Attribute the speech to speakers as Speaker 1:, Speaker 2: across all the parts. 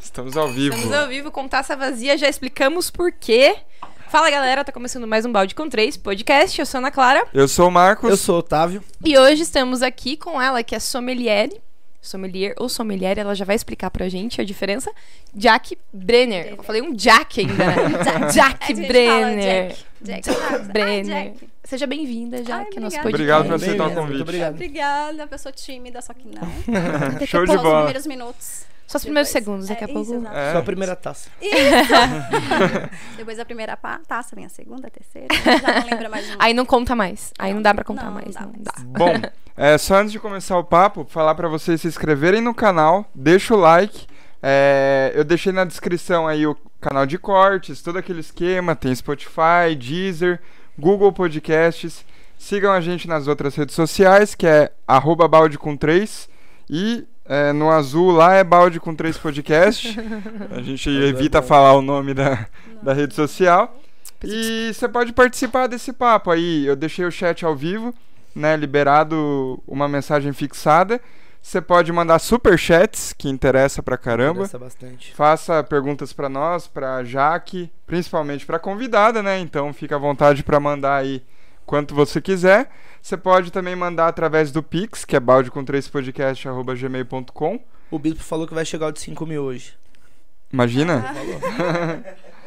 Speaker 1: Estamos ao vivo.
Speaker 2: Estamos ao vivo com Taça Vazia, já explicamos por quê. Fala galera, tá começando mais um Balde com Três podcast. Eu sou a Ana Clara
Speaker 1: Eu sou o Marcos.
Speaker 3: Eu sou o Otávio.
Speaker 2: e hoje estamos aqui com ela, que é sommelier. Sommelier ou sommelier, ela já vai explicar pra gente a diferença. Jack Brenner. Eu falei um Jack ainda, né? Jack
Speaker 4: A gente
Speaker 2: Brenner.
Speaker 4: fala Jack. Jack. Marcos. Ah,
Speaker 2: Brenner.
Speaker 4: Jack.
Speaker 2: Seja bem-vinda,
Speaker 4: Ai,
Speaker 2: Jack, ao nosso podcast.
Speaker 4: obrigada.
Speaker 1: Obrigado por aceitar o
Speaker 3: Bem-vindo,
Speaker 1: convite.
Speaker 3: Muito obrigado.
Speaker 4: Obrigada, pessoa tímida, só que não.
Speaker 1: Show de
Speaker 4: Pelos
Speaker 1: bola.
Speaker 4: primeiros minutos.
Speaker 2: Só os primeiros
Speaker 4: Depois.
Speaker 2: segundos, daqui a
Speaker 4: É,
Speaker 2: pouco.
Speaker 4: isso, exato.
Speaker 1: É.
Speaker 3: Só a primeira taça.
Speaker 4: Isso. Depois a primeira pa- taça, vem a segunda, a terceira. Já não lembra mais de nada.
Speaker 2: Aí não conta mais. Aí não dá pra contar
Speaker 4: Não,
Speaker 2: mais.
Speaker 4: não dá
Speaker 2: Não
Speaker 4: mais.
Speaker 2: dá.
Speaker 1: Bom, é, só antes de começar o papo, falar pra vocês se inscreverem no canal, deixa o like. é, eu deixei na descrição aí o canal de cortes, todo aquele esquema, tem Spotify, Deezer, Google Podcasts. Sigam a gente nas outras redes sociais, que é arroba balde com 3 e é, no azul lá é balde com 3 podcast. A gente
Speaker 3: Mas é
Speaker 1: evita
Speaker 3: bom.
Speaker 1: falar o nome da, da rede social. E você pode participar desse papo aí. Eu deixei o chat ao vivo, né? Liberado uma mensagem fixada. Você pode mandar super chats, que interessa pra caramba.
Speaker 3: Interessa bastante.
Speaker 1: Faça perguntas pra nós, pra Jaque, principalmente pra convidada, né? Então fica à vontade pra mandar aí quanto você quiser. Você pode também mandar através do Pix, que é balde com 3 podcast@gmail.com.
Speaker 3: O bispo falou que vai chegar o de 5 mil hoje.
Speaker 1: Imagina?
Speaker 3: Falou.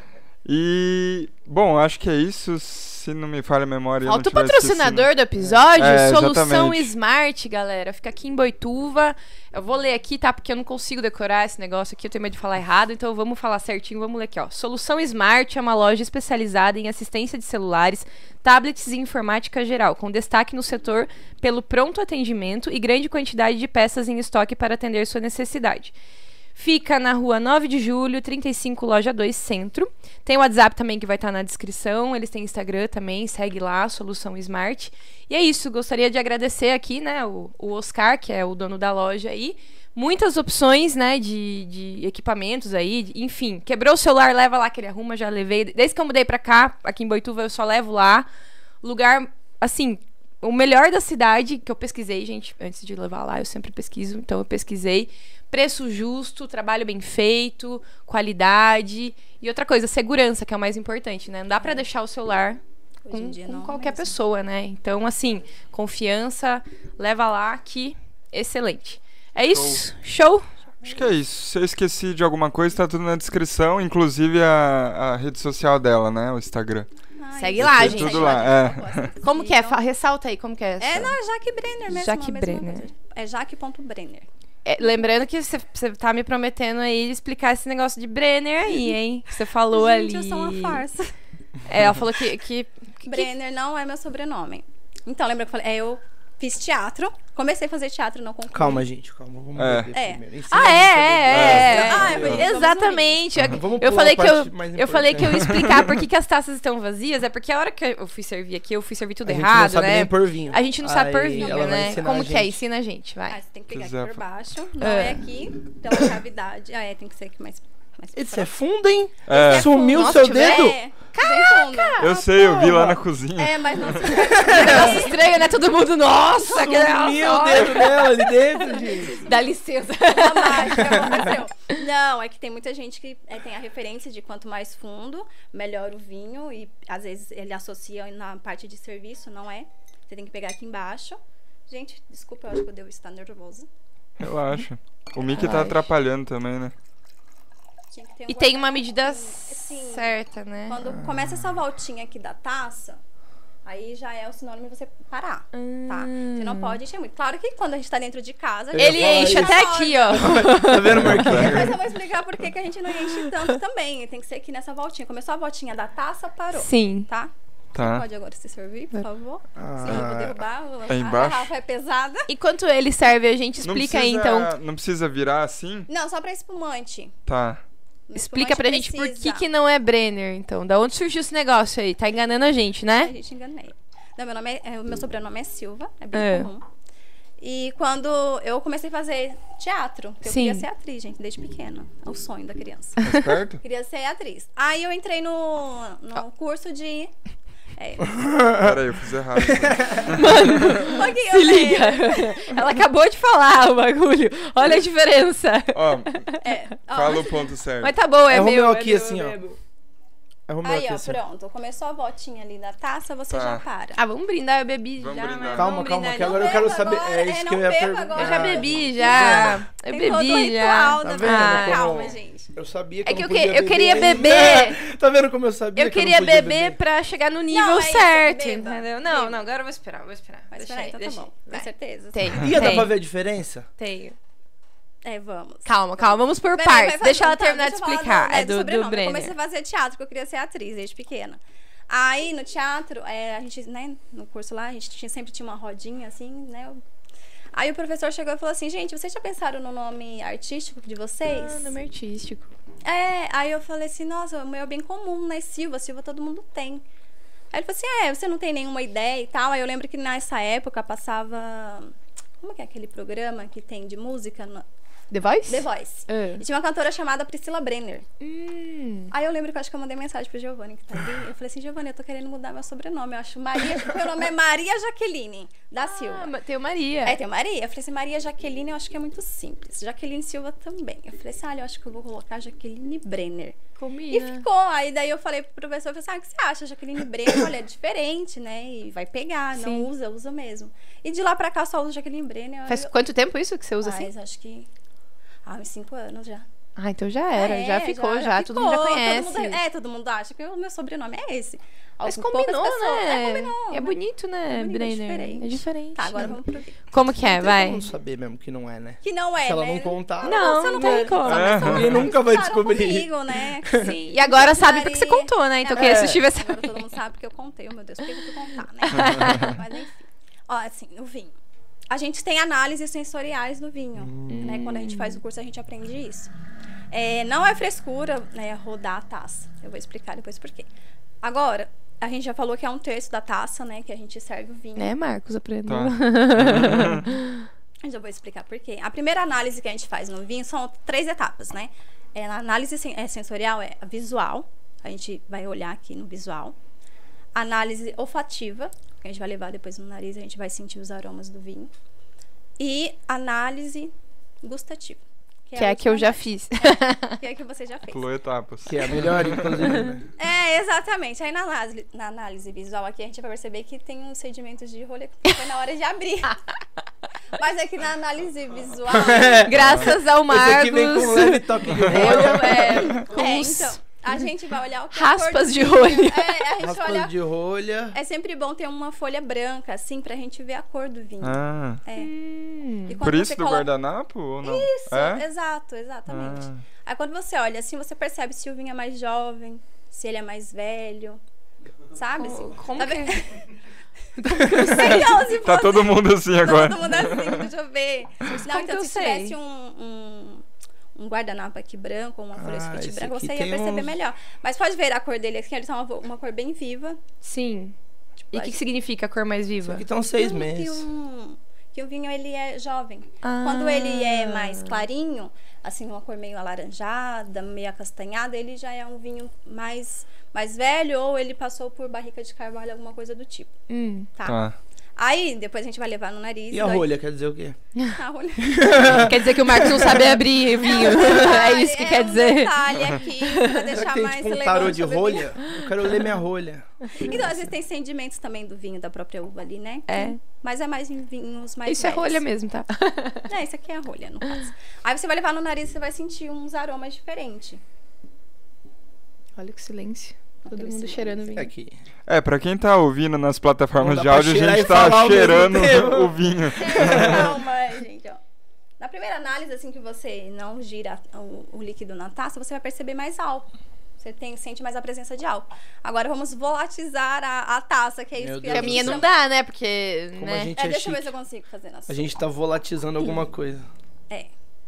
Speaker 1: E, bom, acho que é isso. Se não me falha a memória. eu não
Speaker 2: Falta o
Speaker 1: tiver
Speaker 2: patrocinador do episódio,
Speaker 1: É,
Speaker 2: Solução
Speaker 1: exatamente.
Speaker 2: Smart, galera. Fica aqui em Boituva. Eu vou ler aqui, tá? Porque eu não consigo decorar esse negócio aqui, eu tenho medo de falar errado, então vamos falar certinho, vamos ler aqui, ó. Solução Smart é uma loja especializada em assistência de celulares, tablets e informática geral, com destaque no setor pelo pronto atendimento e grande quantidade de peças em estoque para atender sua necessidade. Fica na rua 9 de julho, 35, loja 2, centro. Tem o WhatsApp também que vai estar na descrição. Eles têm Instagram também, segue lá, Solução Smart. E é isso, gostaria de agradecer aqui, né, o, o Oscar, que é o dono da loja aí. Muitas opções, né, de, de equipamentos aí, de- enfim. Quebrou o celular, leva lá que ele arruma, já levei. Desde que eu mudei pra cá, aqui em Boituva, eu só levo lá. Lugar, assim, o melhor da cidade que eu pesquisei, gente, antes de levar lá, eu sempre pesquiso, então eu pesquisei. Preço justo, trabalho bem feito, qualidade. E outra coisa, segurança, que é o mais importante, né? Não dá pra deixar o celular
Speaker 4: Hoje em
Speaker 2: com,
Speaker 4: dia
Speaker 2: com
Speaker 4: não é
Speaker 2: qualquer
Speaker 4: mesmo.
Speaker 2: pessoa, né? Então, assim, confiança, leva lá que excelente. É isso? Show?
Speaker 1: Acho que é isso. Se eu esqueci de alguma coisa, tá tudo na descrição, inclusive a, a rede social dela, né? O Instagram.
Speaker 4: assim. Ai,
Speaker 2: Segue lá,
Speaker 4: segue
Speaker 2: gente.
Speaker 1: Tudo lá,
Speaker 4: gente, eu gosto.
Speaker 2: Como que é?
Speaker 4: Sigam.
Speaker 2: Fa- Ressalta aí, como que é essa?
Speaker 4: Então, É na Jaque Brenner mesmo.
Speaker 2: Jaque
Speaker 4: a mesma
Speaker 2: Brenner.
Speaker 4: coisa. É Jaque.Brenner.
Speaker 2: É, lembrando que você tá me prometendo aí explicar esse negócio de Brenner aí, hein? Que Você falou ali.
Speaker 4: Gente, eu sou uma farsa.
Speaker 2: É, ela falou que. que, que-
Speaker 4: Brenner não é meu sobrenome. Então, lembra que eu falei? É, eu fiz teatro. Comecei a fazer teatro, não concluí.
Speaker 3: Calma, gente, calma. Vamos
Speaker 1: É.
Speaker 3: beber
Speaker 4: É.
Speaker 3: primeiro. Ensina
Speaker 2: Hum. Ah,
Speaker 3: a gente a
Speaker 2: é, é,
Speaker 3: beber.
Speaker 2: é.
Speaker 4: Ah, é por isso.
Speaker 2: Exatamente. Eu,
Speaker 3: Vamos
Speaker 2: eu
Speaker 3: pular
Speaker 2: falei
Speaker 3: Um a
Speaker 2: que eu,
Speaker 3: parte mais
Speaker 2: eu falei que eu ia
Speaker 3: importante.
Speaker 2: explicar por que, que as taças estão vazias. É porque a hora que eu fui servir aqui, eu fui servir tudo
Speaker 3: A gente não
Speaker 2: errado,
Speaker 3: sabe
Speaker 2: né?
Speaker 3: nem pôr vinho.
Speaker 2: A gente não sabe
Speaker 3: Aí
Speaker 2: por vinho,
Speaker 3: ela vai
Speaker 2: né?
Speaker 3: ensinar
Speaker 2: Como
Speaker 3: a
Speaker 2: que é?
Speaker 3: gente.
Speaker 2: Ensina a gente,
Speaker 4: Ah,
Speaker 2: vai.
Speaker 4: você tem que pegar
Speaker 1: Quiser
Speaker 4: aqui por
Speaker 1: fa-
Speaker 4: baixo. Não
Speaker 2: É.
Speaker 4: é, aqui, pela cavidade. Ah, é, tem que ser aqui mais. mais pra
Speaker 3: Isso é
Speaker 4: frente.
Speaker 3: fundo, hein?
Speaker 1: É,
Speaker 3: Sumiu
Speaker 2: Nossa,
Speaker 3: seu
Speaker 2: tiver-
Speaker 3: dedo?
Speaker 4: É, Caraca!
Speaker 1: eu sei, eu vi lá na cozinha.
Speaker 4: É, mas não se
Speaker 2: Nossa, estranho, né? Todo mundo, nossa, que
Speaker 3: Sumiu o
Speaker 2: nossa,
Speaker 3: dedo dela ali dentro, gente.
Speaker 2: Dá licença.
Speaker 4: a mágica aconteceu. Não, é que tem muita gente que é, tem a referência de quanto mais fundo, melhor o vinho. E às vezes ele associa na parte de serviço, não é? Você tem que pegar aqui embaixo. Gente, desculpa, eu acho que eu devo estar nervosa.
Speaker 1: Relaxa. O Mickey tá
Speaker 2: Relaxa.
Speaker 1: atrapalhando também, né?
Speaker 4: Tinha que ter um
Speaker 2: E tem
Speaker 4: guarda-
Speaker 2: uma medida
Speaker 4: Sim.
Speaker 2: certa, né?
Speaker 4: Quando começa essa voltinha aqui da taça, aí já é o sinônimo de você parar, tá? Você não pode encher muito. Claro que quando a gente tá dentro de casa... a gente
Speaker 2: Hum. Ele
Speaker 4: não
Speaker 2: enche até aqui, ó.
Speaker 3: Tá vendo, Marquinhos?
Speaker 4: Mas eu vou explicar por que que a gente não enche tanto também. Tem que ser aqui nessa voltinha. Começou a voltinha da taça, parou.
Speaker 2: Sim.
Speaker 4: Tá?
Speaker 1: Tá.
Speaker 4: Pode agora se servir,
Speaker 2: É.
Speaker 4: por favor? Sim, eu vou
Speaker 3: Ah,
Speaker 4: derrubar. Vou
Speaker 1: é
Speaker 4: a
Speaker 1: embaixo?
Speaker 4: garrafa é pesada.
Speaker 2: Enquanto ele serve, a gente explica aí, então.
Speaker 1: Não precisa virar assim?
Speaker 4: Não, só pra espumante.
Speaker 1: Tá.
Speaker 4: No
Speaker 2: Explica
Speaker 4: espumante
Speaker 2: pra gente por que,
Speaker 4: precisa.
Speaker 2: que não é Brenner, então. Da onde surgiu esse negócio aí? Tá enganando a gente,
Speaker 4: A
Speaker 2: né?
Speaker 4: gente enganei. Não, meu, nome é, é, meu sobrenome é Silva, é bem
Speaker 2: É.
Speaker 4: comum. E quando eu comecei a fazer teatro, porque
Speaker 2: Sim.
Speaker 4: eu queria ser atriz, gente, desde pequena. É o sonho da criança.
Speaker 1: Tá esperto?
Speaker 2: Ah.
Speaker 4: queria ser atriz. Aí eu entrei no, no curso de É.
Speaker 1: Peraí, eu fiz errado.
Speaker 4: Um
Speaker 2: Se
Speaker 4: pouquinho bem.
Speaker 2: liga. Ela acabou de falar o bagulho. Olha a diferença.
Speaker 1: Ó,
Speaker 4: É. Ó,
Speaker 1: fala o ponto certo.
Speaker 2: Mas tá bom, é,
Speaker 3: É Romeu
Speaker 2: meu.
Speaker 3: aqui,
Speaker 2: é
Speaker 3: assim,
Speaker 2: meu,
Speaker 3: ó.
Speaker 2: é meu.
Speaker 3: É Romeu
Speaker 4: Aí,
Speaker 3: aqui,
Speaker 4: ó,
Speaker 3: assim.
Speaker 4: pronto. Começou a voltinha ali da taça, você
Speaker 1: Tá.
Speaker 4: já para.
Speaker 2: Ah, vamos brindar, eu bebi
Speaker 1: Vamos
Speaker 2: já.
Speaker 1: brindar.
Speaker 2: mas
Speaker 3: Calma,
Speaker 2: vamos
Speaker 3: calma,
Speaker 2: brindar,
Speaker 3: que
Speaker 2: não. né?
Speaker 3: agora eu quero saber.
Speaker 4: agora,
Speaker 3: É isso
Speaker 4: é,
Speaker 3: que eu
Speaker 4: não
Speaker 3: ia
Speaker 4: beba
Speaker 3: perguntar.
Speaker 4: agora.
Speaker 2: Eu já bebi, já. Eu
Speaker 4: Tem todo o
Speaker 2: bebi já. Ah,
Speaker 4: ritual né? da
Speaker 3: Tá
Speaker 4: taça.
Speaker 2: vendo
Speaker 4: Calma,
Speaker 3: como-
Speaker 4: gente.
Speaker 3: Eu sabia que
Speaker 2: É que
Speaker 3: eu
Speaker 2: eu,
Speaker 3: não
Speaker 2: que-
Speaker 3: podia
Speaker 2: eu queria
Speaker 3: beber.
Speaker 2: beber.
Speaker 3: Tá vendo como eu sabia?
Speaker 2: Eu
Speaker 3: que não
Speaker 2: queria
Speaker 3: podia
Speaker 2: beber, pra chegar no nível
Speaker 4: Não, é isso,
Speaker 2: certo,
Speaker 4: beba.
Speaker 2: entendeu? Não,
Speaker 4: Beba.
Speaker 2: não, agora eu vou esperar, eu vou esperar.
Speaker 4: Vai
Speaker 2: Deixa
Speaker 4: esperar,
Speaker 2: aí,
Speaker 4: então tá
Speaker 2: deixa
Speaker 4: bom.
Speaker 2: aí.
Speaker 4: Com
Speaker 2: Vai.
Speaker 4: certeza.
Speaker 2: Tem,
Speaker 3: Ia dar
Speaker 2: tem,
Speaker 3: pra ver a diferença?
Speaker 2: tem.
Speaker 4: É, vamos.
Speaker 2: Calma, calma, vamos por
Speaker 4: Vai, vai, vai
Speaker 2: partes. Deixa ela
Speaker 4: falando, tá?
Speaker 2: terminar
Speaker 4: Deixa
Speaker 2: de
Speaker 4: eu falar
Speaker 2: explicar.
Speaker 4: né,
Speaker 2: é do,
Speaker 4: sobrenome.
Speaker 2: do
Speaker 4: Eu comecei a
Speaker 2: Brenner.
Speaker 4: fazer teatro, porque eu queria ser atriz desde pequena. Aí, no teatro, é, a gente, né, no curso lá, a gente tinha- sempre tinha uma rodinha, assim, né? eu- Aí o professor chegou e falou assim, gente, vocês já pensaram no nome artístico de vocês?
Speaker 2: Ah, nome artístico.
Speaker 4: É, aí eu falei assim, nossa, o meu é bem comum, né? Silva, Silva todo mundo tem. Aí ele falou assim, é, você não tem nenhuma ideia e tal. Aí eu lembro que nessa época passava. Como que é aquele programa que tem de música? No-
Speaker 2: The Voice?
Speaker 4: The Voice.
Speaker 2: Ah.
Speaker 4: E tinha uma cantora chamada Priscila Brenner.
Speaker 2: Hum.
Speaker 4: Aí eu lembro que eu acho que eu mandei mensagem pro Giovanni, que tá ali. Eu falei assim, Giovanni, eu tô querendo mudar meu sobrenome. Eu acho Maria. meu nome é Maria Jaqueline da
Speaker 2: Ah,
Speaker 4: Silva.
Speaker 2: mas tem o Maria.
Speaker 4: Aí tem o Maria. Eu falei assim, Maria Jaqueline, eu acho que é muito simples. Jaqueline Silva também. Eu falei assim, olha, eu acho que eu vou colocar Jaqueline Brenner. E
Speaker 2: Combina.
Speaker 4: ficou. Aí daí eu falei pro professor, eu falei assim, ah, o que você acha? Jaqueline Brenner, olha, é diferente, né? E vai pegar,
Speaker 2: Sim.
Speaker 4: não usa, usa mesmo. E de lá pra cá só uso Jaqueline Brenner.
Speaker 2: Faz
Speaker 4: eu...
Speaker 2: quanto tempo isso que você usa assim?
Speaker 4: Faz, acho que... Ah, uns cinco anos já.
Speaker 2: Ah, então já era,
Speaker 4: É,
Speaker 2: já ficou, já, todo mundo já
Speaker 4: ficou,
Speaker 2: conhece.
Speaker 4: todo mundo- é, todo mundo acha que o meu sobrenome é esse.
Speaker 2: Mas
Speaker 4: Algumas poucas
Speaker 2: combinou,
Speaker 4: pessoas-
Speaker 2: né?
Speaker 4: É, combinou.
Speaker 2: E É
Speaker 4: né?
Speaker 2: bonito, né,
Speaker 4: Bonito, é
Speaker 2: Brenner?
Speaker 4: diferente.
Speaker 2: É diferente.
Speaker 4: Tá, agora
Speaker 2: né?
Speaker 4: vamos pro que-
Speaker 2: Como que é,
Speaker 3: Não tem
Speaker 2: vai?
Speaker 3: como saber mesmo que não é, né?
Speaker 4: Que não é,
Speaker 3: Se ela
Speaker 4: né?
Speaker 3: não contar.
Speaker 2: Não,
Speaker 4: você
Speaker 2: não
Speaker 4: não
Speaker 2: tem
Speaker 4: tem
Speaker 2: como.
Speaker 4: Mas só-
Speaker 3: Ninguém nunca vai
Speaker 4: falaram
Speaker 3: descobrir.
Speaker 4: Comigo, né? Sim.
Speaker 2: E agora sabe porque você contou, né? Então
Speaker 4: É,
Speaker 2: quem
Speaker 4: agora-
Speaker 2: assistiu vai saber.
Speaker 4: Agora todo mundo sabe que eu contei. Meu Deus, por que eu fui contar, né? Mas enfim. Ó, assim, o vinho. A gente tem análises sensoriais no vinho. Né?
Speaker 2: Hum.
Speaker 4: Quando a gente faz o curso, a gente aprende isso. É, não é frescura né, rodar a taça. Eu vou explicar depois por quê. Agora, a gente já falou que é um terço da taça, né? Que a gente serve o vinho.
Speaker 2: Né, Marcos? Aprendeu.
Speaker 1: Tá.
Speaker 4: Eu já vou explicar por quê. A primeira análise que a gente faz no vinho são três etapas, né? É, a análise sen- é, sensorial é a visual, a gente vai olhar aqui no visual. A Análise olfativa, que a gente vai levar depois no nariz, a gente vai sentir os aromas do vinho. E análise gustativa.
Speaker 2: que é a que eu já fiz.
Speaker 4: fiz. Que é a que você já fez.
Speaker 1: Pulou etapas.
Speaker 3: Que é a melhor, inclusive. né?
Speaker 4: É, exatamente. Aí na análise, na análise visual aqui, a gente vai perceber que tem uns sedimentos de rolha que foi na hora de abrir. Mas aqui na análise visual.
Speaker 2: Graças ao Marcos.
Speaker 3: Esse aqui vem com um leve toque
Speaker 2: Eu,
Speaker 3: de rolha.
Speaker 2: é, com
Speaker 4: É,
Speaker 2: uns
Speaker 4: então, a gente vai olhar o que é a cor
Speaker 2: raspas
Speaker 4: do
Speaker 2: de
Speaker 4: vinho.
Speaker 2: olho.
Speaker 4: É, a gente
Speaker 3: Raspas
Speaker 4: olha.
Speaker 3: de rolha.
Speaker 4: É sempre bom ter uma folha branca, assim, pra gente ver a cor do vinho.
Speaker 1: Ah,
Speaker 4: É.
Speaker 2: Hum.
Speaker 4: E quando
Speaker 1: por isso
Speaker 4: você
Speaker 1: do
Speaker 4: coloca-
Speaker 1: guardanapo ou não?
Speaker 4: Isso,
Speaker 1: É?
Speaker 4: exato, exatamente.
Speaker 1: Ah.
Speaker 4: Aí quando você olha assim, você percebe se o vinho é mais jovem, se ele é mais velho. Sabe? assim?
Speaker 2: Como
Speaker 4: tá
Speaker 2: que
Speaker 4: vendo?
Speaker 2: é?
Speaker 4: Então, se
Speaker 1: Tá
Speaker 4: fosse-
Speaker 1: todo mundo assim agora.
Speaker 4: Todo mundo assim, deixa eu ver. Não,
Speaker 2: como que
Speaker 4: então
Speaker 2: eu
Speaker 4: se
Speaker 2: sei?
Speaker 4: tivesse um, um, um guardanapo aqui branco, uma folha
Speaker 3: Ah,
Speaker 4: sulfite
Speaker 3: esse
Speaker 4: branca,
Speaker 3: aqui
Speaker 4: você ia
Speaker 3: tem
Speaker 4: perceber
Speaker 3: uns-
Speaker 4: melhor. Mas pode ver a cor dele aqui, ele tá uma, uma cor bem viva. Tipo,
Speaker 2: Sim. E o que,
Speaker 4: Pode-
Speaker 2: que significa a cor mais
Speaker 3: Isso
Speaker 2: viva?
Speaker 3: aqui estão seis
Speaker 4: Não, Que,
Speaker 3: meses.
Speaker 4: um- que o vinho ele é jovem. Quando ele
Speaker 2: Ah.
Speaker 4: é mais clarinho, assim, uma cor meio alaranjada, meio acastanhada, ele já é um vinho mais, mais velho ou ele passou por barrica de carvalho, alguma coisa do tipo,
Speaker 2: Hum.
Speaker 4: tá?
Speaker 1: Tá.
Speaker 4: Aí, depois a gente vai levar no nariz.
Speaker 3: E a
Speaker 4: daí-
Speaker 3: rolha, quer dizer o quê?
Speaker 4: A rolha.
Speaker 2: Quer dizer que o Marcos não sabe abrir vinho. é isso que
Speaker 4: É
Speaker 2: quer
Speaker 4: um
Speaker 2: dizer. É
Speaker 4: detalhe aqui, pra deixar
Speaker 3: Será que tem
Speaker 4: mais
Speaker 3: tipo um
Speaker 4: elegante
Speaker 3: tarô de
Speaker 4: a bebida.
Speaker 3: rolha? Eu quero ler minha rolha.
Speaker 4: Então, às vezes tem sedimentos também do vinho da própria uva ali, né?
Speaker 2: É.
Speaker 4: Mas é mais em vinhos mais
Speaker 2: Isso é
Speaker 4: velhos.
Speaker 2: rolha mesmo, tá?
Speaker 4: É, isso aqui é a rolha, no caso. Aí você vai levar no nariz e você vai sentir uns aromas diferentes.
Speaker 2: Olha que silêncio. Todo
Speaker 4: Aquele
Speaker 2: mundo
Speaker 4: silêncio.
Speaker 2: cheirando vinho.
Speaker 3: Aqui.
Speaker 1: É, pra quem tá ouvindo nas plataformas
Speaker 3: Não dá
Speaker 1: de áudio,
Speaker 3: pra
Speaker 1: a
Speaker 3: cheirar
Speaker 1: gente
Speaker 3: e
Speaker 1: tá
Speaker 3: falar ao mesmo
Speaker 1: cheirando
Speaker 3: tempo.
Speaker 1: o vinho.
Speaker 4: Calma, gente, ó. Na primeira análise, assim, que você não gira o, o líquido na taça, você vai perceber mais álcool. Você tem, sente mais a presença de álcool. Agora vamos volatizar a, a taça, que é isso
Speaker 3: Meu
Speaker 4: que
Speaker 3: Deus
Speaker 2: Porque a
Speaker 3: do
Speaker 2: minha
Speaker 4: gente
Speaker 2: não
Speaker 4: chama-
Speaker 2: dá, né? Porque,
Speaker 3: Como
Speaker 2: né?
Speaker 3: a gente
Speaker 4: É,
Speaker 3: é,
Speaker 4: deixa eu ver
Speaker 3: chique.
Speaker 4: se eu consigo fazer na
Speaker 3: A
Speaker 4: sua.
Speaker 3: gente tá volatilizando alguma coisa.
Speaker 4: É.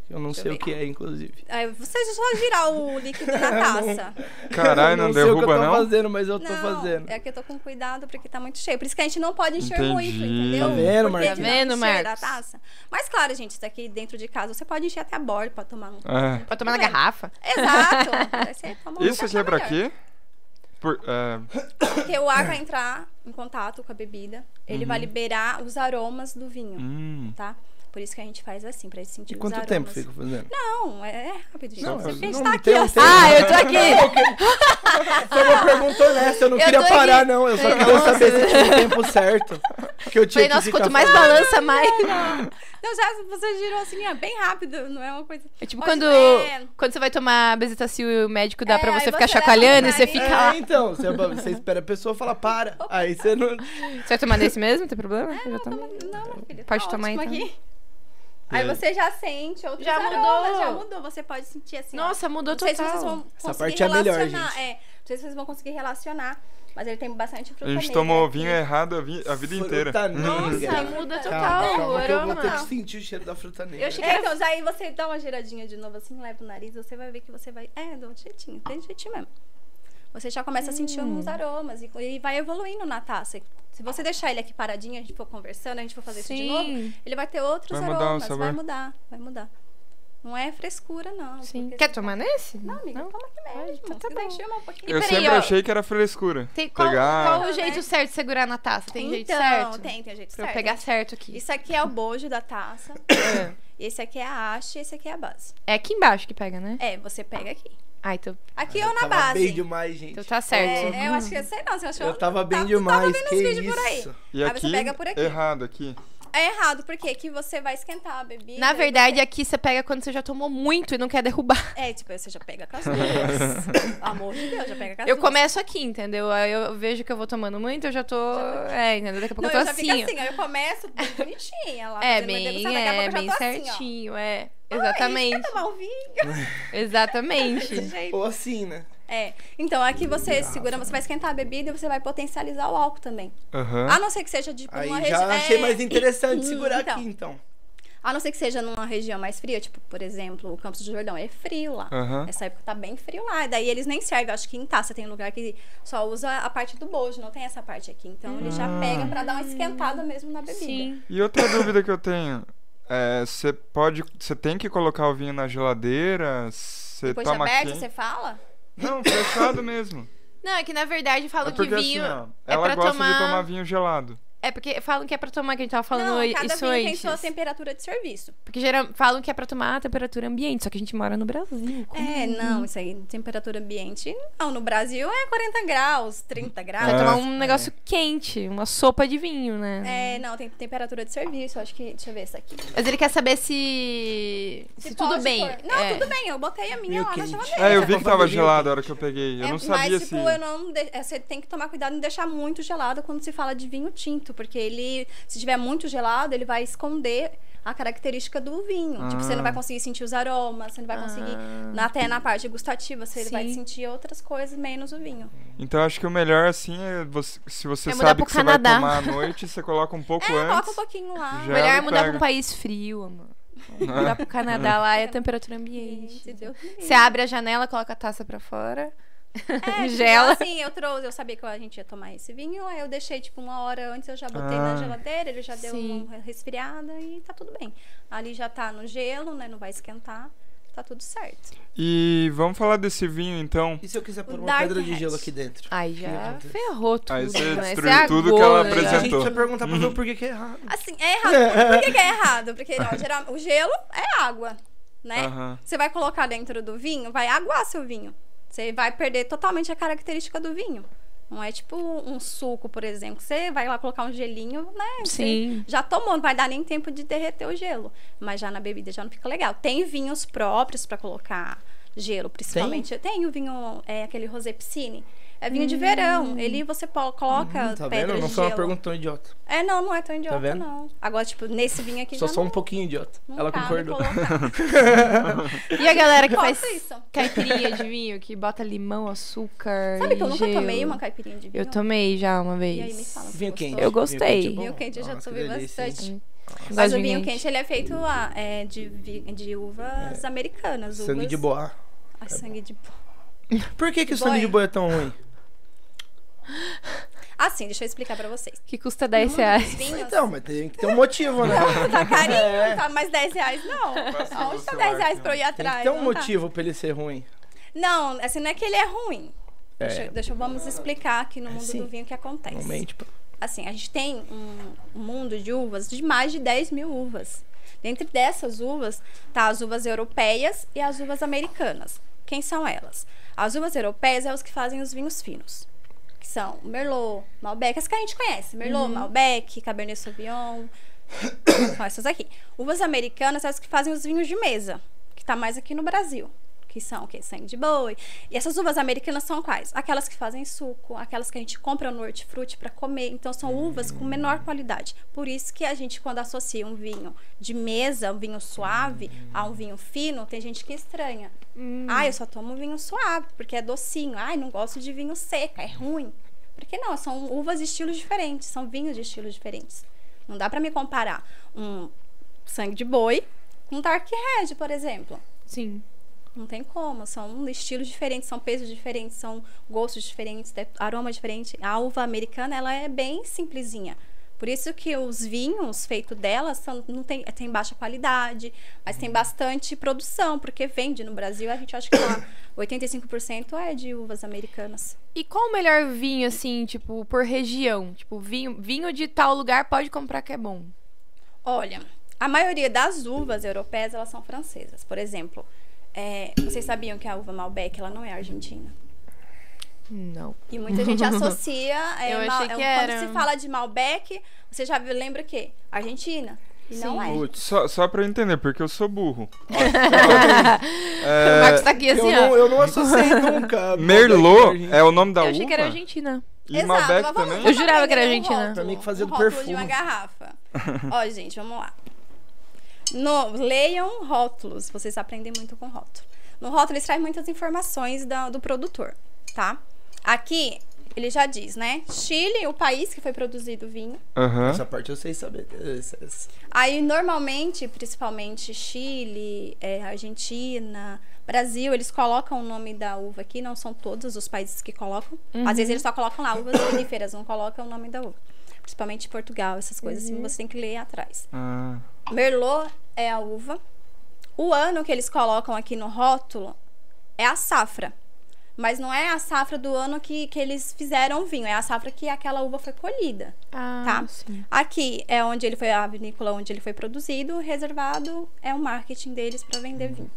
Speaker 3: Eu não
Speaker 4: Deixa
Speaker 3: sei
Speaker 4: eu
Speaker 3: o que é, inclusive.
Speaker 4: Aí você só girar o líquido na taça.
Speaker 1: Caralho, não,
Speaker 3: Eu sei o que
Speaker 1: derruba
Speaker 3: eu tô
Speaker 1: não?
Speaker 3: fazendo, mas eu tô fazendo.
Speaker 4: É que eu tô com cuidado porque tá muito cheio. Por isso que a gente não pode encher
Speaker 1: Entendi.
Speaker 4: muito, entendeu?
Speaker 1: Tá
Speaker 3: vendo,
Speaker 4: Porque
Speaker 3: Marcos?
Speaker 4: de
Speaker 2: Tá vendo,
Speaker 4: não encher
Speaker 2: Marcos?
Speaker 4: Da taça. Mas claro, gente, isso aqui dentro de casa você pode encher até a borda pra tomar um.
Speaker 1: É.
Speaker 2: Pode tomar na garrafa.
Speaker 4: Exato! Aí você toma um
Speaker 1: Isso aqui é
Speaker 4: café
Speaker 1: pra
Speaker 4: melhor.
Speaker 1: quê? Por- é,
Speaker 4: Porque o ar vai entrar em contato com a bebida, ele vai liberar os aromas do vinho,
Speaker 1: Uhum. hum,
Speaker 4: tá? Por isso que a gente faz assim, pra sentir
Speaker 3: E
Speaker 4: os
Speaker 3: quanto
Speaker 4: aromas.
Speaker 3: tempo fica fazendo?
Speaker 4: Não, é é rápido, gente.
Speaker 1: Não,
Speaker 4: Você- a gente
Speaker 3: não
Speaker 4: tá
Speaker 3: tem
Speaker 4: aqui,
Speaker 3: um
Speaker 4: ó.
Speaker 3: tempo.
Speaker 2: Ah, eu tô aqui!
Speaker 3: Você me perguntou nessa, Ah, eu não
Speaker 2: Eu
Speaker 3: queria
Speaker 2: tô aqui.
Speaker 3: parar, não. Eu só queria
Speaker 2: Nossa.
Speaker 3: saber se tinha o tempo certo. Que eu
Speaker 2: Falei,
Speaker 3: tinha que
Speaker 2: nossa,
Speaker 3: ficar
Speaker 2: quanto mais
Speaker 3: falando.
Speaker 2: balança, mais.
Speaker 4: Não, já você girou assim, ó, bem rápido, não é uma coisa.
Speaker 2: É tipo
Speaker 4: Mas
Speaker 2: quando,
Speaker 4: é-
Speaker 2: quando você vai tomar Bezetacil e o médico dá
Speaker 4: É,
Speaker 2: pra
Speaker 4: aí
Speaker 2: você ficar
Speaker 4: você leva
Speaker 2: chacoalhando e
Speaker 4: mais.
Speaker 2: você fica lá.
Speaker 3: É, então, você, você espera a pessoa falar para. Aí você não.
Speaker 2: Você vai tomar nesse mesmo? Não tem problema? Eu já tomei.
Speaker 4: Não, minha filha,
Speaker 2: Pode
Speaker 4: tá
Speaker 2: tomar,
Speaker 4: ótimo
Speaker 2: então.
Speaker 4: aqui. Aí você já sente outros
Speaker 2: Já
Speaker 4: aromas,
Speaker 2: mudou.
Speaker 4: já mudou. Você pode sentir assim. ó.
Speaker 2: Nossa, mudou
Speaker 4: Não sei se vocês
Speaker 2: total.
Speaker 4: vão
Speaker 3: Essa
Speaker 4: conseguir
Speaker 3: parte é a melhor,
Speaker 4: relacionar.
Speaker 3: gente.
Speaker 4: É, não sei se vocês vão conseguir relacionar, mas ele tem bastante fruta
Speaker 1: a gente
Speaker 4: negra
Speaker 1: tomou
Speaker 4: aqui.
Speaker 1: vinho errado a, vi- a vida
Speaker 3: Fruta
Speaker 1: inteira.
Speaker 3: negra.
Speaker 2: Nossa, é muda total
Speaker 3: "Tá, Calma,
Speaker 2: o
Speaker 3: calma, que eu vou ter que
Speaker 2: aroma.
Speaker 3: sentir o cheiro da fruta negra.
Speaker 2: Eu achei que
Speaker 4: É, então, aí você dá uma giradinha de novo, assim, leva o nariz, você vai ver que você vai. É, do jeitinho, tem jeitinho mesmo. Você já começa a sentir
Speaker 2: Hum.
Speaker 4: alguns aromas e, e vai evoluindo na taça. Se você deixar ele aqui paradinho, a gente for conversando, a gente for fazer isso de novo,
Speaker 2: Sim.
Speaker 4: ele vai ter outros
Speaker 1: Vai mudar o
Speaker 4: aromas.
Speaker 1: sabor.
Speaker 4: Vai mudar, vai mudar. Não é frescura, não.
Speaker 2: Sim.
Speaker 4: porque-
Speaker 2: Quer tomar nesse?
Speaker 4: Não, amiga, toma aqui mesmo.
Speaker 2: Ai, tá- tá
Speaker 4: se
Speaker 2: bom.
Speaker 4: enxerga um pouquinho.
Speaker 1: Eu
Speaker 2: peraí,
Speaker 1: sempre
Speaker 2: ó.
Speaker 1: achei que era frescura.
Speaker 2: Tem, qual
Speaker 1: Pegar.
Speaker 2: qual o
Speaker 4: Não,
Speaker 2: jeito
Speaker 4: né?
Speaker 2: certo de segurar na taça? Tem jeito
Speaker 4: então,
Speaker 2: certo?
Speaker 4: Tem, tem jeito
Speaker 2: Pra eu
Speaker 4: certo.
Speaker 2: pegar certo aqui. Ah.
Speaker 4: Isso aqui é o bojo da taça. esse aqui é a haste e esse aqui é a base.
Speaker 2: É aqui embaixo que pega, né?
Speaker 4: É, você pega aqui.
Speaker 2: Ah, então,
Speaker 4: Aqui
Speaker 3: eu
Speaker 4: ou na
Speaker 3: tava
Speaker 4: base.
Speaker 3: bem demais, gente.
Speaker 2: então tá certo.
Speaker 4: É, eu acho que eu sei não, você achou?
Speaker 3: Eu tava bem
Speaker 4: tá,
Speaker 3: demais,
Speaker 4: Tava vendo
Speaker 3: que
Speaker 4: uns vídeos por aí.
Speaker 3: isso.
Speaker 1: E
Speaker 4: Aí você
Speaker 1: aqui,
Speaker 4: pega por aqui.
Speaker 1: errado aqui.
Speaker 4: É errado, porque aqui você vai esquentar a bebida.
Speaker 2: Na
Speaker 4: e
Speaker 2: verdade, aqui você pega quando você já tomou muito e não quer derrubar.
Speaker 4: você- É, tipo, você já pega com as duas. Amor de Deus, já pega com as
Speaker 2: Eu
Speaker 4: duas.
Speaker 2: começo aqui, entendeu? Aí eu vejo que eu vou tomando muito, eu já tô. É, entendeu? Daqui a pouco
Speaker 4: Não,
Speaker 2: eu
Speaker 4: eu
Speaker 2: tô
Speaker 4: já
Speaker 2: assim.
Speaker 4: fico
Speaker 2: ó.
Speaker 4: assim, aí eu começo bem bonitinha lá.
Speaker 2: É,
Speaker 4: fazendo minha
Speaker 2: bem,
Speaker 4: degustação, daqui a
Speaker 2: é,
Speaker 4: pouco
Speaker 2: bem
Speaker 4: eu já tô assim, ó.
Speaker 2: certinho, é.
Speaker 4: Ai,
Speaker 2: Exatamente.
Speaker 4: quer tomar um
Speaker 3: Né?
Speaker 4: vinho? Desse
Speaker 2: Exatamente.
Speaker 4: jeito.
Speaker 3: Ou assim, né?
Speaker 4: É. Então, aqui você segura, você vai esquentar a bebida e você vai potencializar o álcool também.
Speaker 1: Aham.
Speaker 4: A não ser que seja, tipo,
Speaker 3: Aí
Speaker 4: uma
Speaker 3: já
Speaker 4: região...
Speaker 3: achei mais interessante
Speaker 4: Hum,
Speaker 3: segurar
Speaker 4: então.
Speaker 3: aqui, então.
Speaker 4: A não ser que seja numa região mais fria, tipo, por exemplo, o Campos do Jordão é frio lá.
Speaker 1: Aham.
Speaker 4: Essa época tá bem frio lá. e Daí eles nem servem. Eu acho que em taça tem um lugar que só usa a parte do bojo, não tem essa parte aqui. Então ele já
Speaker 1: Ah.
Speaker 4: pega pra dar uma esquentada mesmo na bebida.
Speaker 2: Sim.
Speaker 1: E outra dúvida que eu tenho. É, você pode. Você tem que colocar o vinho na geladeira? Você
Speaker 4: Depois de
Speaker 1: toma
Speaker 4: aberto,
Speaker 1: quente?
Speaker 4: você fala?
Speaker 1: Não, fechado mesmo.
Speaker 2: Não, é que na verdade falam
Speaker 1: é
Speaker 2: que
Speaker 1: porque
Speaker 2: vinho.
Speaker 1: assim, ó,
Speaker 2: é
Speaker 1: ela
Speaker 2: pra
Speaker 1: gosta de
Speaker 2: tomar-
Speaker 1: tomar vinho gelado.
Speaker 2: É porque falam que é pra tomar, que a gente tava falando
Speaker 4: não, cada
Speaker 2: isso
Speaker 4: vinho tem
Speaker 2: antes.
Speaker 4: sua temperatura de serviço.
Speaker 2: Porque geral, falam que é pra tomar a temperatura ambiente, só que a gente mora no Brasil. como
Speaker 4: É, não, isso aí, temperatura ambiente. Não, no Brasil é 40 graus, 30
Speaker 2: Vai
Speaker 4: graus.
Speaker 1: Ah.
Speaker 2: tomar um negócio quente, uma sopa de vinho, né?
Speaker 4: É, não, tem temperatura de serviço. Acho que. Deixa eu ver isso aqui.
Speaker 2: Mas ele quer saber se. se, tudo
Speaker 4: pode
Speaker 2: bem.
Speaker 4: pôr. Não,
Speaker 2: É.
Speaker 4: tudo bem, eu botei a minha
Speaker 3: Meio
Speaker 4: lá
Speaker 3: quente.
Speaker 4: na
Speaker 1: É,
Speaker 4: geladeira.
Speaker 1: eu vi que tava
Speaker 3: Vinho
Speaker 1: gelado a hora que eu peguei. Eu
Speaker 4: É,
Speaker 1: não sabia
Speaker 4: mas,
Speaker 1: se.
Speaker 4: tipo, eu não de- é, você tem que tomar cuidado em deixar muito gelado quando se fala de vinho tinto, porque ele, se tiver muito gelado, ele vai esconder a característica do vinho. Tipo, você
Speaker 1: Ah.
Speaker 4: não vai conseguir sentir os aromas, você não vai conseguir,
Speaker 2: Ah.
Speaker 4: na- até na parte gustativa, você
Speaker 2: Sim.
Speaker 4: vai sentir outras coisas menos o vinho.
Speaker 1: Então acho que o melhor assim é você, se você
Speaker 2: É mudar
Speaker 1: sabe
Speaker 2: pro
Speaker 1: que
Speaker 2: Canadá.
Speaker 1: você vai tomar à noite, você coloca um pouco
Speaker 4: É, coloca um
Speaker 1: antes.
Speaker 4: pouquinho lá.
Speaker 1: já é
Speaker 2: Melhor
Speaker 1: ele
Speaker 2: mudar pra
Speaker 1: pega.
Speaker 2: um país frio, amor. Mudar
Speaker 1: né?
Speaker 2: pro Canadá lá é a temperatura ambiente.
Speaker 4: Entendeu?
Speaker 2: Você abre a janela, coloca a taça pra fora,
Speaker 4: É,
Speaker 2: gela.
Speaker 4: Tipo, assim, eu trouxe, eu sabia que a gente ia tomar esse vinho, aí eu deixei, tipo, uma hora antes, eu já botei
Speaker 1: Ah.
Speaker 4: na geladeira, ele já deu
Speaker 2: Sim.
Speaker 4: uma resfriada e tá tudo bem. Ali já tá no gelo, né? Não vai esquentar, tá tudo certo.
Speaker 1: E vamos falar desse vinho então.
Speaker 3: E se eu quiser pôr
Speaker 4: O
Speaker 3: uma
Speaker 4: Dark
Speaker 3: pedra de
Speaker 4: Hat.
Speaker 3: gelo aqui dentro?
Speaker 2: Aí já ferrou tudo.
Speaker 1: Aí você
Speaker 2: né?
Speaker 1: destruiu
Speaker 2: Você
Speaker 1: tudo que ela
Speaker 2: agora já.
Speaker 3: A gente
Speaker 1: apresentou.
Speaker 3: precisa perguntar pra você por que que é errado.
Speaker 4: Assim, é errado. Por que, que é errado? Porque ó, geral, o gelo é água, né?
Speaker 1: Aham.
Speaker 4: Você vai colocar dentro do vinho, vai aguar seu vinho. Você vai perder totalmente a característica do vinho. Não é tipo um suco, por exemplo. Você vai lá colocar um gelinho, né? Você
Speaker 2: Sim.
Speaker 4: Já tomou, não vai dar nem tempo de derreter o gelo. Mas já na bebida já não fica legal. Tem vinhos próprios pra colocar gelo, principalmente. Eu tenho vinho, é aquele Rosé Piscine. É vinho de verão. Ele você po- coloca
Speaker 3: Hum, tá
Speaker 4: pedra
Speaker 3: vendo?
Speaker 4: de
Speaker 3: Não foi
Speaker 4: gelo.
Speaker 3: uma pergunta tão idiota.
Speaker 4: É, não, não é tão idiota,
Speaker 3: vendo?
Speaker 4: não. Agora, tipo, nesse vinho aqui
Speaker 3: Sou
Speaker 4: já
Speaker 3: só
Speaker 4: não,
Speaker 3: um pouquinho idiota.
Speaker 4: não
Speaker 3: Ela
Speaker 4: cabe
Speaker 3: concordou.
Speaker 4: colocar.
Speaker 2: E a galera que
Speaker 4: Faça
Speaker 2: faz
Speaker 4: isso.
Speaker 2: caipirinha de vinho, que bota limão, açúcar.
Speaker 4: Sabe que eu
Speaker 2: e
Speaker 4: nunca
Speaker 2: gelo.
Speaker 4: tomei uma caipirinha de vinho?
Speaker 2: Eu tomei já uma vez.
Speaker 4: E aí, me fala.
Speaker 3: Vinho quente.
Speaker 2: Eu gostei.
Speaker 3: Vinho quente, é bom?
Speaker 4: Vinho quente eu já
Speaker 3: Nossa, que
Speaker 4: tomei
Speaker 3: delícia, hein?
Speaker 4: bastante.
Speaker 2: Gosto
Speaker 4: Mas
Speaker 2: de
Speaker 4: o vinho quente, ele é feito ah, é, de, vi- de uvas americanas.
Speaker 3: É. Sangue
Speaker 4: uvas-
Speaker 3: de boa.
Speaker 4: Ah, sangue de boa.
Speaker 3: Por que, que o
Speaker 4: Boia.
Speaker 3: sangue de boa é tão ruim?
Speaker 4: Assim, deixa eu explicar pra vocês.
Speaker 2: Que custa 10 reais.
Speaker 4: Os vinhos-
Speaker 3: Então, mas tem que ter um motivo, né?
Speaker 4: Tá carinho,
Speaker 3: É.
Speaker 4: não tá mais 10 reais, não.
Speaker 1: Passa no
Speaker 4: Aonde tá
Speaker 1: seu
Speaker 4: 10
Speaker 1: ar,
Speaker 4: reais
Speaker 3: um
Speaker 1: né?
Speaker 4: pra eu ir
Speaker 3: Tem que
Speaker 4: atrás? tá.
Speaker 3: ter um
Speaker 4: Não tá.
Speaker 3: motivo pra ele ser ruim.
Speaker 4: Não, assim, não é que ele é ruim. Deixa, eu- deixa eu- vamos explicar aqui no mundo
Speaker 3: Ah, sim.
Speaker 4: do vinho o que acontece.
Speaker 3: Não mente, pô.
Speaker 4: Assim, a gente tem um um mundo de uvas de mais de 10 mil uvas. Dentre dessas uvas, tá as uvas europeias e as uvas americanas. Quem são elas? As uvas europeias são os que fazem os vinhos finos. Que são Merlot, Malbec, as que a gente conhece. Merlot, Malbec, Cabernet Sauvignon. são essas aqui. Uvas americanas são as que fazem os vinhos de mesa. Que tá mais aqui no Brasil. Que são o quê? Sangue de boi. E essas uvas americanas são quais? Aquelas que fazem suco, aquelas que a gente compra no hortifruti para comer. Então são uvas com menor qualidade. Por isso que a gente, quando associa um vinho de mesa, um vinho suave, a um vinho fino, tem gente que estranha.
Speaker 2: Hum.
Speaker 4: Ah, eu só tomo vinho suave, porque é docinho. Ai, não gosto de vinho seco, é ruim. Por que não? São uvas de estilos diferentes, são vinhos de estilos diferentes. Não dá para me comparar um sangue de boi com um dark red, por exemplo.
Speaker 2: Sim.
Speaker 4: Não tem como. São estilos diferentes, são pesos diferentes, são gostos diferentes, te- aroma diferente. A uva americana, ela é bem simplesinha. Por isso que os vinhos feitos dela são, não tem, tem baixa qualidade, mas tem bastante produção, porque vende no Brasil. A gente acha que lá 85% é de uvas americanas.
Speaker 2: E qual o melhor vinho, assim, tipo, por região? Tipo, vinho, vinho de tal lugar pode comprar que é bom.
Speaker 4: Olha, a maioria das uvas europeias, elas são francesas. Por exemplo, é, vocês sabiam que a uva Malbec, ela não é argentina?
Speaker 2: Não.
Speaker 4: E muita gente associa. é,
Speaker 2: Eu
Speaker 4: mal-
Speaker 2: achei
Speaker 4: é,
Speaker 2: que
Speaker 4: quando
Speaker 2: era.
Speaker 4: se fala de Malbec, você já viu- lembra o quê? Argentina. E não é.
Speaker 1: Putz, só, só pra eu entender, porque eu sou burro.
Speaker 2: O Marcos tá aqui assim,
Speaker 3: eu,
Speaker 2: ó.
Speaker 3: não, eu não associei nunca.
Speaker 1: Merlot é o nome da
Speaker 2: eu
Speaker 1: uva?
Speaker 2: achei que era Argentina.
Speaker 1: E
Speaker 4: Exato,
Speaker 1: Malbec
Speaker 4: mas vamos-
Speaker 1: também?
Speaker 2: Eu jurava que era
Speaker 4: aprender um
Speaker 2: Argentina.
Speaker 4: rótulo,
Speaker 3: é Pra mim que fazia
Speaker 4: um
Speaker 3: do
Speaker 4: rótulo
Speaker 3: perfume.
Speaker 4: de uma garrafa. Ó, gente, vamos lá. No, leiam rótulos, vocês aprendem muito com rótulo. No rótulo, eles trazem muitas informações da- do produtor, tá? Aqui, ele já diz, né? Chile, o país que foi produzido o vinho.
Speaker 1: Aham.
Speaker 3: Essa parte eu sei saber. eh, Essa- essa-
Speaker 4: Aí, normalmente, principalmente Chile, eh, Argentina, Brasil, eles colocam o nome da uva aqui, não são todos os países que colocam. Às vezes eles só colocam lá uvas viníferas, não colocam o nome da uva. Principalmente Portugal, essas coisas assim, você tem que ler atrás.
Speaker 1: Ah,
Speaker 4: Merlot é a uva. O ano que eles colocam aqui no rótulo é a safra. Mas não é a safra do ano que, que eles fizeram o vinho, é a safra que aquela uva foi colhida.
Speaker 2: Ah,
Speaker 4: Tá.
Speaker 2: sim.
Speaker 4: Aqui é onde ele foi, a vinícola onde ele foi produzido, reservado é o marketing deles para vender vinho.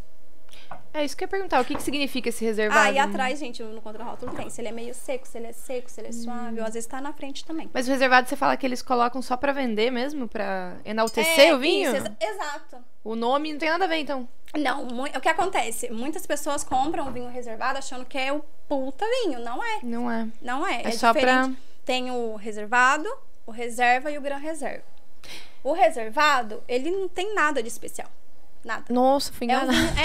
Speaker 2: É isso que eu ia perguntar. O que, que significa esse reservado? né?
Speaker 4: Ah, e atrás, gente, no contrarótulo tem. Se ele é meio seco, se ele é seco, se ele
Speaker 2: Hum.
Speaker 4: é suave, ou às vezes tá na frente também.
Speaker 2: Mas o reservado você fala que eles colocam só pra vender mesmo? Pra enaltecer
Speaker 4: É,
Speaker 2: o vinho?
Speaker 4: isso, exa- exato.
Speaker 2: O nome não tem nada a ver, então.
Speaker 4: Não, mu- o que acontece? Muitas pessoas compram o vinho reservado achando que é o puta vinho. Não é,
Speaker 2: Não é.
Speaker 4: não é.
Speaker 2: É, só pra.
Speaker 4: diferente. Tem o reservado, o reserva e o gran reserva. O reservado, ele não tem nada de especial. Nada.
Speaker 2: Nossa, fui
Speaker 4: É, um
Speaker 2: enganada.
Speaker 4: vinho-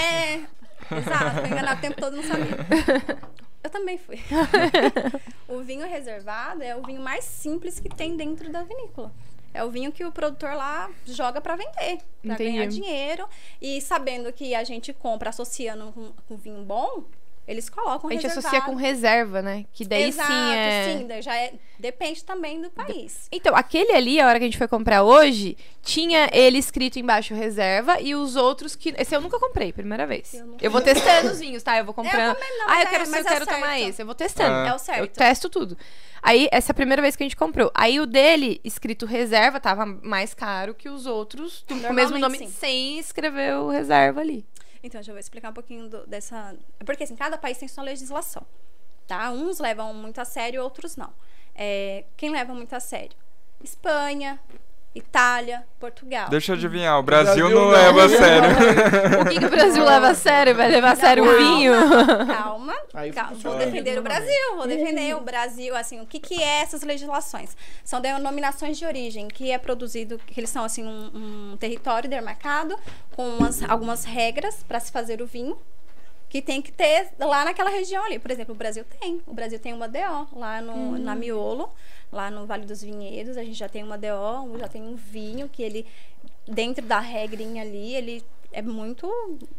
Speaker 4: é, exato, fui enganado o tempo todo, não sabia. Eu também fui. o vinho reservado é o vinho mais simples que tem dentro da vinícola. É o vinho que o produtor lá joga pra vender, pra
Speaker 2: Entendi.
Speaker 4: ganhar dinheiro. E sabendo que a gente compra associando com, com vinho bom, eles colocam
Speaker 2: A gente
Speaker 4: reservado.
Speaker 2: associa com reserva, né? Que daí
Speaker 4: Exato,
Speaker 2: sim é.
Speaker 4: sim, daí já é, depende também do país.
Speaker 2: Então, aquele ali, a hora que a gente foi comprar hoje, tinha ele escrito embaixo reserva e os outros que. Esse eu nunca comprei, primeira vez.
Speaker 4: Eu
Speaker 2: Eu,
Speaker 4: não-
Speaker 2: vou testando os vinhos, tá? Eu vou comprando.
Speaker 4: também não,
Speaker 2: ah, eu
Speaker 4: né?
Speaker 2: quero, eu
Speaker 4: Mas é o
Speaker 2: quero tomar
Speaker 4: certo.
Speaker 2: esse. Eu vou testando.
Speaker 1: Ah.
Speaker 4: É o certo.
Speaker 2: Eu testo tudo. Aí, essa é a primeira vez que a gente comprou. Aí, o dele, escrito reserva, tava mais caro que os outros, do- com o mesmo
Speaker 4: Normalmente,
Speaker 2: nome,
Speaker 4: sim.
Speaker 2: sem escrever o reserva ali.
Speaker 4: Então, já vou explicar um pouquinho do- dessa. Porque, assim, cada país tem sua legislação, tá? Uns levam muito a sério, outros não. É, quem leva muito a sério? Espanha, Itália, Portugal.
Speaker 1: Deixa eu adivinhar, o Brasil,
Speaker 3: Brasil
Speaker 1: não
Speaker 3: não.
Speaker 1: leva
Speaker 2: É
Speaker 1: a sério.
Speaker 2: O que, que o Brasil leva a sério? Vai levar a
Speaker 4: Não,
Speaker 2: Tá sério o
Speaker 4: calma,
Speaker 2: vinho?
Speaker 4: Calma,
Speaker 3: Aí
Speaker 4: calma.
Speaker 3: fica só-
Speaker 4: Vou defender o Brasil, vou defender o Brasil. Assim, o que, que é essas legislações? São denominações de origem, que é produzido, que eles são assim um, um território demarcado com umas- algumas regras para se fazer o vinho. Que tem que ter lá naquela região ali. Por exemplo, o Brasil tem. O Brasil tem uma DO lá no, na Miolo, lá no Vale dos Vinhedos. A gente já tem uma DO, já tem um vinho que ele, dentro da regrinha ali, ele é muito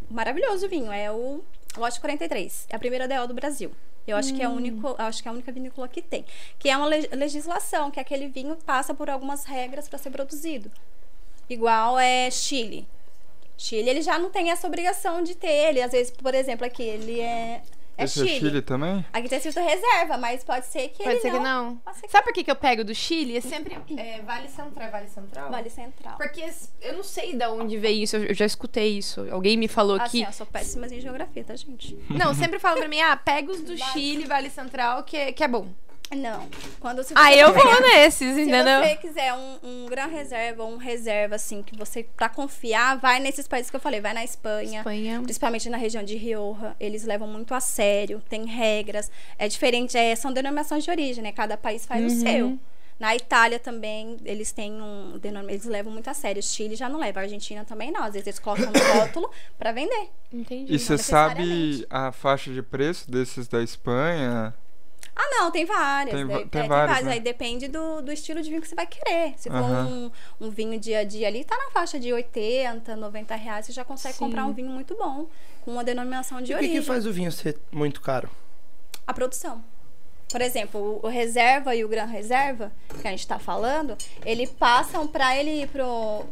Speaker 4: maravilhoso o vinho. É o Lote 43. É a primeira DO do Brasil. Eu acho que é a
Speaker 2: Hum.
Speaker 4: único, eu acho que é a única vinícola que tem, que é uma le- legislação que aquele vinho passa por algumas regras para ser produzido. Igual é Chile. Chile, ele já não tem essa obrigação de ter ele. Às vezes, por exemplo, aqui, ele é É
Speaker 1: Esse é
Speaker 4: Chile.
Speaker 1: Chile também?
Speaker 4: Aqui tá escrito reserva, mas pode ser que
Speaker 2: Pode
Speaker 4: ele
Speaker 2: ser
Speaker 4: não.
Speaker 2: que não.
Speaker 4: Pode ser que
Speaker 2: Sabe por que, que eu pego do Chile? É sempre é, Vale Central, é Vale Central?
Speaker 4: Vale Central.
Speaker 2: Porque es- eu não sei de onde veio isso, eu eu já escutei isso. Alguém me falou
Speaker 4: Assim,
Speaker 2: que.
Speaker 4: eu sou péssima em geografia, tá, gente?
Speaker 2: Não, sempre falam pra mim, ah, pega os do Chile, Vale Central, que, que é bom.
Speaker 4: Não. Quando se
Speaker 2: Ah,
Speaker 4: você
Speaker 2: eu
Speaker 4: quiser-
Speaker 2: vou nesses,
Speaker 4: Se
Speaker 2: entendeu?
Speaker 4: você quiser um, um gran reserva, um reserva, assim, que você, pra confiar, vai nesses países que eu falei. Vai na Espanha,
Speaker 2: Espanha.
Speaker 4: principalmente na região de Rioja. Eles levam muito a sério, tem regras. É diferente, é, são denominações de origem, né? Cada país faz o seu. Na Itália também, eles têm um. denom- Eles levam muito a sério. Chile já não leva, a Argentina também não. Às vezes eles colocam no rótulo pra vender.
Speaker 2: Entendi.
Speaker 1: E você
Speaker 4: necessariamente.
Speaker 1: sabe a faixa de preço desses da Espanha?
Speaker 4: Ah, não, tem várias.
Speaker 1: Tem
Speaker 4: né?
Speaker 1: va-
Speaker 4: É,
Speaker 1: tem várias, né?
Speaker 4: Aí depende do, do estilo de vinho que você vai querer. Se for
Speaker 1: Aham.
Speaker 4: um, um vinho dia a dia ali, tá na faixa de 80, 90 reais, você já consegue
Speaker 2: Sim.
Speaker 4: comprar um vinho muito bom, com uma denominação de
Speaker 3: E o que,
Speaker 4: origem.
Speaker 3: que faz o vinho ser muito caro?
Speaker 4: A produção. Por exemplo, o- o reserva e o gran reserva, que a gente tá falando, ele passam para ele ir pro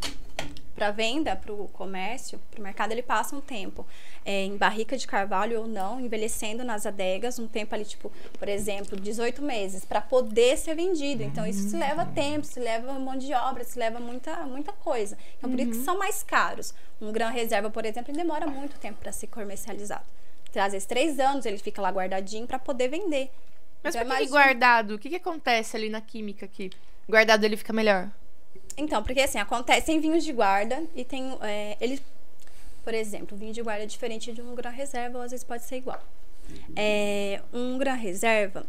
Speaker 4: para venda, para o comércio, para o mercado, ele passa um tempo é, em barrica de carvalho ou não, envelhecendo nas adegas, um tempo ali, tipo, por exemplo, 18 meses, para poder ser vendido. Então, isso se
Speaker 2: Hum.
Speaker 4: leva tempo, se leva mão de obra, se leva muita, muita coisa. Então, por isso
Speaker 2: Uhum.
Speaker 4: que são mais caros. Um grão reserva, por exemplo, ele demora muito tempo para ser comercializado. Às vezes, três anos ele fica lá guardadinho para poder vender.
Speaker 2: Mas
Speaker 4: Então,
Speaker 2: por que que
Speaker 4: imagina-
Speaker 2: guardado? O que, que acontece ali na química que guardado ele fica melhor?
Speaker 4: Então, porque assim, acontece em vinhos de guarda e tem. É, ele, por exemplo, o vinho de guarda é diferente de um gran reserva, ou às vezes pode ser igual. É, um gran reserva,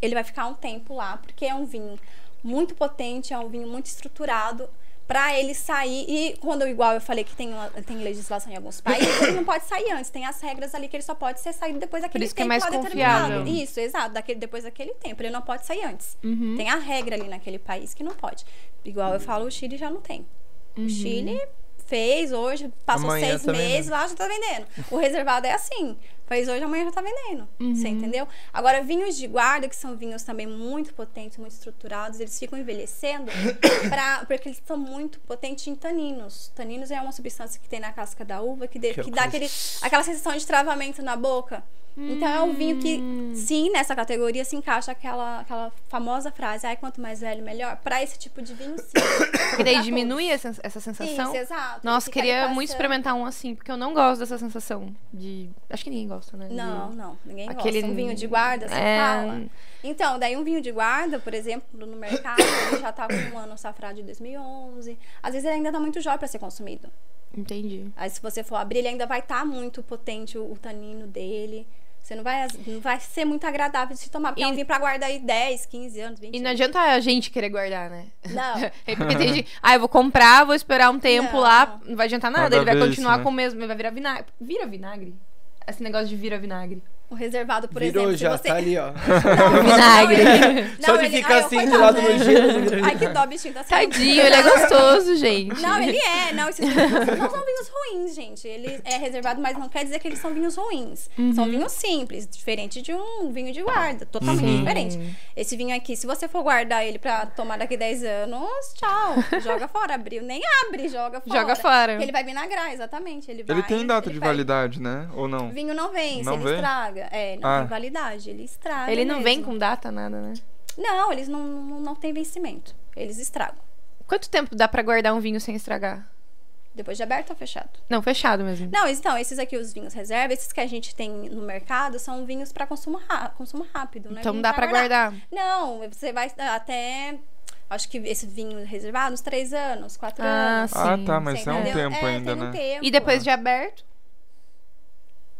Speaker 4: ele vai ficar um tempo lá, porque é um vinho muito potente, é um vinho muito estruturado. Pra ele sair, e quando eu- igual eu falei que tem, uma- tem legislação em alguns países, ele não pode sair antes, tem as regras ali que ele só pode ser saído depois daquele
Speaker 2: isso que é
Speaker 4: tempo
Speaker 2: mais
Speaker 4: lá determinado.
Speaker 2: confiável. Uhum.
Speaker 4: Isso, exato, daquele, depois daquele tempo, ele não pode sair antes. Tem a regra ali naquele país que não pode. Igual eu falo, o Chile já não tem. O
Speaker 2: Uhum.
Speaker 4: Chile fez hoje, passou
Speaker 3: Amanhã
Speaker 4: seis
Speaker 3: também,
Speaker 4: meses,
Speaker 3: né?
Speaker 4: lá já tá vendendo. O reservado é assim. Fez hoje, amanhã já tá vendendo. Você
Speaker 2: Uhum.
Speaker 4: entendeu? Agora, vinhos de guarda, que são vinhos também muito potentes, muito estruturados, eles ficam envelhecendo pra, porque eles são muito potentes em taninos. Taninos é uma substância que tem na casca da uva que, de-
Speaker 3: Que é
Speaker 4: que dá
Speaker 3: coisa-
Speaker 4: aquele, aquela sensação de travamento na boca. Então é um vinho
Speaker 2: Hum.
Speaker 4: que, sim, nessa categoria se encaixa aquela, aquela famosa frase, ai, quanto mais velho, melhor. Pra esse tipo de vinho, sim.
Speaker 2: Porque daí
Speaker 4: Pra
Speaker 2: diminui essa, essa
Speaker 4: todos.
Speaker 2: sensação.
Speaker 4: Tá Isso, exato.
Speaker 2: Nossa,
Speaker 4: Fica
Speaker 2: queria
Speaker 4: ali
Speaker 2: muito
Speaker 4: passando.
Speaker 2: experimentar um assim, porque eu não gosto dessa sensação de. Acho que ninguém gosta, né? de-
Speaker 4: Não, não, ninguém
Speaker 2: Aquele-
Speaker 4: gosta. Um vinho de guarda, você
Speaker 2: É.
Speaker 4: fala. Então, daí um vinho de guarda, por exemplo, no mercado, ele já tá com um ano safrado de 2011. Às vezes ele ainda tá muito jovem pra ser consumido.
Speaker 2: Entendi.
Speaker 4: Aí se você for abrir, ele ainda vai estar muito potente o, o tanino dele. Você não vai, não vai ser muito agradável de se tomar, porque
Speaker 2: E-
Speaker 4: é um vinho pra guardar aí 10, 15 anos, 20
Speaker 2: E não
Speaker 4: anos.
Speaker 2: adianta a gente querer guardar, né?
Speaker 4: Não,
Speaker 2: É porque tem gente. Ah, eu vou comprar, vou esperar um tempo
Speaker 4: Não.
Speaker 2: lá, não vai adiantar nada.
Speaker 1: Nada
Speaker 2: ele
Speaker 1: a
Speaker 2: vai
Speaker 1: ver
Speaker 2: continuar
Speaker 1: isso, né?
Speaker 2: com o mesmo. Ele vai virar vinagre. Vira vinagre? Esse negócio de vira vinagre.
Speaker 4: o reservado, por
Speaker 3: Virou
Speaker 4: exemplo,
Speaker 3: já,
Speaker 4: se você...
Speaker 3: tá ali, ó.
Speaker 4: Não,
Speaker 2: Vinagre.
Speaker 4: não, ele-
Speaker 3: Só de
Speaker 4: ele-
Speaker 3: ficar
Speaker 4: Ai, eu-
Speaker 3: assim, de
Speaker 4: coitado,
Speaker 3: lado
Speaker 4: né?
Speaker 3: no gelo.
Speaker 4: Ai, que dó, bichinho, tá saindo.
Speaker 2: Tadinho, ele é gostoso, gente.
Speaker 4: Não, ele é. Não, esses vinhos não são vinhos ruins, gente. Ele é reservado, mas não quer dizer que eles são vinhos ruins. São
Speaker 2: Uhum.
Speaker 4: vinhos simples, diferente de um vinho de guarda. Totalmente
Speaker 2: Uhum.
Speaker 4: diferente. Esse vinho aqui, se você for guardar ele pra tomar daqui 10 anos, tchau. Joga fora, abriu. Nem abre, joga fora.
Speaker 2: Joga fora.
Speaker 4: Ele é vai vinagrar, exatamente. Ele,
Speaker 1: Ele
Speaker 4: vai-
Speaker 1: tem data
Speaker 4: Ah, ele
Speaker 1: de
Speaker 4: vai-
Speaker 1: validade, né? Ou não?
Speaker 4: Vinho não vence,
Speaker 1: Não
Speaker 4: ele
Speaker 1: vem?
Speaker 4: estraga. É, não
Speaker 1: Ah.
Speaker 4: tem validade, ele estraga.
Speaker 2: Ele não vem
Speaker 4: mesmo.
Speaker 2: com data, nada, né?
Speaker 4: Não, eles não, não, não têm vencimento. Eles estragam.
Speaker 2: Quanto tempo dá pra guardar um vinho sem estragar?
Speaker 4: Depois de aberto ou fechado?
Speaker 2: Não, fechado mesmo.
Speaker 4: Não, então, esses aqui, os vinhos reserva, esses que a gente tem no mercado, são vinhos para consumo, ra- consumo rápido, né?
Speaker 2: Então
Speaker 4: Vinho
Speaker 2: dá pra guardar.
Speaker 4: Não, você vai até. Acho que esse vinho reservado, uns três anos, quatro
Speaker 2: Ah,
Speaker 4: anos.
Speaker 2: sim.
Speaker 1: Ah, tá,
Speaker 4: Você
Speaker 1: mas é um
Speaker 4: entendeu?
Speaker 1: tempo
Speaker 4: é,
Speaker 1: ainda,
Speaker 4: tem Um
Speaker 1: né?
Speaker 4: tempo.
Speaker 2: E depois de aberto?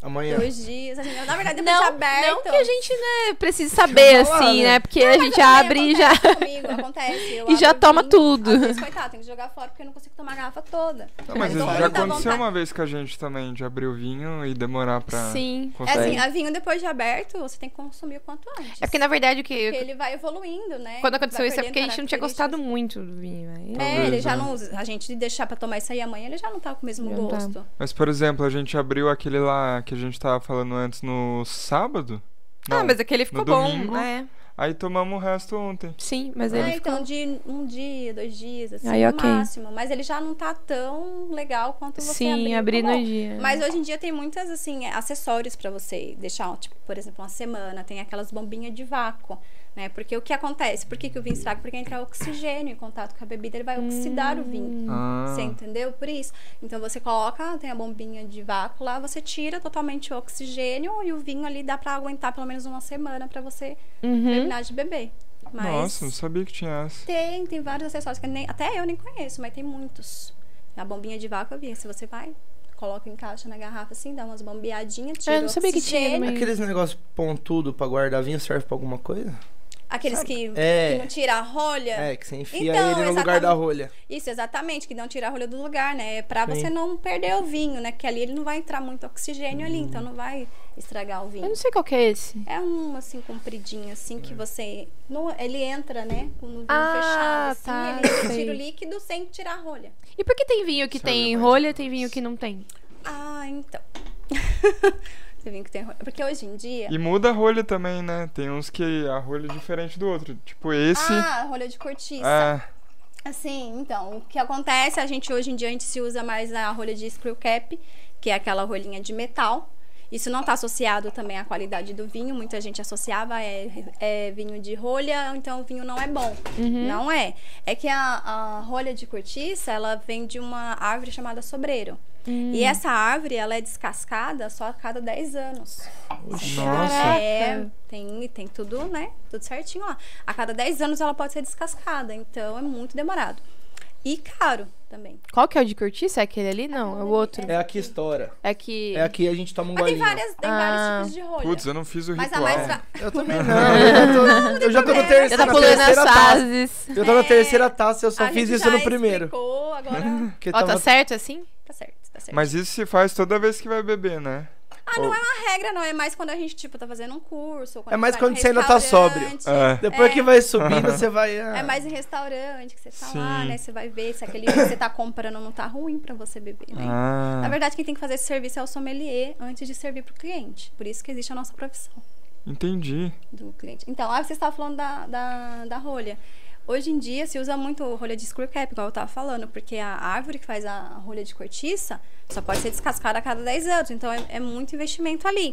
Speaker 3: Amanhã.
Speaker 4: Dois dias, assim, na verdade, depois de aberto.
Speaker 2: não que a gente, né, precise saber,
Speaker 3: Vamos lá,
Speaker 2: assim,
Speaker 3: né?
Speaker 2: né? Porque
Speaker 4: Não,
Speaker 2: a
Speaker 4: mas
Speaker 2: gente
Speaker 4: também
Speaker 2: abre e já.
Speaker 4: acontece Comigo, acontece. Eu
Speaker 2: E já
Speaker 4: abro
Speaker 2: toma
Speaker 4: vinho,
Speaker 2: tudo.
Speaker 4: Às vezes, coitado, tem que jogar fora porque eu não consigo tomar a garrafa toda.
Speaker 1: Não, mas
Speaker 4: Eu
Speaker 1: isso
Speaker 4: tô
Speaker 1: já
Speaker 4: muito à
Speaker 1: aconteceu
Speaker 4: vontade.
Speaker 1: uma vez com a gente também, de abrir o vinho e demorar pra.
Speaker 2: Sim.
Speaker 4: É
Speaker 1: conseguir.
Speaker 4: assim, a vinho depois de aberto, você tem que consumir o quanto antes.
Speaker 2: É porque, na verdade, o
Speaker 4: Porque
Speaker 2: que.
Speaker 4: ele vai evoluindo, né?
Speaker 2: Quando aconteceu
Speaker 4: Vai
Speaker 2: isso é porque a gente não tinha gostado
Speaker 4: perdendo
Speaker 2: muito do vinho, né?
Speaker 4: características. É,
Speaker 1: Talvez,
Speaker 4: ele já
Speaker 1: né?
Speaker 4: não usa. A gente deixar pra tomar isso aí amanhã, ele já não tá com o mesmo
Speaker 2: Já não tá.
Speaker 4: gosto.
Speaker 1: Mas, por exemplo, a gente abriu aquele lá que a gente tava falando antes no sábado?
Speaker 2: Ah, mas aquele ficou
Speaker 1: no
Speaker 2: bom.
Speaker 1: domingo.
Speaker 2: É.
Speaker 1: Aí tomamos o resto ontem.
Speaker 2: Sim, mas
Speaker 4: Ah,
Speaker 2: ele ficou...
Speaker 4: então de um dia, dois dias, assim,
Speaker 2: Aí,
Speaker 4: no
Speaker 2: ok.
Speaker 4: máximo. Mas ele já não tá tão legal quanto você
Speaker 2: Sim, abri
Speaker 4: abriu
Speaker 2: no dia.
Speaker 4: Mas hoje em dia tem muitas, assim, acessórios pra você deixar, tipo, por exemplo, uma semana. Tem aquelas bombinhas de vácuo, né? Porque o que acontece? Por que, que o vinho estraga? Porque entra oxigênio em contato com a bebida, ele vai oxidar o vinho.
Speaker 1: Ah,
Speaker 4: Você entendeu? Por isso. Então você coloca, tem a bombinha de vácuo lá, você tira totalmente o oxigênio e o vinho ali dá pra aguentar pelo menos uma semana pra você
Speaker 2: Uhum.
Speaker 4: terminar de beber. Mas
Speaker 1: Nossa, não sabia que tinha essa.
Speaker 4: tem, tem vários acessórios que nem, até eu nem conheço, mas tem muitos. A bombinha de vácuo eu vi. Se você vai, coloca, encaixa na garrafa assim, dá umas bombeadinhas, tira
Speaker 2: É, eu não
Speaker 4: o
Speaker 2: sabia que tinha
Speaker 4: oxigênio.
Speaker 2: também.
Speaker 3: Aqueles negócios pontudo pra guardar vinho serve pra alguma coisa?
Speaker 4: Aqueles que, que
Speaker 3: É.
Speaker 4: não tira a rolha.
Speaker 3: É, que você enfia
Speaker 4: Então,
Speaker 3: ele no lugar
Speaker 4: exatamente.
Speaker 3: da rolha.
Speaker 4: Isso, exatamente, que não tira a rolha do lugar, né? É pra
Speaker 3: Sim.
Speaker 4: você não perder o vinho, né? Porque ali ele não vai entrar muito oxigênio ali, então não vai estragar o
Speaker 2: Eu
Speaker 4: vinho.
Speaker 2: não sei qual que é esse.
Speaker 4: É um, assim, compridinho, assim,
Speaker 1: É.
Speaker 4: que você... não- ele entra, né? Com o vinho
Speaker 2: Ah,
Speaker 4: fechado, assim,
Speaker 2: tá,
Speaker 4: ele
Speaker 2: sei.
Speaker 4: tira o líquido sem tirar a rolha.
Speaker 2: E por que tem vinho que
Speaker 1: Sabe
Speaker 2: tem
Speaker 1: mais
Speaker 2: rolha
Speaker 1: ou
Speaker 2: e tem vinho que não tem?
Speaker 4: Ah, então. Você viu que tem rolha. Porque hoje em dia.
Speaker 1: E muda a rolha também, né? Tem uns que a rolha é diferente do outro. Tipo esse.
Speaker 4: Ah, rolha de cortiça.
Speaker 1: é,
Speaker 4: Assim, então, o que acontece, a gente hoje em dia a gente se usa mais a rolha de screw cap, que é aquela rolinha de metal. Isso não está associado também à qualidade do vinho, muita gente associava, é, é vinho de rolha, então o vinho não é bom. Não é. É que a, a rolha de cortiça, ela vem de uma árvore chamada sobreiro. E essa árvore, ela é descascada só a cada 10 anos.
Speaker 1: Nossa.
Speaker 4: É, tem, tem tudo, né? Tudo certinho lá. A cada 10 anos ela pode ser descascada, então é muito demorado. E caro também.
Speaker 2: Qual que é o de cortiça? É aquele ali? Não, é o outro.
Speaker 3: É aqui estoura.
Speaker 2: É que...
Speaker 3: É aqui a gente toma um
Speaker 4: Mas tem,
Speaker 3: golinho.
Speaker 4: várias, tem
Speaker 2: Ah.
Speaker 4: vários tipos de rolha.
Speaker 1: Putz, eu não fiz o
Speaker 4: mas a
Speaker 1: ritual.
Speaker 4: mais. va-
Speaker 3: Eu também não. Eu, já tô, eu já tô no
Speaker 4: problema.
Speaker 3: terceiro.
Speaker 2: Já tá
Speaker 3: na
Speaker 2: pulando as
Speaker 3: terceira taça.
Speaker 2: fases.
Speaker 3: Eu tô na
Speaker 4: É.
Speaker 3: terceira taça, eu só
Speaker 4: a
Speaker 3: fiz
Speaker 4: gente
Speaker 3: isso
Speaker 4: já
Speaker 3: no primeiro.
Speaker 4: Explicou, agora
Speaker 3: Porque
Speaker 2: Ó,
Speaker 3: tava-
Speaker 2: tá certo assim?
Speaker 4: tá certo, tá certo.
Speaker 1: Mas isso se faz toda vez que vai beber, né?
Speaker 4: Ah, não
Speaker 1: Ou-
Speaker 4: é uma regra, não. É mais quando a gente, tipo, tá fazendo um curso. ou
Speaker 3: É mais
Speaker 4: vai
Speaker 3: quando
Speaker 4: em
Speaker 3: você ainda tá sóbrio.
Speaker 1: É.
Speaker 4: restaurante.
Speaker 3: Depois
Speaker 4: É.
Speaker 3: que vai subindo, você vai. ah,
Speaker 4: É mais em restaurante que você tá lá,
Speaker 1: Sim.
Speaker 4: né? Você vai ver se aquele que você tá comprando não tá ruim pra você beber, né? Na
Speaker 1: Ah,
Speaker 4: verdade, quem tem que fazer esse serviço é o sommelier antes de servir pro cliente. Por isso que existe a nossa profissão
Speaker 1: entendi.
Speaker 4: do cliente. Então, ah, você estava falando da, da, da rolha. Hoje em dia se usa muito rolha de screw cap, igual eu estava falando, porque a árvore que faz a rolha de cortiça só pode ser descascada a cada 10 anos. Então, é, é muito investimento ali.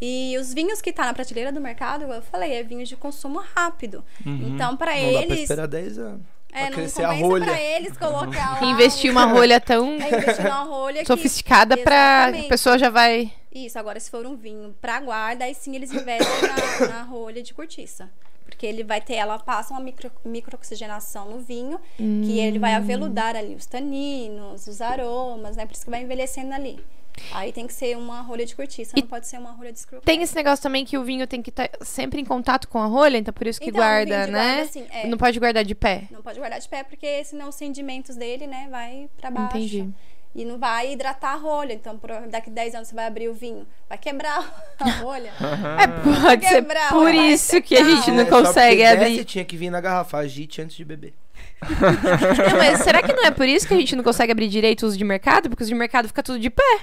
Speaker 4: E os vinhos que tá na prateleira do mercado, igual eu falei, é vinho de consumo rápido.
Speaker 1: Uhum.
Speaker 4: Então, para
Speaker 3: Não dá pra
Speaker 4: eles,
Speaker 3: esperar 10 anos. pra
Speaker 4: é, não
Speaker 3: crescer a
Speaker 4: compensa
Speaker 3: rolha.
Speaker 4: para eles colocar lá
Speaker 2: Investir uma rolha tão
Speaker 4: um- Ah, é, investir numa rolha que-
Speaker 2: sofisticada pra... A
Speaker 4: Exatamente.
Speaker 2: pessoa já vai...
Speaker 4: Isso, agora se for um vinho pra guarda, aí sim eles investem na, na rolha de cortiça. Porque ele vai ter, ela passa uma micro, microoxigenação no vinho, que ele vai aveludar ali os taninos, os aromas, né? Por isso que vai envelhecendo ali. Aí tem que ser uma rolha de cortiça,
Speaker 2: E
Speaker 4: não pode ser uma rolha de screw.
Speaker 2: Tem esse negócio também que o vinho tem que estar sempre em contato com a rolha, então por isso que
Speaker 4: Então, o vinho de
Speaker 2: guarda,
Speaker 4: guarda,
Speaker 2: né?
Speaker 4: assim, é.
Speaker 2: Não pode guardar de pé.
Speaker 4: Não pode guardar de pé, porque senão os sedimentos dele, né, vai pra baixo.
Speaker 2: Entendi.
Speaker 4: E não vai hidratar a rolha. Então, pro- daqui 10 anos você vai abrir o vinho, vai quebrar a rolha.
Speaker 2: É, pode ser
Speaker 4: Quebrar,
Speaker 2: por
Speaker 4: vai
Speaker 2: isso que a
Speaker 4: secar.
Speaker 2: gente não
Speaker 3: Ah. É, só porque
Speaker 2: consegue
Speaker 3: desce,
Speaker 2: abrir.
Speaker 3: tinha que vir na garrafa, agite antes de beber.
Speaker 2: Não, mas será que não é por isso que a gente não consegue abrir direito os de mercado? Porque os de mercado fica tudo de pé.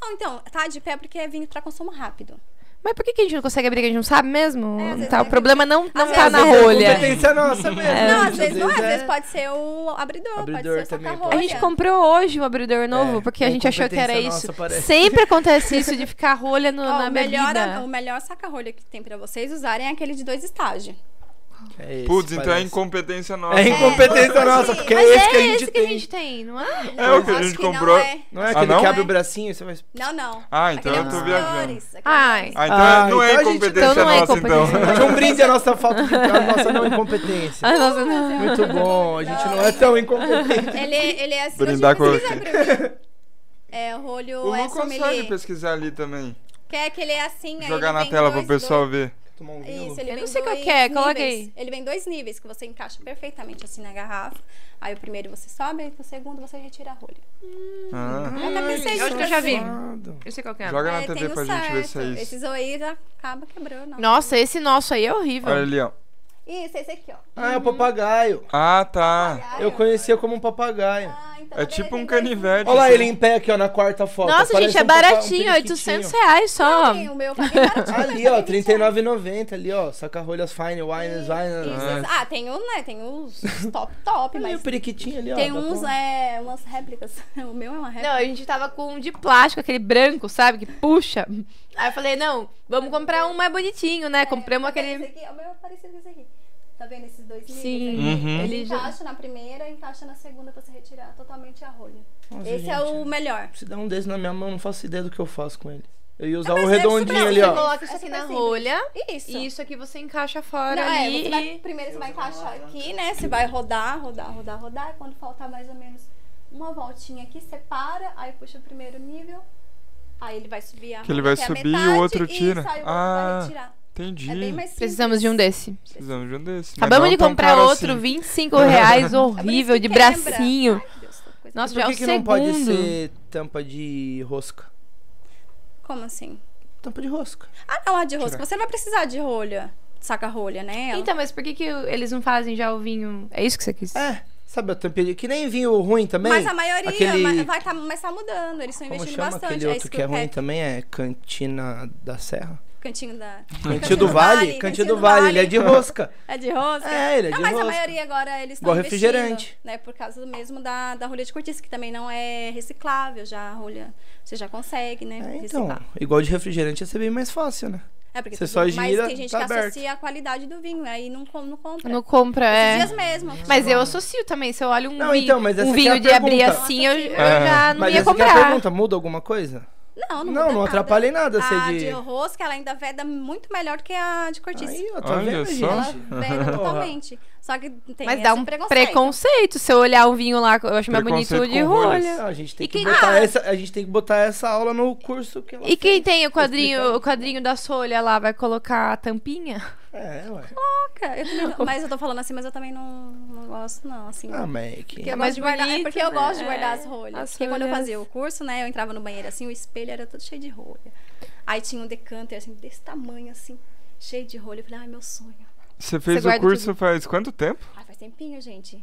Speaker 4: Não, então, tá de pé porque é vinho pra consumo rápido.
Speaker 2: Mas por que, que a gente não consegue abrir? Que a gente não sabe mesmo?
Speaker 4: É, às vezes
Speaker 2: tá, o
Speaker 4: é-
Speaker 2: problema não, não
Speaker 4: às
Speaker 2: tá
Speaker 4: vezes
Speaker 2: na
Speaker 4: é
Speaker 2: rolha.
Speaker 3: Competência nossa mesmo.
Speaker 4: Não,
Speaker 3: gente,
Speaker 4: às vezes não é. Às vezes pode ser o abridor,
Speaker 3: Abridor
Speaker 4: pode ser o
Speaker 3: também,
Speaker 4: saca-rolha.
Speaker 2: A gente comprou hoje o abridor novo,
Speaker 3: É,
Speaker 2: porque a
Speaker 3: é
Speaker 2: gente achou que era
Speaker 3: competência
Speaker 2: isso.
Speaker 3: nossa, parece.
Speaker 2: Sempre acontece isso de ficar rolha no-
Speaker 4: Ó,
Speaker 2: na
Speaker 4: o, melhor,
Speaker 2: bebida.
Speaker 4: o melhor saca-rolha que tem pra vocês usarem é aquele de dois estágios.
Speaker 3: É esse,
Speaker 1: Putz, então é
Speaker 3: parece.
Speaker 1: incompetência nossa.
Speaker 3: É incompetência
Speaker 4: É,
Speaker 3: nossa,
Speaker 4: assim,
Speaker 3: porque é
Speaker 2: Mas
Speaker 3: esse que a
Speaker 2: é
Speaker 3: gente
Speaker 2: esse que a
Speaker 3: tem.
Speaker 2: gente tem, não é?
Speaker 1: É o que a
Speaker 4: Acho
Speaker 1: gente
Speaker 4: não
Speaker 1: comprou.
Speaker 4: é.
Speaker 3: Não é
Speaker 1: Ah,
Speaker 3: aquele
Speaker 1: não?
Speaker 3: que abre o bracinho e você vai.
Speaker 4: Não, não.
Speaker 1: Ah,
Speaker 4: Aquele
Speaker 1: então eu tô
Speaker 4: dos
Speaker 1: viajando.
Speaker 4: senhores, aquele é
Speaker 2: Ai.
Speaker 4: dos-
Speaker 1: Ah, então
Speaker 3: Ah,
Speaker 1: não é
Speaker 3: então a gente-
Speaker 1: incompetência
Speaker 2: então não é
Speaker 1: nossa,
Speaker 2: incompetência.
Speaker 1: então.
Speaker 3: Tinha um brinde a nossa falta de a nossa não incompetência.
Speaker 2: Ah, nossa, não.
Speaker 3: Muito bom, a gente não é tão incompetente.
Speaker 4: Ele, ele é assim,
Speaker 1: Brindar
Speaker 4: hoje não
Speaker 1: com-
Speaker 4: precisa abrir. É, o rolho
Speaker 1: O
Speaker 4: é
Speaker 1: Lu consegue
Speaker 4: sommelier.
Speaker 1: pesquisar ali também.
Speaker 4: Que é aquele assim, aí
Speaker 1: Jogar
Speaker 4: ele
Speaker 1: na
Speaker 4: vem
Speaker 1: tela pro
Speaker 4: dois-
Speaker 1: pessoal ver.
Speaker 3: Tomar um vinho.
Speaker 4: Isso, ele
Speaker 2: Eu não
Speaker 4: vem
Speaker 2: sei qual
Speaker 4: dois
Speaker 2: que é,
Speaker 4: níveis.
Speaker 2: coloca aí.
Speaker 4: Ele vem dois níveis que você encaixa perfeitamente assim na garrafa. Aí o primeiro você sobe, aí o segundo você retira a rolha.
Speaker 1: Ah,
Speaker 4: Hum. Eu até pensei
Speaker 2: Hum, eu acho
Speaker 4: nisso.
Speaker 2: que eu já vi.
Speaker 3: Safado.
Speaker 2: Eu sei qual que é.
Speaker 1: Joga na
Speaker 4: É, tem
Speaker 1: TV
Speaker 4: no
Speaker 1: pra gente ver se é
Speaker 4: certo.
Speaker 1: isso.
Speaker 4: Esses aí já acaba quebrando. ó.
Speaker 2: Nossa, esse nosso aí é horrível.
Speaker 1: Olha ali, ó.
Speaker 4: Isso, esse aqui, ó.
Speaker 3: Ah, é o papagaio.
Speaker 1: Ah, tá.
Speaker 4: Ah,
Speaker 3: Eu conhecia como um papagaio.
Speaker 4: Ah, então
Speaker 1: É tipo um canivete.
Speaker 3: Olha lá ele em pé aqui, ó, na quarta foto.
Speaker 2: Nossa,
Speaker 3: Parece
Speaker 2: gente, é
Speaker 3: um papai- um
Speaker 2: baratinho,
Speaker 3: periquitinho.
Speaker 2: 800 reais só.
Speaker 4: Sim, o meu paguei baratinho,
Speaker 3: Ali,
Speaker 4: mas
Speaker 3: ó,
Speaker 4: paguei
Speaker 3: 39,90 ali, ó. Saca-rolhas fine, wines,
Speaker 1: né?
Speaker 4: Isso,
Speaker 3: wines.
Speaker 4: isso. Ah, tem um, né? Tem uns top top,
Speaker 3: Olha aí
Speaker 4: mas
Speaker 3: o periquitinho ali, ó.
Speaker 4: tem
Speaker 2: tá
Speaker 3: da
Speaker 4: uns,
Speaker 3: porra.
Speaker 4: é, umas réplicas. O meu é uma
Speaker 2: Não,
Speaker 4: réplica.
Speaker 2: a gente tava com um de plástico, aquele branco, sabe? Que puxa. Aí eu falei, não, vamos comprar um mais bonitinho, né? Compramos
Speaker 4: Esse
Speaker 2: aquele.
Speaker 4: aqui, o meu é parecido com esse aqui. Tá vendo esses dois níveis?
Speaker 2: Sim,
Speaker 4: aqui?
Speaker 1: Uhum.
Speaker 4: Ele
Speaker 2: ele já-
Speaker 4: encaixa na primeira, encaixa na segunda pra você retirar totalmente a rolha.
Speaker 3: Nossa,
Speaker 4: Esse é
Speaker 3: gente,
Speaker 4: o melhor.
Speaker 3: Se der um desse na minha mão, eu não faço ideia do que eu faço com ele. Eu ia usar
Speaker 4: Ah, mas
Speaker 3: o
Speaker 4: deve ser
Speaker 3: redondinho
Speaker 4: branco,
Speaker 3: ali,
Speaker 2: você
Speaker 3: ó.
Speaker 2: coloca isso
Speaker 4: É
Speaker 2: aqui
Speaker 4: super
Speaker 2: na
Speaker 4: simples.
Speaker 2: rolha.
Speaker 4: Isso.
Speaker 2: E isso aqui você encaixa fora
Speaker 4: Não, é,
Speaker 2: ali.
Speaker 4: você
Speaker 2: e-
Speaker 4: vai, primeiro você vai encaixar aqui, né? Você vai rodar, rodar, rodar, rodar. E quando faltar mais ou menos uma voltinha aqui, separa, aí puxa o primeiro nível. Aí ele vai subir a
Speaker 1: Que ele
Speaker 4: roda
Speaker 1: vai
Speaker 4: até a
Speaker 1: subir e o
Speaker 4: metade,
Speaker 1: outro tira.
Speaker 4: E sai, o outro
Speaker 1: Ah.
Speaker 4: vai retirar.
Speaker 1: Entendi.
Speaker 4: É bem mais simples.
Speaker 2: Precisamos de um desse.
Speaker 1: Precisamos de um desse. mas
Speaker 2: Acabamos
Speaker 1: não
Speaker 2: de
Speaker 1: tão
Speaker 2: comprar
Speaker 1: caro
Speaker 2: outro,
Speaker 1: assim.
Speaker 2: 25 reais,
Speaker 4: É por isso
Speaker 2: horrível,
Speaker 4: que
Speaker 2: de
Speaker 4: quebra.
Speaker 2: bracinho.
Speaker 4: Ai, Deus, que coisa.
Speaker 2: Nossa,
Speaker 3: Por
Speaker 2: já é o
Speaker 3: que, que não pode
Speaker 2: segundo.
Speaker 3: ser tampa de rosca?
Speaker 4: Como assim?
Speaker 3: Tampa de rosca.
Speaker 4: Ah, não, a de rosca. Você não vai precisar de rolha. Saca rolha, né? Ela-
Speaker 2: Então, mas por que, que eles não fazem já o vinho? É isso que você quis?
Speaker 3: É, sabe a tampinha de... Que nem vinho ruim também?
Speaker 4: mas a maioria
Speaker 3: Aquele...
Speaker 4: ma- vai tá, mas tá mudando. Eles estão
Speaker 3: Como
Speaker 4: investindo
Speaker 3: chama
Speaker 4: bastante.
Speaker 3: aquele
Speaker 4: é
Speaker 3: outro
Speaker 4: isso
Speaker 3: que é
Speaker 4: o
Speaker 3: ruim então?
Speaker 4: Pepe-
Speaker 3: também? É Cantina da Serra?
Speaker 4: Cantinho da.
Speaker 3: Cantinho do Vale? Cantinho do Vale, ele é de rosca.
Speaker 4: É de rosca?
Speaker 3: É, ele é
Speaker 4: não,
Speaker 3: de
Speaker 4: mas
Speaker 3: rosca.
Speaker 4: a maioria agora eles estão
Speaker 3: Igual
Speaker 4: investindo,
Speaker 3: refrigerante.
Speaker 4: né? Por causa mesmo da, da rolha de cortiça, que também não é reciclável, já a rolha, você já consegue, né?
Speaker 3: É, então,
Speaker 4: reciclar.
Speaker 3: igual de refrigerante ia ser bem mais fácil, né?
Speaker 4: É porque
Speaker 3: você
Speaker 4: tudo-
Speaker 3: só gira,
Speaker 4: mas tem gente
Speaker 3: tá
Speaker 4: que
Speaker 3: aberto.
Speaker 4: associa a qualidade do vinho, aí não, com- não compra.
Speaker 2: Não compra, é.
Speaker 4: Esses dias mesmo.
Speaker 2: Mas eu associo também. Se eu olho um,
Speaker 3: Não,
Speaker 2: vi-
Speaker 3: então, mas essa
Speaker 2: um
Speaker 3: aqui é
Speaker 2: vinho
Speaker 3: a
Speaker 2: de abrir
Speaker 3: pergunta.
Speaker 2: assim, eu, eu
Speaker 1: É.
Speaker 2: já não
Speaker 3: Mas
Speaker 2: ia
Speaker 3: essa aqui é a
Speaker 2: comprar.
Speaker 3: pergunta, muda alguma coisa? Não,
Speaker 4: Não, não, muda
Speaker 3: não
Speaker 4: nada.
Speaker 3: atrapalha em nada ser
Speaker 4: A
Speaker 3: de-
Speaker 4: de rosca, ela ainda veda muito melhor que a de cortiça.
Speaker 3: Aí, ó, tá
Speaker 1: Olha
Speaker 3: vendo,
Speaker 1: só.
Speaker 3: gente?
Speaker 4: Veda Tá totalmente. Só que tem
Speaker 2: Mas
Speaker 4: esse
Speaker 2: dá um preconceito. Se eu olhar um vinho lá, eu acho mais bonito
Speaker 1: Preconceito
Speaker 2: de
Speaker 1: com rolhas.
Speaker 2: rolha.
Speaker 3: Ah, a, gente tem
Speaker 2: E
Speaker 3: que
Speaker 2: quem-
Speaker 3: botar
Speaker 2: Ah.
Speaker 3: essa, a gente tem que botar essa aula no curso que ela
Speaker 2: E quem
Speaker 3: fez.
Speaker 2: tem o quadrinho,
Speaker 3: explicando.
Speaker 2: o quadrinho da solha lá vai colocar a tampinha?
Speaker 3: É, ué.
Speaker 4: Cara, eu também não- mas eu tô falando assim, mas eu também não, não gosto, não, assim.
Speaker 3: Ah, mas é que...
Speaker 4: Porque eu
Speaker 2: mais
Speaker 4: gosto de guardar, é
Speaker 2: bonito,
Speaker 4: porque eu
Speaker 2: né?
Speaker 4: gosto de guardar
Speaker 2: É,
Speaker 4: as rolhas.
Speaker 2: as
Speaker 4: porque quando eu
Speaker 2: rolhas.
Speaker 4: fazia o curso, né, eu entrava no banheiro assim, o espelho era todo cheio de rolha. Aí tinha um decanter assim desse tamanho assim, cheio de rolha. Eu falei, ai, meu sonho.
Speaker 1: Você fez
Speaker 2: Você
Speaker 1: o
Speaker 2: guarda
Speaker 1: curso
Speaker 2: tudo.
Speaker 1: faz quanto tempo?
Speaker 4: Ai, faz tempinho, gente.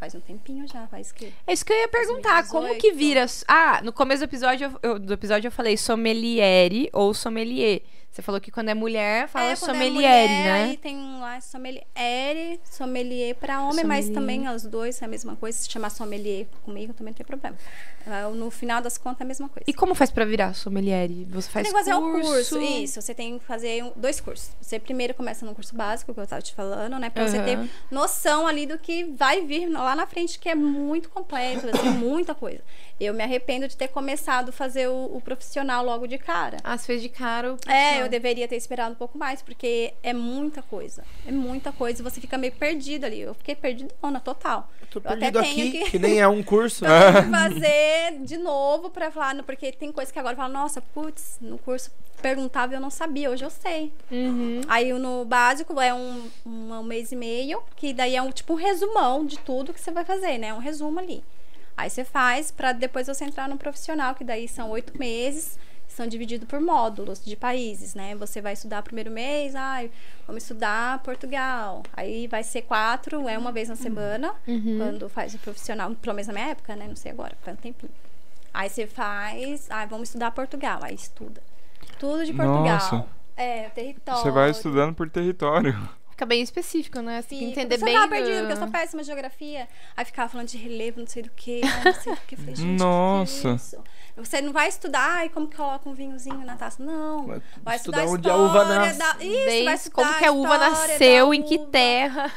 Speaker 4: Faz um tempinho já, faz que
Speaker 2: É isso que eu ia perguntar. Como que
Speaker 4: 2018.
Speaker 2: vira. Ah, no começo do episódio eu, eu- do episódio eu falei sommeliere ou sommelier. Você falou que quando é mulher, fala
Speaker 4: É, quando é
Speaker 2: sommelier,
Speaker 4: mulher,
Speaker 2: né?
Speaker 4: Aí tem um lá sommelier, é, sommelier pra homem, mas
Speaker 2: Sommelier.
Speaker 4: também os dois é a mesma coisa. Se chamar sommelier comigo também não tem problema. Ah, No final das contas é a mesma coisa.
Speaker 2: E como faz pra virar sommelier? Você
Speaker 4: O
Speaker 2: faz
Speaker 4: negócio
Speaker 2: curso?
Speaker 4: é o curso. Isso, você tem que fazer um- dois cursos. Você primeiro começa no curso básico, que eu tava te falando, né? Pra você ter
Speaker 2: Aham.
Speaker 4: noção ali do que vai vir lá na frente, que é muito completo, assim, muita coisa. Eu me arrependo de ter começado a fazer o, o profissional logo de cara.
Speaker 2: Ah, você fez de caro.
Speaker 4: É, eu deveria ter esperado um pouco mais, porque é muita coisa. É muita coisa e você fica meio perdido ali. Eu fiquei perdidona, total.
Speaker 3: Tô
Speaker 4: Eu até
Speaker 3: perdido
Speaker 4: tenho
Speaker 3: aqui, que...
Speaker 4: que-
Speaker 3: nem é um curso.
Speaker 4: Então, eu tenho que fazer de novo pra falar, não, porque tem coisa que agora eu falo, nossa, putz, no curso perguntava e eu não sabia, hoje eu sei.
Speaker 2: Uhum.
Speaker 4: Aí no básico é um, um, um mês e meio, que daí é um tipo um resumão de tudo que você vai fazer, né? Um resumo ali. Aí você faz pra depois você entrar no profissional, que daí são oito meses, são divididos por módulos de países, né? Você vai estudar primeiro mês, ai, vamos estudar Portugal. Aí vai ser quatro, é uma vez na semana,
Speaker 2: uhum.
Speaker 4: quando faz o profissional, pelo menos na minha época, né? Não sei agora, faz um tempinho. Aí você faz, ai, vamos estudar Portugal, aí estuda. Tudo de Portugal.
Speaker 1: Nossa.
Speaker 4: É, o território.
Speaker 1: Você vai estudando por território.
Speaker 2: Fica bem específico, né? Você tem que
Speaker 4: Fico.
Speaker 2: entender
Speaker 4: Você
Speaker 2: bem. ah,
Speaker 4: tava perdido, porque eu
Speaker 2: do-
Speaker 4: sou péssima em geografia. Aí ficava falando de relevo, não sei do que, não sei do que. Eu falei, gente, o que que é
Speaker 1: Nossa.
Speaker 4: isso? Você não vai estudar, ai, como que coloca um vinhozinho na taça? Não.
Speaker 3: Vai
Speaker 4: Vai
Speaker 3: estudar
Speaker 4: estudar, história
Speaker 3: onde a uva nasce.
Speaker 4: da- Isso, vai
Speaker 2: Desde
Speaker 4: estudar
Speaker 2: como que a uva
Speaker 4: história da
Speaker 2: nasceu, em que
Speaker 4: uva.
Speaker 2: terra.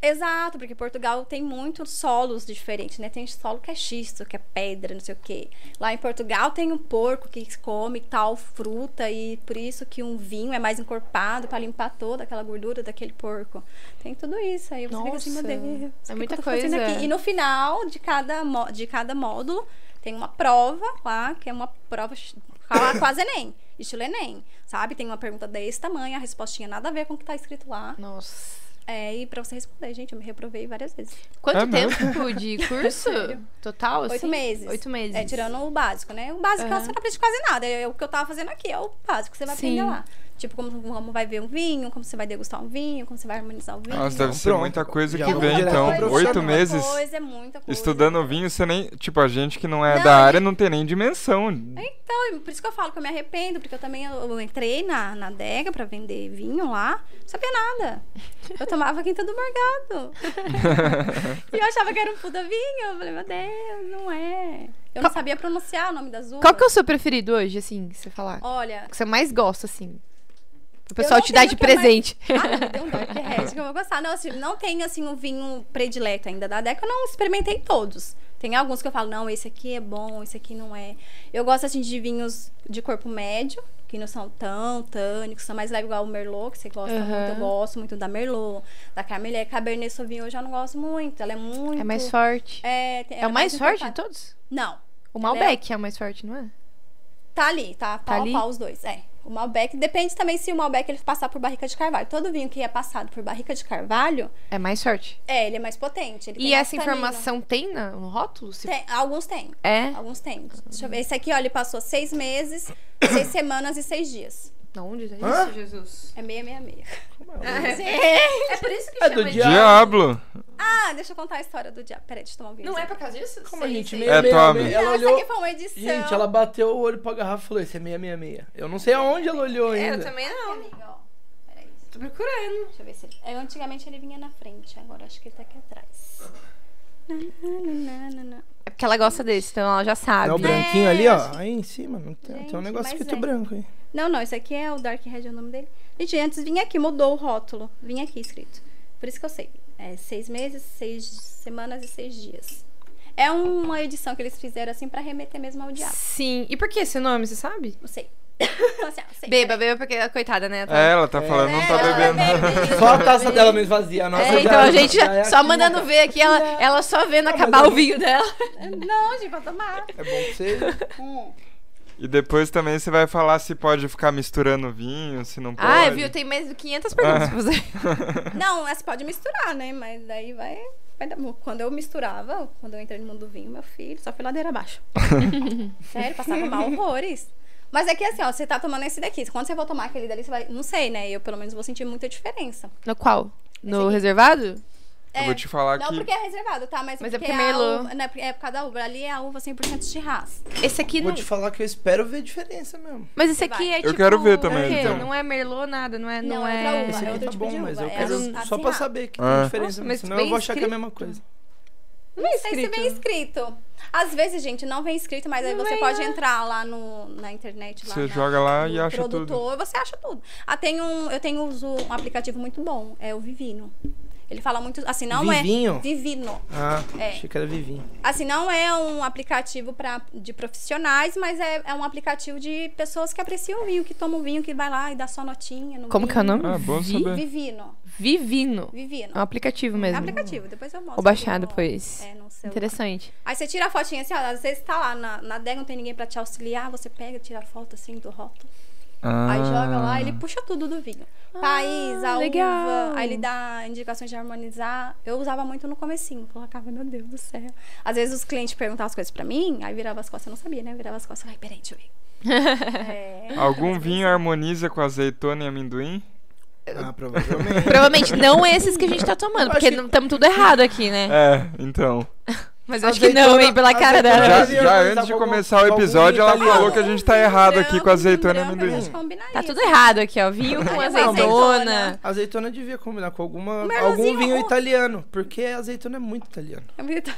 Speaker 4: Exato, porque Portugal tem muitos solos diferentes, né? Tem solo que é xisto, que é pedra, não sei o quê. Lá em Portugal tem um porco que come tal fruta e por isso que um vinho é mais encorpado pra limpar toda aquela gordura daquele porco. Tem tudo isso aí. Você fica assim, meu
Speaker 2: Nossa,
Speaker 4: Deus,
Speaker 2: é
Speaker 4: o que que eu
Speaker 2: muita
Speaker 4: tô fazendo
Speaker 2: coisa.
Speaker 4: aqui? E no final de cada, mó- de cada módulo tem uma prova lá, que é uma prova chi- qua- quase Enem, estilo Enem, sabe? Tem uma pergunta desse tamanho, a respostinha nada a ver com o que tá escrito lá.
Speaker 2: Nossa.
Speaker 4: É, e pra você responder, gente, eu me reprovei várias vezes.
Speaker 2: Quanto
Speaker 1: É mesmo?
Speaker 2: tempo de curso? Total? Assim?
Speaker 4: Oito meses.
Speaker 2: Oito meses.
Speaker 4: É, tirando o básico, né? O básico
Speaker 2: Aham.
Speaker 4: você não aprende quase nada. É o que eu tava fazendo aqui, é o básico que você vai
Speaker 2: Sim.
Speaker 4: aprender lá. Tipo, como, como vai ver um vinho, como você vai degustar um vinho, como você vai harmonizar o vinho.
Speaker 1: Nossa, deve ser
Speaker 3: pronto.
Speaker 1: muita coisa
Speaker 3: Já
Speaker 1: que
Speaker 3: vou
Speaker 1: vem,
Speaker 3: direto
Speaker 1: então.
Speaker 3: pro profissional.
Speaker 1: Oito meses
Speaker 4: É muita coisa, é muita coisa.
Speaker 1: estudando vinho, você nem. Tipo, a gente que não é
Speaker 4: Não,
Speaker 1: da
Speaker 4: a
Speaker 1: área não tem nem dimensão.
Speaker 4: Então, por isso que eu falo que eu me arrependo, porque eu também eu, eu entrei na, na adega pra vender vinho lá, não sabia nada. Eu tomava quinta do morgado. e eu achava que era um puta vinho. Eu falei, meu Deus, não é. Eu não
Speaker 2: Qual-
Speaker 4: sabia pronunciar o nome das uvas.
Speaker 2: Qual que é o seu preferido hoje, assim, que você falar?
Speaker 4: Olha,
Speaker 2: O que você mais gosta, assim? O
Speaker 4: Eu
Speaker 2: pessoal
Speaker 4: não
Speaker 2: te dá
Speaker 4: tenho
Speaker 2: de
Speaker 4: o que eu mais-
Speaker 2: presente.
Speaker 4: ah, não, tem um Dark Red que eu vou gostar. Não, assim, não tem assim um vinho predileto ainda da Deca, eu não experimentei todos. Tem alguns que eu falo, não, esse aqui é bom, esse aqui não é. Eu gosto assim de vinhos de corpo médio, que não são tão tânicos, são mais leves igual o Merlot, que você gosta
Speaker 2: Aham.
Speaker 4: muito. Eu gosto muito da Merlot, da Carmelé, Cabernet Sauvignon eu já não gosto muito, ela é muito
Speaker 2: É mais forte.
Speaker 4: É, tem-
Speaker 2: É,
Speaker 4: ela
Speaker 2: o mais forte então? de
Speaker 4: importada.
Speaker 2: todos?
Speaker 4: Não.
Speaker 2: O Malbec é o mais forte, não é?
Speaker 4: Tá ali, tá? Pau
Speaker 2: ali?
Speaker 4: a pau os dois, é. O Malbec, depende também se o Malbec ele passar por barrica de carvalho. Todo vinho que é passado por barrica de carvalho,
Speaker 2: É mais forte.
Speaker 4: é, ele é mais potente. ele tem
Speaker 2: E
Speaker 4: mais
Speaker 2: essa
Speaker 4: tanino.
Speaker 2: informação tem na- no rótulo? Se-
Speaker 4: Tem, alguns tem,
Speaker 2: É?
Speaker 4: alguns tem. Deixa eu ver, esse aqui, ó, ele passou seis meses, seis semanas e seis dias.
Speaker 2: Na onde é
Speaker 3: Hã?
Speaker 2: isso, Jesus?
Speaker 4: É meia, meia, meia.
Speaker 2: É, por isso que
Speaker 3: É do
Speaker 2: chama de...
Speaker 3: diabo.
Speaker 1: Diablo!
Speaker 4: Ah, deixa eu contar a história do diabo. Peraí, deixa eu tomar um vinho.
Speaker 2: Não é por causa disso?
Speaker 3: Como a
Speaker 2: Sei,
Speaker 3: gente
Speaker 2: sei.
Speaker 3: meia,
Speaker 1: É,
Speaker 3: meia,
Speaker 1: tome.
Speaker 3: meia.
Speaker 4: Não,
Speaker 3: Ela
Speaker 4: essa
Speaker 3: olhou.
Speaker 4: aqui foi uma edição.
Speaker 3: Gente, ela bateu o olho pra garrafa e falou: Isso é 666. Eu não sei aonde ela olhou
Speaker 2: É, eu
Speaker 3: ainda.
Speaker 2: também não.
Speaker 4: Amiga, ó, peraí,
Speaker 2: Tô procurando.
Speaker 4: deixa eu ver se ele... é, Antigamente ele vinha na frente, agora acho que ele tá aqui atrás. Na, na, na, na, na.
Speaker 2: É porque ela gosta desse, então ela já sabe.
Speaker 3: É o
Speaker 4: branco.
Speaker 3: branquinho
Speaker 4: É,
Speaker 3: ali, ó.
Speaker 4: acho-
Speaker 3: Aí em cima. não Tem,
Speaker 4: Gente,
Speaker 3: tem um negócio
Speaker 4: mas
Speaker 3: escrito
Speaker 4: é.
Speaker 3: branco aí.
Speaker 4: Não, não, esse aqui é o Dark Red, é o nome dele. Gente, antes vinha aqui, mudou o rótulo. Vinha aqui escrito. Por isso que eu sei. É seis meses, seis semanas e seis dias. É uma edição que eles fizeram assim pra remeter mesmo ao diabo.
Speaker 2: Sim. E por que esse nome, você sabe?
Speaker 4: Não sei. assim, ó, sei.
Speaker 2: Beba, beba porque a coitada, né? tá-
Speaker 1: É, ela tá falando, não
Speaker 4: É,
Speaker 1: tá
Speaker 4: ela
Speaker 1: bebendo.
Speaker 4: bebe.
Speaker 3: Só a taça dela mesmo vazia. A nossa
Speaker 2: É,
Speaker 3: já-
Speaker 2: então a gente
Speaker 3: já é
Speaker 2: já, só
Speaker 3: aqui, né,
Speaker 2: mandando
Speaker 3: cara?
Speaker 2: ver aqui, ela, ela só vendo
Speaker 3: mas é
Speaker 2: acabar
Speaker 3: eu
Speaker 2: o
Speaker 3: não-
Speaker 2: vinho dela.
Speaker 4: Não, gente, pra tomar.
Speaker 3: É bom que você.
Speaker 4: Hum.
Speaker 1: E depois também você vai falar se pode ficar misturando vinho, se não pode.
Speaker 2: Ah, viu? Tem mais de 500
Speaker 3: Ah.
Speaker 2: perguntas pra fazer.
Speaker 4: Não, essa pode misturar, né? Mas daí vai. vai dar bom. Quando eu misturava, quando eu entrei no mundo do vinho, meu filho, só foi ladeira abaixo. Sério, passava mal horrores. Mas é que assim, ó, você tá tomando esse daqui. Quando você for tomar aquele dali, você vai. Não sei, né? Eu pelo menos vou sentir muita diferença.
Speaker 2: No qual? No
Speaker 4: aqui.
Speaker 2: reservado?
Speaker 1: Eu vou te falar
Speaker 4: Não
Speaker 1: que.
Speaker 4: porque é reservado, tá? Mas,
Speaker 2: Mas é porque
Speaker 4: porque a
Speaker 2: melou.
Speaker 4: uva- né, porque é por causa da uva. Ali é a uva 100% chirras.
Speaker 2: Esse aqui
Speaker 3: Vou
Speaker 2: não.
Speaker 3: te falar que eu espero ver diferença mesmo.
Speaker 2: Mas esse aqui
Speaker 4: Vai.
Speaker 2: é
Speaker 1: Eu
Speaker 2: tipo.
Speaker 1: quero ver também,
Speaker 2: o quê?
Speaker 1: então.
Speaker 2: Não é merlot nada, não é. Não,
Speaker 4: Não, é
Speaker 2: é.
Speaker 4: outra
Speaker 3: Esse
Speaker 4: é
Speaker 3: aqui
Speaker 4: outro
Speaker 3: tá
Speaker 4: tipo
Speaker 3: bom,
Speaker 4: de
Speaker 3: mas
Speaker 4: uva,
Speaker 3: eu
Speaker 4: é
Speaker 3: quero
Speaker 4: azul-
Speaker 3: só pra
Speaker 4: acirrado.
Speaker 3: saber que
Speaker 1: Ah.
Speaker 3: tem diferença.
Speaker 2: Nossa, mas
Speaker 3: senão
Speaker 2: bem
Speaker 3: eu vou achar que é a
Speaker 2: escrito.
Speaker 3: mesma coisa.
Speaker 4: Não sei se
Speaker 2: é escrito.
Speaker 4: vem escrito. Às vezes, gente, não vem escrito, mas aí
Speaker 2: Não
Speaker 4: você
Speaker 2: vem,
Speaker 4: pode
Speaker 2: né?
Speaker 4: entrar lá no, na internet. é Lá
Speaker 1: Você
Speaker 4: na-
Speaker 1: joga lá
Speaker 4: no
Speaker 1: e acha tudo.
Speaker 4: um produtor, você acha tudo. Ah, tem um, eu tenho uso um aplicativo muito bom, é o Vivino. Ele fala muito, assim, não é
Speaker 3: Vivinho?
Speaker 4: Vivino.
Speaker 3: Ah,
Speaker 4: É.
Speaker 3: achei que era vivinho.
Speaker 4: Assim, não é um aplicativo pra, de profissionais, mas é, é um aplicativo de pessoas que apreciam o vinho, que tomam vinho, que vai lá e dá só notinha no
Speaker 2: Como que é o
Speaker 4: vinho.
Speaker 2: nome?
Speaker 1: Ah, bom saber.
Speaker 4: Vivino.
Speaker 2: Vivino.
Speaker 4: Vivino.
Speaker 2: É um aplicativo
Speaker 4: É
Speaker 2: mesmo.
Speaker 4: aplicativo, depois eu mostro.
Speaker 2: Vou baixar
Speaker 4: no-
Speaker 2: depois.
Speaker 4: É, no celular.
Speaker 2: Interessante.
Speaker 4: Aí você tira a fotinha assim, ó, às vezes tá lá na, na adega, não tem ninguém pra te auxiliar, você pega, tira a foto assim do rótulo.
Speaker 1: Ah.
Speaker 2: Ah.
Speaker 4: Aí joga lá, ele puxa tudo do vinho. País, a
Speaker 2: legal.
Speaker 4: uva, aí ele dá indicações de harmonizar. Eu usava muito no comecinho, colocava, meu Deus do céu. Às vezes os clientes perguntavam as coisas pra mim, aí virava as costas, eu não sabia, né? Virava as costas, ai, peraí, deixa eu ver. É,
Speaker 1: Algum vinho harmoniza com azeitona e amendoim?
Speaker 3: Ah, provavelmente.
Speaker 2: Provavelmente não esses que a gente tá tomando, porque
Speaker 3: acho que-
Speaker 2: estamos tudo errado aqui, né?
Speaker 1: É, então.
Speaker 2: Mas eu acho que não,
Speaker 3: Azeitona-
Speaker 2: hein, pela cara
Speaker 3: azeitona-
Speaker 2: dela.
Speaker 1: Já,
Speaker 3: mas ia
Speaker 1: já
Speaker 3: harmonizar
Speaker 1: antes de
Speaker 3: com algum-
Speaker 1: começar o
Speaker 3: com algum
Speaker 1: episódio, ela
Speaker 3: italiano.
Speaker 1: falou que a gente tá errado aqui com azeitona e
Speaker 4: branco, a
Speaker 1: amendoim.
Speaker 4: gente combina
Speaker 2: Tá
Speaker 4: isso.
Speaker 2: tudo errado aqui, ó. Vinho
Speaker 4: Aí
Speaker 2: com
Speaker 4: uma
Speaker 2: azeitona.
Speaker 4: azeitona.
Speaker 3: Azeitona devia combinar com alguma,
Speaker 4: Um merlozinho,
Speaker 3: algum vinho
Speaker 4: um-
Speaker 3: italiano, porque azeitona é muito italiano.
Speaker 4: É muito-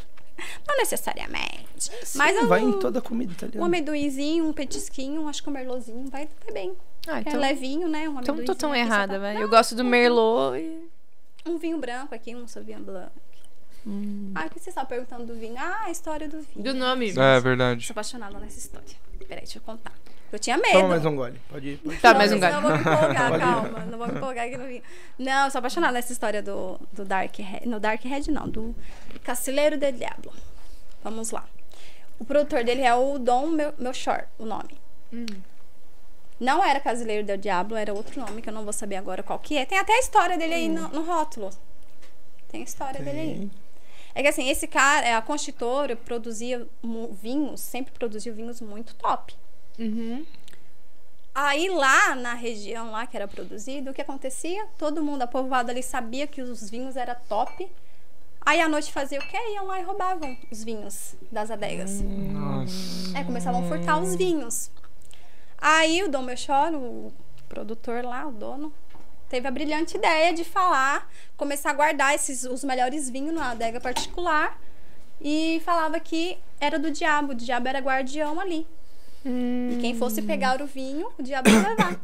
Speaker 4: Não necessariamente. mas
Speaker 3: Sim,
Speaker 4: eu-
Speaker 3: vai em toda comida italiana.
Speaker 4: Um amendoinzinho, um petisquinho, acho que um merlozinho vai, vai bem.
Speaker 2: Ah,
Speaker 4: É
Speaker 2: então,
Speaker 4: levinho, né? Um
Speaker 2: então não tô
Speaker 4: amendoinzinho
Speaker 2: tão
Speaker 4: aqui, só
Speaker 2: errada,
Speaker 4: tá-
Speaker 2: velho.
Speaker 4: Não,
Speaker 2: Eu gosto do merlot e.
Speaker 4: Um vinho branco aqui, um Sauvignon Blanc. Ah, por que vocês estão perguntando do vinho? Ah, a história do vinho.
Speaker 2: Hum. Do nome.
Speaker 1: É,
Speaker 4: Sou
Speaker 1: verdade.
Speaker 4: apaixonada nessa história. Peraí, deixa eu contar. Eu tinha medo.
Speaker 3: Toma mais um gole. Pode ir. Pode ir.
Speaker 2: Tá,
Speaker 4: Não,
Speaker 2: mais um
Speaker 4: mas
Speaker 2: galho.
Speaker 4: Não vou me empolgar,
Speaker 3: Pode ir.
Speaker 4: calma. Não vou me empolgar aqui no vinho. Não, eu sou apaixonada nessa história do, do Dark Red. No Dark Red, não. Do Cacileiro del Diablo. Vamos lá. O produtor dele é o Dom Meu, Melchor, o nome. Não era Casileiro del Diablo, era outro nome que eu não vou saber agora qual que é. Tem até a história dele
Speaker 2: Hum.
Speaker 4: aí no, no rótulo. Tem a
Speaker 3: Tá,
Speaker 4: história dele aí.
Speaker 3: Tem.
Speaker 4: É que assim, esse cara, é, a Constitora, produzia mu- vinhos, sempre produziu vinhos muito top.
Speaker 2: Uhum.
Speaker 4: Aí lá na região lá que era produzido, o que acontecia? Todo mundo, a povoada ali sabia que os vinhos era top. Aí à noite fazia o quê? Iam lá e roubavam os vinhos das adegas.
Speaker 1: Nossa.
Speaker 4: É, começavam a furtar os vinhos. Aí o Dom Melchor, o produtor lá, o dono, teve a brilhante ideia de falar, começar a guardar esses os melhores vinhos na adega particular e falava que era do diabo, o diabo era guardião ali. E quem fosse pegar o vinho, o diabo ia levar.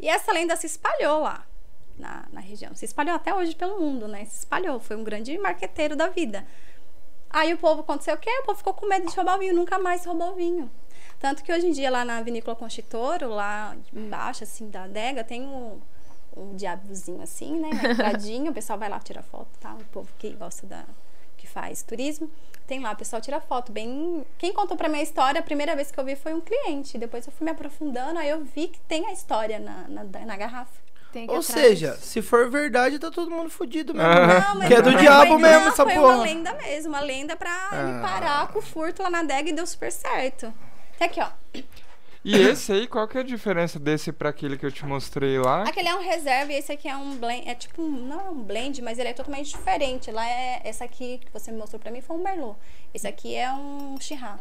Speaker 4: E essa lenda se espalhou lá na, na região. Se espalhou até hoje pelo mundo, né? Se espalhou. Foi um grande marqueteiro da vida. Aí o povo aconteceu o quê? O povo ficou com medo de roubar o vinho, nunca mais roubou o vinho. Tanto que hoje em dia, lá na Vinícola Conchitoro, lá embaixo, assim, da adega, tem um, um diabozinho assim, né? Quadradinho, o pessoal vai lá tirar foto, tá? O povo que gosta da. que faz turismo. Tem lá, o pessoal tira foto. Bem. Quem contou pra minha história, a primeira vez que eu vi foi um cliente. Depois eu fui me aprofundando, aí eu vi que tem a história na, na, na garrafa.
Speaker 2: Tem aqui
Speaker 3: tá. Ou
Speaker 2: atrás.
Speaker 3: seja, se for verdade, tá todo mundo fudido mesmo.
Speaker 1: Ah.
Speaker 3: né?
Speaker 4: Não, mas
Speaker 3: Que é do
Speaker 4: foi-
Speaker 3: diabo mesmo
Speaker 4: não,
Speaker 3: essa
Speaker 4: foi
Speaker 3: porra. Ah.
Speaker 4: uma lenda mesmo, uma lenda pra me parar com o furto lá na adega e deu super certo. Tem aqui, ó.
Speaker 1: E esse aí, qual que é a diferença desse pra aquele que eu te mostrei lá?
Speaker 4: Aquele é um reserva e esse aqui é um blend. É tipo, um- não é um blend, mas ele é totalmente diferente. Lá é. Essa aqui que você me mostrou pra mim foi um Merlot. Esse aqui é um Chirrá.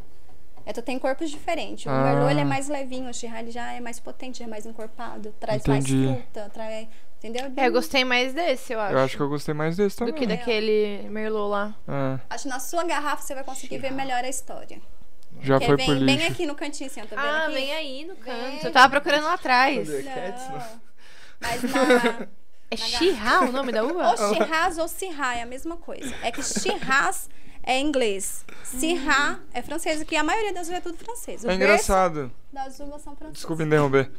Speaker 4: É, tu tem corpos diferentes. O
Speaker 1: Ah.
Speaker 4: Merlot ele é mais levinho, o Chirrá ele já é mais potente, já é mais encorpado, traz
Speaker 1: Entendi.
Speaker 4: mais fruta, traz. Entendeu?
Speaker 2: É, eu gostei mais desse, eu acho.
Speaker 1: Eu acho que eu gostei mais desse
Speaker 2: Do
Speaker 1: também.
Speaker 4: Hum.
Speaker 2: que daquele Merlot lá.
Speaker 1: Ah,
Speaker 4: Acho que na sua garrafa você vai conseguir ver melhor a história.
Speaker 1: já
Speaker 4: Quer
Speaker 1: foi
Speaker 4: ver?
Speaker 1: por
Speaker 4: Bem
Speaker 1: lixo.
Speaker 4: aqui no cantinho, assim, ó, tá vendo
Speaker 2: Ah,
Speaker 4: aqui?
Speaker 2: vem aí no canto.
Speaker 4: Vem.
Speaker 2: Eu tava procurando lá atrás.
Speaker 3: Thundercats, não.
Speaker 4: Não. Mas na.
Speaker 2: É Xirra o nome da uva?
Speaker 4: Ou Shiraz ou Sirra, é a mesma coisa. É que Shiraz é inglês. Sirra é francês, que a maioria das uvas é tudo francês. O
Speaker 1: É engraçado.
Speaker 4: berço das uvas são francesas.
Speaker 1: Desculpa interromper.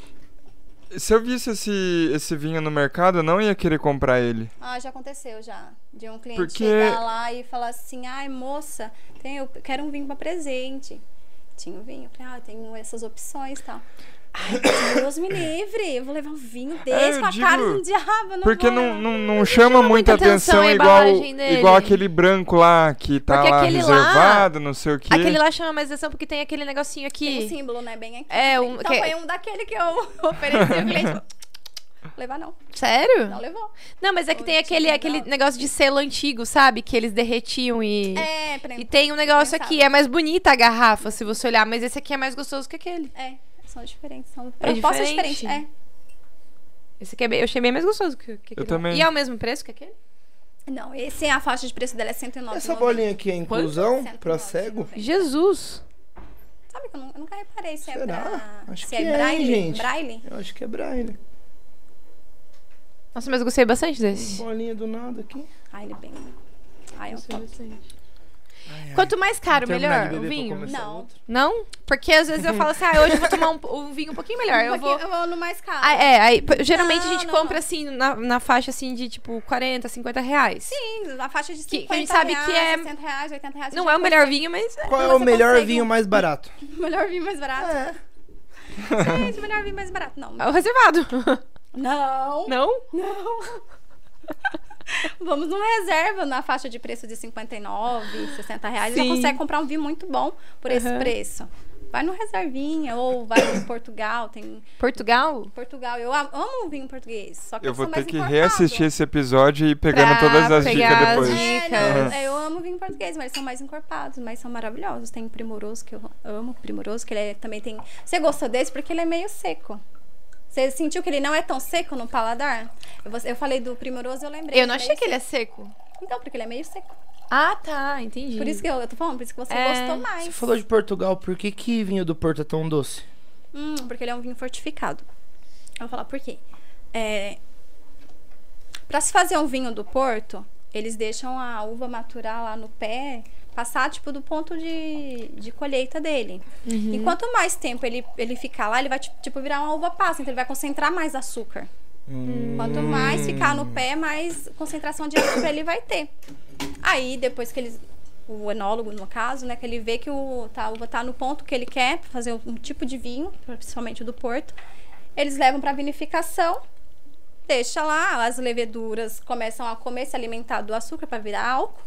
Speaker 1: Se eu visse esse, esse vinho no mercado, eu não ia querer comprar ele.
Speaker 4: Ah, já aconteceu já. De um cliente
Speaker 1: Porque-
Speaker 4: chegar lá e falar assim, ai moça, tem, eu quero um vinho pra presente. Tinha um vinho, eu falei, ah, eu tenho essas opções e tal. Ai, Deus me livre, eu vou levar um vinho desse
Speaker 1: É, eu
Speaker 4: com a
Speaker 1: digo-
Speaker 4: cara do diabo. Não
Speaker 1: Porque
Speaker 4: vou
Speaker 1: não,
Speaker 4: levar.
Speaker 1: não, não chama muita
Speaker 2: é. muita
Speaker 1: atenção,
Speaker 2: atenção a
Speaker 1: igual,
Speaker 2: embalagem dele.
Speaker 1: igual aquele branco lá que tá
Speaker 2: Porque
Speaker 1: lá
Speaker 2: aquele lá-
Speaker 1: reservado, não sei o quê.
Speaker 2: Aquele lá chama mais atenção porque tem aquele negocinho
Speaker 4: Tem um
Speaker 2: aqui.
Speaker 4: símbolo, né, bem aqui.
Speaker 2: É, um-
Speaker 4: Então
Speaker 2: que-
Speaker 4: foi um daquele que eu ofereci ao cliente. Vou Levar não,
Speaker 2: Sério?
Speaker 4: não
Speaker 2: Não,
Speaker 4: levou.
Speaker 2: mas é que
Speaker 4: Ou
Speaker 2: tem
Speaker 4: tipo,
Speaker 2: aquele,
Speaker 4: não.
Speaker 2: aquele negócio de selo antigo, sabe? Que eles derretiam e.
Speaker 4: É, pra...
Speaker 2: E tem um negócio
Speaker 4: Prensado.
Speaker 2: aqui, é mais bonita a garrafa, se você olhar, mas esse aqui é mais gostoso que aquele.
Speaker 4: É, são diferentes. São
Speaker 2: É
Speaker 4: propostas
Speaker 2: diferente.
Speaker 4: diferentes. É.
Speaker 2: Esse aqui é bem- eu achei bem mais gostoso que, que aquele.
Speaker 1: Eu também.
Speaker 2: E é o mesmo preço que aquele?
Speaker 4: Não, esse é a faixa de preço dela é 109.
Speaker 3: Essa bolinha aqui é inclusão pra cego?
Speaker 2: Jesus!
Speaker 4: Sabe que eu, nu- eu nunca reparei se é
Speaker 3: Será?
Speaker 4: pra...
Speaker 3: Acho
Speaker 4: se
Speaker 3: que
Speaker 4: é
Speaker 3: é,
Speaker 4: braille.
Speaker 3: gente.
Speaker 4: Braille?
Speaker 3: Eu acho que é braille.
Speaker 2: Nossa, mas eu gostei bastante desse.
Speaker 3: Bolinha do nada aqui.
Speaker 4: Ai, ele é bem. Ai, eu
Speaker 2: Gostei
Speaker 3: é
Speaker 4: top.
Speaker 2: bastante.
Speaker 1: É.
Speaker 2: Quanto mais caro,
Speaker 1: um
Speaker 3: Terminar de
Speaker 2: melhor o
Speaker 3: beber pra
Speaker 2: vinho?
Speaker 3: começar
Speaker 4: Não.
Speaker 3: outro.
Speaker 2: Não? Porque às vezes eu falo assim, ah, hoje eu vou tomar um, um vinho um pouquinho melhor. Eu
Speaker 4: Um
Speaker 2: vou.
Speaker 4: pouquinho- eu vou no mais caro.
Speaker 2: Ah, é, aí, p- geralmente a gente
Speaker 4: Não, não,
Speaker 2: compra
Speaker 4: não.
Speaker 2: assim, na, na faixa assim de tipo 40, 50 reais. Sim.
Speaker 4: Sim, a faixa de 50
Speaker 2: Que- que a gente sabe
Speaker 4: reais,
Speaker 2: que é-
Speaker 4: 60 reais, 80 reais.
Speaker 2: Não
Speaker 4: a
Speaker 2: é o
Speaker 4: gente
Speaker 2: melhor vinho, mas. é.
Speaker 3: Qual é
Speaker 4: Você
Speaker 3: o melhor
Speaker 4: consegue
Speaker 3: vinho
Speaker 4: um-
Speaker 3: mais barato?
Speaker 4: consegue- o melhor vinho mais barato.
Speaker 3: É.
Speaker 4: Gente, o melhor vinho mais barato. Não.
Speaker 2: É o reservado.
Speaker 4: Não.
Speaker 2: Não?
Speaker 4: Não. Vamos numa reserva na faixa de preço de 59, 60 reais.
Speaker 2: Sim.
Speaker 4: Já consegue comprar um vinho muito bom por esse
Speaker 2: Aham.
Speaker 4: preço. Vai no reservinha ou vai em Portugal. Tem
Speaker 2: Portugal?
Speaker 4: Portugal. Eu am- amo vinho português. Só
Speaker 2: é
Speaker 4: que
Speaker 1: Eu
Speaker 4: eles
Speaker 1: vou
Speaker 4: são
Speaker 1: ter
Speaker 4: mais
Speaker 1: que
Speaker 4: encorpados.
Speaker 1: reassistir esse episódio e ir pegando
Speaker 2: Pra
Speaker 1: todas as
Speaker 2: pegar
Speaker 1: dicas depois.
Speaker 2: as dicas.
Speaker 4: É,
Speaker 2: Aham.
Speaker 4: não, eu amo vinho português, mas eles são mais encorpados, mas são maravilhosos. Tem primoroso que eu amo, primoroso que ele é- também tem. Você gostou desse porque ele é meio seco. Você sentiu que ele não é tão seco no paladar? Eu, vou- eu falei do primoroso, eu lembrei.
Speaker 2: Eu não
Speaker 4: ele é
Speaker 2: achei
Speaker 4: meio
Speaker 2: que ele é seco.
Speaker 4: seco. Então, porque ele é meio seco.
Speaker 2: Ah, tá, entendi.
Speaker 4: Por isso que eu, eu tô falando, por isso que você
Speaker 2: É,
Speaker 4: gostou mais.
Speaker 3: Você falou de Portugal, por que, que vinho do Porto é tão doce?
Speaker 4: Hum, porque ele é um vinho fortificado. Eu vou falar por quê. É, para se fazer um vinho do Porto, eles deixam a uva maturar lá no pé, passar tipo do ponto de, de colheita dele. E quanto mais tempo ele, ele ficar lá, ele vai ti- tipo virar uma uva passa, então ele vai concentrar mais açúcar.
Speaker 1: Hum.
Speaker 4: Quanto mais ficar no pé, mais concentração de açúcar ele vai ter. Aí depois que eles o enólogo no caso, né, que ele vê que o tá, a uva tá no ponto que ele quer pra fazer um tipo de vinho, principalmente o do Porto. Eles levam para vinificação deixa lá, as leveduras começam a comer, se alimentar do açúcar para virar álcool.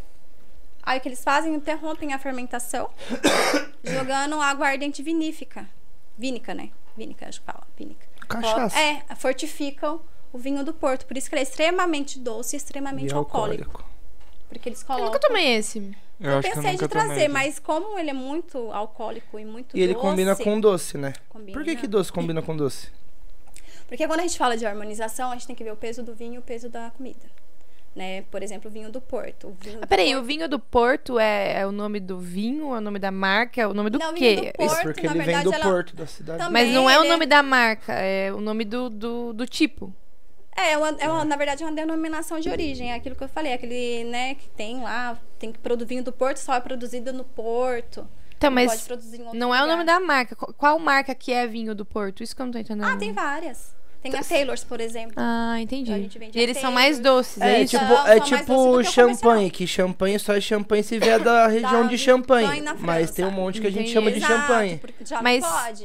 Speaker 4: Aí o que eles fazem? Interrompem a fermentação, jogando água ardente vinífica. Vínica, né? Vínica, acho que fala. Vínica.
Speaker 3: Hum, Cachaça.
Speaker 4: É, fortificam o vinho do Porto. Por isso que ele é extremamente doce e extremamente
Speaker 3: E é
Speaker 4: alcoólico. Porque eles
Speaker 2: Eu
Speaker 4: colocam.
Speaker 2: nunca tomei esse.
Speaker 1: Eu,
Speaker 4: Eu
Speaker 1: acho que eu
Speaker 4: pensei
Speaker 1: nunca
Speaker 4: de trazer,
Speaker 1: tomei.
Speaker 4: mas como ele é muito alcoólico e muito
Speaker 3: E ele
Speaker 4: doce,
Speaker 3: combina com doce, né?
Speaker 4: combina.
Speaker 3: Por que, que doce combina com doce?
Speaker 4: Porque quando a gente fala de harmonização, a gente tem que ver o peso do vinho e o peso da comida. Né? Por exemplo, o vinho do Porto. O vinho
Speaker 2: Ah,
Speaker 4: do
Speaker 2: peraí,
Speaker 4: Porto-
Speaker 2: o vinho do Porto é, é o nome do vinho, é o nome da marca, é o nome do
Speaker 4: Não, o vinho
Speaker 2: quê?
Speaker 4: do Porto,
Speaker 3: Isso porque
Speaker 4: na
Speaker 3: ele vem
Speaker 4: verdade,
Speaker 3: do
Speaker 4: ela-
Speaker 3: porto, da cidade.
Speaker 4: Também. né?
Speaker 2: Mas não é o
Speaker 4: ele-
Speaker 2: nome da marca, é o nome do, do, do tipo.
Speaker 4: É, uma- é uma- na verdade, é uma denominação de origem. É aquilo que eu falei, é aquele, né, que tem lá, tem que produzir o vinho do Porto, só é produzido no Porto.
Speaker 2: Então,
Speaker 4: não pode
Speaker 2: mas
Speaker 4: produzir em outro
Speaker 2: não é o
Speaker 4: lugar.
Speaker 2: nome da marca. Qu- Qual marca que é vinho do Porto? Isso que eu não tô entendendo.
Speaker 4: Ah, tem várias.
Speaker 3: Então
Speaker 4: Tem a Taylor's, por exemplo.
Speaker 2: Ah, entendi.
Speaker 4: A gente vende
Speaker 2: E eles são
Speaker 4: inteiro.
Speaker 2: mais doces, é,
Speaker 3: É,
Speaker 2: isso?
Speaker 3: tipo,
Speaker 4: São-
Speaker 3: é
Speaker 4: são mais
Speaker 3: tipo
Speaker 4: doces do que o
Speaker 3: champanhe, que champanhe só é champanhe se vier da região de
Speaker 4: Champagne
Speaker 3: champanhe.
Speaker 4: na
Speaker 3: Mas
Speaker 4: França.
Speaker 3: tem um monte que a gente
Speaker 2: Entendi.
Speaker 3: chama de
Speaker 4: Exato, tipo,
Speaker 3: champanhe.
Speaker 4: porque Já
Speaker 2: Mas-
Speaker 4: não pode.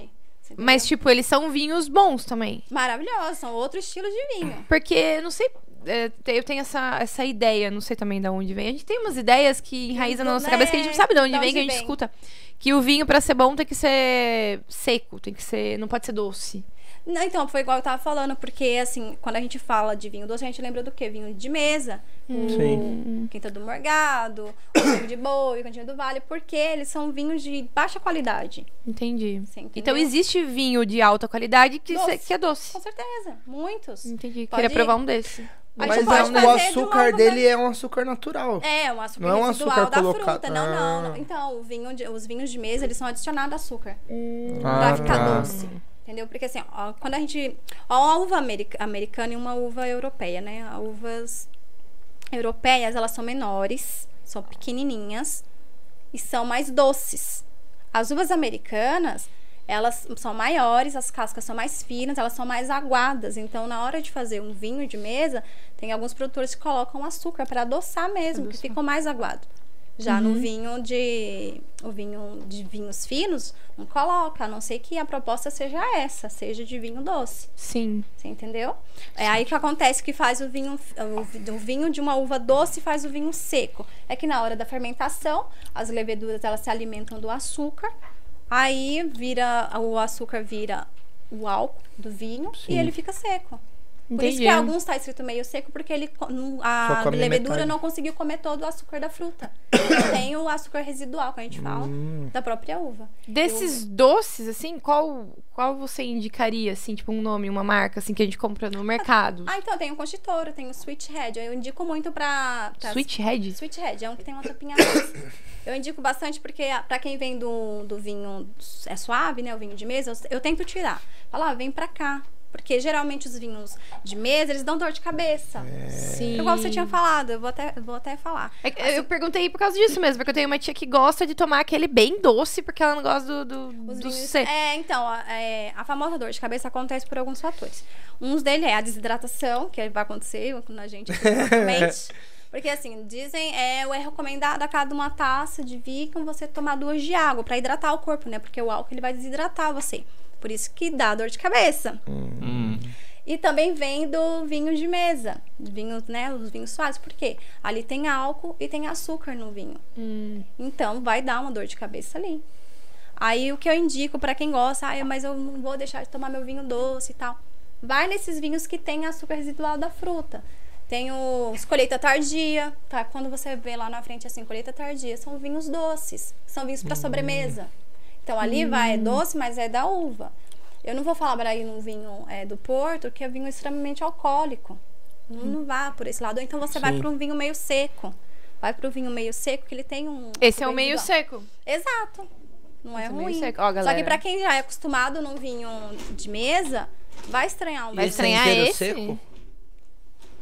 Speaker 4: Você
Speaker 2: Mas,
Speaker 4: entendeu?
Speaker 2: tipo, eles são vinhos bons também.
Speaker 4: Maravilhoso, são outro estilo de vinho.
Speaker 2: Porque, eu não sei, é, te- eu tenho essa, essa ideia, não sei também de onde vem. A gente tem umas ideias que enraizam na
Speaker 4: Não,
Speaker 2: nossa
Speaker 4: né?
Speaker 2: cabeça que a gente não sabe de onde
Speaker 4: Da
Speaker 2: vem,
Speaker 4: onde
Speaker 2: que a gente
Speaker 4: vem.
Speaker 2: escuta. Que o vinho, pra ser bom, tem que ser seco, tem que ser. Não pode ser doce.
Speaker 4: Não, então, foi igual eu tava falando, porque assim, quando a gente fala de vinho doce, a gente lembra do quê? Vinho de mesa,
Speaker 3: Hum. Sim.
Speaker 4: o Quinta do Morgado, o Sangue de Boi, o Cantinho do Vale, porque eles são vinhos de baixa qualidade.
Speaker 2: Entendi.
Speaker 4: Você entendeu?
Speaker 2: Então existe vinho de alta qualidade que,
Speaker 4: Doce.
Speaker 2: se- que é doce.
Speaker 4: Com certeza, muitos.
Speaker 3: Hum.
Speaker 2: Entendi.
Speaker 4: Pode
Speaker 2: Queria
Speaker 4: ir.
Speaker 2: provar um desse.
Speaker 4: A
Speaker 3: Mas
Speaker 4: gente
Speaker 3: é-
Speaker 4: pode
Speaker 3: o
Speaker 4: fazer de um
Speaker 3: açúcar
Speaker 4: lado,
Speaker 3: dele
Speaker 4: né?
Speaker 3: é um açúcar natural.
Speaker 4: É, um açúcar
Speaker 3: Não é um
Speaker 4: residual
Speaker 3: açúcar
Speaker 4: da
Speaker 3: colocado.
Speaker 4: fruta. Não, não, não.
Speaker 3: Ah.
Speaker 4: Então, o vinho de- os vinhos de mesa, eles são adicionados açúcar.
Speaker 1: Ah,
Speaker 4: pra ficar
Speaker 1: tá.
Speaker 4: doce. Entendeu? Porque assim, ó, quando a gente. Ó, uma uva americ- americana e uma uva europeia, né? As uvas europeias, elas são menores, são pequenininhas e são mais doces. As uvas americanas, elas são maiores, as cascas são mais finas, elas são mais aguadas. Então, na hora de fazer um vinho de mesa, tem alguns produtores que colocam açúcar para adoçar mesmo,
Speaker 2: Adoçar.
Speaker 4: que ficam mais aguado. Já no vinho de o vinho de vinhos finos, não coloca, a não ser que a proposta seja essa, seja de vinho doce,
Speaker 2: Sim.
Speaker 4: você entendeu? É aí que acontece que faz o vinho o vi- o vinho de uma uva doce faz o vinho seco. É que na hora da fermentação, as leveduras elas se alimentam do açúcar. Aí vira o açúcar vira o álcool do vinho e
Speaker 3: Sim.
Speaker 4: ele fica seco. Por isso
Speaker 2: Entendi.
Speaker 4: que alguns tá escrito meio seco, porque ele, co- não-
Speaker 3: Só
Speaker 4: a
Speaker 3: come
Speaker 4: levedura
Speaker 3: metade.
Speaker 4: não conseguiu comer todo o açúcar da fruta. Então, tem o açúcar residual que a gente fala,
Speaker 3: Hum.
Speaker 4: da própria uva.
Speaker 2: Desses doces, assim, qual, qual você indicaria, assim, tipo, um nome, uma marca, assim, que a gente compra no mercado?
Speaker 4: Ah, então tem o constitório, tem o sweet head. Eu indico muito pra. pra
Speaker 2: Sweet Red?
Speaker 4: tá. Sweet head, é um que tem uma sopinha a mais. Eu indico bastante porque, ah, pra quem vem do, do vinho é suave, né? O vinho de mesa, eu, eu tento tirar. Falar, ah, vem pra cá. Porque geralmente os vinhos de mesa, eles dão dor de cabeça.
Speaker 3: É.
Speaker 2: Sim.
Speaker 4: Igual você tinha falado, eu vou até, eu vou até falar.
Speaker 2: É que Eu perguntei por causa disso mesmo, porque eu tenho uma tia que gosta de tomar aquele bem doce, porque ela não gosta do, do,
Speaker 4: Os
Speaker 2: do
Speaker 4: vinhos-
Speaker 2: seco.
Speaker 4: É, então, a, é, a famosa dor de cabeça acontece por alguns fatores. Um dele é a desidratação, que vai acontecer na gente provavelmente. Porque assim, dizem, é, é recomendado a cada uma taça de vinho você tomar duas de água pra hidratar o corpo, né? Porque o álcool ele vai desidratar você. Por isso que dá dor de cabeça.
Speaker 1: Hum.
Speaker 4: E também vem do vinho de mesa, vinhos, né, os vinhos suaves, porque ali tem álcool e tem açúcar no vinho. Então, vai dar uma dor de cabeça ali. Aí, o que eu indico pra quem gosta, ah, mas eu não vou deixar de tomar meu vinho doce e tal. Vai nesses vinhos que tem açúcar residual da fruta. Tem os colheita tardia, tá? Quando você vê lá na frente, assim, colheita tardia, são vinhos doces. São vinhos pra sobremesa. Então, ali vai, é doce, mas é da uva. Eu não vou falar para ir num vinho é, do Porto, que é vinho extremamente alcoólico. Não, não vá por esse lado. Ou então, você vai
Speaker 3: Sim.
Speaker 4: para um vinho meio seco. Vai pro vinho meio seco, que ele tem um.
Speaker 2: Esse é o
Speaker 4: açúcar
Speaker 2: meio
Speaker 4: residual.
Speaker 2: seco.
Speaker 4: Exato. Não é
Speaker 2: Esse é meio
Speaker 4: ruim.
Speaker 2: seco. Ó,
Speaker 4: Só
Speaker 2: galera.
Speaker 4: que pra quem já é acostumado num vinho de mesa, vai estranhar um
Speaker 2: Vai
Speaker 4: vinho.
Speaker 3: esse é
Speaker 2: estranhar
Speaker 3: inteiro
Speaker 2: esse?
Speaker 3: seco?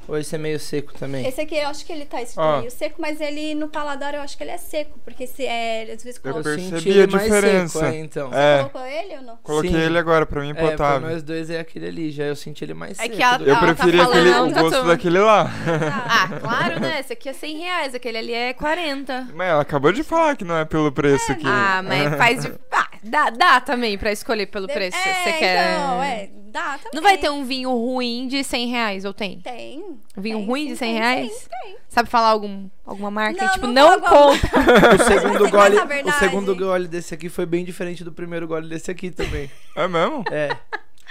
Speaker 3: Ou esse é meio seco também?
Speaker 4: Esse aqui eu acho que ele tá escrito
Speaker 1: Ó.
Speaker 4: meio seco, mas ele no paladar eu acho que ele é seco, porque se é, às vezes
Speaker 1: Eu
Speaker 4: colocou,
Speaker 1: percebi
Speaker 3: ele
Speaker 1: a
Speaker 3: mais
Speaker 1: diferença.
Speaker 3: seco, é, então.
Speaker 1: É,
Speaker 4: colocou ele ou não?
Speaker 1: coloquei
Speaker 3: Sim.
Speaker 1: ele agora pra mim
Speaker 3: É, pra
Speaker 1: potar.
Speaker 3: nós dois é aquele ali, já eu senti ele mais
Speaker 2: É
Speaker 3: seco.
Speaker 2: que a-
Speaker 3: do-
Speaker 1: eu
Speaker 2: Ah, tá
Speaker 1: preferi aquele,
Speaker 4: falando,
Speaker 1: o
Speaker 2: tá
Speaker 1: gosto
Speaker 2: tomando.
Speaker 1: daquele lá.
Speaker 2: Ah, claro, né? Esse aqui é 100 reais, aquele ali é 40.
Speaker 1: Mas ela acabou de falar que não é pelo preço que. é.
Speaker 2: Ah, mas faz de... Ah, dá, dá também pra escolher pelo
Speaker 4: De-
Speaker 2: preço.
Speaker 4: é,
Speaker 2: Você quer...
Speaker 4: Então, é, dá também.
Speaker 2: Não vai ter um vinho ruim de 100 reais, ou tem?
Speaker 4: Tem.
Speaker 2: Vinho
Speaker 4: tem,
Speaker 2: ruim de
Speaker 4: sim,
Speaker 2: 100
Speaker 4: tem,
Speaker 2: reais?
Speaker 4: Sim, tem.
Speaker 2: Sabe falar algum, alguma marca?
Speaker 4: Não,
Speaker 2: tipo, não,
Speaker 4: não falo
Speaker 2: compra.
Speaker 3: O segundo,
Speaker 4: Mas
Speaker 3: gole,
Speaker 4: na
Speaker 3: o
Speaker 4: verdade-
Speaker 3: segundo gole desse aqui foi bem diferente do primeiro gole desse aqui também.
Speaker 1: É mesmo?
Speaker 3: É.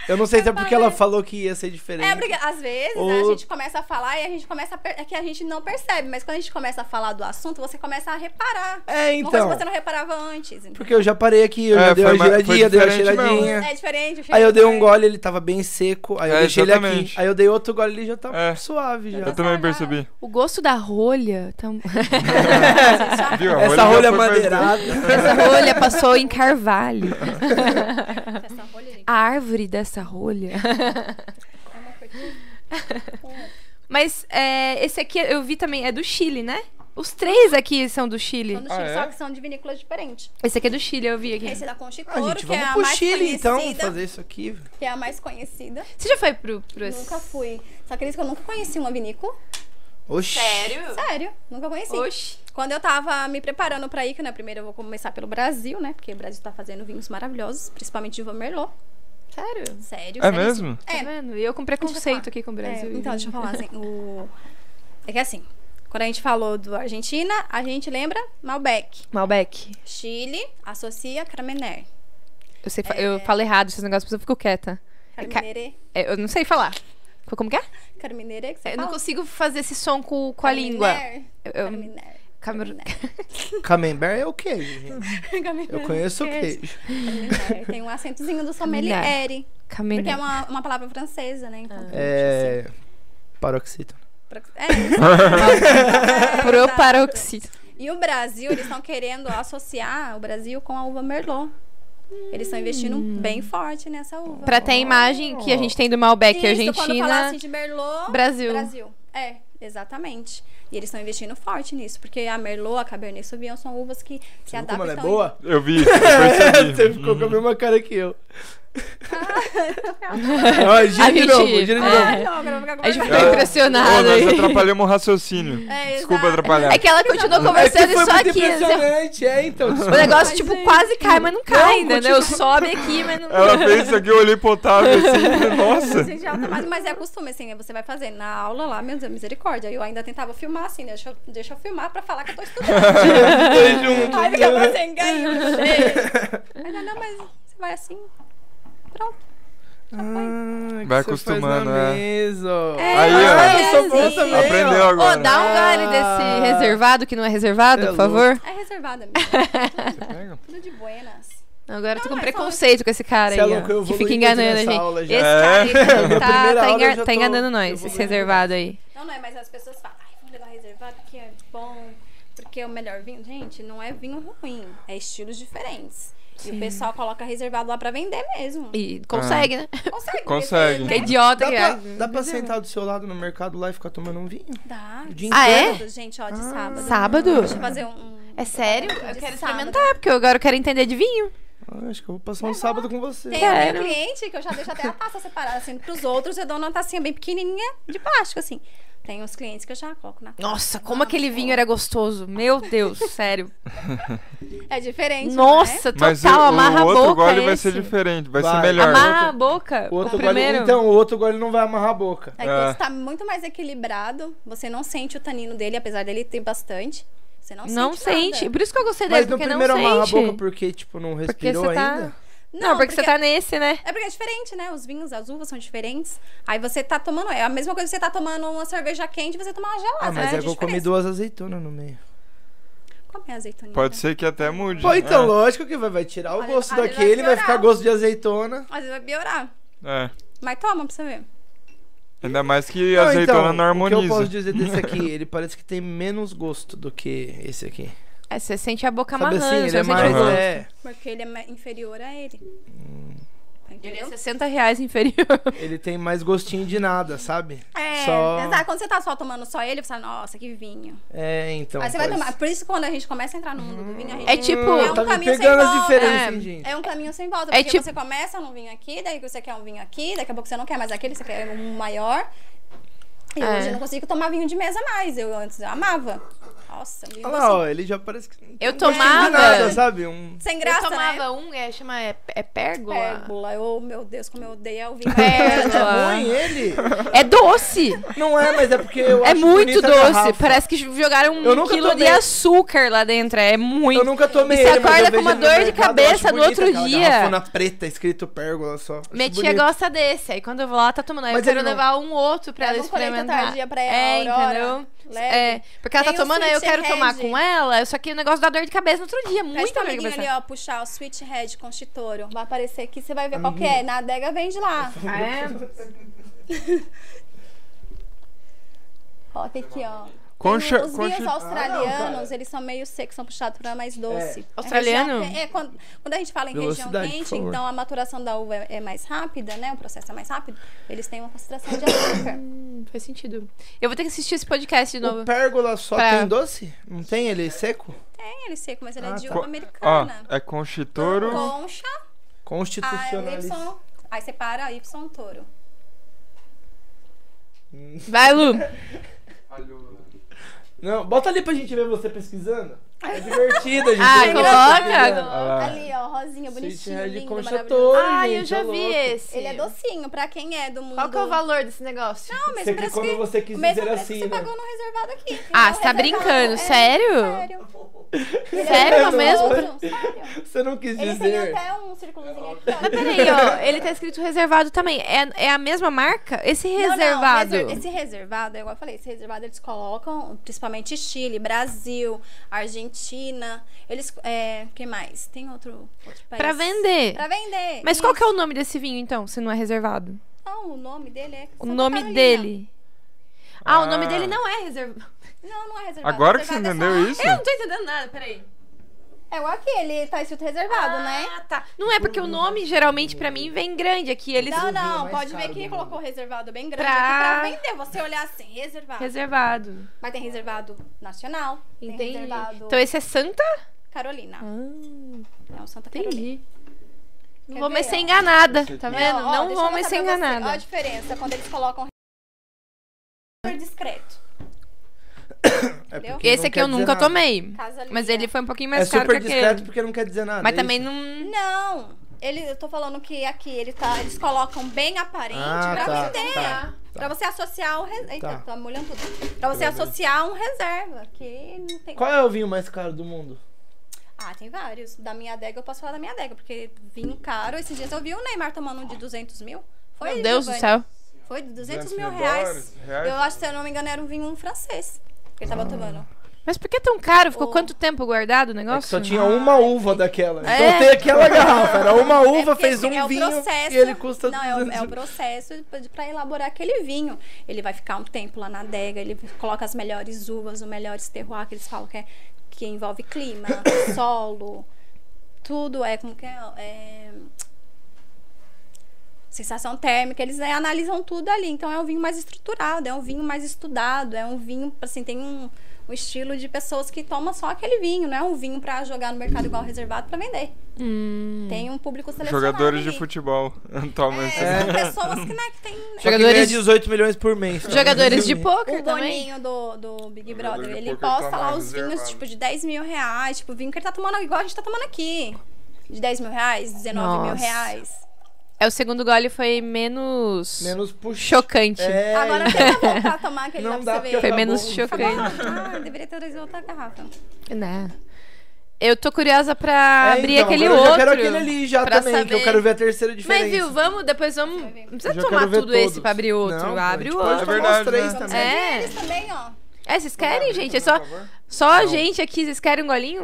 Speaker 3: Eu não sei se é porque ela
Speaker 4: Parece.
Speaker 3: falou que ia ser diferente.
Speaker 4: É, porque às vezes né, a
Speaker 3: Ou-
Speaker 4: gente começa a falar e a gente começa a per... é que a gente não percebe, mas quando a gente começa a falar do assunto, você começa a reparar.
Speaker 3: É,
Speaker 4: Uma coisa
Speaker 3: então.
Speaker 4: que você não reparava antes. entendeu?
Speaker 3: Porque eu já parei aqui, eu
Speaker 1: É,
Speaker 3: já dei
Speaker 1: foi
Speaker 3: uma
Speaker 1: ma- foi
Speaker 3: giradinha, dei uma
Speaker 1: diferente mesmo.
Speaker 3: giradinha.
Speaker 4: É diferente. o
Speaker 3: Aí eu dei um
Speaker 4: cheiro-
Speaker 3: gole, ele tava bem seco, aí eu
Speaker 1: É,
Speaker 3: deixei ele
Speaker 1: exatamente.
Speaker 3: aqui. Aí eu dei outro gole, ele já tava
Speaker 1: É.
Speaker 3: suave já.
Speaker 1: Eu
Speaker 2: tá
Speaker 1: também percebi.
Speaker 2: O gosto da rolha. Tá...
Speaker 1: Viu? A
Speaker 3: Essa
Speaker 1: já
Speaker 3: rolha
Speaker 1: foi mais-
Speaker 3: madeirada.
Speaker 2: Essa rolha passou em carvalho.
Speaker 4: Essa rolha, gente,
Speaker 2: A árvore dessa rolha.
Speaker 4: é uma coisa-
Speaker 2: Mas é, esse aqui eu vi também, é do Chile, né? Os três aqui são do Chile.
Speaker 4: São do Chile,
Speaker 1: Ah, é?
Speaker 4: só que são de vinícolas diferentes.
Speaker 2: Esse aqui é do Chile, eu vi aqui.
Speaker 4: Esse é da Concha e
Speaker 3: Ah,
Speaker 4: Couro,
Speaker 3: gente,
Speaker 4: que é
Speaker 3: vamos
Speaker 4: a
Speaker 3: pro
Speaker 4: mais
Speaker 3: Chile então,
Speaker 4: conhecida.
Speaker 3: fazer isso aqui. velho.
Speaker 4: Que é a mais conhecida.
Speaker 2: Você já foi pro... pro esse-
Speaker 4: Nunca fui. Só que que eu nunca conheci uma vinícola.
Speaker 3: Oxi.
Speaker 4: Sério, nunca conheci.
Speaker 2: Oxi.
Speaker 4: Quando eu tava me preparando pra ir, que na primeira eu vou começar pelo Brasil, né? Porque o Brasil tá fazendo vinhos maravilhosos, principalmente de uva Merlot.
Speaker 2: Sério?
Speaker 4: Sério,
Speaker 1: É
Speaker 4: sério.
Speaker 1: mesmo?
Speaker 2: Tá
Speaker 4: É,
Speaker 2: vendo? E eu com preconceito aqui com o
Speaker 4: é,
Speaker 2: Brasil. né?
Speaker 4: então, deixa eu falar assim. O... É que assim, quando a gente falou do Argentina, a gente lembra Malbec.
Speaker 2: Malbec.
Speaker 4: Chile associa Carmener.
Speaker 2: Eu, sei, fa-
Speaker 4: É.
Speaker 2: eu falo errado esses negócios, por isso eu fico quieta. É ca-
Speaker 4: Carminere.
Speaker 2: é, eu não sei falar. Como que é?
Speaker 4: Carminere que você
Speaker 2: Eu não
Speaker 4: fala?
Speaker 2: consigo fazer esse som com, com a língua.
Speaker 4: Carminer,
Speaker 2: Eu- eu-
Speaker 4: Carminer,
Speaker 2: Cameru-
Speaker 3: Camembert é o queijo, gente.
Speaker 4: Carminer,
Speaker 3: Eu conheço o queijo.
Speaker 4: Carminer. Tem um acentozinho do sommelier.
Speaker 2: Carminer.
Speaker 4: Porque é
Speaker 2: Cameru-
Speaker 4: uma, uma palavra francesa, né? Então,
Speaker 3: É. Paroxítona.
Speaker 4: Pro- É, isso.
Speaker 2: Proparoxi-
Speaker 4: E o Brasil, eles estão querendo associar o Brasil com a uva Merlot. Eles estão investindo bem forte nessa uva.
Speaker 2: Hum. Pra ter a imagem que a gente tem do Malbec
Speaker 4: Isso, quando falar
Speaker 2: Argentina.
Speaker 4: assim de Merlot,
Speaker 2: Brasil.
Speaker 4: É, exatamente. E eles estão investindo forte nisso, porque a Merlot, a Cabernet Sauvignon são uvas que tá se
Speaker 3: Viu Como
Speaker 4: adaptam.
Speaker 3: ela é boa?
Speaker 1: Eu vi, isso, eu percebi. Uhum.
Speaker 3: Você ficou com a mesma cara que eu.
Speaker 4: Ah, tá
Speaker 3: Ó, gira de
Speaker 2: gente-
Speaker 3: novo, gira de
Speaker 2: É.
Speaker 3: novo.
Speaker 4: Ai, não, agora eu vou
Speaker 2: A
Speaker 4: ficar
Speaker 2: gente
Speaker 4: conversando.
Speaker 2: ficou
Speaker 1: Ah,
Speaker 2: impressionado.
Speaker 1: Ô, nós
Speaker 2: aí.
Speaker 1: atrapalhamos o raciocínio.
Speaker 4: É,
Speaker 1: Desculpa
Speaker 4: exato.
Speaker 1: atrapalhar.
Speaker 2: né? É que ela continuou
Speaker 3: É que
Speaker 2: conversando
Speaker 3: foi
Speaker 2: e só
Speaker 3: muito
Speaker 2: aqui. assim,
Speaker 3: impressionante, é, então.
Speaker 2: ó. O negócio, tipo, quase cai, mas não cai ainda, né? Eu sobe aqui, mas não.
Speaker 1: Ela fez isso aqui, eu olhei pro Otávio assim, e falei, nossa.
Speaker 4: Gente, ela tá mais- mas é costume, assim, você vai fazer na aula lá, meu Deus, misericórdia. Eu ainda tentava filmar, assim, deixa eu, deixa eu filmar pra falar que eu tô estudando.
Speaker 3: Dois juntos.
Speaker 4: Aí fica sem ganho, Mas ah, não, mas você vai assim. Pronto.
Speaker 3: Ah, que
Speaker 1: Vai
Speaker 3: você faz
Speaker 1: acostumando,
Speaker 3: na
Speaker 1: é.
Speaker 3: mesa.
Speaker 4: É,
Speaker 1: Aí, ó.
Speaker 3: Ah, eu sou
Speaker 4: é
Speaker 3: bom
Speaker 4: assim.
Speaker 3: também. ó.
Speaker 1: Aprendeu
Speaker 2: Ô,
Speaker 1: agora.
Speaker 2: dá um gole
Speaker 3: Ah.
Speaker 2: desse reservado que não é reservado,
Speaker 3: Cê é
Speaker 2: por favor.
Speaker 4: É reservada, amiga. Tudo de buenas.
Speaker 2: Agora eu tô com
Speaker 4: Não, é só-
Speaker 2: preconceito com esse cara
Speaker 3: Cê é
Speaker 2: aí. ó,
Speaker 3: louco, eu
Speaker 2: que
Speaker 3: evoluí
Speaker 2: fica
Speaker 3: muito
Speaker 2: enganando a
Speaker 3: nessa
Speaker 2: gente.
Speaker 3: aula já.
Speaker 2: Esse
Speaker 1: É.
Speaker 2: cara aí tá,
Speaker 3: primeira
Speaker 2: tá
Speaker 3: aula
Speaker 2: enga-
Speaker 3: eu já
Speaker 2: tá
Speaker 3: tô-
Speaker 2: enganando
Speaker 3: eu
Speaker 2: nós,
Speaker 3: vou
Speaker 2: esse
Speaker 3: ganhar.
Speaker 2: reservado aí.
Speaker 4: Não, não é, mas as pessoas falam, ai, vamos levar reservado porque é bom, porque é o melhor vinho. Gente, não é vinho ruim, é estilos diferentes. E
Speaker 2: Sim.
Speaker 4: o pessoal coloca reservado lá pra vender mesmo.
Speaker 2: E consegue, né?
Speaker 4: Consegue.
Speaker 1: Consegue.
Speaker 2: Que
Speaker 4: vender, né?
Speaker 2: idiota
Speaker 3: Dá
Speaker 2: que
Speaker 3: pra,
Speaker 2: é.
Speaker 3: dá pra sentar do seu lado no mercado lá e ficar tomando um vinho?
Speaker 4: Dá.
Speaker 3: O dia
Speaker 2: Ah, é?
Speaker 4: Sábado, gente, ó, de sábado.
Speaker 2: Sábado?
Speaker 4: Deixa eu fazer um...
Speaker 2: É sério? Eu
Speaker 4: De
Speaker 2: quero
Speaker 4: sábado.
Speaker 2: experimentar, porque eu agora eu quero entender de vinho.
Speaker 3: Ah, acho que eu vou passar um sábado com você.
Speaker 4: Tem um
Speaker 2: Quero.
Speaker 4: cliente que eu já deixo até a taça separada, assim, pros outros, eu dou uma tacinha bem pequenininha de plástico, assim. Tem uns clientes que eu já coloco na taça.
Speaker 2: Nossa, como aquele vinho era gostoso. Meu Deus, sério.
Speaker 4: É diferente,
Speaker 2: né? Nossa,
Speaker 1: Mas o,
Speaker 2: total,
Speaker 1: o
Speaker 2: amarra a boca. é
Speaker 1: outro gole vai ser
Speaker 2: esse.
Speaker 1: diferente, vai, ser
Speaker 3: Vai.
Speaker 1: melhor.
Speaker 2: Amarra a boca.
Speaker 3: O outro
Speaker 2: o
Speaker 3: gole,
Speaker 2: um primeiro.
Speaker 3: então, o outro gole não vai amarrar a boca.
Speaker 4: né? É
Speaker 1: É.
Speaker 4: que esse tá muito mais equilibrado, você não sente o tanino dele, apesar dele ter bastante. Você não,
Speaker 2: não
Speaker 4: sente
Speaker 2: sente.
Speaker 4: nada.
Speaker 2: Por isso que eu gostei dele,
Speaker 3: Mas no
Speaker 2: porque não
Speaker 3: primeiro amarra a
Speaker 2: sente.
Speaker 3: boca porque, tipo, não respirou
Speaker 2: você tá-
Speaker 3: ainda.
Speaker 2: Não, porque, você tá nesse, né?
Speaker 4: É porque é diferente, né? Os vinhos, as uvas são diferentes. Aí você tá tomando... É a mesma coisa que você tá tomando uma cerveja quente e você tomar uma gelada.
Speaker 3: Ah, mas
Speaker 4: né?
Speaker 3: é que eu
Speaker 4: diferença.
Speaker 3: comi duas azeitonas no meio.
Speaker 4: Como é a azeitoninha?
Speaker 1: Pode ser que até mude.
Speaker 3: Pô, então,
Speaker 1: é.
Speaker 3: lógico que vai, vai tirar o
Speaker 4: Olha,
Speaker 3: gosto
Speaker 4: olha, vai
Speaker 3: daquele, vai
Speaker 4: piorar.
Speaker 3: ficar gosto de azeitona.
Speaker 4: Às vezes vai piorar.
Speaker 1: É.
Speaker 4: Mas toma pra você ver.
Speaker 1: Ainda mais que
Speaker 3: Não,
Speaker 1: azeitona não
Speaker 3: então, O que eu
Speaker 1: harmoniza.
Speaker 3: posso dizer desse aqui? Ele parece que tem menos gosto do que esse aqui.
Speaker 2: É, você sente a boca
Speaker 3: Sabe
Speaker 2: amarrando.
Speaker 3: assim, ele
Speaker 2: você
Speaker 3: é
Speaker 2: não
Speaker 3: mais...
Speaker 2: sente o
Speaker 1: gosto.
Speaker 3: É,
Speaker 4: Porque ele é ma- inferior a ele. Tá
Speaker 2: Ele é
Speaker 4: Entendeu?
Speaker 2: 60 reais inferior.
Speaker 3: ele tem mais gostinho de nada, sabe?
Speaker 4: É,
Speaker 3: Só-
Speaker 4: exato. Quando você tá só tomando só ele, você fala, nossa, que vinho.
Speaker 3: É, então.
Speaker 4: Aí você vai
Speaker 3: pode
Speaker 4: tomar. Por isso, quando a gente começa a entrar no mundo do vinho, a gente.
Speaker 2: É tipo-
Speaker 4: É um
Speaker 3: tá me
Speaker 4: caminho sem
Speaker 3: pegando as
Speaker 4: volta.
Speaker 3: diferenças, hein,
Speaker 2: É.
Speaker 3: gente.
Speaker 4: É um caminho sem volta.
Speaker 2: É
Speaker 4: Porque
Speaker 2: tipo-
Speaker 4: você começa num vinho aqui, daí você quer um vinho aqui, daqui a pouco você não quer mais aquele, você quer um maior. E
Speaker 2: É.
Speaker 4: hoje eu não consigo tomar vinho de mesa mais. Eu antes eu amava. Nossa, vinho
Speaker 3: Olha lá,
Speaker 4: assim,
Speaker 3: ó, ele já parece que. não
Speaker 2: Eu
Speaker 3: gosta de
Speaker 2: tomava-
Speaker 3: nada, sabe? Um...
Speaker 4: sem
Speaker 2: Eu
Speaker 4: graça,
Speaker 2: tomava
Speaker 4: né?
Speaker 2: um, é, chama, é, é pérgola?
Speaker 4: Pérgola. Eu, meu Deus, como eu odeio o vinho.
Speaker 2: É, Pérgola.
Speaker 3: Põe Tá ele.
Speaker 2: É doce!
Speaker 3: Não é, mas é porque eu
Speaker 2: é
Speaker 3: acho
Speaker 2: muito
Speaker 3: bonita a
Speaker 2: doce.
Speaker 3: garrafa.
Speaker 2: Parece que jogaram
Speaker 3: Eu
Speaker 2: um
Speaker 3: nunca
Speaker 2: quilo de
Speaker 3: tomei.
Speaker 2: açúcar lá dentro. É muito.
Speaker 3: Eu nunca tomei
Speaker 2: E você
Speaker 3: ele, mas eu
Speaker 2: acorda com
Speaker 3: vejo
Speaker 2: uma
Speaker 3: ele no
Speaker 2: dor de
Speaker 3: mercado, eu acho
Speaker 2: cabeça no
Speaker 3: bonita
Speaker 2: outro
Speaker 3: aquela
Speaker 2: dia.
Speaker 3: garrafona preta, escrito pérgola só. Acho
Speaker 2: Minha tia
Speaker 3: bonito.
Speaker 2: gosta desse. Aí quando eu vou lá, ela tá tomando. Aí
Speaker 3: Mas
Speaker 2: eu quero
Speaker 3: ele não-
Speaker 2: levar um outro pra ela
Speaker 4: Leva um 40
Speaker 2: experimentar.
Speaker 4: tardia pra ela,
Speaker 2: é,
Speaker 4: Aurora.
Speaker 2: entendeu?
Speaker 4: Leve.
Speaker 2: É, porque ela
Speaker 4: Tem
Speaker 2: tá
Speaker 4: o
Speaker 2: tomando, aí eu
Speaker 4: Sweet
Speaker 2: quero tomar
Speaker 4: Red.
Speaker 2: com ela, só que o negócio dá dor de cabeça no outro dia.
Speaker 4: Pede
Speaker 2: Muito
Speaker 4: pra
Speaker 2: dor de
Speaker 4: amiguinha
Speaker 2: cabeça.
Speaker 4: ali, ó, puxar o Sweet Red com Chitoro. Vai aparecer aqui, você vai ver qual que é. Na adega vende lá.
Speaker 2: Ah, é?
Speaker 4: Coloca aqui, ó.
Speaker 1: Concha-
Speaker 4: Tem os vinhos
Speaker 1: concha-
Speaker 4: australianos, eles são meio secos, são puxados pra mais doce. É
Speaker 2: Australiano?
Speaker 4: região- É, quando, quando a gente fala em
Speaker 3: Velocidade, por
Speaker 4: região quente,
Speaker 3: favor.
Speaker 4: então a maturação da uva é, é mais rápida, né? O processo é mais rápido. Eles têm uma concentração de açúcar.
Speaker 2: Hum, Faz sentido. Eu vou ter que assistir esse podcast de novo.
Speaker 3: O pérgola só
Speaker 2: Pra-
Speaker 3: tem doce? Não tem ele é seco?
Speaker 4: Tem ele seco, mas ele é
Speaker 3: Ah,
Speaker 4: de
Speaker 3: tá.
Speaker 4: uva
Speaker 1: Co- Ó,
Speaker 4: americana.
Speaker 1: é conchitoro.
Speaker 4: Concha, a
Speaker 3: Constitucionalista.
Speaker 4: Y. Aí separa Y touro.
Speaker 2: Vai, Lu.
Speaker 3: Não, bota ali pra gente ver você pesquisando. É divertido, gente.
Speaker 2: Ah,
Speaker 3: Eu
Speaker 2: coloca.
Speaker 3: gosto de pesquisar.
Speaker 2: Ah,
Speaker 1: lá.
Speaker 4: Ali, ó, rosinha,
Speaker 3: Sweet
Speaker 4: bonitinho,
Speaker 3: Red
Speaker 4: lindo,
Speaker 3: com
Speaker 4: maravilhoso.
Speaker 3: Chateau,
Speaker 2: Ai, eu
Speaker 3: gente,
Speaker 2: já
Speaker 3: é
Speaker 2: vi
Speaker 3: louco.
Speaker 2: esse.
Speaker 4: Ele é docinho, pra quem é do mundo...
Speaker 2: Qual que é o valor desse negócio?
Speaker 4: Não, mas
Speaker 3: Você que
Speaker 4: parece
Speaker 3: quando
Speaker 4: que...
Speaker 3: você quis
Speaker 4: o mesmo
Speaker 3: dizer
Speaker 4: preço
Speaker 3: assim,
Speaker 4: que você
Speaker 3: né?
Speaker 4: pagou no reservado aqui.
Speaker 2: Ah,
Speaker 4: No
Speaker 2: você tá
Speaker 4: reservado,
Speaker 2: brincando,
Speaker 4: é,
Speaker 2: sério?
Speaker 4: Sério. Ele é
Speaker 2: Sério
Speaker 4: gostoso,
Speaker 2: mesmo?
Speaker 4: sério.
Speaker 3: é. Você não quis
Speaker 4: Ele tem
Speaker 3: dizer.
Speaker 4: até um círculozinho aqui, ó.
Speaker 2: Peraí, ó. Ele tá escrito reservado também. É, é a mesma marca? Esse reservado.
Speaker 4: Não, não, reser- esse reservado, é igual eu falei, esse reservado eles colocam principalmente Chile, Brasil, Argentina. Eles. É, que mais? Tem outro, outro país.
Speaker 2: Pra vender.
Speaker 4: é Pra vender.
Speaker 2: Mas qual que é o
Speaker 4: isso.
Speaker 2: nome desse vinho, então, se não é reservado?
Speaker 4: Não, o nome dele é.
Speaker 2: O
Speaker 4: Santa
Speaker 2: nome
Speaker 4: Carolina.
Speaker 2: dele. Ah, o nome
Speaker 1: Ah.
Speaker 2: dele não é reservado.
Speaker 4: Não, não é reservado.
Speaker 1: Agora que você
Speaker 4: Reservado é
Speaker 1: entendeu
Speaker 4: só-
Speaker 1: isso?
Speaker 2: Eu não tô entendendo nada, peraí.
Speaker 4: É igual aqui, ele tá escrito reservado, né?
Speaker 2: Ah, tá. Não é porque o nome, geralmente, pra mim, vem grande aqui. Eles.
Speaker 4: Não,
Speaker 3: vinho
Speaker 4: não,
Speaker 3: é mais
Speaker 4: pode
Speaker 3: caro
Speaker 4: ver que
Speaker 3: do
Speaker 4: ele
Speaker 3: mundo.
Speaker 4: colocou reservado bem grande
Speaker 2: Pra-
Speaker 4: aqui pra vender. Você olhar assim, reservado.
Speaker 2: Reservado.
Speaker 4: Mas tem reservado nacional, tem
Speaker 2: Entendi.
Speaker 4: reservado Ah,
Speaker 2: Então esse é Santa?
Speaker 4: Carolina. É o Santa Carolina.
Speaker 2: entendi. Não
Speaker 4: Quer
Speaker 2: vou mais
Speaker 4: ver,
Speaker 2: ser
Speaker 4: ó?
Speaker 2: enganada, tá
Speaker 4: Ó,
Speaker 2: vendo?
Speaker 4: ó,
Speaker 2: Não
Speaker 4: deixa eu
Speaker 2: vou
Speaker 4: contar
Speaker 2: mais ser
Speaker 4: pra você. Ó a
Speaker 2: enganada.
Speaker 4: diferença quando eles colocam super discreto. Entendeu?
Speaker 3: É porque
Speaker 2: Esse
Speaker 3: não
Speaker 2: aqui
Speaker 3: quer
Speaker 2: eu
Speaker 3: dizer
Speaker 2: nunca
Speaker 3: nada.
Speaker 2: tomei.
Speaker 4: Casa linda.
Speaker 2: Mas ele foi um pouquinho
Speaker 3: É
Speaker 2: mais caro que
Speaker 3: super discreto
Speaker 2: aquele.
Speaker 3: porque não quer dizer nada.
Speaker 2: Mas
Speaker 3: é
Speaker 2: também
Speaker 3: isso?
Speaker 2: não.
Speaker 4: Não. Ele, eu tô falando que aqui ele tá, eles colocam bem
Speaker 2: é
Speaker 4: aparente
Speaker 3: Ah,
Speaker 4: pra
Speaker 3: tá,
Speaker 4: vender.
Speaker 3: tá,
Speaker 4: Pra você associar o reserva. Eita,
Speaker 3: Tá.
Speaker 4: tô molhando tudo. Pra você associar um reserva. Que não tem.
Speaker 3: Qual é o vinho mais caro do mundo?
Speaker 4: Ah, tem vários. Da minha adega eu posso falar da minha adega, porque vinho caro. Esses dias eu vi o Neymar tomando um de 200 mil. Foi,
Speaker 2: Meu Deus do
Speaker 4: Giovanni?
Speaker 2: céu.
Speaker 4: Foi de 200
Speaker 1: mil
Speaker 4: mil reais.
Speaker 1: dólares, reais? Ah.
Speaker 4: Eu acho, se eu não me engano, era um vinho francês que ele tava tomando.
Speaker 2: Mas por que é tão caro? Ficou
Speaker 4: O-
Speaker 2: quanto tempo guardado o
Speaker 3: É que
Speaker 2: negócio?
Speaker 3: só tinha
Speaker 4: Ah,
Speaker 3: uma uva daquela.
Speaker 2: É.
Speaker 3: Então tem aquela garrafa. Era uma uva,
Speaker 4: porque
Speaker 3: fez um
Speaker 4: é o
Speaker 3: vinho
Speaker 4: processo-
Speaker 3: e ele custa
Speaker 4: Não, é o,
Speaker 3: 200.
Speaker 4: é o processo de- pra elaborar aquele vinho. Ele vai ficar um tempo lá na adega, ele coloca as melhores uvas, os melhores terroir que eles falam que, é, que envolve clima, solo, tudo é como que é, é, sensação térmica, eles né, analisam tudo ali. Então é um vinho mais estruturado, é um vinho mais estudado, é um vinho assim, tem um um estilo de pessoas que tomam só aquele vinho, não é um vinho pra jogar no mercado igual reservado pra vender.
Speaker 2: Hum.
Speaker 4: Tem um público selecionado.
Speaker 1: Jogadores de
Speaker 4: ali.
Speaker 1: futebol. Toma esse.
Speaker 4: É, são pessoas que, né, que tem.
Speaker 3: Só que
Speaker 2: Jogadores-
Speaker 3: ganha 18 milhões por mês.
Speaker 2: Jogadores de pôquer
Speaker 4: O
Speaker 2: também?
Speaker 4: Boninho do, do Big
Speaker 1: Jogador
Speaker 4: Brother,
Speaker 1: de
Speaker 4: ele
Speaker 1: poker
Speaker 4: posta
Speaker 3: tá
Speaker 1: toma
Speaker 4: lá os
Speaker 1: reservado.
Speaker 4: vinhos, tipo, de 10 mil reais. Tipo, o vinho que ele tá tomando igual a gente tá tomando aqui. De 10 mil reais, 19 mil
Speaker 2: Nossa.
Speaker 4: reais.
Speaker 2: É, o segundo gole foi menos,
Speaker 3: Menos puxa.
Speaker 2: chocante.
Speaker 3: É, tá
Speaker 4: Agora tenta voltar a tomar aquele lá
Speaker 3: não
Speaker 4: pra
Speaker 3: dá
Speaker 4: você
Speaker 3: porque
Speaker 4: ver.
Speaker 2: Foi
Speaker 3: acabou.
Speaker 2: menos chocante.
Speaker 4: Ah, deveria ter trazido outra garrafa.
Speaker 2: Né? Eu tô curiosa pra
Speaker 3: É,
Speaker 2: abrir
Speaker 3: então,
Speaker 2: aquele
Speaker 3: agora
Speaker 2: outro.
Speaker 3: Eu já quero aquele ali já
Speaker 2: pra
Speaker 3: também, que eu
Speaker 2: saber.
Speaker 3: quero ver a terceira diferença.
Speaker 2: Mas viu, vamos, depois vamos. Não precisa
Speaker 3: Já
Speaker 2: tomar
Speaker 3: quero ver
Speaker 2: tudo esse
Speaker 3: todos.
Speaker 2: pra abrir outro.
Speaker 3: Não,
Speaker 2: Abre
Speaker 3: a
Speaker 2: o
Speaker 3: gente
Speaker 2: outro.
Speaker 3: pode
Speaker 1: É
Speaker 3: tomar
Speaker 1: verdade,
Speaker 3: os três
Speaker 1: né?
Speaker 3: também.
Speaker 2: É.
Speaker 4: Eles também, ó.
Speaker 2: É, vocês querem, gente? É só, só a gente aqui. Vocês querem um golinho?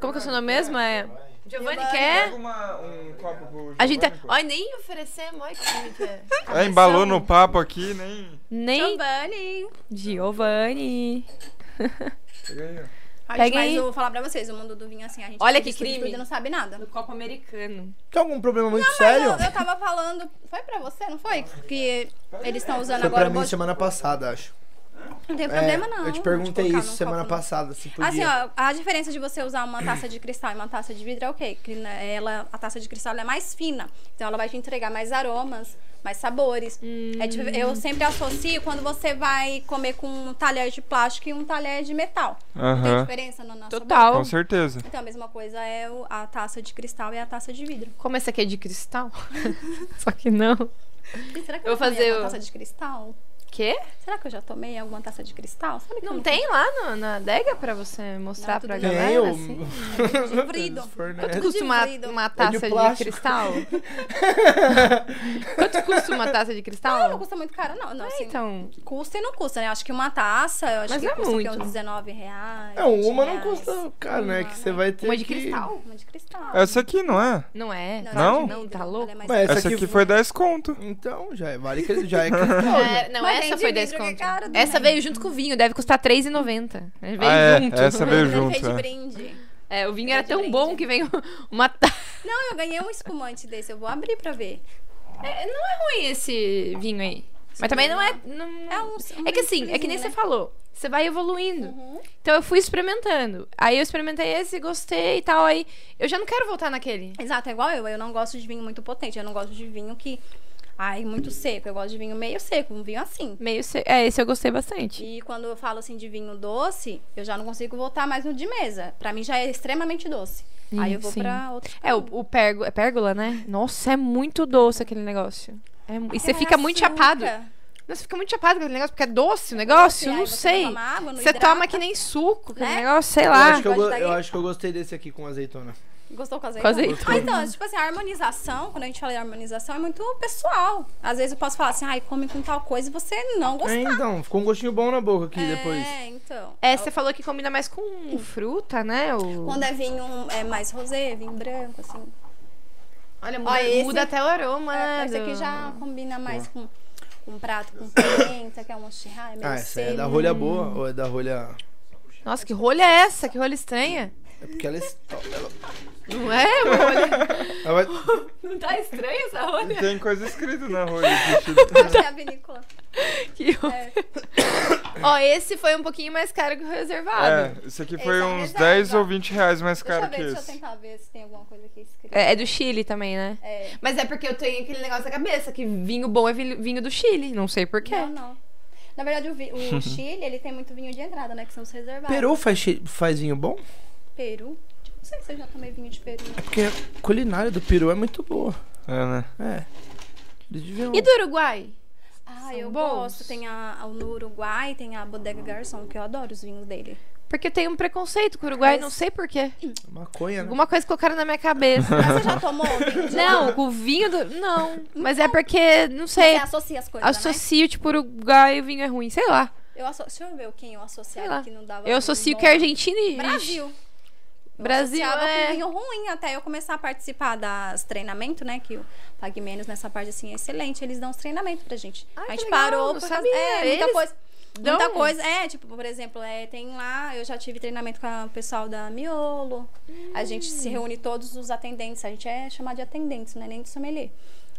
Speaker 2: Como que é o seu nome mesmo? É. Giovanni
Speaker 4: Giovanni.
Speaker 3: né?
Speaker 2: quer?
Speaker 1: um copo pro
Speaker 2: É. A gente tá. Olha, nem oferecemos. Olha que bonito é.
Speaker 1: É, embalou no papo aqui, nem.
Speaker 2: Nem.
Speaker 4: Giovanni.
Speaker 2: Giovanni.
Speaker 4: A
Speaker 2: Pega
Speaker 4: gente,
Speaker 2: aí.
Speaker 4: mas eu vou falar pra vocês, o mundo do vinho assim, a gente
Speaker 2: Olha
Speaker 4: tem
Speaker 2: que
Speaker 4: estudo de
Speaker 2: crime.
Speaker 4: tudo e não sabe nada.
Speaker 2: Do copo americano.
Speaker 3: Tem algum problema muito sério?
Speaker 4: Eu, eu tava falando. Foi pra você, não foi? Que eles estão usando
Speaker 3: Foi
Speaker 4: agora
Speaker 3: pra
Speaker 4: o
Speaker 3: mim
Speaker 4: bot-
Speaker 3: semana passada, acho.
Speaker 4: Não tem problema,
Speaker 3: É,
Speaker 4: não.
Speaker 3: Eu te
Speaker 4: de
Speaker 3: perguntei
Speaker 4: colocar
Speaker 3: isso
Speaker 4: num
Speaker 3: semana
Speaker 4: copo, não.
Speaker 3: passada, se podia.
Speaker 4: Assim, ó, a diferença de você usar uma taça de cristal e uma taça de vidro é o quê? Que na- ela, a taça de cristal ela é mais fina, então ela vai te entregar mais aromas, mais sabores. É dif-
Speaker 2: Hum.
Speaker 4: eu sempre associo quando você vai comer com um talher de plástico e um talher de metal. Não Tem
Speaker 1: Aham.
Speaker 4: diferença na nossa boca?
Speaker 2: Total.
Speaker 1: Com certeza.
Speaker 4: Então a mesma coisa é o- a taça de cristal e a taça de vidro.
Speaker 2: Como essa aqui é de cristal? Só que não.
Speaker 4: E será que
Speaker 2: Eu
Speaker 4: eu,
Speaker 2: vou
Speaker 4: tomei
Speaker 2: fazer
Speaker 4: alguma
Speaker 2: o-
Speaker 4: taça de cristal?
Speaker 2: Quê?
Speaker 4: Será que eu já tomei alguma taça de cristal? Sabe que eu
Speaker 2: Não
Speaker 4: nunca-
Speaker 2: tem lá no- na adega pra você mostrar
Speaker 4: Não,
Speaker 2: pra
Speaker 4: tudo
Speaker 2: galera?
Speaker 4: bem.
Speaker 3: eu.
Speaker 2: assim?
Speaker 4: Comprido.
Speaker 2: Quanto
Speaker 4: É.
Speaker 2: custa uma,
Speaker 4: De vidro.
Speaker 2: uma taça de
Speaker 3: plástico.
Speaker 2: cristal? Quanto custa uma taça de
Speaker 4: Ah, não
Speaker 2: cristal?
Speaker 4: custa muito caro, não. não assim,
Speaker 2: Então,
Speaker 4: Custa e não custa, né? Acho que uma taça, eu acho
Speaker 2: Mas
Speaker 4: que
Speaker 2: não é
Speaker 4: custa o quê?
Speaker 2: muito.
Speaker 4: uns 19 reais.
Speaker 3: Não,
Speaker 4: 20
Speaker 3: É, uma não
Speaker 4: reais.
Speaker 3: custa, cara, né?
Speaker 4: Uma,
Speaker 3: Que você
Speaker 4: né?
Speaker 3: vai ter.
Speaker 2: uma de
Speaker 3: que-
Speaker 2: cristal?
Speaker 4: Uma de cristal.
Speaker 1: Essa aqui não é?
Speaker 2: Não é?
Speaker 4: Não,
Speaker 1: Não?
Speaker 4: de
Speaker 2: Não,
Speaker 4: vidro,
Speaker 2: tá
Speaker 4: ela é
Speaker 2: louco?
Speaker 4: mais
Speaker 3: Mas essa
Speaker 4: cara.
Speaker 1: Essa
Speaker 3: aqui
Speaker 1: aqui foi 10 conto.
Speaker 3: Então, já é, vale que já é cristal.
Speaker 2: É, não,
Speaker 4: Mas
Speaker 2: essa
Speaker 4: vem
Speaker 2: foi
Speaker 4: de
Speaker 2: 10
Speaker 4: vidro, que é
Speaker 2: conto.
Speaker 4: caro também.
Speaker 2: Essa veio junto com o vinho, deve custar R$3,90. Veio
Speaker 1: Ah, é,
Speaker 2: junto.
Speaker 1: essa veio
Speaker 4: Mas ele fez
Speaker 1: junto,
Speaker 4: de
Speaker 1: é.
Speaker 4: brinde.
Speaker 2: É, o vinho era
Speaker 4: de
Speaker 2: tão
Speaker 4: brinde.
Speaker 2: bom que veio uma taça.
Speaker 4: Não, eu ganhei um espumante desse, eu vou abrir pra ver.
Speaker 2: É, não é ruim esse vinho aí. Mas
Speaker 4: Sim,
Speaker 2: também não é.
Speaker 4: não.
Speaker 2: Não, não-
Speaker 4: É um- um
Speaker 2: É que assim, é que nem
Speaker 4: brindezinho,
Speaker 2: você
Speaker 4: né?
Speaker 2: falou. Você vai evoluindo. Então eu fui experimentando. Aí eu experimentei esse, gostei e tal. Aí eu já não quero voltar naquele.
Speaker 4: Exato, é igual eu. Eu não gosto de vinho muito potente. Eu não gosto de vinho que. Ai, muito seco. Eu gosto de vinho meio seco, um vinho assim.
Speaker 2: Meio. Se... É, esse eu gostei bastante.
Speaker 4: E quando eu falo assim de vinho doce, eu já não consigo voltar mais no de mesa. Pra mim já é extremamente doce. Aí
Speaker 2: Ih,
Speaker 4: eu vou
Speaker 2: sim.
Speaker 4: pra outro.
Speaker 2: É, o, o pergo- é pérgola, né? Nossa, é muito doce aquele negócio. É mu- e você
Speaker 4: Tem
Speaker 2: fica muito
Speaker 4: açúcar.
Speaker 2: chapado. Nossa, fica muito chapado com aquele negócio, porque é doce o negócio?
Speaker 4: Aí
Speaker 2: não
Speaker 4: é, você
Speaker 2: sei.
Speaker 4: toma água, não
Speaker 2: Você toma
Speaker 4: hidrata.
Speaker 2: que nem suco, aquele
Speaker 4: Né?
Speaker 2: negócio, sei
Speaker 3: Eu
Speaker 2: lá.
Speaker 3: acho, que eu, go-
Speaker 4: Pode dar
Speaker 3: eu
Speaker 4: aí.
Speaker 3: acho que eu gostei desse aqui com azeitona.
Speaker 4: Gostou com azeite?
Speaker 2: Com azeitona.
Speaker 4: Ah, então, tipo assim, a harmonização, quando a gente fala de harmonização, é muito pessoal. Às vezes eu posso falar assim, ai, come com tal coisa e você não gostar.
Speaker 3: É, então, ficou um gostinho bom na boca aqui
Speaker 4: É,
Speaker 3: depois.
Speaker 4: então.
Speaker 2: É, você falou que combina mais com fruta, né? O...
Speaker 4: Hum. Quando é vinho é mais rosé, vinho branco, assim.
Speaker 2: Olha, muda,
Speaker 4: Ó, esse-
Speaker 2: muda até o aroma. né,
Speaker 4: É, esse aqui
Speaker 2: do-
Speaker 4: já combina mais com um prato com pimenta, que é um shirai, meio
Speaker 3: Ah, essa é
Speaker 4: seco.
Speaker 3: da
Speaker 2: hum.
Speaker 3: rolha boa ou é da rolha.
Speaker 2: Nossa, que rolha é essa? Que rolha estranha.
Speaker 3: É porque ela. estoura, Ela,
Speaker 2: Não é, uma rolha?
Speaker 3: ela vai...
Speaker 2: Não tá estranha essa
Speaker 1: E
Speaker 2: rolha?
Speaker 1: tem coisa escrita na rolha de Chile.
Speaker 4: Acho que é a vinícola.
Speaker 2: Que ro-
Speaker 4: É.
Speaker 2: Ó, esse foi um pouquinho mais caro que o reservado.
Speaker 1: É, isso aqui foi
Speaker 4: Esse é
Speaker 1: uns
Speaker 4: reserva.
Speaker 1: 10 ou 20 reais mais
Speaker 4: Deixa
Speaker 1: caro
Speaker 4: eu ver,
Speaker 1: que
Speaker 3: é
Speaker 4: deixa eu
Speaker 1: esse.
Speaker 4: tentar ver se tem alguma coisa aqui escrita.
Speaker 2: É, é do Chile também, né?
Speaker 4: É.
Speaker 2: Mas é porque eu tenho aquele negócio na cabeça, que vinho bom é vi- vinho do Chile. Não sei porquê.
Speaker 4: Não, não. Na verdade, o, vi- o Chile, ele tem muito vinho de entrada, né? Que são os reservados.
Speaker 3: Peru faz, chi- faz vinho bom? É
Speaker 4: Peru. Não sei se eu já tomei vinho de Peru. né?
Speaker 3: Porque a culinária do Peru é muito boa.
Speaker 1: É, né?
Speaker 3: É. Eles deviam.
Speaker 2: E do Uruguai?
Speaker 4: Ah,
Speaker 2: São
Speaker 4: eu
Speaker 2: bons.
Speaker 4: gosto. Tem a, a- no Uruguai, tem a Bodega Garçom, que eu adoro os vinhos dele.
Speaker 2: Porque eu tenho um preconceito com o Uruguai, não
Speaker 4: Mas-
Speaker 2: sei porquê.
Speaker 3: Maconha, né?
Speaker 2: Alguma coisa colocaram na minha cabeça.
Speaker 4: Mas você já tomou? vinho de-
Speaker 2: Não, o vinho do. Não. Mas é porque, não sei.
Speaker 4: Você associa as coisas, né?
Speaker 2: Associo, tipo, Uruguai e o vinho é ruim. Sei lá.
Speaker 4: Eu asso... Deixa eu ver o quem eu
Speaker 2: Sei lá.
Speaker 4: associava que não dava um
Speaker 2: Eu
Speaker 4: vinho
Speaker 2: associo
Speaker 4: bom.
Speaker 2: que é Argentina e.
Speaker 4: Brasil. Eu
Speaker 2: Brasil
Speaker 4: associava
Speaker 2: é.
Speaker 4: com um vinho ruim até eu começar a participar das treinamentos, né? Que o Pague Menos nessa parte assim é excelente. Eles dão os treinamentos pra gente.
Speaker 2: Ai,
Speaker 4: a
Speaker 2: que
Speaker 4: gente
Speaker 2: legal,
Speaker 4: parou
Speaker 2: não
Speaker 4: por
Speaker 2: sabia.
Speaker 4: É, muita
Speaker 2: Eles
Speaker 4: coisa.
Speaker 2: dão?
Speaker 4: Muita coisa. É, tipo, por exemplo, é, tem lá, eu já tive treinamento com a- o pessoal da Miolo. A gente se
Speaker 2: Hum.
Speaker 4: reúne todos os atendentes. A gente é chamado de atendentes, não é nem de sommelier.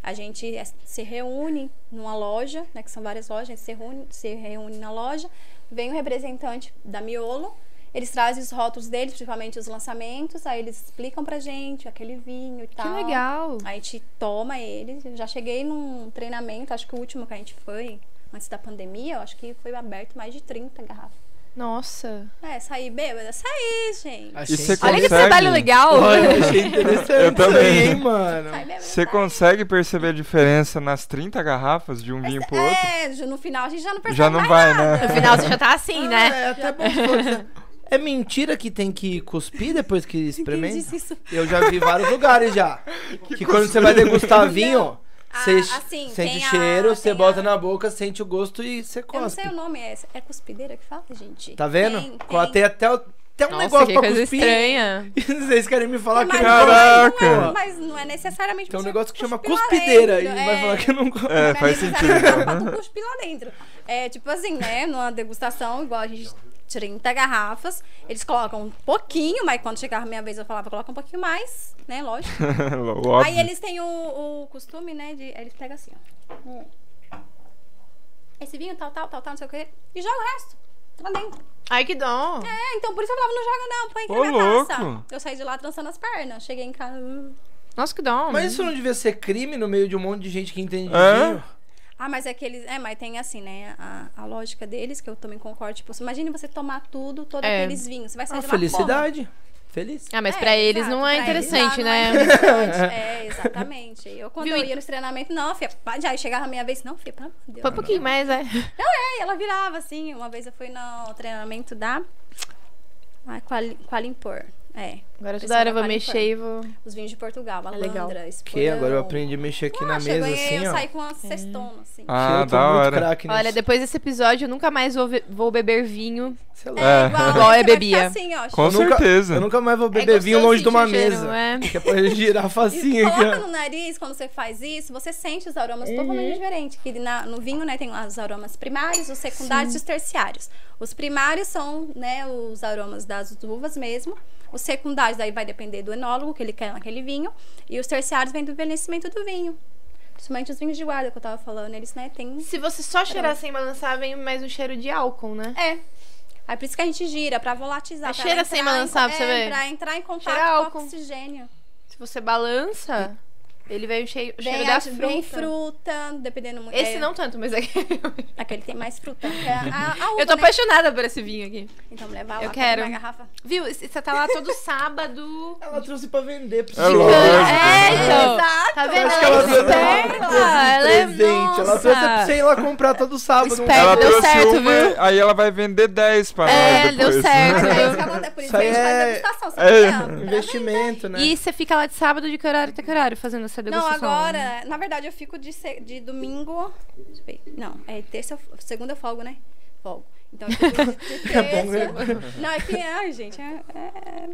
Speaker 4: A gente é- se reúne numa loja, né? Que são várias lojas, a gente se reúne, se reúne na loja, vem o representante da Miolo. Eles trazem os rótulos deles, principalmente os lançamentos, aí eles explicam pra gente aquele vinho e
Speaker 2: Que
Speaker 4: tal.
Speaker 2: legal.
Speaker 4: Aí a gente toma eles. Eu já cheguei num treinamento, acho que o último que a gente foi, antes da pandemia, eu acho que foi aberto mais de 30 garrafas.
Speaker 2: Nossa.
Speaker 4: É, saí bêbada, saí,
Speaker 2: é
Speaker 4: gente.
Speaker 3: Achei
Speaker 1: E você
Speaker 3: interessante.
Speaker 2: Olha que
Speaker 1: Consegue?
Speaker 2: trabalho legal.
Speaker 3: Olha, achei interessante.
Speaker 1: Eu também.
Speaker 3: isso aí, mano.
Speaker 4: Saí bêbada.
Speaker 1: Você consegue perceber a diferença nas 30 garrafas de um vinho pro outro?
Speaker 4: É, ju- no final a gente já não percebe
Speaker 1: Já não
Speaker 4: mais
Speaker 1: vai,
Speaker 4: nada.
Speaker 1: né?
Speaker 2: No final você já tá assim,
Speaker 3: Ah,
Speaker 2: né?
Speaker 3: É até bom. se fosse, né? É mentira que tem que cuspir depois que
Speaker 4: Quem
Speaker 3: experimenta?
Speaker 4: disse isso?
Speaker 3: Eu já vi vários lugares já. Que, quando você vai degustar vinho,
Speaker 4: Ah,
Speaker 3: você
Speaker 4: assim,
Speaker 3: sente
Speaker 4: tem
Speaker 3: o
Speaker 4: a-
Speaker 3: cheiro, você
Speaker 4: tem
Speaker 3: bota
Speaker 4: a-
Speaker 3: na boca, sente o gosto e você
Speaker 4: Eu não sei
Speaker 3: cospe.
Speaker 4: o nome, é, é cuspideira que fala, gente?
Speaker 3: Tá vendo?
Speaker 4: Tem, tem.
Speaker 3: Tem, até, o- até um
Speaker 2: Nossa,
Speaker 3: negócio
Speaker 2: que
Speaker 3: pra
Speaker 2: coisa
Speaker 3: cuspir.
Speaker 2: estranha.
Speaker 3: E vocês querem me falar que
Speaker 4: Mas
Speaker 3: eu
Speaker 4: não é-
Speaker 3: não gosto?
Speaker 1: Caraca!
Speaker 4: não é- Mas não é necessariamente
Speaker 3: Tem um
Speaker 4: pra você
Speaker 3: negócio que chama
Speaker 4: cuspir lá
Speaker 3: cuspideira e
Speaker 4: dentro,
Speaker 3: vai falar que eu não gosto.
Speaker 1: É, faz
Speaker 4: Pra mim,
Speaker 1: sentido.
Speaker 4: fizeram pra tu cuspir lá dentro. É tipo assim, né? Numa degustação, igual a gente. 30 garrafas, eles colocam um pouquinho, mas quando chegava a minha vez eu falava, coloca um pouquinho mais, né? Lógico.
Speaker 1: Óbvio.
Speaker 4: Aí eles têm o, o costume, né? De, aí eles pegam assim, ó. Hum. esse vinho, tal, tal, tal, tal, não sei o quê. E joga o resto. Lá dentro.
Speaker 2: Ai, que dom.
Speaker 4: É, então por isso eu falava, não joga não, põe aqui
Speaker 1: Ô,
Speaker 4: na minha taça.
Speaker 1: louco.
Speaker 4: Eu saí de lá trançando as pernas. Cheguei em casa. hum.
Speaker 2: Nossa, que dom.
Speaker 3: Mas isso não devia ser crime no meio de um monte de gente que entende de
Speaker 1: É?
Speaker 3: vinho?
Speaker 4: Ah, mas é que eles. É, mas tem assim, né? A, a lógica deles, que eu também concordo. Tipo, assim, imagine você tomar tudo, todos
Speaker 2: É.
Speaker 4: aqueles vinhos. Você vai sair
Speaker 3: Ah,
Speaker 4: de lá forte.
Speaker 3: felicidade. Feliz.
Speaker 2: Ah, mas
Speaker 4: É,
Speaker 2: pra eles
Speaker 4: exato,
Speaker 2: não é
Speaker 4: pra eles lá
Speaker 2: interessante,
Speaker 4: não é
Speaker 2: né?
Speaker 4: interessante. É, exatamente. Eu, quando
Speaker 2: Viu,
Speaker 4: eu
Speaker 2: e-
Speaker 4: ia nos treinamentos, não, filha, pá, já aí chegava a minha vez, não, filha, pelo amor de Deus.
Speaker 2: Foi um pouquinho mais, é.
Speaker 4: Aí ela virava, assim, uma vez eu fui no treinamento da ah, Quali- Qualimpor, é,
Speaker 2: Agora
Speaker 4: Pessoal
Speaker 2: toda hora eu vou
Speaker 4: da Qualicorp.
Speaker 2: mexer e vou.
Speaker 4: os vinhos de Portugal,
Speaker 2: legal.
Speaker 4: Alandra, Esporão.
Speaker 3: Que É agora eu aprendi a mexer aqui na
Speaker 4: Nossa, eu
Speaker 3: mesa
Speaker 4: ganhei,
Speaker 3: assim,
Speaker 4: eu
Speaker 3: ó.
Speaker 4: saí com uma cestona, assim.
Speaker 1: Ah,
Speaker 3: eu tô
Speaker 1: da
Speaker 3: muito
Speaker 1: hora.
Speaker 3: craque nisso.
Speaker 2: Olha, depois desse episódio eu nunca mais vou, ve- vou beber vinho.
Speaker 3: Sei lá.
Speaker 1: É.
Speaker 2: Igual
Speaker 4: Igual, aí
Speaker 2: eu
Speaker 4: você vai
Speaker 2: bebia.
Speaker 4: ficar assim, ó,
Speaker 1: Com
Speaker 3: Eu nunca-
Speaker 1: certeza.
Speaker 3: Eu nunca mais vou beber
Speaker 2: É gostoso
Speaker 3: vinho longe de uma
Speaker 2: sentir o cheiro,
Speaker 3: mesa.
Speaker 2: é.
Speaker 3: Que é pra girar a facinha aqui,
Speaker 4: Coloca
Speaker 3: ó.
Speaker 4: no nariz quando você faz isso, você sente os aromas totalmente diferentes. Que na- no vinho, né, tem lá os aromas primários, os secundários e os terciários. Os primários são, né, os aromas das uvas mesmo. Os secundários daí vai depender do enólogo que ele quer naquele vinho. E os terciários vêm do envelhecimento do vinho. Principalmente os vinhos de guarda que eu tava falando, eles, né, tem.
Speaker 2: Se você só cheirar sem balançar, vem mais um cheiro de álcool, né?
Speaker 4: É. Aí por isso que a gente gira, pra volatilizar.
Speaker 2: Mas
Speaker 4: pra
Speaker 2: É cheira
Speaker 4: entrar
Speaker 2: sem balançar,
Speaker 4: em,
Speaker 2: pra você
Speaker 4: é,
Speaker 2: ver.
Speaker 4: Pra entrar em
Speaker 2: Cheira
Speaker 4: contato com
Speaker 2: álcool.
Speaker 4: o oxigênio.
Speaker 2: Se você balança, ele vem o cheiro, o cheiro
Speaker 4: Vem,
Speaker 2: da
Speaker 4: acho-
Speaker 2: fruta.
Speaker 4: vem fruta, dependendo muito.
Speaker 2: Esse
Speaker 4: é,
Speaker 2: não tanto, mas é que...
Speaker 4: Aquele tem mais fruta. É a, a uva,
Speaker 2: Eu tô
Speaker 4: né?
Speaker 2: apaixonada por esse vinho aqui.
Speaker 4: Então levar lá
Speaker 2: Eu
Speaker 4: pra
Speaker 2: quero.
Speaker 4: uma garrafa.
Speaker 2: Viu? E Você tá lá todo sábado.
Speaker 3: Ela trouxe pra vender. Pra
Speaker 1: É
Speaker 3: você.
Speaker 1: lógico.
Speaker 2: É, então.
Speaker 4: Exato.
Speaker 2: Tá
Speaker 3: Eu
Speaker 2: vendo?
Speaker 3: acho que
Speaker 2: Ela
Speaker 3: ela
Speaker 2: é
Speaker 3: trouxe pra
Speaker 2: esperta. Ela é
Speaker 3: presente. Ela trouxe pra
Speaker 2: nossa.
Speaker 3: você ir lá comprar todo sábado. um-
Speaker 2: Esperta.
Speaker 1: Ela
Speaker 2: deu
Speaker 1: trouxe
Speaker 2: certo,
Speaker 1: uma,
Speaker 2: viu?
Speaker 1: aí ela vai vender 10 pra
Speaker 2: É,
Speaker 1: nós depois.
Speaker 2: deu certo.
Speaker 4: É isso que acontece. Por
Speaker 3: Isso
Speaker 4: isso que a gente
Speaker 3: aí é-
Speaker 4: faz degustação. Você
Speaker 1: é-
Speaker 4: não quer?
Speaker 3: Investimento, né?
Speaker 2: E você fica lá de sábado de que horário até que horário fazendo essa
Speaker 4: Não,
Speaker 2: degustação?
Speaker 4: agora, na verdade, eu fico de, se- de domingo. Deixa eu ver. Não, é terça, eu fo- segunda eu folgo, né? Folgo. Então eu fico de, de terça.
Speaker 3: É bom, né?
Speaker 4: Não, é que, ai, gente, é, é-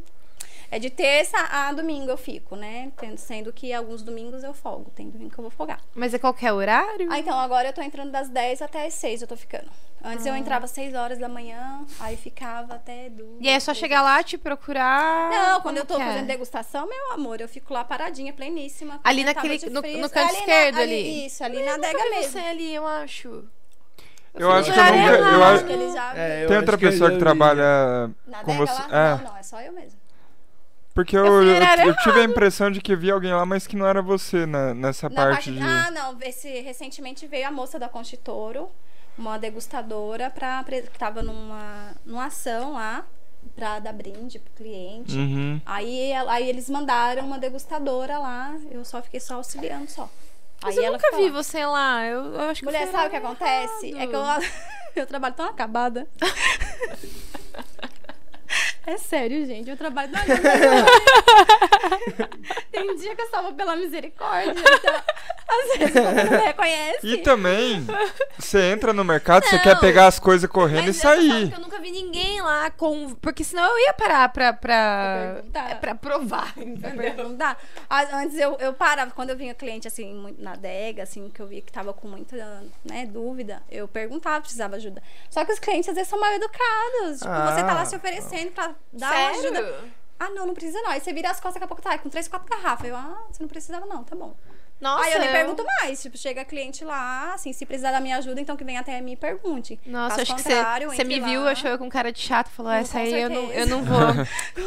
Speaker 4: é de terça a domingo eu fico, né? Tendo- Sendo que alguns domingos eu folgo. Tem domingo que eu vou folgar.
Speaker 2: Mas é qualquer horário?
Speaker 4: Ah, então agora eu tô entrando das 10 até as 6, eu tô ficando. Antes
Speaker 2: Ah.
Speaker 4: eu entrava às 6 horas da manhã, aí ficava até duas.
Speaker 2: E aí é só
Speaker 4: três
Speaker 2: chegar lá, te procurar.
Speaker 4: Não,
Speaker 2: Como
Speaker 4: quando eu tô
Speaker 2: que é?
Speaker 4: fazendo degustação, meu amor, eu fico lá paradinha, pleníssima.
Speaker 2: Ali
Speaker 4: com a tábua
Speaker 2: naquele-
Speaker 4: de
Speaker 2: no-
Speaker 4: frios.
Speaker 2: no canto
Speaker 4: na-
Speaker 2: esquerdo ali.
Speaker 4: Isso, ali na
Speaker 2: nunca
Speaker 4: adega
Speaker 2: vi
Speaker 4: mesmo.
Speaker 2: você ali, eu acho.
Speaker 1: Eu acho que eu
Speaker 2: Olha
Speaker 1: nunca.
Speaker 2: ela.
Speaker 1: Eu
Speaker 4: acho
Speaker 1: acho,
Speaker 4: que ele já.
Speaker 3: É, eu
Speaker 1: tem
Speaker 3: acho
Speaker 1: outra
Speaker 3: que eu
Speaker 1: pessoa
Speaker 3: já
Speaker 1: que
Speaker 3: vi.
Speaker 1: trabalha
Speaker 4: na
Speaker 1: com
Speaker 4: adega
Speaker 1: você.
Speaker 4: lá?
Speaker 1: É.
Speaker 4: Não, não, é só eu mesmo.
Speaker 1: Porque eu,
Speaker 2: fui
Speaker 1: eu,
Speaker 2: olhar
Speaker 1: eu tive a impressão de que vi alguém lá, mas que não era você na- nessa
Speaker 4: Na
Speaker 1: parte,
Speaker 4: parte.
Speaker 1: de.
Speaker 4: Ah, não, esse, recentemente veio a moça da Conchitoro, uma degustadora, pra, apre- que tava numa, numa ação lá, pra dar brinde pro cliente.
Speaker 1: Uhum.
Speaker 4: Aí, ela- aí eles mandaram uma degustadora lá, eu só fiquei só auxiliando só.
Speaker 2: Mas
Speaker 4: aí
Speaker 2: eu
Speaker 4: ela
Speaker 2: nunca
Speaker 4: ficou
Speaker 2: vi
Speaker 4: lá.
Speaker 2: você lá. Eu, eu acho que
Speaker 4: Mulher,
Speaker 2: foi
Speaker 4: sabe o que
Speaker 2: errado.
Speaker 4: acontece? É que eu, eu trabalho tão acabada. É sério, gente, eu trabalho tão acabada. Tem dia que eu salvo pela misericórdia. Então, às vezes você não reconhece.
Speaker 1: E também, você entra no mercado, você
Speaker 2: Não.
Speaker 1: quer pegar as coisas correndo
Speaker 2: Mas
Speaker 1: e
Speaker 2: eu tô falando
Speaker 1: sair.
Speaker 2: que eu nunca vi ninguém lá com. Porque senão eu ia parar pra. pra...
Speaker 4: Pra perguntar.
Speaker 2: é, pra provar. entendeu?
Speaker 4: Não dá. Ah, Antes eu, eu parava, quando eu vinha cliente assim, muito na adega, assim, que eu via que tava com muita né, dúvida, eu perguntava, precisava ajuda. Só que os clientes às vezes são mal educados. Tipo, você tá lá
Speaker 3: Ah.
Speaker 4: se oferecendo pra dar uma
Speaker 2: Sério?
Speaker 4: ajuda. Ah, não, não precisa não. Aí você vira as costas, daqui a pouco tá aí com três, quatro garrafas. Eu, ah, você não precisava não, tá bom.
Speaker 2: Nossa.
Speaker 4: aí eu nem pergunto mais. Tipo, chega cliente lá, assim, se precisar da minha ajuda, então que venha até mim e pergunte.
Speaker 2: Nossa,
Speaker 4: Caso
Speaker 2: acho que você,
Speaker 4: contrário,
Speaker 2: você me
Speaker 4: entre
Speaker 2: viu,
Speaker 4: lá.
Speaker 2: achou eu com cara de chato, falou:
Speaker 4: Não,
Speaker 2: essa
Speaker 4: com
Speaker 2: aí eu não, eu
Speaker 4: certeza.
Speaker 2: não vou.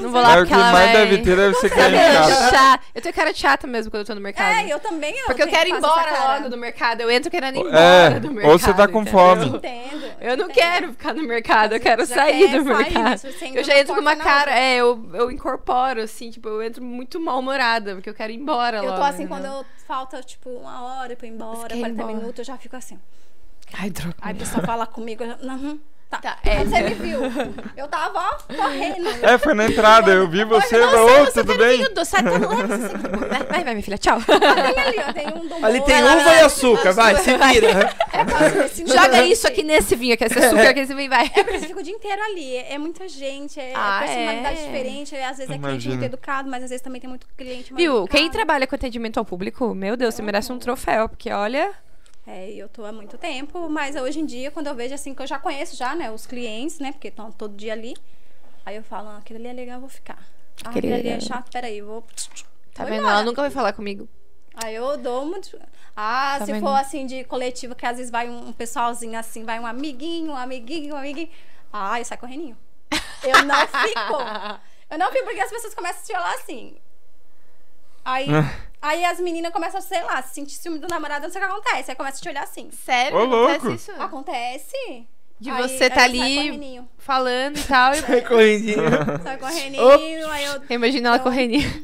Speaker 2: não vou lá
Speaker 1: Mas É o que
Speaker 2: porque ela
Speaker 1: mais
Speaker 2: vai...
Speaker 1: deve ter deve ser
Speaker 2: Tá
Speaker 1: cliente
Speaker 2: vendo?
Speaker 1: chato.
Speaker 2: Chata. Eu tenho cara de chata mesmo quando eu tô no mercado.
Speaker 4: É, eu também. Eu
Speaker 2: Porque eu
Speaker 4: tenho-
Speaker 2: quero ir
Speaker 4: faço essa
Speaker 2: embora
Speaker 4: cara.
Speaker 2: logo do mercado. Eu entro querendo ir embora
Speaker 1: É,
Speaker 2: do mercado.
Speaker 1: ou você tá com
Speaker 2: entendeu?
Speaker 1: fome.
Speaker 4: Entendo.
Speaker 2: Eu não
Speaker 4: entendo.
Speaker 2: quero ficar no mercado, eu quero
Speaker 4: Já
Speaker 2: sair
Speaker 4: quer
Speaker 2: do
Speaker 4: sair,
Speaker 2: mercado.
Speaker 4: se você entra
Speaker 2: eu já
Speaker 4: na
Speaker 2: entro com uma
Speaker 4: porta, não.
Speaker 2: cara, é, eu, eu incorporo, assim, tipo, eu entro muito mal-humorada, porque eu quero ir embora
Speaker 4: Eu
Speaker 2: logo.
Speaker 4: tô assim,
Speaker 2: entendeu?
Speaker 4: quando eu- falta, tipo, uma hora pra ir
Speaker 2: Você
Speaker 4: embora,
Speaker 2: quer ir
Speaker 4: 40
Speaker 2: né? embora.
Speaker 4: minutos, eu já fico assim.
Speaker 2: Ai, droga.
Speaker 4: Aí a pessoa fala comigo, eu já... Uhum, tá.
Speaker 2: Tá, é.
Speaker 4: Quando você me viu, eu tava, ó, correndo.
Speaker 1: É, foi na entrada, eu vi você,
Speaker 2: Nossa,
Speaker 1: falou,
Speaker 2: eu
Speaker 1: ô,
Speaker 2: só
Speaker 1: tudo
Speaker 2: quero
Speaker 1: bem?
Speaker 2: vinho doce, sai, tá louco, você sabe que- Vai, vai, vai, minha filha, tchau.
Speaker 4: Tem ali, ó, tem um do
Speaker 3: Ali
Speaker 4: Moura,
Speaker 3: tem
Speaker 4: lá,
Speaker 3: uva e açúcar, vai, se vira.
Speaker 4: Nossa,
Speaker 2: Joga isso aqui nesse vinho, que esse açúcar que esse vinho vai.
Speaker 4: É porque você fica o dia inteiro ali. É muita gente, é
Speaker 2: Ah,
Speaker 4: personalidade
Speaker 2: é.
Speaker 4: diferente. é, Às vezes é cliente
Speaker 1: Imagino.
Speaker 4: muito educado, mas às vezes também tem muito cliente mal
Speaker 2: Viu?
Speaker 4: educado.
Speaker 2: Quem trabalha com atendimento ao público, meu Deus, você merece um troféu, porque olha.
Speaker 4: É, e eu tô há muito tempo, mas hoje em dia, quando eu vejo assim, que eu já conheço já, né, os clientes, né, porque estão todo dia ali. Aí eu falo, ah, aquele ali é legal, eu vou ficar. Ah,
Speaker 2: Aquele
Speaker 4: aquele ali
Speaker 2: é-
Speaker 4: é chato, peraí, eu vou.
Speaker 2: Tá
Speaker 4: Vou
Speaker 2: vendo?
Speaker 4: embora.
Speaker 2: Ela nunca vai falar comigo.
Speaker 4: Aí eu dou muito. Ah,
Speaker 2: Tá
Speaker 4: se
Speaker 2: vendo?
Speaker 4: for assim de coletivo, que às vezes vai um, um pessoalzinho assim, vai um amiguinho, um amiguinho, um amiguinho. Ah, eu saio correndo. Eu não fico. Eu não fico porque as pessoas começam a se olhar assim. Aí, aí as meninas começam, sei lá, se sentir ciúme do namorado, não sei o que acontece. Aí começa a te olhar assim.
Speaker 2: Sério?
Speaker 1: Ô,
Speaker 2: acontece
Speaker 1: louco.
Speaker 2: isso?
Speaker 4: Acontece?
Speaker 2: De
Speaker 4: Aí-
Speaker 2: você
Speaker 4: aí
Speaker 2: tá
Speaker 4: eu saio
Speaker 2: ali
Speaker 4: correndinho.
Speaker 2: falando e tal. e-
Speaker 3: Correndinho.
Speaker 4: Saio correndinho, aí eu
Speaker 2: Imagina ela
Speaker 4: Então-
Speaker 2: correndo.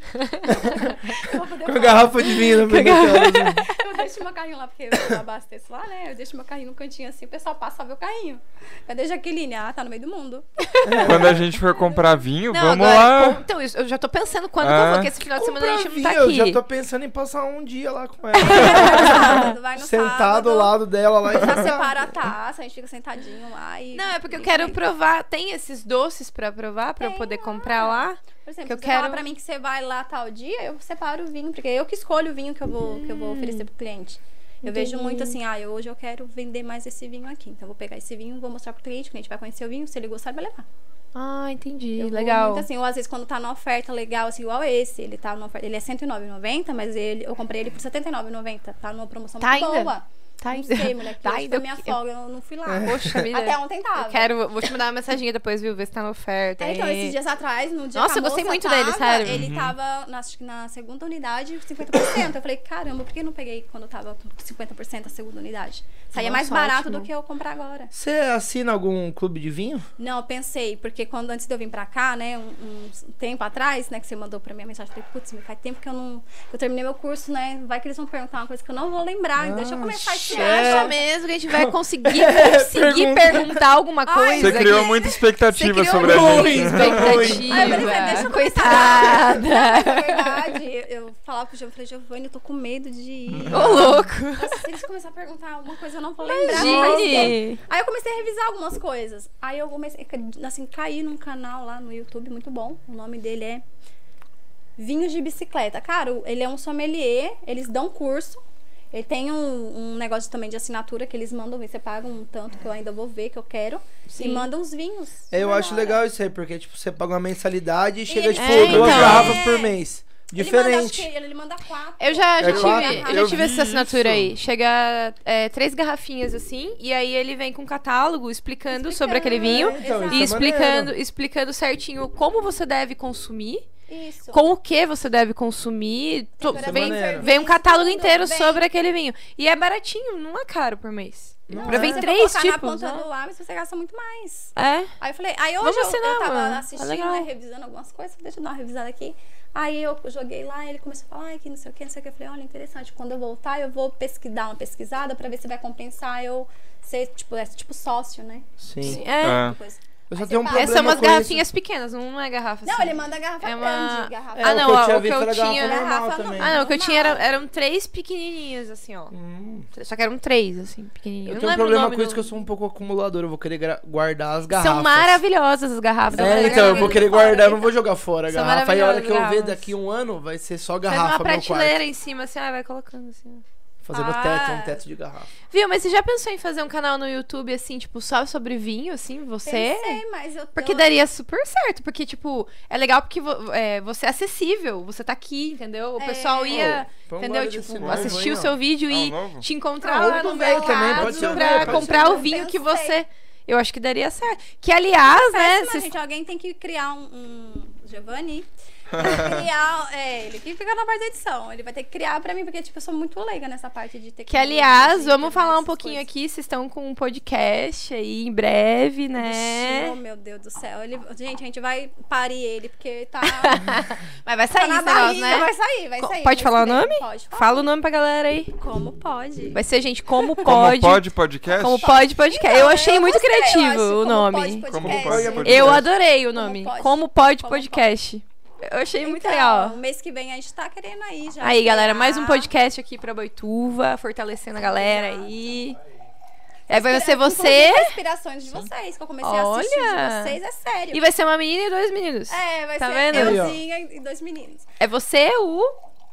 Speaker 3: Com a garrafa de vinho no primeiro
Speaker 4: Eu deixo meu carrinho lá, porque eu abasteço lá, né? Eu deixo meu carrinho no cantinho assim, o pessoal passa a ver o carrinho. Cadê a Jaqueline? Ah, tá no meio do mundo.
Speaker 1: Quando a gente for comprar vinho,
Speaker 2: Não,
Speaker 1: vamos
Speaker 2: agora.
Speaker 1: lá.
Speaker 2: Então, isso, eu já tô pensando quando que eu
Speaker 1: Ah.
Speaker 2: vou, que esse final de semana a gente não tá
Speaker 3: um Eu já
Speaker 2: aqui.
Speaker 3: tô pensando em passar um dia lá com ela.
Speaker 4: Sábado, vai no
Speaker 3: Sentado
Speaker 4: sábado,
Speaker 3: ao lado
Speaker 2: Tá
Speaker 3: dela lá e
Speaker 4: Já separa a taça, a gente fica sentadinho lá e...
Speaker 2: Não, é porque eu quero provar. Tem esses doces pra provar, pra eu
Speaker 4: Tem
Speaker 2: poder
Speaker 4: lá.
Speaker 2: comprar lá?
Speaker 4: Por exemplo,
Speaker 2: que eu
Speaker 4: se você
Speaker 2: quero-
Speaker 4: falar pra mim que você vai lá tal dia, eu separo o vinho, porque é eu que escolho o vinho que eu vou, que eu vou oferecer pro cliente. Eu vejo muito assim, ah, eu- hoje eu quero vender mais esse vinho aqui. Então eu vou pegar esse vinho, vou mostrar pro cliente, o cliente vai conhecer o vinho, se ele gostar, ele vai levar.
Speaker 2: Ah, entendi.
Speaker 4: Eu vou
Speaker 2: Legal.
Speaker 4: Muito assim, ou às vezes quando tá na oferta legal, assim, igual esse, ele tá na oferta, ele é R$ 109,90, mas ele, eu comprei ele por R$ 79,90. Tá numa promoção
Speaker 2: Tá
Speaker 4: muito
Speaker 2: ainda?
Speaker 4: boa.
Speaker 2: Tá
Speaker 4: não
Speaker 2: ainda.
Speaker 4: sei, mulher, que
Speaker 2: Tá
Speaker 4: hoje
Speaker 2: ainda.
Speaker 4: foi minha folga, eu não fui lá.
Speaker 2: Poxa vida.
Speaker 4: Até um ontem tava.
Speaker 2: Eu quero, vou te mandar uma mensaginha depois, viu? Ver se tá na oferta.
Speaker 4: É, então,
Speaker 2: hein?
Speaker 4: esses dias atrás, no dia
Speaker 2: Nossa,
Speaker 4: que a
Speaker 2: eu gostei
Speaker 4: moça
Speaker 2: muito
Speaker 4: tava,
Speaker 2: dele, sério.
Speaker 4: Ele tava, na, acho que na segunda unidade, 50%. Eu falei, caramba, por que eu não peguei quando tava com 50% a segunda unidade? Saía mais
Speaker 2: Nossa,
Speaker 4: barato
Speaker 2: ótimo.
Speaker 4: do que eu comprar agora.
Speaker 3: Você assina algum clube de vinho?
Speaker 4: Não, eu pensei, porque quando antes de eu vir pra cá, né, um, um tempo atrás, né, que você mandou pra mim a mensagem, eu falei, putz, me faz tempo que eu não. Eu terminei meu curso, né? Vai que eles vão perguntar uma coisa que eu não vou lembrar. deixa eu
Speaker 3: Ah,
Speaker 4: começar a
Speaker 2: Você
Speaker 4: estudar.
Speaker 2: acha mesmo que a gente vai conseguir, conseguir
Speaker 3: Pergunta.
Speaker 2: perguntar alguma
Speaker 4: Ai,
Speaker 2: coisa?
Speaker 1: Você criou
Speaker 2: aqui?
Speaker 1: muita
Speaker 2: Você
Speaker 1: expectativa
Speaker 2: criou
Speaker 1: sobre a
Speaker 3: muito.
Speaker 1: gente.
Speaker 2: muita
Speaker 3: Muito.
Speaker 2: expectativa.
Speaker 4: Aí eu falei, "Deixa eu começar."
Speaker 2: Coitada.
Speaker 4: Na É verdade, eu falava pro Giovanni, eu falei, Giovanni, eu tô com medo de ir.
Speaker 2: Ô, louco.
Speaker 4: Nossa, se eles começarem a perguntar alguma coisa, eu não vou lembrar. mas tem.
Speaker 2: Imagine.
Speaker 4: Aí eu comecei a revisar algumas coisas. Aí eu comecei, assim, caí num canal lá no YouTube muito bom. O nome dele é Vinhos de Bicicleta. Cara, o- ele é um sommelier, eles dão curso. Ele tem um, um negócio também de assinatura que eles mandam ver. Você paga um tanto que eu ainda vou ver que eu quero. E
Speaker 2: Sim.
Speaker 4: mandam os vinhos.
Speaker 3: É,
Speaker 4: é
Speaker 3: Eu
Speaker 4: na
Speaker 3: acho
Speaker 4: hora.
Speaker 3: legal isso aí, porque tipo, você paga uma mensalidade e chega,
Speaker 4: ele-
Speaker 3: tipo,
Speaker 2: É,
Speaker 3: duas
Speaker 2: então.
Speaker 3: garrafas
Speaker 4: É.
Speaker 3: por mês.
Speaker 4: Ele Manda, acho que
Speaker 3: Diferente.
Speaker 4: ele, ele manda quatro.
Speaker 2: Eu já, já
Speaker 3: É claro,
Speaker 2: tive, eu já
Speaker 1: eu
Speaker 2: tive
Speaker 1: vi
Speaker 2: essa assinatura
Speaker 1: isso.
Speaker 2: aí. Chega é, três garrafinhas assim, e aí ele vem com um catálogo explicando, sobre aquele vinho.
Speaker 3: Então,
Speaker 4: Exato.
Speaker 2: E
Speaker 3: isso é
Speaker 2: explicando, explicando certinho como você deve consumir,
Speaker 4: Isso.
Speaker 2: com o que você deve consumir. to-
Speaker 4: Temperatura,
Speaker 2: vem,
Speaker 3: maneiro.
Speaker 2: vem um catálogo
Speaker 4: Tudo,
Speaker 2: inteiro
Speaker 4: É vem.
Speaker 2: sobre aquele vinho. E é baratinho, não é caro por mês.
Speaker 4: Não,
Speaker 3: é?
Speaker 2: pra
Speaker 4: se
Speaker 2: ver
Speaker 4: você for
Speaker 2: três
Speaker 4: colocar
Speaker 2: tipos,
Speaker 4: Na
Speaker 2: né?
Speaker 4: ponta do lápis, você gasta muito mais.
Speaker 2: É.
Speaker 4: Aí eu falei, aí hoje
Speaker 2: Vamos
Speaker 4: eu,
Speaker 2: assinar,
Speaker 4: eu tava
Speaker 2: mano. Tá
Speaker 4: assistindo,
Speaker 2: legal.
Speaker 4: né, revisando algumas coisas, falei, deixa eu dar uma revisada aqui. Aí eu joguei lá, ele começou a falar, ai, que não sei o que, não sei o que. Eu falei, olha, interessante, quando eu voltar, eu vou pesquisar dar uma pesquisada pra ver se vai compensar eu ser, tipo, é tipo sócio, né?
Speaker 3: Sim.
Speaker 2: É.
Speaker 1: É.
Speaker 4: Coisa.
Speaker 3: Eu já
Speaker 4: Aí você
Speaker 3: tenho um
Speaker 4: paga.
Speaker 3: problema
Speaker 2: Essas são umas
Speaker 3: com isso.
Speaker 2: garrafinhas pequenas, não é garrafa
Speaker 4: Não,
Speaker 2: assim.
Speaker 4: ele manda garrafa
Speaker 2: É uma-
Speaker 4: grande, garrafa.
Speaker 3: É,
Speaker 2: Ah, não,
Speaker 3: o que
Speaker 2: ó,
Speaker 3: eu tinha
Speaker 2: o que
Speaker 3: visto
Speaker 2: eu
Speaker 3: era garrafa
Speaker 2: tinha-
Speaker 3: normal
Speaker 4: Garrafa
Speaker 3: também.
Speaker 4: normal.
Speaker 2: Ah, não, o que eu tinha era, eram três pequenininhas, assim, ó. Só que eram três, assim, pequenininhas.
Speaker 3: Hum. Eu
Speaker 2: não
Speaker 3: tenho um
Speaker 2: lembro o
Speaker 3: problema
Speaker 2: nome
Speaker 3: com
Speaker 2: do-
Speaker 3: isso que eu sou um pouco acumulador. Eu vou querer gra- guardar as garrafas.
Speaker 2: São maravilhosas as garrafas.
Speaker 4: São
Speaker 3: É, então, eu vou
Speaker 4: maravilhosas.
Speaker 3: querer guardar, eu não vou jogar fora a
Speaker 2: São
Speaker 3: garrafa. Aí a hora que eu ver
Speaker 2: maravilhosas.
Speaker 3: daqui um ano, vai ser só
Speaker 2: Faz
Speaker 3: garrafa
Speaker 2: uma
Speaker 3: meu quarto.
Speaker 2: prateleira em cima, assim, ah, vai colocando assim. ó.
Speaker 3: Fazendo
Speaker 4: Ah.
Speaker 3: teto, um teto de garrafa.
Speaker 2: Viu, mas você já pensou em fazer um canal no YouTube, assim, tipo, só sobre vinho, assim, você?
Speaker 4: Pensei, mas eu
Speaker 2: Porque
Speaker 4: eu-
Speaker 2: daria super certo, porque, tipo, é legal porque vo- é, você é acessível, você tá aqui, entendeu? O
Speaker 4: É.
Speaker 2: pessoal ia,
Speaker 3: Pô, então
Speaker 2: entendeu?
Speaker 3: vamos guardar
Speaker 2: Tipo,
Speaker 3: desse
Speaker 2: assistir o
Speaker 3: novo aí,
Speaker 2: seu vídeo
Speaker 1: Ah,
Speaker 2: e
Speaker 1: o novo?
Speaker 2: te encontrar
Speaker 3: Ah,
Speaker 2: lá
Speaker 3: ou do
Speaker 2: no
Speaker 3: velho também,
Speaker 2: mercado
Speaker 3: pode ser o
Speaker 2: pra
Speaker 3: velho, pode
Speaker 2: comprar
Speaker 4: ser.
Speaker 2: o vinho que
Speaker 4: Pensei.
Speaker 2: você... Eu acho que daria certo. Que, aliás, né,
Speaker 4: Mas,
Speaker 2: vocês-
Speaker 4: gente, alguém tem que criar um. um Giovanni. criar. É, ele que fica na parte da edição. Ele vai ter que criar pra mim, porque, tipo, eu sou muito leiga nessa parte de ter
Speaker 2: Que, aliás, vamos falar um pouquinho aqui. Vocês estão com um podcast aí em breve, né?
Speaker 4: Oh, meu Deus do céu. Ele, gente, a gente vai parir ele, porque tá.
Speaker 2: Mas vai
Speaker 4: tá
Speaker 2: sair
Speaker 4: na
Speaker 2: esse negócio,
Speaker 4: barriga,
Speaker 2: né?
Speaker 4: vai sair, vai
Speaker 2: Co-
Speaker 4: sair.
Speaker 2: pode
Speaker 4: Mas
Speaker 2: falar o
Speaker 4: que bem,
Speaker 2: nome?
Speaker 4: Pode falar.
Speaker 2: Fala o nome pra galera aí.
Speaker 4: Como pode?
Speaker 2: Vai ser, gente, Como
Speaker 1: Como
Speaker 2: Pode.
Speaker 1: pode podcast?
Speaker 2: Como Pode Podcast. eu achei muito
Speaker 4: gostei, Então, Ah, eu acho,
Speaker 2: criativo o
Speaker 4: como
Speaker 2: nome.
Speaker 4: pode podcast.
Speaker 1: Como pode podcast.
Speaker 2: Eu adorei o nome.
Speaker 4: Como Pode.
Speaker 2: Como Pode
Speaker 4: Como
Speaker 2: Podcast. Eu achei
Speaker 4: Então,
Speaker 2: muito legal.
Speaker 4: Mês que vem a gente tá querendo aí já.
Speaker 2: Aí, galera, mais um
Speaker 4: criar.
Speaker 2: podcast aqui pra Boituva, fortalecendo a galera aí. Aí vai ser
Speaker 4: Inspira-
Speaker 2: você
Speaker 4: inclusive, inspirações de vocês, que eu comecei a assistir
Speaker 2: Olha!
Speaker 4: de vocês, é sério.
Speaker 2: e vai ser uma menina e dois meninos.
Speaker 4: É, vai
Speaker 2: Tá
Speaker 4: ser
Speaker 2: vendo?
Speaker 3: Aí, ó.
Speaker 4: euzinha e dois meninos.
Speaker 2: É você, o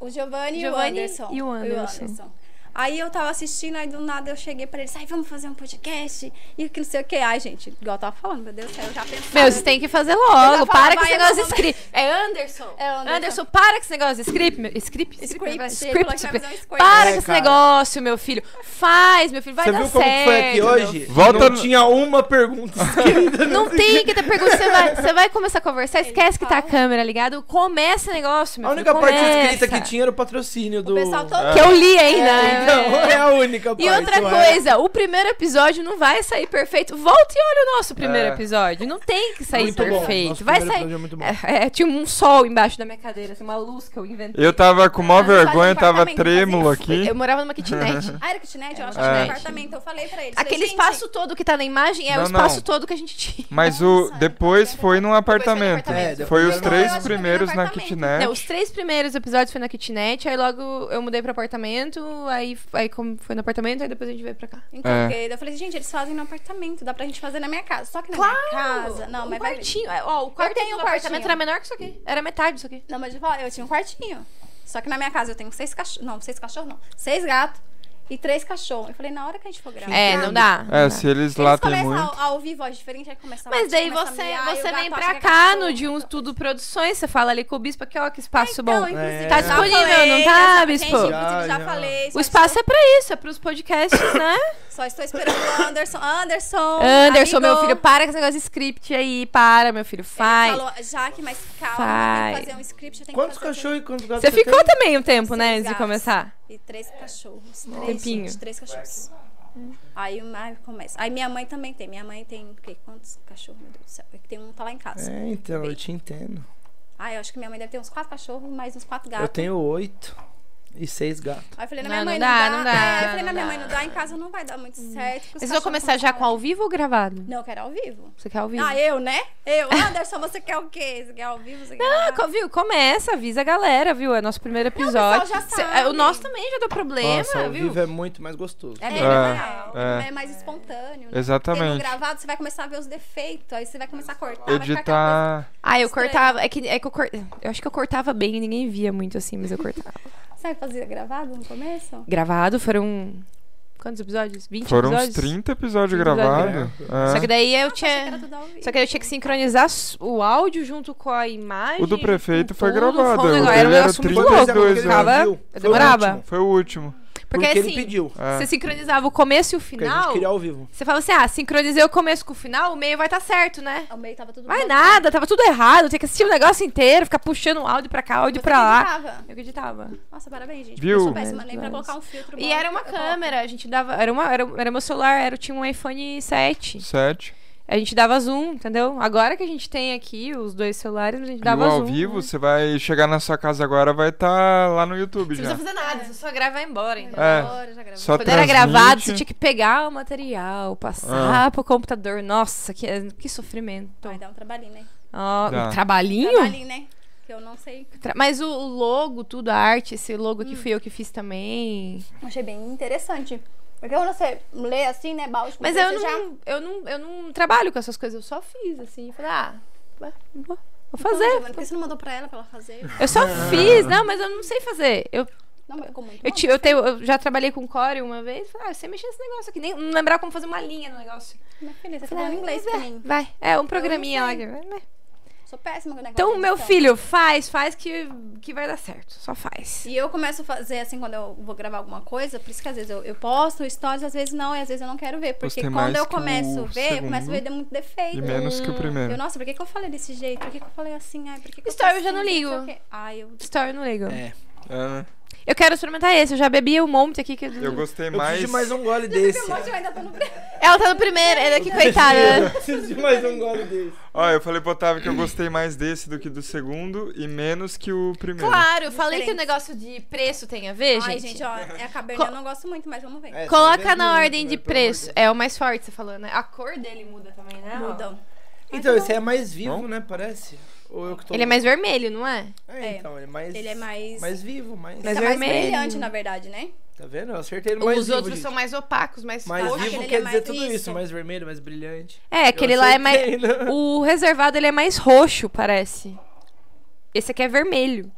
Speaker 4: O Giovanni, e o
Speaker 2: Giovanni
Speaker 4: Anderson.
Speaker 2: e o Anderson.
Speaker 4: Aí eu tava assistindo, aí do nada eu cheguei pra eles, ai, vamos fazer um podcast e que não sei o que. Ai, gente, igual eu tava falando, meu Deus do céu, eu já pensava.
Speaker 2: Meu, vocês têm que fazer
Speaker 4: Eu
Speaker 2: logo. Para
Speaker 4: já falava,
Speaker 2: com esse
Speaker 4: "Vai,
Speaker 2: negócio de
Speaker 4: eu vou fazer".
Speaker 2: script. É Anderson.
Speaker 4: É Anderson.
Speaker 2: Anderson, para com esse negócio de script. meu- Script?
Speaker 4: Script,
Speaker 2: Script.
Speaker 4: ele falou
Speaker 2: script,
Speaker 4: que vai fazer um
Speaker 2: script.
Speaker 4: script.
Speaker 2: Para
Speaker 3: É,
Speaker 2: com esse
Speaker 3: cara.
Speaker 2: negócio, meu filho. Faz, meu filho. Vai
Speaker 3: Você
Speaker 2: dar
Speaker 3: viu
Speaker 2: certo.
Speaker 3: como que foi aqui
Speaker 2: meu.
Speaker 3: hoje?
Speaker 1: Volta
Speaker 3: Não
Speaker 1: no-
Speaker 3: tinha uma pergunta escrita.
Speaker 2: Não tem que ter pergunta. Você vai, você vai começar a conversar,
Speaker 4: Ele
Speaker 2: esquece que tá a
Speaker 4: fala.
Speaker 2: câmera ligada. Começa o negócio, meu
Speaker 3: A
Speaker 2: filho,
Speaker 3: única parte
Speaker 2: começa.
Speaker 3: escrita que tinha era o patrocínio do...
Speaker 4: O pessoal todo.
Speaker 2: Que eu li ainda. né?
Speaker 3: Então, é a única parte. é?
Speaker 2: E outra
Speaker 3: ué.
Speaker 2: coisa, o primeiro episódio não vai sair perfeito. Volta e olha o nosso primeiro
Speaker 1: É.
Speaker 2: episódio. Não tem que sair
Speaker 3: Muito bom.
Speaker 2: perfeito.
Speaker 3: Nosso
Speaker 2: vai
Speaker 3: primeiro
Speaker 2: sair.
Speaker 3: episódio é muito bom.
Speaker 2: É, é, tinha um sol embaixo da minha cadeira, assim, uma luz que eu inventei.
Speaker 1: Eu tava com mó
Speaker 4: Ah, faz
Speaker 1: vergonha, tava
Speaker 4: apartamento,
Speaker 1: trêmulo
Speaker 4: faz
Speaker 1: aqui.
Speaker 2: Eu morava numa kitnet.
Speaker 4: Ah, era kitnet, eu acho que
Speaker 2: É.
Speaker 4: era um apartamento. Eu falei pra eles.
Speaker 2: Aquele
Speaker 4: falei, gente,
Speaker 2: espaço todo que tá na imagem é o
Speaker 1: Não, não.
Speaker 2: espaço todo que a gente tinha.
Speaker 1: Mas o
Speaker 4: Nossa,
Speaker 1: depois
Speaker 4: é
Speaker 1: foi num apartamento.
Speaker 2: apartamento.
Speaker 3: É, depois
Speaker 1: Foi os
Speaker 3: era no-
Speaker 4: Eu
Speaker 1: três
Speaker 4: acho que foi no
Speaker 1: primeiros na
Speaker 4: apartamento.
Speaker 2: Né,
Speaker 1: kitnet.
Speaker 2: os três primeiros episódios foi na kitnet, aí logo eu mudei pro apartamento, aí, aí como foi no apartamento, aí depois a gente veio pra cá.
Speaker 4: Então,
Speaker 1: É.
Speaker 4: porque eu falei, gente, eles fazem no apartamento, dá pra gente fazer na minha casa. Só que na minha casa. Não,
Speaker 2: um
Speaker 4: mas vai.
Speaker 2: quartinho. é, Ó, o quarto
Speaker 4: tenho
Speaker 2: do
Speaker 4: um quartinho.
Speaker 2: apartamento era menor que isso aqui. Era metade disso aqui.
Speaker 4: Não, mas eu falo, eu tinha um quartinho. Só que na minha casa eu tenho seis cachorros. Não, seis cachorros não. Seis gatos e três cachorros. Eu falei, na hora que a gente for gravar.
Speaker 2: É, não dá. não
Speaker 1: É,
Speaker 2: dá.
Speaker 1: se eles
Speaker 4: Eles
Speaker 1: latem
Speaker 4: começam
Speaker 1: muito.
Speaker 4: a, a ouvir voz diferente, aí começa a
Speaker 2: Mas
Speaker 4: latir,
Speaker 2: daí
Speaker 4: começa a
Speaker 2: você,
Speaker 4: miar, e o
Speaker 2: você
Speaker 4: gato
Speaker 2: vem
Speaker 4: acha que
Speaker 2: pra
Speaker 4: é
Speaker 2: cá
Speaker 4: cachorro.
Speaker 2: no de um tudo produções, você fala ali com o bispo aqui, ó, que espaço bom.
Speaker 4: Então,
Speaker 3: Tá
Speaker 4: inclusive, eu já
Speaker 2: disponível,
Speaker 4: falei,
Speaker 2: não tá,
Speaker 4: já-
Speaker 2: Bispo?
Speaker 4: Gente, inclusive,
Speaker 3: Já,
Speaker 4: já
Speaker 3: já.
Speaker 4: falei. só
Speaker 2: O espaço
Speaker 4: estou-
Speaker 2: é pra isso, é pros podcasts, né?
Speaker 4: Só estou esperando o Anderson. Anderson!
Speaker 2: Anderson,
Speaker 4: amigo.
Speaker 2: meu filho, para com esse negócio de script aí, para, meu filho,
Speaker 4: Ele
Speaker 2: faz.
Speaker 4: falou, Jaque, mas calma,
Speaker 2: Faz.
Speaker 4: tem que fazer um script. eu tenho que
Speaker 3: Quantos
Speaker 4: fazer-
Speaker 3: cachorros e quantos gatos
Speaker 2: Você
Speaker 3: tem?
Speaker 2: ficou também um tempo, né, antes de
Speaker 4: gatos.
Speaker 2: começar?
Speaker 4: E três cachorros. Três,
Speaker 2: É. Um tempinho.
Speaker 4: gente, três cachorros. Hum. Aí o Mário começa. Aí minha mãe também tem. Minha mãe tem o quê? Quantos cachorros, meu Deus do céu? É que Tem um tá lá em casa.
Speaker 3: É, então, eu te entendo.
Speaker 4: Ah, eu acho que minha mãe deve ter uns quatro cachorros, mais uns
Speaker 2: Tá.
Speaker 4: quatro gatos.
Speaker 3: Eu tenho oito e seis gatos.
Speaker 4: Aí eu falei, na
Speaker 2: Não,
Speaker 4: minha
Speaker 2: não
Speaker 4: mãe
Speaker 2: dá,
Speaker 4: não
Speaker 2: não
Speaker 4: dá.
Speaker 2: dá,
Speaker 4: É, eu falei,
Speaker 2: não
Speaker 4: na
Speaker 2: dá.
Speaker 4: minha
Speaker 2: Hum.
Speaker 4: mãe não dá, em casa não vai dar muito certo. porque os
Speaker 2: Vocês vão
Speaker 4: cachorros
Speaker 2: começar já
Speaker 4: começam
Speaker 2: com
Speaker 4: a-
Speaker 2: ao vivo ou gravado?
Speaker 4: Não, eu quero ao vivo.
Speaker 2: Você quer ao vivo?
Speaker 4: Ah, eu, né? Eu, Anderson, você quer o quê? Você quer ao vivo? Você quer
Speaker 2: Ah,
Speaker 4: gravado?
Speaker 2: co- viu? Começa, avisa a galera, viu? É nosso primeiro
Speaker 4: pessoal
Speaker 2: episódio.
Speaker 4: já
Speaker 2: Cê-
Speaker 4: sabe.
Speaker 2: é, o nosso também já deu problema,
Speaker 3: Nossa, ao
Speaker 2: viu?
Speaker 3: vivo é muito mais gostoso.
Speaker 4: É,
Speaker 2: É,
Speaker 4: bem legal,
Speaker 1: é.
Speaker 4: é mais espontâneo. Né? Porque no
Speaker 1: Exatamente.
Speaker 4: gravado você vai começar a ver os defeitos, aí você vai começar a cortar. vai ficar aquela coisa-
Speaker 1: Editar.
Speaker 2: Ah, eu
Speaker 4: Estranho.
Speaker 2: cortava. É que, é que eu cor- Eu acho que eu cortava bem e ninguém via muito assim, mas eu cortava.
Speaker 4: Sabe fazer gravado no começo?
Speaker 2: Gravado foram. Quantos episódios? 20
Speaker 1: Foram uns né?
Speaker 2: episódios?
Speaker 1: 30 episódios É.
Speaker 2: 30
Speaker 1: gravados.
Speaker 3: episódios.
Speaker 2: Só que daí eu
Speaker 4: Nossa, Ah, achei que era
Speaker 2: tinha.
Speaker 4: tudo ao vivo.
Speaker 2: Só que daí eu tinha que sincronizar s- o áudio junto com a imagem.
Speaker 1: O do prefeito
Speaker 2: com
Speaker 1: foi
Speaker 2: tudo,
Speaker 1: gravado,
Speaker 2: foi um
Speaker 1: o
Speaker 2: negócio-
Speaker 1: dele
Speaker 2: Era um
Speaker 1: era
Speaker 2: negócio muito
Speaker 1: 32
Speaker 2: louco.
Speaker 1: anos.
Speaker 2: Eu ficava-
Speaker 3: Foi o
Speaker 2: Eu demorava.
Speaker 3: último.
Speaker 1: Foi o último.
Speaker 2: Porque
Speaker 3: Porque ele
Speaker 2: assim,
Speaker 3: pediu.
Speaker 1: É.
Speaker 2: você sincronizava o começo e o
Speaker 3: Porque a gente
Speaker 2: final.
Speaker 3: queria ao vivo.
Speaker 2: Você fala assim: ah, sincronizei o começo com o final, o meio vai estar certo, né?
Speaker 4: Ao meio tava tudo
Speaker 2: Vai
Speaker 4: bom.
Speaker 2: nada, tava tudo errado, tinha que assistir o negócio inteiro, ficar puxando o áudio pra cá, áudio
Speaker 4: Você
Speaker 2: pra lá.
Speaker 4: editava.
Speaker 2: Eu acreditava.
Speaker 4: Nossa, parabéns, gente.
Speaker 1: Viu?
Speaker 4: Eu sou péssima nem
Speaker 2: Mas-
Speaker 4: pra colocar um filtro.
Speaker 2: E
Speaker 4: bom,
Speaker 2: era uma
Speaker 4: eu coloco.
Speaker 2: câmera, a gente dava. Era, uma, era, era meu celular, era, tinha um iPhone 7.
Speaker 1: 7.
Speaker 2: A gente dava zoom, entendeu? Agora que a gente tem aqui os dois celulares, a gente
Speaker 1: E o
Speaker 2: dava
Speaker 1: ao
Speaker 2: zoom.
Speaker 1: vivo,
Speaker 2: né?
Speaker 1: você vai chegar na sua casa agora, vai estar lá no YouTube
Speaker 2: Você não
Speaker 1: já.
Speaker 2: precisa fazer nada, você só grava e vai embora,
Speaker 4: um
Speaker 2: entendeu?
Speaker 1: É.
Speaker 4: Agora, já gravou.
Speaker 1: Só
Speaker 2: Quando era gravado, você
Speaker 1: transmite. Ah.
Speaker 2: tinha que pegar o material, passar pro computador. Nossa, que, que sofrimento.
Speaker 4: Vai dar um trabalhinho, né?
Speaker 2: Ó,
Speaker 1: Dá.
Speaker 2: um trabalhinho?
Speaker 4: Trabalhinho, né? Que eu não sei.
Speaker 2: Tra- Mas o, o logo, tudo, a arte, esse logo que fui eu que fiz também.
Speaker 4: Achei bem interessante. Porque quando você lê assim, né, balde,
Speaker 2: Mas
Speaker 4: você
Speaker 2: eu não,
Speaker 4: já-
Speaker 2: eu, não, eu não trabalho com essas coisas, eu só fiz, assim. Falei, ah, vai, vou vou
Speaker 4: Então,
Speaker 2: fazer.
Speaker 4: Giovana, Por que você não mandou pra ela pra ela fazer?
Speaker 2: Eu só fiz, não, mas eu não sei fazer. Eu,
Speaker 4: Não, mas ficou muito
Speaker 2: eu,
Speaker 4: bom.
Speaker 2: ti- eu, tenho, eu já trabalhei com core uma vez, falei, ah, você mexer nesse negócio aqui, nem não lembrava como fazer uma linha no negócio.
Speaker 4: Minha filha, você tá
Speaker 2: Falei,
Speaker 4: falando
Speaker 2: ah,
Speaker 4: inglês pra
Speaker 2: vai,
Speaker 4: mim.
Speaker 2: Vai, é um programinha lá. que-
Speaker 4: Sou péssima com o negócio.
Speaker 2: Então,
Speaker 4: de
Speaker 2: meu
Speaker 4: edição.
Speaker 2: filho, faz, faz que, que vai dar certo, só faz.
Speaker 4: E eu começo a fazer assim quando eu vou gravar alguma coisa, por isso que às vezes eu, eu posto stories, às vezes não, e às vezes eu não quero ver. Porque
Speaker 1: Postei mais
Speaker 4: quando eu
Speaker 1: que o
Speaker 4: começo a ver, eu começo a ver
Speaker 1: segundo
Speaker 4: de muito defeito.
Speaker 1: E menos que o
Speaker 4: Eu,
Speaker 1: primeiro.
Speaker 4: nossa, por que, que eu falei desse jeito? Por que, que eu falei assim? Ai, por que que
Speaker 2: Story
Speaker 4: eu
Speaker 2: eu já não
Speaker 4: postei, sei
Speaker 2: ligo.
Speaker 4: o quê? Ai, eu.
Speaker 2: Story no Lego.
Speaker 3: É.
Speaker 1: É, né?
Speaker 2: Eu quero experimentar esse, eu já bebi um monte aqui. Que...
Speaker 1: Eu gostei
Speaker 3: Eu preciso
Speaker 1: mais.
Speaker 3: de mais um gole desse.
Speaker 4: eu ainda tô no é
Speaker 2: Ela tá no primeiro, ela que coitada.
Speaker 3: Eu preciso de mais um gole desse.
Speaker 1: Ó, eu falei pro Otávio que eu gostei mais desse do que do segundo e menos que o primeiro.
Speaker 2: Claro, eu falei que o
Speaker 4: Diferente.
Speaker 2: negócio de preço tem a ver,
Speaker 4: Ai,
Speaker 2: gente.
Speaker 4: gente, ó, é a
Speaker 2: Co-
Speaker 4: cabernet, eu não gosto muito, mas vamos ver.
Speaker 3: É,
Speaker 2: Coloca
Speaker 3: talvez
Speaker 2: na
Speaker 3: não,
Speaker 2: ordem de
Speaker 3: pelo amor
Speaker 2: preço. É o mais forte, você falou, né? A cor dele muda também, né?
Speaker 4: Ah, Mudam.
Speaker 3: Então, esse é mais vivo, né? Parece. Ou eu que tô
Speaker 2: Ele é mais vermelho, não é?
Speaker 3: É, então, ele é mais.
Speaker 4: Ele é mais-
Speaker 3: Mais vivo, mais.
Speaker 2: Mas é
Speaker 4: Tá mais
Speaker 2: vermelho.
Speaker 4: brilhante, na verdade, né?
Speaker 3: Tá vendo? Eu acertei no mais
Speaker 2: Os
Speaker 3: vivo.
Speaker 2: outros
Speaker 3: gente.
Speaker 2: são mais opacos, mais,
Speaker 3: Mais
Speaker 2: roxos.
Speaker 3: vivo
Speaker 4: ele
Speaker 3: quer
Speaker 4: é
Speaker 3: dizer
Speaker 4: mais
Speaker 3: tudo isso.
Speaker 4: isso.
Speaker 3: Mais vermelho, mais brilhante.
Speaker 2: É, aquele lá é mais.
Speaker 3: acertei, né?
Speaker 2: O reservado ele é mais roxo, parece. Esse aqui é vermelho.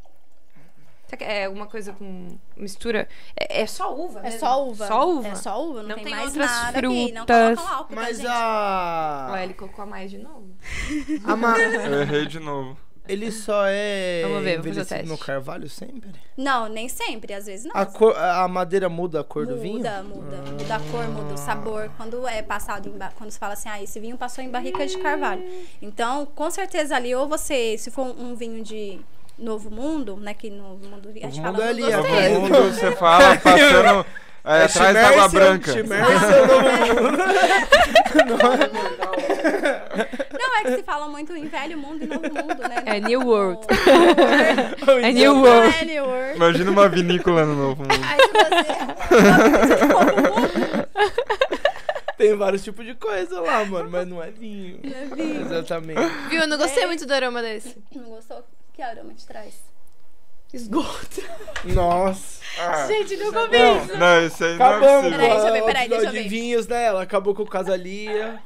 Speaker 2: Você é uma coisa com mistura. É, é só uva,
Speaker 4: É
Speaker 2: mesmo?
Speaker 4: só uva.
Speaker 2: Só uva.
Speaker 4: É só uva, não,
Speaker 2: Não
Speaker 4: tem,
Speaker 2: tem
Speaker 4: mais
Speaker 2: outras
Speaker 4: nada aqui. Não
Speaker 2: frutas.
Speaker 4: colocam álcool, tá,
Speaker 3: Mas
Speaker 4: gente?
Speaker 3: a.
Speaker 2: Ué, ele colocou a mais de novo.
Speaker 3: a ma-
Speaker 1: Eu errei de novo.
Speaker 3: Ele só é.
Speaker 2: Vamos ver, vamos fazer o
Speaker 3: envelhecido
Speaker 2: teste.
Speaker 3: no carvalho sempre?
Speaker 4: Não, nem sempre, às vezes não.
Speaker 3: A, cor- a madeira muda a cor do vinho? Ah.
Speaker 4: Muda, muda. Muda a cor, muda o sabor. Quando é passado, em ba- quando se fala assim, ah, esse vinho passou em barrica de carvalho. Então, com certeza ali, ou você, se for um um vinho de Novo Mundo, né, que Novo Mundo, a gente
Speaker 3: Novo
Speaker 4: fala
Speaker 3: Mundo é ali,
Speaker 4: Novo Gostei.
Speaker 3: agora.
Speaker 1: Todo mundo você fala passando é, atrás da
Speaker 3: um
Speaker 1: água branca.
Speaker 3: é?
Speaker 4: Não, é que se fala muito em Velho Mundo e Novo Mundo, né?
Speaker 2: É New World. É
Speaker 3: Não,
Speaker 2: New World.
Speaker 4: É New World.
Speaker 1: Imagina uma vinícola no novo mundo.
Speaker 4: Aí tipo assim, se você...
Speaker 3: Tem vários tipos de coisa lá, mano, mas não é vinho.
Speaker 4: é vinho.
Speaker 3: Exatamente.
Speaker 2: Viu? Eu não gostei
Speaker 4: É.
Speaker 2: muito do aroma desse.
Speaker 4: Não gostou? Que aroma te traz?
Speaker 2: Esgoto.
Speaker 3: Nossa.
Speaker 1: Ah,
Speaker 2: Gente, nunca ouvi
Speaker 3: Não.
Speaker 2: isso.
Speaker 1: não, isso aí não é
Speaker 3: Acabamos. né,
Speaker 1: possível.
Speaker 4: Peraí, deixa eu ver,
Speaker 3: com o
Speaker 4: peraí, deixa eu
Speaker 3: episódio de
Speaker 4: ver.
Speaker 3: vinhos dela, acabou com o Casalia.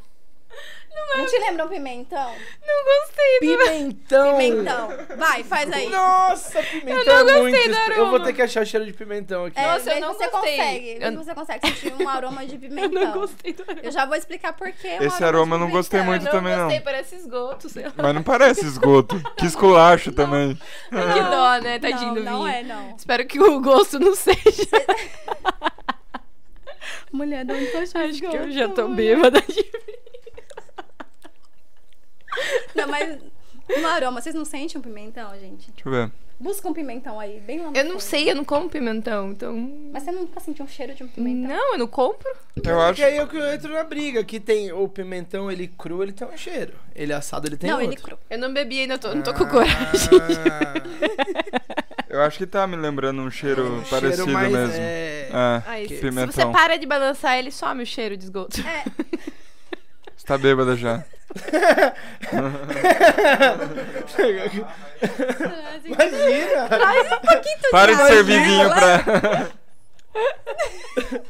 Speaker 4: Não te lembra um pimentão?
Speaker 2: é. Não é. gostei do
Speaker 3: Pimentão.
Speaker 4: Pimentão. Vai, faz aí.
Speaker 3: Nossa, pimentão
Speaker 2: Eu não
Speaker 3: é
Speaker 2: gostei
Speaker 3: muito...
Speaker 2: do
Speaker 3: espe- Eu
Speaker 2: aroma.
Speaker 3: vou ter que achar o cheiro de pimentão aqui.
Speaker 4: É,
Speaker 2: Nossa,
Speaker 4: vê
Speaker 2: eu não
Speaker 4: se você
Speaker 2: gostei.
Speaker 4: consegue. vê
Speaker 2: Eu-
Speaker 4: se você consegue sentir um aroma de
Speaker 2: Então, Eu
Speaker 4: pimentão.
Speaker 2: não gostei do aroma.
Speaker 4: Eu já vou explicar por que. um
Speaker 1: Esse aroma eu
Speaker 4: de
Speaker 1: não gostei
Speaker 4: pimentão.
Speaker 1: muito
Speaker 2: eu
Speaker 1: também,
Speaker 2: não gostei,
Speaker 1: não. É.
Speaker 2: parece esgoto, sei lá.
Speaker 1: Mas não parece esgoto. Que esculacho também.
Speaker 2: Que dó, né? Tadinho
Speaker 4: Não,
Speaker 2: do vinho.
Speaker 4: não é, não.
Speaker 2: Espero que o gosto não seja.
Speaker 4: Tipo, Mulher, não tô
Speaker 2: Acho que eu já tô bêbada de
Speaker 4: Não, mas um aroma. Vocês não sentem um pimentão, gente?
Speaker 1: Deixa eu ver.
Speaker 4: Busca um pimentão aí, bem lá no
Speaker 2: Eu não
Speaker 4: fundo.
Speaker 2: sei, eu não como pimentão, então.
Speaker 4: Mas você nunca sentiu um cheiro de um pimentão?
Speaker 2: Não, eu não compro.
Speaker 1: Eu acho.
Speaker 3: Porque aí eu que eu entro na briga, que tem o pimentão, ele cru, ele tem um cheiro. Ele assado, ele tem
Speaker 4: não,
Speaker 3: outro.
Speaker 4: ele cru.
Speaker 2: Eu não bebi ainda, tô, não tô com
Speaker 1: Ah,
Speaker 2: coragem. Ah.
Speaker 1: Eu acho que tá me lembrando um cheiro
Speaker 3: Um
Speaker 1: parecido
Speaker 3: cheiro mais,
Speaker 1: mesmo.
Speaker 3: é,
Speaker 1: É,
Speaker 2: Aí, se-
Speaker 1: pimentão.
Speaker 2: Se você para de balançar, ele some o cheiro de esgoto.
Speaker 4: É,
Speaker 1: Você tá bêbada já.
Speaker 3: Imagina!
Speaker 4: traz um pouquinho de
Speaker 1: Para de
Speaker 4: álcool.
Speaker 1: servir vinho pra.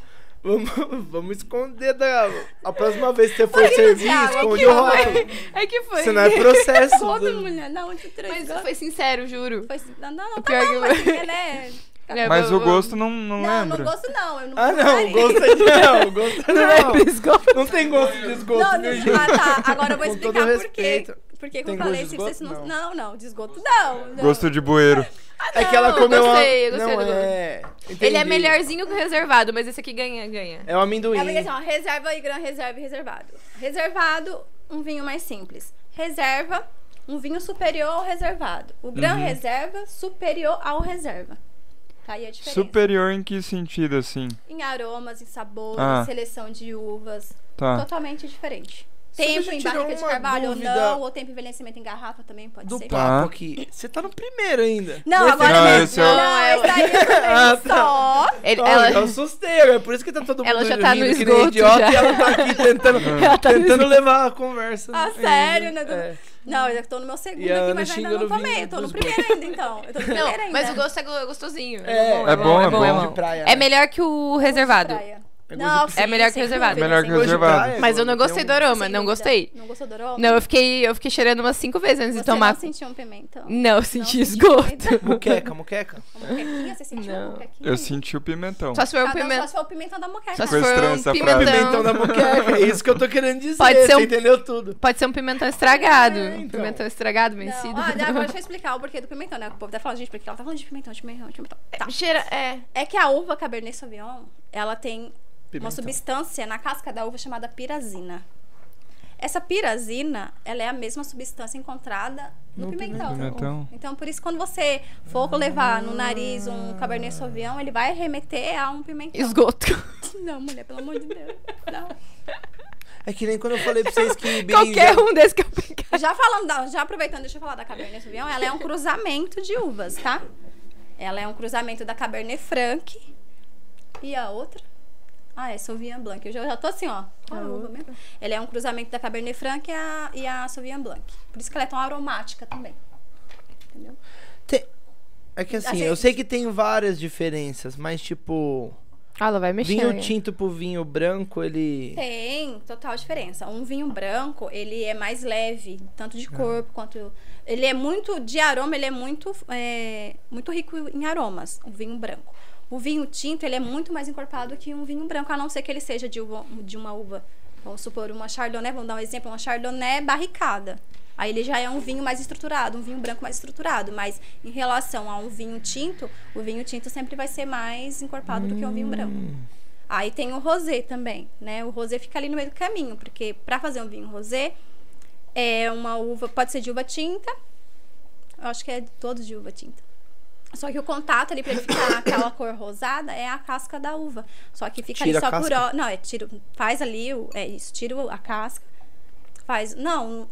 Speaker 3: Vamos, vamos esconder da. A próxima vez que você for
Speaker 4: Olha,
Speaker 3: servir,
Speaker 4: Thiago,
Speaker 3: esconde
Speaker 4: aqui,
Speaker 3: o
Speaker 4: ó,
Speaker 3: rótulo.
Speaker 2: É que foi.
Speaker 3: Senão é processo.
Speaker 4: Foda, mulher. Não, te trouxe.
Speaker 2: Mas foi sincero, juro.
Speaker 4: Foi... Não, não, não.
Speaker 2: O pior
Speaker 4: Tá bom,
Speaker 2: que eu-
Speaker 4: mas é, né?
Speaker 2: É,
Speaker 1: Mas
Speaker 2: eu-
Speaker 1: o
Speaker 2: eu-
Speaker 1: gosto não, não,
Speaker 4: Não,
Speaker 1: lembra.
Speaker 4: não gosto não. Eu não
Speaker 3: Ah, não,
Speaker 4: gostaria.
Speaker 3: gosto de não, gosto de
Speaker 2: Não é pro
Speaker 3: não.
Speaker 2: esgoto.
Speaker 3: Não tem gosto de esgoto,
Speaker 4: Não,
Speaker 3: viu,
Speaker 4: não-
Speaker 3: gente?
Speaker 4: ah, tá. Agora eu vou
Speaker 3: Com
Speaker 4: explicar
Speaker 3: todo
Speaker 4: por quê.
Speaker 3: respeito.
Speaker 4: Porque,
Speaker 3: Tem
Speaker 4: como eu falei,
Speaker 3: gosto
Speaker 4: se
Speaker 3: de
Speaker 4: vocês
Speaker 3: esgoto?
Speaker 4: não... Não, não, de esgoto não. não.
Speaker 1: Gosto de bueiro.
Speaker 4: Ah,
Speaker 3: É que ela
Speaker 2: Não,
Speaker 3: comeu
Speaker 2: gostei, eu
Speaker 3: a...
Speaker 2: gostei
Speaker 3: Não,
Speaker 2: do
Speaker 3: é...
Speaker 2: Ele é
Speaker 3: Entendi.
Speaker 2: melhorzinho que o reservado, mas esse aqui ganha, ganha.
Speaker 3: É o amendoim.
Speaker 4: Ela liga assim, ó, reserva e gran reserva e reservado. Reservado, um vinho mais simples. Reserva, um vinho superior ao reservado. O gran
Speaker 1: Uhum.
Speaker 4: reserva, superior ao reserva. Tá aí a diferença.
Speaker 1: Superior em que sentido, assim?
Speaker 4: Em aromas, em sabores,
Speaker 1: Ah.
Speaker 4: seleção de uvas.
Speaker 1: Tá.
Speaker 4: Totalmente diferente.
Speaker 3: Só
Speaker 4: Tempo
Speaker 3: deixa eu
Speaker 4: em
Speaker 3: tirar
Speaker 4: barrica de
Speaker 3: uma
Speaker 4: carvalho ou
Speaker 3: dúvida
Speaker 4: não, ou tempo de envelhecimento em garrafa também pode
Speaker 3: Do
Speaker 4: ser.
Speaker 3: papo aqui. Você tá no primeiro ainda.
Speaker 4: Não,
Speaker 3: Nesse
Speaker 4: agora
Speaker 1: Não,
Speaker 4: mesmo.
Speaker 1: esse é o-
Speaker 4: Não, essa aí eu também
Speaker 3: Ah, tá.
Speaker 4: só.
Speaker 2: Ele-
Speaker 3: Não,
Speaker 2: ela-
Speaker 3: Eu assustei, é por isso que tá todo mundo
Speaker 2: Ela já tá no
Speaker 3: rindo que nem
Speaker 2: esgoto,
Speaker 3: idiota,
Speaker 2: já.
Speaker 3: E ela tá aqui tentando,
Speaker 2: Ela tá no
Speaker 3: tentando levar a conversa.
Speaker 4: Ah,
Speaker 3: É,
Speaker 4: sério, né?
Speaker 3: é.
Speaker 4: Não, eu tô no meu segundo
Speaker 3: E a
Speaker 4: aqui,
Speaker 3: Ana
Speaker 4: mas ainda
Speaker 3: xinga
Speaker 4: não
Speaker 3: no
Speaker 4: tomei.
Speaker 3: vinho
Speaker 4: Tô no
Speaker 3: dos
Speaker 4: primeiro ainda, então. Eu tô no primeiro ainda.
Speaker 2: Não, mas o gosto é go- gostosinho.
Speaker 3: É.
Speaker 1: É bom, é bom.
Speaker 3: Gosto de praia,
Speaker 2: É
Speaker 3: né?
Speaker 2: melhor que o reservado.
Speaker 4: Praia.
Speaker 3: É
Speaker 4: Não,
Speaker 3: gosto
Speaker 2: É melhor que o reservado.
Speaker 1: Melhor que
Speaker 3: Gosto de
Speaker 1: reservado.
Speaker 3: praia,
Speaker 2: Mas eu não
Speaker 3: tem
Speaker 2: gostei
Speaker 3: um-
Speaker 2: do aroma,
Speaker 4: Sem
Speaker 2: não
Speaker 4: dúvida.
Speaker 2: gostei.
Speaker 4: Não gostou do aroma?
Speaker 2: Não, eu fiquei, eu fiquei cheirando umas cinco vezes antes
Speaker 4: Você
Speaker 2: de tomar. Hum.
Speaker 4: não sentiu um pimentão?
Speaker 2: Não, eu senti
Speaker 4: Não
Speaker 2: esgoto.
Speaker 4: sentiu um pimentão?
Speaker 3: Muqueca, muqueca.
Speaker 4: Uma moquequinha? Você sentiu uma
Speaker 2: Não.
Speaker 4: moquequinha?
Speaker 1: Eu senti o pimentão.
Speaker 2: Só se for um
Speaker 4: Ah,
Speaker 2: o
Speaker 4: não,
Speaker 2: pimenta.
Speaker 4: Só se for o pimentão da moqueca.
Speaker 2: Só se
Speaker 1: Ficou
Speaker 2: for
Speaker 1: estranho
Speaker 2: um
Speaker 1: essa frase.
Speaker 3: Pimentão
Speaker 2: pimentão.
Speaker 3: da muqueca, é isso que eu tô querendo dizer.
Speaker 2: Pode ser
Speaker 3: você
Speaker 2: um-
Speaker 3: entendeu tudo.
Speaker 2: Pode ser um pimentão estragado. Um
Speaker 3: É, então.
Speaker 2: Pimentão estragado,
Speaker 4: Não,
Speaker 2: vencido.
Speaker 4: olha, agora deixa eu explicar o porquê do pimentão, né? O povo tá falando, gente, porque ela tá falando de pimentão, de pimentão, de pimentão. Tá.
Speaker 2: Cheira, é.
Speaker 4: É que a uva Cabernet Sauvignon, ela tem uma
Speaker 3: Pimentão.
Speaker 4: substância na casca da uva chamada pirazina. Essa pirazina, ela é a mesma substância encontrada no,
Speaker 3: No
Speaker 4: pimentão.
Speaker 1: pimentão.
Speaker 4: Então, por isso, quando você for levar no nariz um Cabernet Sauvignon, ele vai remeter a um pimentão.
Speaker 2: Esgoto.
Speaker 4: Não, mulher, pelo amor de Deus. Não.
Speaker 3: É que nem quando eu falei pra vocês que
Speaker 2: Qualquer
Speaker 3: berinjela-
Speaker 2: um desses que eu pegar.
Speaker 4: Já falando, da- já aproveitando, deixa eu falar da Cabernet Sauvignon, ela é um cruzamento de uvas, tá? Ela é um cruzamento da Cabernet Franc e a outra. Ah, é Sauvignon Blanc. Eu já, já tô assim, ó. Qual é a uva mesmo? Ela é um cruzamento da Cabernet Franc e a, e a Sauvignon Blanc. Por isso que ela é tão aromática também. Entendeu?
Speaker 3: Tem- É que assim,
Speaker 4: Assim-
Speaker 3: eu sei que tem várias diferenças, mas tipo.
Speaker 2: Ah, ela vai mexer.
Speaker 3: Vinho
Speaker 2: né?
Speaker 3: tinto pro vinho branco, ele.
Speaker 4: Tem total diferença. Um vinho branco, ele é mais leve, tanto de corpo quanto. Ele é muito. De aroma, ele é muito, é, muito rico em aromas, o vinho branco. O vinho tinto, ele é muito mais encorpado que um vinho branco, a não ser que ele seja de, uva- de uma uva. Vamos supor, uma chardonnay, vamos dar um exemplo, uma chardonnay barricada. Aí ele já é um vinho mais estruturado, um vinho branco mais estruturado. Mas em relação a um vinho tinto, o vinho tinto sempre vai ser mais encorpado do que um vinho branco. Aí tem o rosé também, né? O rosé fica ali no meio do caminho, porque para fazer um vinho rosé é uma uva, pode ser de uva tinta. Eu acho que é todos de uva tinta. Só que o contato ali pra ele ficar aquela cor rosada é a casca da uva. Só que fica
Speaker 3: Tira
Speaker 4: ali
Speaker 3: a
Speaker 4: só por
Speaker 3: casca?
Speaker 4: hora. Não, é tiro, faz ali, o- é isso, tira o- a casca. Faz, não,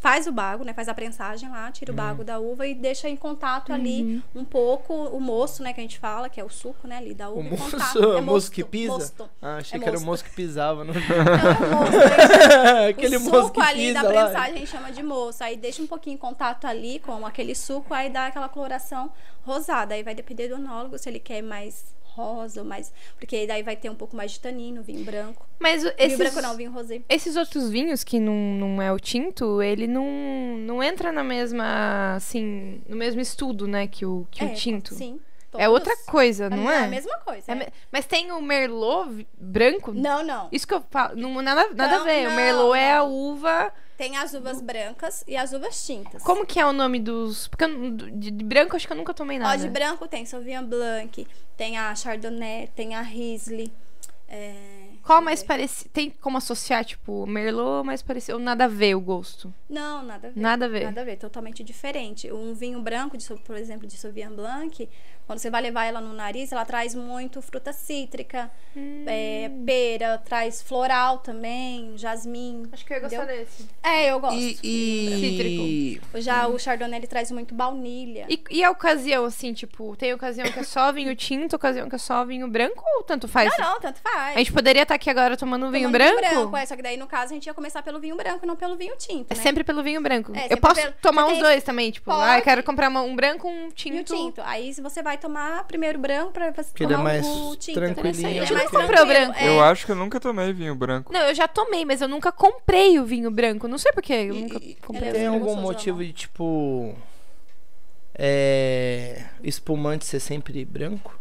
Speaker 4: faz o bago, né? Faz a prensagem lá, tira
Speaker 2: É.
Speaker 4: o bago da uva e deixa em contato ali
Speaker 2: Uhum.
Speaker 4: um pouco o moço, né, que a gente fala, que é o suco, né, ali da uva.
Speaker 3: O
Speaker 4: em
Speaker 3: moço,
Speaker 4: contato.
Speaker 3: o
Speaker 4: é
Speaker 3: moço que
Speaker 4: mosto,
Speaker 3: pisa?
Speaker 4: mosto.
Speaker 3: Ah, achei
Speaker 4: É
Speaker 3: que era o
Speaker 4: mosto.
Speaker 3: moço que pisava no.
Speaker 4: Então, o moço, né?
Speaker 3: Aquele
Speaker 4: o
Speaker 3: moço
Speaker 4: suco
Speaker 3: que
Speaker 4: ali
Speaker 3: pisa
Speaker 4: da
Speaker 3: lá.
Speaker 4: prensagem a gente chama de moço. Aí deixa um pouquinho em contato ali com aquele suco, aí dá aquela coloração rosada. Aí vai depender do enólogo se ele quer mais rosa ou mais. Porque aí daí vai ter um pouco mais de tanino, vinho branco.
Speaker 2: Mas o-
Speaker 4: Vinho
Speaker 2: esses,
Speaker 4: branco não, vinho rosé.
Speaker 2: esses outros vinhos que não, não é o tinto, ele não, não entra na mesma, assim, no mesmo estudo, né, que o, que
Speaker 4: É,
Speaker 2: o tinto.
Speaker 4: Sim.
Speaker 2: É outra
Speaker 4: todos.
Speaker 2: coisa, não é?
Speaker 4: a mesma coisa.
Speaker 2: É
Speaker 4: é.
Speaker 2: me- Mas tem o merlot vi- branco?
Speaker 4: Não, não.
Speaker 2: Isso que eu falo, não, nada, nada a
Speaker 4: Não,
Speaker 2: ver. O
Speaker 4: não,
Speaker 2: merlot é a
Speaker 4: não.
Speaker 2: uva.
Speaker 4: Tem as uvas brancas e as uvas tintas.
Speaker 2: Como que é o nome dos? Porque eu não- de, de branco acho que eu nunca tomei
Speaker 4: Ó,
Speaker 2: nada.
Speaker 4: de branco tem Sauvignon Blanc, tem a Chardonnay, tem a Riesling. é,
Speaker 2: Qual mais parecido? Tem como associar, tipo, merlot mais parecido? Ou nada a ver o gosto?
Speaker 4: Não, nada a ver.
Speaker 2: Nada a ver.
Speaker 4: Nada a ver, totalmente diferente. Um vinho branco, de, Sau- por exemplo, de Sauvignon Blanc, quando você vai levar ela no nariz, ela traz muito fruta cítrica,
Speaker 2: Hum.
Speaker 4: é, pera, traz floral também, jasmim.
Speaker 2: Acho que eu ia
Speaker 4: gostar
Speaker 2: desse.
Speaker 4: É, eu gosto.
Speaker 3: E, e...
Speaker 4: Já o Chardonnay, ele traz muito baunilha.
Speaker 2: Hum. E, e a ocasião, assim, tipo, tem ocasião que é só vinho tinto, ocasião que é só vinho branco, ou tanto faz?
Speaker 4: Ah, Não, não, tanto faz.
Speaker 2: A gente poderia estar aqui agora tomando um vinho
Speaker 4: Tomando
Speaker 2: branco?
Speaker 4: vinho é, só que daí, no caso, a gente ia começar pelo vinho branco, não pelo vinho tinto,
Speaker 2: É
Speaker 4: né?
Speaker 2: sempre pelo vinho branco.
Speaker 4: É,
Speaker 2: eu
Speaker 4: sempre
Speaker 2: posso
Speaker 4: pelo-
Speaker 2: tomar
Speaker 4: Só que
Speaker 2: uns
Speaker 4: aí-
Speaker 2: dois também, tipo,
Speaker 4: Pode.
Speaker 2: ah, eu quero comprar uma- um branco, um
Speaker 4: E o
Speaker 2: tinto.
Speaker 4: tinto. Aí se você vai tomar primeiro branco pra você
Speaker 3: Que ele é
Speaker 4: tomar
Speaker 3: mais
Speaker 4: o tinto.
Speaker 3: tranquilinho.
Speaker 4: Ele
Speaker 2: Interessante.
Speaker 4: é
Speaker 2: A gente
Speaker 4: mais
Speaker 2: não comprou
Speaker 4: tranquilo,
Speaker 2: branco.
Speaker 4: é.
Speaker 1: Eu acho que eu nunca tomei vinho branco.
Speaker 2: Não, eu já tomei, mas eu nunca comprei o vinho branco. Não sei porquê, eu nunca comprei.
Speaker 4: é
Speaker 3: Tem
Speaker 4: muito
Speaker 3: algum
Speaker 4: gostoso,
Speaker 3: motivo
Speaker 4: João.
Speaker 3: de tipo. É. Espumante ser sempre branco?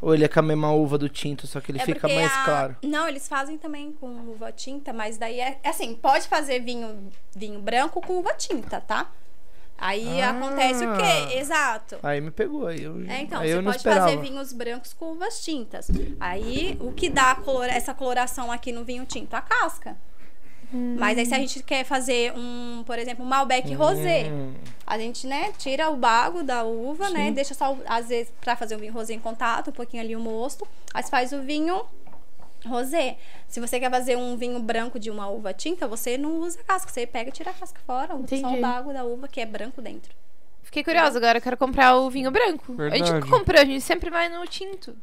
Speaker 3: Ou ele é com a mesma uva do tinto, só que ele
Speaker 4: É
Speaker 3: fica
Speaker 4: porque
Speaker 3: mais
Speaker 4: a-
Speaker 3: claro?
Speaker 4: Não, eles fazem também com uva tinta, mas daí é, é assim, pode fazer vinho, vinho branco com uva tinta, tá? Aí
Speaker 3: Ah.
Speaker 4: acontece o quê? Exato.
Speaker 3: Aí me pegou, aí eu,
Speaker 4: É, então,
Speaker 3: aí eu
Speaker 4: você
Speaker 3: não
Speaker 4: pode
Speaker 3: esperava.
Speaker 4: fazer vinhos brancos com uvas tintas. Aí, o que dá a color- essa coloração aqui no vinho tinto? A casca. Mas aí, se a gente quer fazer um, por exemplo, um Malbec rosé,
Speaker 3: Hum,
Speaker 4: a gente, né, tira o bago da uva, né?
Speaker 3: Sim.
Speaker 4: Deixa só, às vezes, pra fazer o vinho rosé em contato, um pouquinho ali o mosto. Aí você faz o vinho rosé. Se você quer fazer um vinho branco de uma uva tinta, você não usa a casca. Você pega e tira a casca fora. Só
Speaker 2: Entendi.
Speaker 4: o bago da uva, que é branco dentro.
Speaker 2: Fiquei curiosa, agora eu quero comprar o vinho branco. A gente nunca
Speaker 1: Verdade.
Speaker 2: comprou, a gente sempre vai no tinto.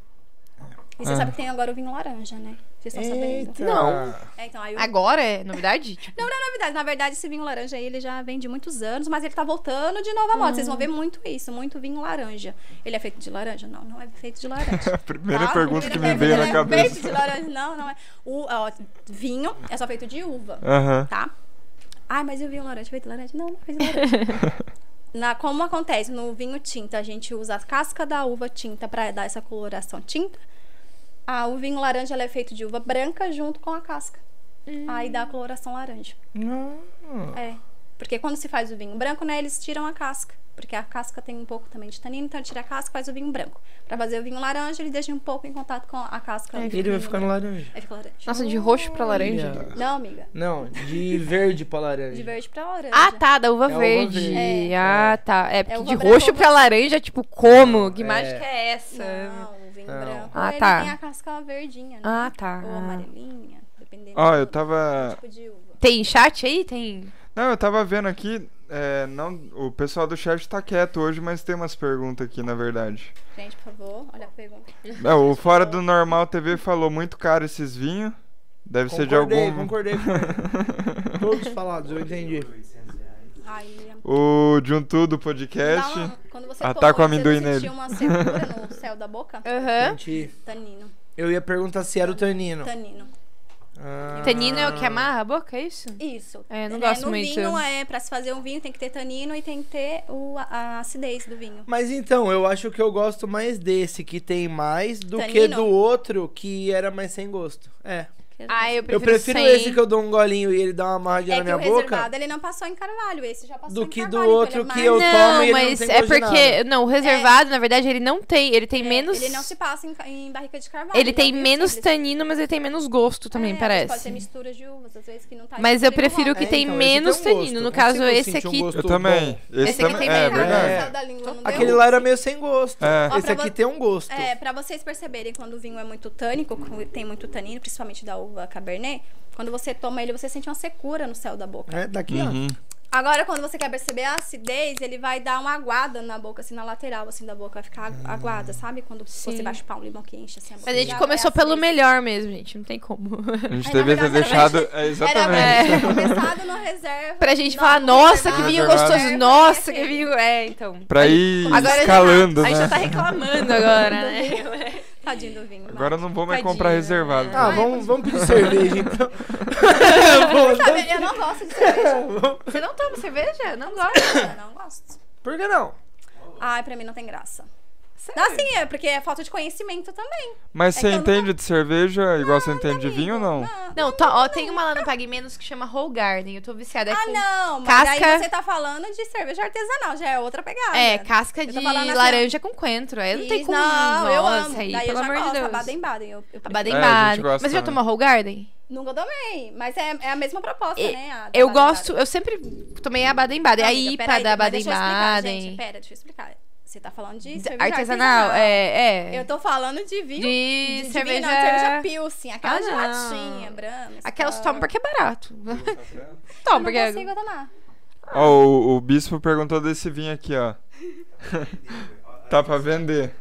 Speaker 4: E você
Speaker 1: Ah.
Speaker 4: sabe que tem agora o vinho laranja, né? Vocês estão sabendo.
Speaker 3: Eita.
Speaker 2: Não.
Speaker 4: É, então, aí o...
Speaker 2: Agora é novidade? Tipo,
Speaker 4: Não, não é novidade. Na verdade, esse vinho laranja aí, ele já vem de muitos anos, mas ele tá voltando de novo à moda. Vocês vão ver muito isso, muito vinho laranja. Ele é feito de laranja? Não, não é feito de laranja.
Speaker 1: A Ah, primeira
Speaker 4: Tá?
Speaker 1: pergunta que me
Speaker 4: Primeira
Speaker 1: veio na
Speaker 4: pergunta, né?
Speaker 1: cabeça.
Speaker 4: Feito de laranja? Não, não é. O, ó, vinho é só feito de uva,
Speaker 1: Aham.
Speaker 4: tá? Ai, mas e o vinho laranja? Feito de laranja? Não, não é feito de laranja. Na, como acontece no vinho tinta, a gente usa a casca da uva tinta pra dar essa coloração tinta. Ah, o vinho laranja ele é feito de uva branca junto com a casca. Aí dá a coloração laranja.
Speaker 3: Não.
Speaker 4: É. Porque quando se faz o vinho branco, né, eles tiram a casca. Porque a casca tem um pouco também de tanino, então ele tira a casca e faz o vinho branco. Pra fazer o vinho laranja, ele deixa um pouco em contato com a casca.
Speaker 2: É,
Speaker 4: do
Speaker 3: Ele vai
Speaker 4: vinho
Speaker 3: ficar no
Speaker 2: um
Speaker 4: branco.
Speaker 3: laranja.
Speaker 4: Aí fica laranja.
Speaker 2: nossa, de roxo pra laranja.
Speaker 3: Olha.
Speaker 4: Não, amiga.
Speaker 3: Não, de verde pra laranja.
Speaker 4: De verde pra laranja.
Speaker 2: Ah, tá, da uva
Speaker 3: É uva
Speaker 2: verde.
Speaker 3: verde.
Speaker 2: Ah, tá. É, porque
Speaker 4: uva
Speaker 2: de
Speaker 4: branca,
Speaker 2: roxo
Speaker 4: uva-
Speaker 2: pra laranja, tipo, como? Que
Speaker 3: É.
Speaker 2: mágica é essa?
Speaker 4: Não, o vinho
Speaker 3: Não.
Speaker 4: branco,
Speaker 2: Ah,
Speaker 4: ele
Speaker 2: tá.
Speaker 4: tem a casca verdinha, né?
Speaker 2: Ah, tá.
Speaker 4: Ou amarelinha, dependendo
Speaker 1: Ó, Ah, eu
Speaker 4: do
Speaker 1: tava.
Speaker 4: tipo de uva.
Speaker 2: Tem chat aí? Tem.
Speaker 1: Não, eu tava vendo aqui. é, não, o pessoal do chat tá quieto hoje, mas tem umas perguntas aqui, na verdade.
Speaker 4: Gente, por favor, olha a pergunta.
Speaker 1: É, o Fora do Normal TV falou muito caro esses vinhos. Deve ser de
Speaker 3: Concordei,
Speaker 1: algum.
Speaker 3: concordei com ele. Todos falados, eu entendi.
Speaker 4: Aí,
Speaker 1: O Juntu do podcast.
Speaker 4: dá uma- quando você
Speaker 1: Ah, tá
Speaker 4: tomou,
Speaker 1: com amendoim
Speaker 4: você não
Speaker 1: nele.
Speaker 4: sentiu uma secura no céu da boca?
Speaker 2: Aham.
Speaker 3: Gente,
Speaker 4: Tanino.
Speaker 3: eu ia perguntar se era o tanino.
Speaker 4: Tanino.
Speaker 3: Ah.
Speaker 2: Tanino é o que amarra a boca, é isso?
Speaker 4: Isso.
Speaker 2: É, não
Speaker 4: Né,
Speaker 2: gosto
Speaker 4: no
Speaker 2: muito.
Speaker 4: vinho, é, pra se fazer um vinho, tem que ter tanino e tem que ter o, a, a acidez do vinho.
Speaker 3: Mas então, eu acho que eu gosto mais desse, que tem mais, do
Speaker 4: Tanino?
Speaker 3: que do outro, que era mais sem gosto. É.
Speaker 2: Ah, eu prefiro,
Speaker 3: Eu prefiro
Speaker 2: sem.
Speaker 3: esse que eu dou um golinho e ele dá uma amarradinha
Speaker 4: É
Speaker 3: na
Speaker 4: que o
Speaker 3: minha boca.
Speaker 4: reservado, ele não passou em carvalho. Esse já passou
Speaker 3: Do
Speaker 4: em
Speaker 3: que do
Speaker 4: carvalho. então
Speaker 3: outro
Speaker 4: ele é
Speaker 3: que
Speaker 4: mais-
Speaker 3: eu tomo
Speaker 2: Não,
Speaker 3: e ele não
Speaker 2: mas
Speaker 3: tem
Speaker 2: é
Speaker 3: gosto de
Speaker 2: porque. Não, o reservado, na verdade, ele não tem. Ele tem
Speaker 4: É,
Speaker 2: menos.
Speaker 4: Ele não se passa em, ca- em barrica de carvalho.
Speaker 2: Ele tem
Speaker 4: é bem
Speaker 2: menos
Speaker 4: simples.
Speaker 2: tanino, mas ele tem menos gosto também,
Speaker 4: É, mas Pode
Speaker 2: parece.
Speaker 4: ser mistura de uvas, às vezes que não tá
Speaker 2: Mas eu
Speaker 4: escrito
Speaker 2: prefiro
Speaker 4: logo.
Speaker 2: que
Speaker 3: É,
Speaker 2: tem
Speaker 3: então, esse
Speaker 2: menos
Speaker 3: tem um gosto.
Speaker 2: tanino.
Speaker 3: Não
Speaker 2: No caso,
Speaker 3: sei se eu
Speaker 2: esse
Speaker 3: senti um
Speaker 2: aqui.
Speaker 3: gosto
Speaker 1: Eu também.
Speaker 3: bom.
Speaker 1: Esse,
Speaker 2: Esse aqui
Speaker 1: também.
Speaker 2: tem
Speaker 1: É
Speaker 2: meio gosto.
Speaker 1: verdade.
Speaker 4: Sal da língua, não
Speaker 3: Aquele
Speaker 4: deu?
Speaker 3: lá era meio sem gosto.
Speaker 1: É.
Speaker 4: é Ó,
Speaker 3: Esse
Speaker 4: pra
Speaker 3: aqui
Speaker 4: vo-
Speaker 3: tem um gosto.
Speaker 4: É, pra vocês perceberem quando o vinho é muito tânico, quando tem muito tanino, principalmente da uva Cabernet, quando você toma ele, você sente uma secura no céu da boca.
Speaker 3: É, daqui,
Speaker 1: Uhum.
Speaker 4: Agora, quando você quer perceber a acidez, ele vai dar uma aguada na boca, assim, na lateral, assim, da boca. Vai ficar agu- aguada, sabe? Quando você vai chupar um limão que enche, assim, a boca.
Speaker 2: Mas a gente
Speaker 4: Já
Speaker 2: começou
Speaker 4: é
Speaker 2: pelo
Speaker 4: acidez.
Speaker 2: melhor mesmo, gente. Não tem como.
Speaker 1: A gente devia
Speaker 4: Aí, na
Speaker 1: ter
Speaker 4: verdade, era
Speaker 1: deixado.
Speaker 4: mais-
Speaker 1: É,
Speaker 4: Era
Speaker 1: exatamente.
Speaker 4: pra ter começado no Tá reserva.
Speaker 2: né? pra gente
Speaker 4: no
Speaker 2: falar, nossa, que
Speaker 4: reserva,
Speaker 2: vinho
Speaker 1: Reservado.
Speaker 2: gostoso.
Speaker 4: reserva,
Speaker 2: Nossa,
Speaker 4: e
Speaker 2: que
Speaker 4: aquele.
Speaker 2: vinho. É, então.
Speaker 1: Pra ir
Speaker 2: Agora já-
Speaker 1: Tá escalando,
Speaker 2: a gente
Speaker 1: né?
Speaker 2: já tá reclamando agora, né?
Speaker 4: Tadinho do vinho.
Speaker 1: Agora eu não vou mais
Speaker 2: Tadinho,
Speaker 1: comprar
Speaker 2: né?
Speaker 1: reservado.
Speaker 3: Ah,
Speaker 4: Ai,
Speaker 3: vamos,
Speaker 4: continua.
Speaker 3: vamos pedir cerveja então.
Speaker 4: mas... Sabe, eu não gosto de cerveja.
Speaker 2: Você não toma cerveja? Não gosta.
Speaker 4: Eu não gosto.
Speaker 3: então. Por que não?
Speaker 4: Ai, pra mim não tem graça. Não, assim, é porque é falta de conhecimento também.
Speaker 1: Mas você
Speaker 4: É que eu não-
Speaker 1: entende de cerveja igual você
Speaker 4: Não,
Speaker 1: entende de
Speaker 4: amigo, Ah.
Speaker 1: vinho ou não?
Speaker 2: Não, to- ó, tem uma lá no Pague Menos que chama Whole Garden. Eu tô viciada. É
Speaker 4: Ah,
Speaker 2: com-
Speaker 4: não. Mas
Speaker 2: Casca-
Speaker 4: aí você tá falando de cerveja artesanal, já é outra pegada.
Speaker 2: É, casca
Speaker 4: tô
Speaker 2: de
Speaker 4: falando assim, ó.
Speaker 2: laranja com coentro. Aí não tem
Speaker 4: Isso,
Speaker 2: como.
Speaker 4: Não, eu
Speaker 2: Nossa,
Speaker 4: amo.
Speaker 2: aí,
Speaker 4: Daí
Speaker 2: pelo
Speaker 4: eu já
Speaker 2: amor de
Speaker 4: gosto,
Speaker 2: Deus.
Speaker 4: a Baden-Baden. Eu, eu
Speaker 2: A
Speaker 4: prefiro.
Speaker 2: Baden
Speaker 1: É, a
Speaker 2: Baden.
Speaker 1: gente gosta
Speaker 2: Mas você já
Speaker 1: também.
Speaker 2: tomou Whole Garden?
Speaker 4: Nunca tomei, mas é, é a mesma proposta,
Speaker 2: E-
Speaker 4: né? a da
Speaker 2: Eu
Speaker 4: Baden-Baden.
Speaker 2: gosto, eu sempre tomei a Baden Baden.
Speaker 4: Não,
Speaker 2: A
Speaker 4: amiga,
Speaker 2: IPA
Speaker 4: peraí,
Speaker 2: da
Speaker 4: mas deixa eu explicar,
Speaker 2: Baden-Baden.
Speaker 4: Gente, pera, deixa eu explicar. Você tá falando de
Speaker 2: Artesanal,
Speaker 4: cerveja
Speaker 2: é, é.
Speaker 4: Eu tô falando de vinho.
Speaker 2: de,
Speaker 4: de
Speaker 2: cerveja.
Speaker 4: Vinho, não, cerveja pilsen, aquela
Speaker 2: Ah, não.
Speaker 4: gelatinha, brama.
Speaker 2: Aquelas
Speaker 4: Skol.
Speaker 2: tomam porque é barato.
Speaker 1: tá
Speaker 4: Eu
Speaker 2: Toma,
Speaker 4: não
Speaker 2: porque. é
Speaker 4: consigo tomar.
Speaker 1: Ó, o, o bispo perguntou desse vinho aqui, ó. tá pra vender.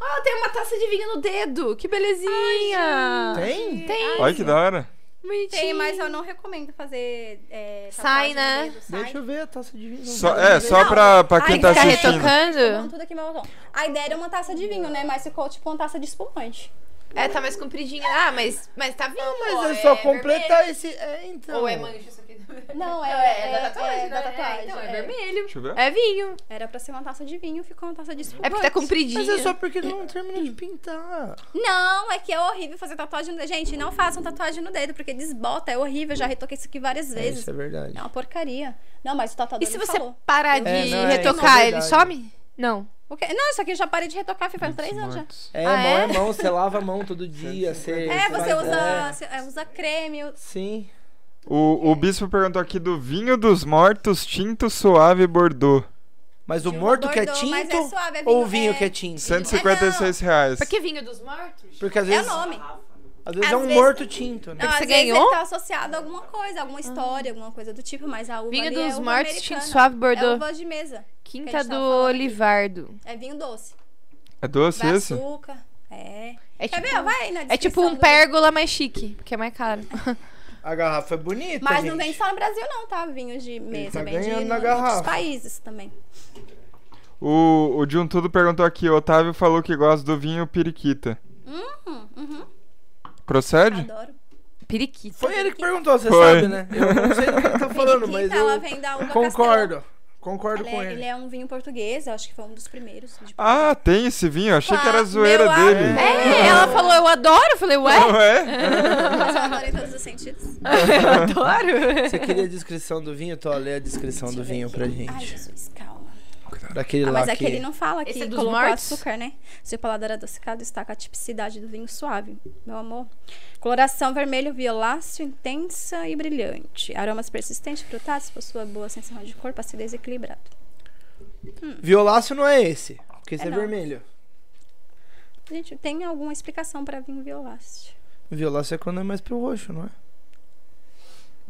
Speaker 2: Oh, tem uma taça de vinho no dedo. Que belezinha.
Speaker 3: Tem?
Speaker 2: Tem.
Speaker 1: Olha que da hora.
Speaker 2: Bonitinho.
Speaker 4: Tem, mas eu não recomendo fazer. É,
Speaker 2: Sai,
Speaker 4: tatuagem
Speaker 2: né?
Speaker 4: no dedo, sai.
Speaker 3: Deixa eu ver a taça de vinho.
Speaker 1: Só- é, só
Speaker 4: Não.
Speaker 1: pra, pra quem
Speaker 4: Ai,
Speaker 1: tá
Speaker 2: Ficar
Speaker 4: cara,
Speaker 1: assistindo.
Speaker 4: Tomando
Speaker 2: retocando.
Speaker 4: tudo aqui, meu batom. A ideia era uma taça de vinho, né? Mas ficou tipo uma taça de espumante.
Speaker 2: É, tá mais compridinha. Ah, mas, mas tá vinho.
Speaker 3: Não, mas
Speaker 2: ó,
Speaker 3: é só
Speaker 2: vermelho.
Speaker 3: completar esse. É, então.
Speaker 2: Ou é mancha isso aqui?
Speaker 4: Não, é- é- é da
Speaker 2: né?
Speaker 4: tatuagem,
Speaker 2: então, é,
Speaker 4: é.
Speaker 2: vermelho.
Speaker 1: Deixa eu ver.
Speaker 2: É vinho.
Speaker 4: Era pra ser uma taça de vinho, ficou uma taça de espumante.
Speaker 2: É porque tá compridinho.
Speaker 3: Mas é só porque não terminou de pintar.
Speaker 4: Não, é que é horrível fazer tatuagem no dedo. Gente, não façam tatuagem no dedo, porque desbota, é horrível. Eu já retoquei isso aqui várias
Speaker 3: É,
Speaker 4: vezes.
Speaker 3: isso é verdade.
Speaker 4: É uma porcaria. Não, mas o tatuador
Speaker 2: E se
Speaker 4: me
Speaker 2: você
Speaker 4: falou.
Speaker 2: parar de
Speaker 3: É, não, é,
Speaker 2: retocar,
Speaker 3: isso é
Speaker 2: ele
Speaker 3: verdade.
Speaker 2: some? Não.
Speaker 4: O quê? Não, isso aqui eu já parei de retocar faz três anos já.
Speaker 3: É,
Speaker 2: Ah,
Speaker 3: mão
Speaker 2: é?
Speaker 3: é mão, você lava a mão todo dia. Você
Speaker 4: É, você
Speaker 3: faz-
Speaker 4: usa,
Speaker 3: é.
Speaker 4: você, é, usa creme. eu-
Speaker 3: Sim.
Speaker 1: O, o bispo perguntou aqui do vinho dos mortos, tinto, suave, bordeaux.
Speaker 3: Mas o
Speaker 4: Tinha um
Speaker 3: morto que é
Speaker 4: bordeaux, mas é
Speaker 3: tinto
Speaker 4: suave, é
Speaker 3: ou o
Speaker 4: vinho,
Speaker 3: vinho
Speaker 4: é-
Speaker 3: que é tinto?
Speaker 1: 156 reais.
Speaker 2: É, Porque vinho dos mortos?
Speaker 3: Porque às
Speaker 4: É o
Speaker 3: vezes,
Speaker 4: nome.
Speaker 3: às vezes
Speaker 4: às
Speaker 3: é um
Speaker 4: vezes-
Speaker 3: morto tinto, né?
Speaker 4: Não,
Speaker 2: você
Speaker 4: às vezes
Speaker 2: ganhou?
Speaker 4: ele tá associado a alguma coisa, alguma história, alguma coisa do tipo, mas a uva
Speaker 2: Vinho
Speaker 4: ali é
Speaker 2: dos
Speaker 4: uva
Speaker 2: mortos,
Speaker 4: americana.
Speaker 2: tinto suave,
Speaker 4: É
Speaker 2: bordeaux.
Speaker 4: uva de mesa. que a
Speaker 2: Quinta
Speaker 4: gente
Speaker 2: do
Speaker 4: tava falando aqui.
Speaker 2: Olivardo.
Speaker 4: É vinho doce.
Speaker 1: É doce
Speaker 4: Vai
Speaker 1: esse?
Speaker 4: açúcar. É.
Speaker 2: É
Speaker 4: Quer
Speaker 2: tipo,
Speaker 4: ver? Vai na
Speaker 2: é tipo
Speaker 4: descrição
Speaker 2: um
Speaker 4: do-
Speaker 2: pérgola mais chique, porque é mais caro.
Speaker 3: A garrafa é bonita,
Speaker 4: Mas
Speaker 3: gente.
Speaker 4: não vem só no Brasil, não, tá? Vinho de mesa.
Speaker 3: tá
Speaker 4: vem de
Speaker 3: ganhando na
Speaker 4: em
Speaker 3: garrafa.
Speaker 4: outros países também.
Speaker 1: O, o Juntudo perguntou aqui, o Otávio falou que gosta do vinho periquita.
Speaker 4: Hum, uhum,
Speaker 1: Procede?
Speaker 4: adoro.
Speaker 2: Periquita.
Speaker 3: Foi ele que perguntou, você
Speaker 1: Foi.
Speaker 3: sabe, né? Eu não sei do que ele tá falando, mas
Speaker 4: Quinta, ela
Speaker 3: eu
Speaker 4: vem da uva
Speaker 3: concordo. Concordo com
Speaker 4: Castelhana. Ele é,
Speaker 3: ele.
Speaker 4: ele é um vinho português, eu acho que foi um dos primeiros. de
Speaker 1: Ah,
Speaker 4: Portugal.
Speaker 1: tem esse vinho? Achei que era a
Speaker 4: Claro,
Speaker 1: zoeira
Speaker 4: Ah, meu
Speaker 1: dele.
Speaker 4: amor.
Speaker 2: É, ela falou, eu adoro. Eu falei, ué,
Speaker 1: Não é?
Speaker 4: Mas eu adoro em todos os sentidos.
Speaker 2: eu adoro.
Speaker 3: Você queria a descrição do vinho, Tô? Lê a descrição do vinho pra
Speaker 4: Ai,
Speaker 3: gente.
Speaker 4: Jesus, calma.
Speaker 3: Daquele
Speaker 4: Ah,
Speaker 3: lá
Speaker 4: mas é
Speaker 3: que...
Speaker 4: que ele não fala que
Speaker 2: Esse é dos
Speaker 4: colocou
Speaker 2: mortos?
Speaker 4: açúcar, né? Seu paladar adocicado está com a tipicidade do vinho suave, meu amor. Coloração vermelho violáceo, intensa e brilhante. Aromas persistentes, frutados, possua boa sensação de corpo, acidez equilibrado.
Speaker 3: Violáceo não é esse, porque esse
Speaker 4: É
Speaker 3: é,
Speaker 4: não.
Speaker 3: vermelho.
Speaker 4: Gente, tem alguma explicação pra vinho violáceo?
Speaker 3: Violáceo é quando é mais pro roxo, não é?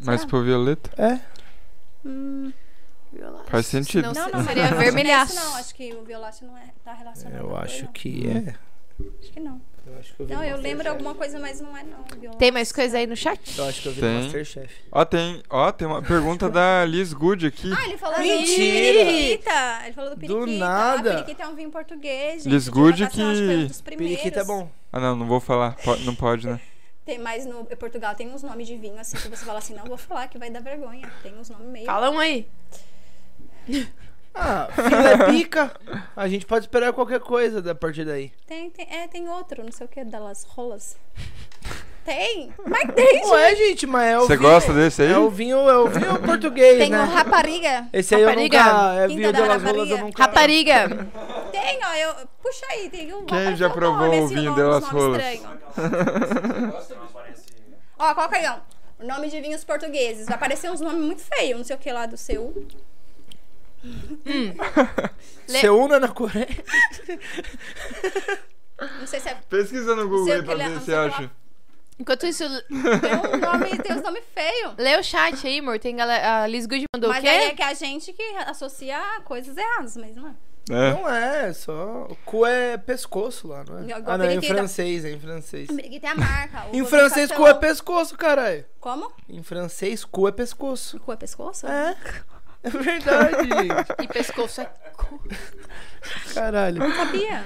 Speaker 1: Mas pro violeta?
Speaker 3: É.
Speaker 4: Hum,
Speaker 1: Faz sentido.
Speaker 2: Não,
Speaker 4: não,
Speaker 2: não,
Speaker 4: não.
Speaker 2: seria
Speaker 4: não, não,
Speaker 2: vermelhaço.
Speaker 4: Não, acho que o violáceo não é, tá relacionado.
Speaker 3: Eu
Speaker 4: com a
Speaker 3: acho
Speaker 4: cor,
Speaker 3: que é.
Speaker 4: não. Acho que não.
Speaker 3: Eu acho que eu vi
Speaker 4: Não, eu
Speaker 3: Masterchef.
Speaker 4: lembro alguma coisa, mas não é não. violão.
Speaker 2: Tem mais coisa aí no chat?
Speaker 3: Eu acho que eu vi
Speaker 1: Tem.
Speaker 3: no Masterchef.
Speaker 1: Ó, tem, ó, tem uma pergunta da Liz Good aqui.
Speaker 4: Ah, ele falou
Speaker 3: Mentira!
Speaker 4: do periquita. Ele falou do periquita.
Speaker 3: nada.
Speaker 4: Ah, periquita é um vinho português, gente.
Speaker 1: Liz
Speaker 4: de
Speaker 1: Good
Speaker 4: inovação, acho foi um dos primeiros.
Speaker 3: Periquita é bom.
Speaker 1: Ah, não, não vou falar. Po- não pode, né?
Speaker 4: Tem, mas no em Portugal tem uns nomes de vinho, assim, que você fala assim, não vou falar, que vai dar vergonha. Tem uns nomes meio...
Speaker 2: Falam um aí.
Speaker 3: Ah, filé pica. A gente pode esperar qualquer coisa da partir daí.
Speaker 4: Tem, tem, é, tem outro, não sei o que, das rolas. Tem? Mas tem,
Speaker 3: Não é,
Speaker 4: gente.
Speaker 3: gente, mas é o
Speaker 1: Você
Speaker 3: vinho.
Speaker 1: gosta desse aí?
Speaker 3: É o vinho, é o vinho português,
Speaker 4: Tem
Speaker 3: né?
Speaker 4: o rapariga.
Speaker 3: Esse aí eu
Speaker 2: Rapariga.
Speaker 3: nunca... É
Speaker 4: Quinta
Speaker 3: vinho
Speaker 4: da
Speaker 3: de Las
Speaker 4: Rapariga.
Speaker 3: Rolas, eu nunca...
Speaker 2: Rapariga.
Speaker 4: Tem, ó, eu... Puxa aí, tem um...
Speaker 1: Quem
Speaker 4: apareceu
Speaker 1: já
Speaker 4: um
Speaker 1: provou
Speaker 4: nome,
Speaker 1: o
Speaker 4: assim,
Speaker 1: vinho
Speaker 4: um
Speaker 1: de
Speaker 4: nome-
Speaker 1: Las
Speaker 4: uns nomes
Speaker 1: Rolas?
Speaker 4: estranhos. Ó, coloca aí, ó. O nome de vinhos portugueses. Vai aparecer uns nomes muito feios, não sei o que lá do seu.
Speaker 2: Le-
Speaker 3: Seul não é na Coreia?
Speaker 4: Não sei se é...
Speaker 1: Pesquisa no
Speaker 4: Não
Speaker 1: Google
Speaker 4: sei
Speaker 1: aí
Speaker 4: o
Speaker 1: pra
Speaker 4: que ele-
Speaker 1: ver
Speaker 4: não
Speaker 1: se
Speaker 4: sei o que
Speaker 1: acha.
Speaker 4: lá.
Speaker 2: Enquanto isso,
Speaker 4: Tem um nome, tem uns nomes feios.
Speaker 2: lê o chat aí, amor. Tem galera... A Liz Good mandou o
Speaker 4: Mas
Speaker 2: quê?
Speaker 4: aí é que a gente que associa a coisas erradas, mas não é.
Speaker 1: É.
Speaker 3: Não é, só... O cu é pescoço lá, não é?
Speaker 4: Igual
Speaker 3: Ah, não, é em
Speaker 4: periquita.
Speaker 3: francês, é em francês.
Speaker 4: Briguei tem a marca. o
Speaker 3: Em
Speaker 4: nome
Speaker 3: francês,
Speaker 4: do
Speaker 3: cu é
Speaker 4: cachorro.
Speaker 3: pescoço, caralho.
Speaker 4: Como?
Speaker 3: Em francês, cu é pescoço.
Speaker 4: Cu é pescoço?
Speaker 3: É. É verdade, gente.
Speaker 2: E pescoço é cu.
Speaker 3: Caralho.
Speaker 4: Sabia?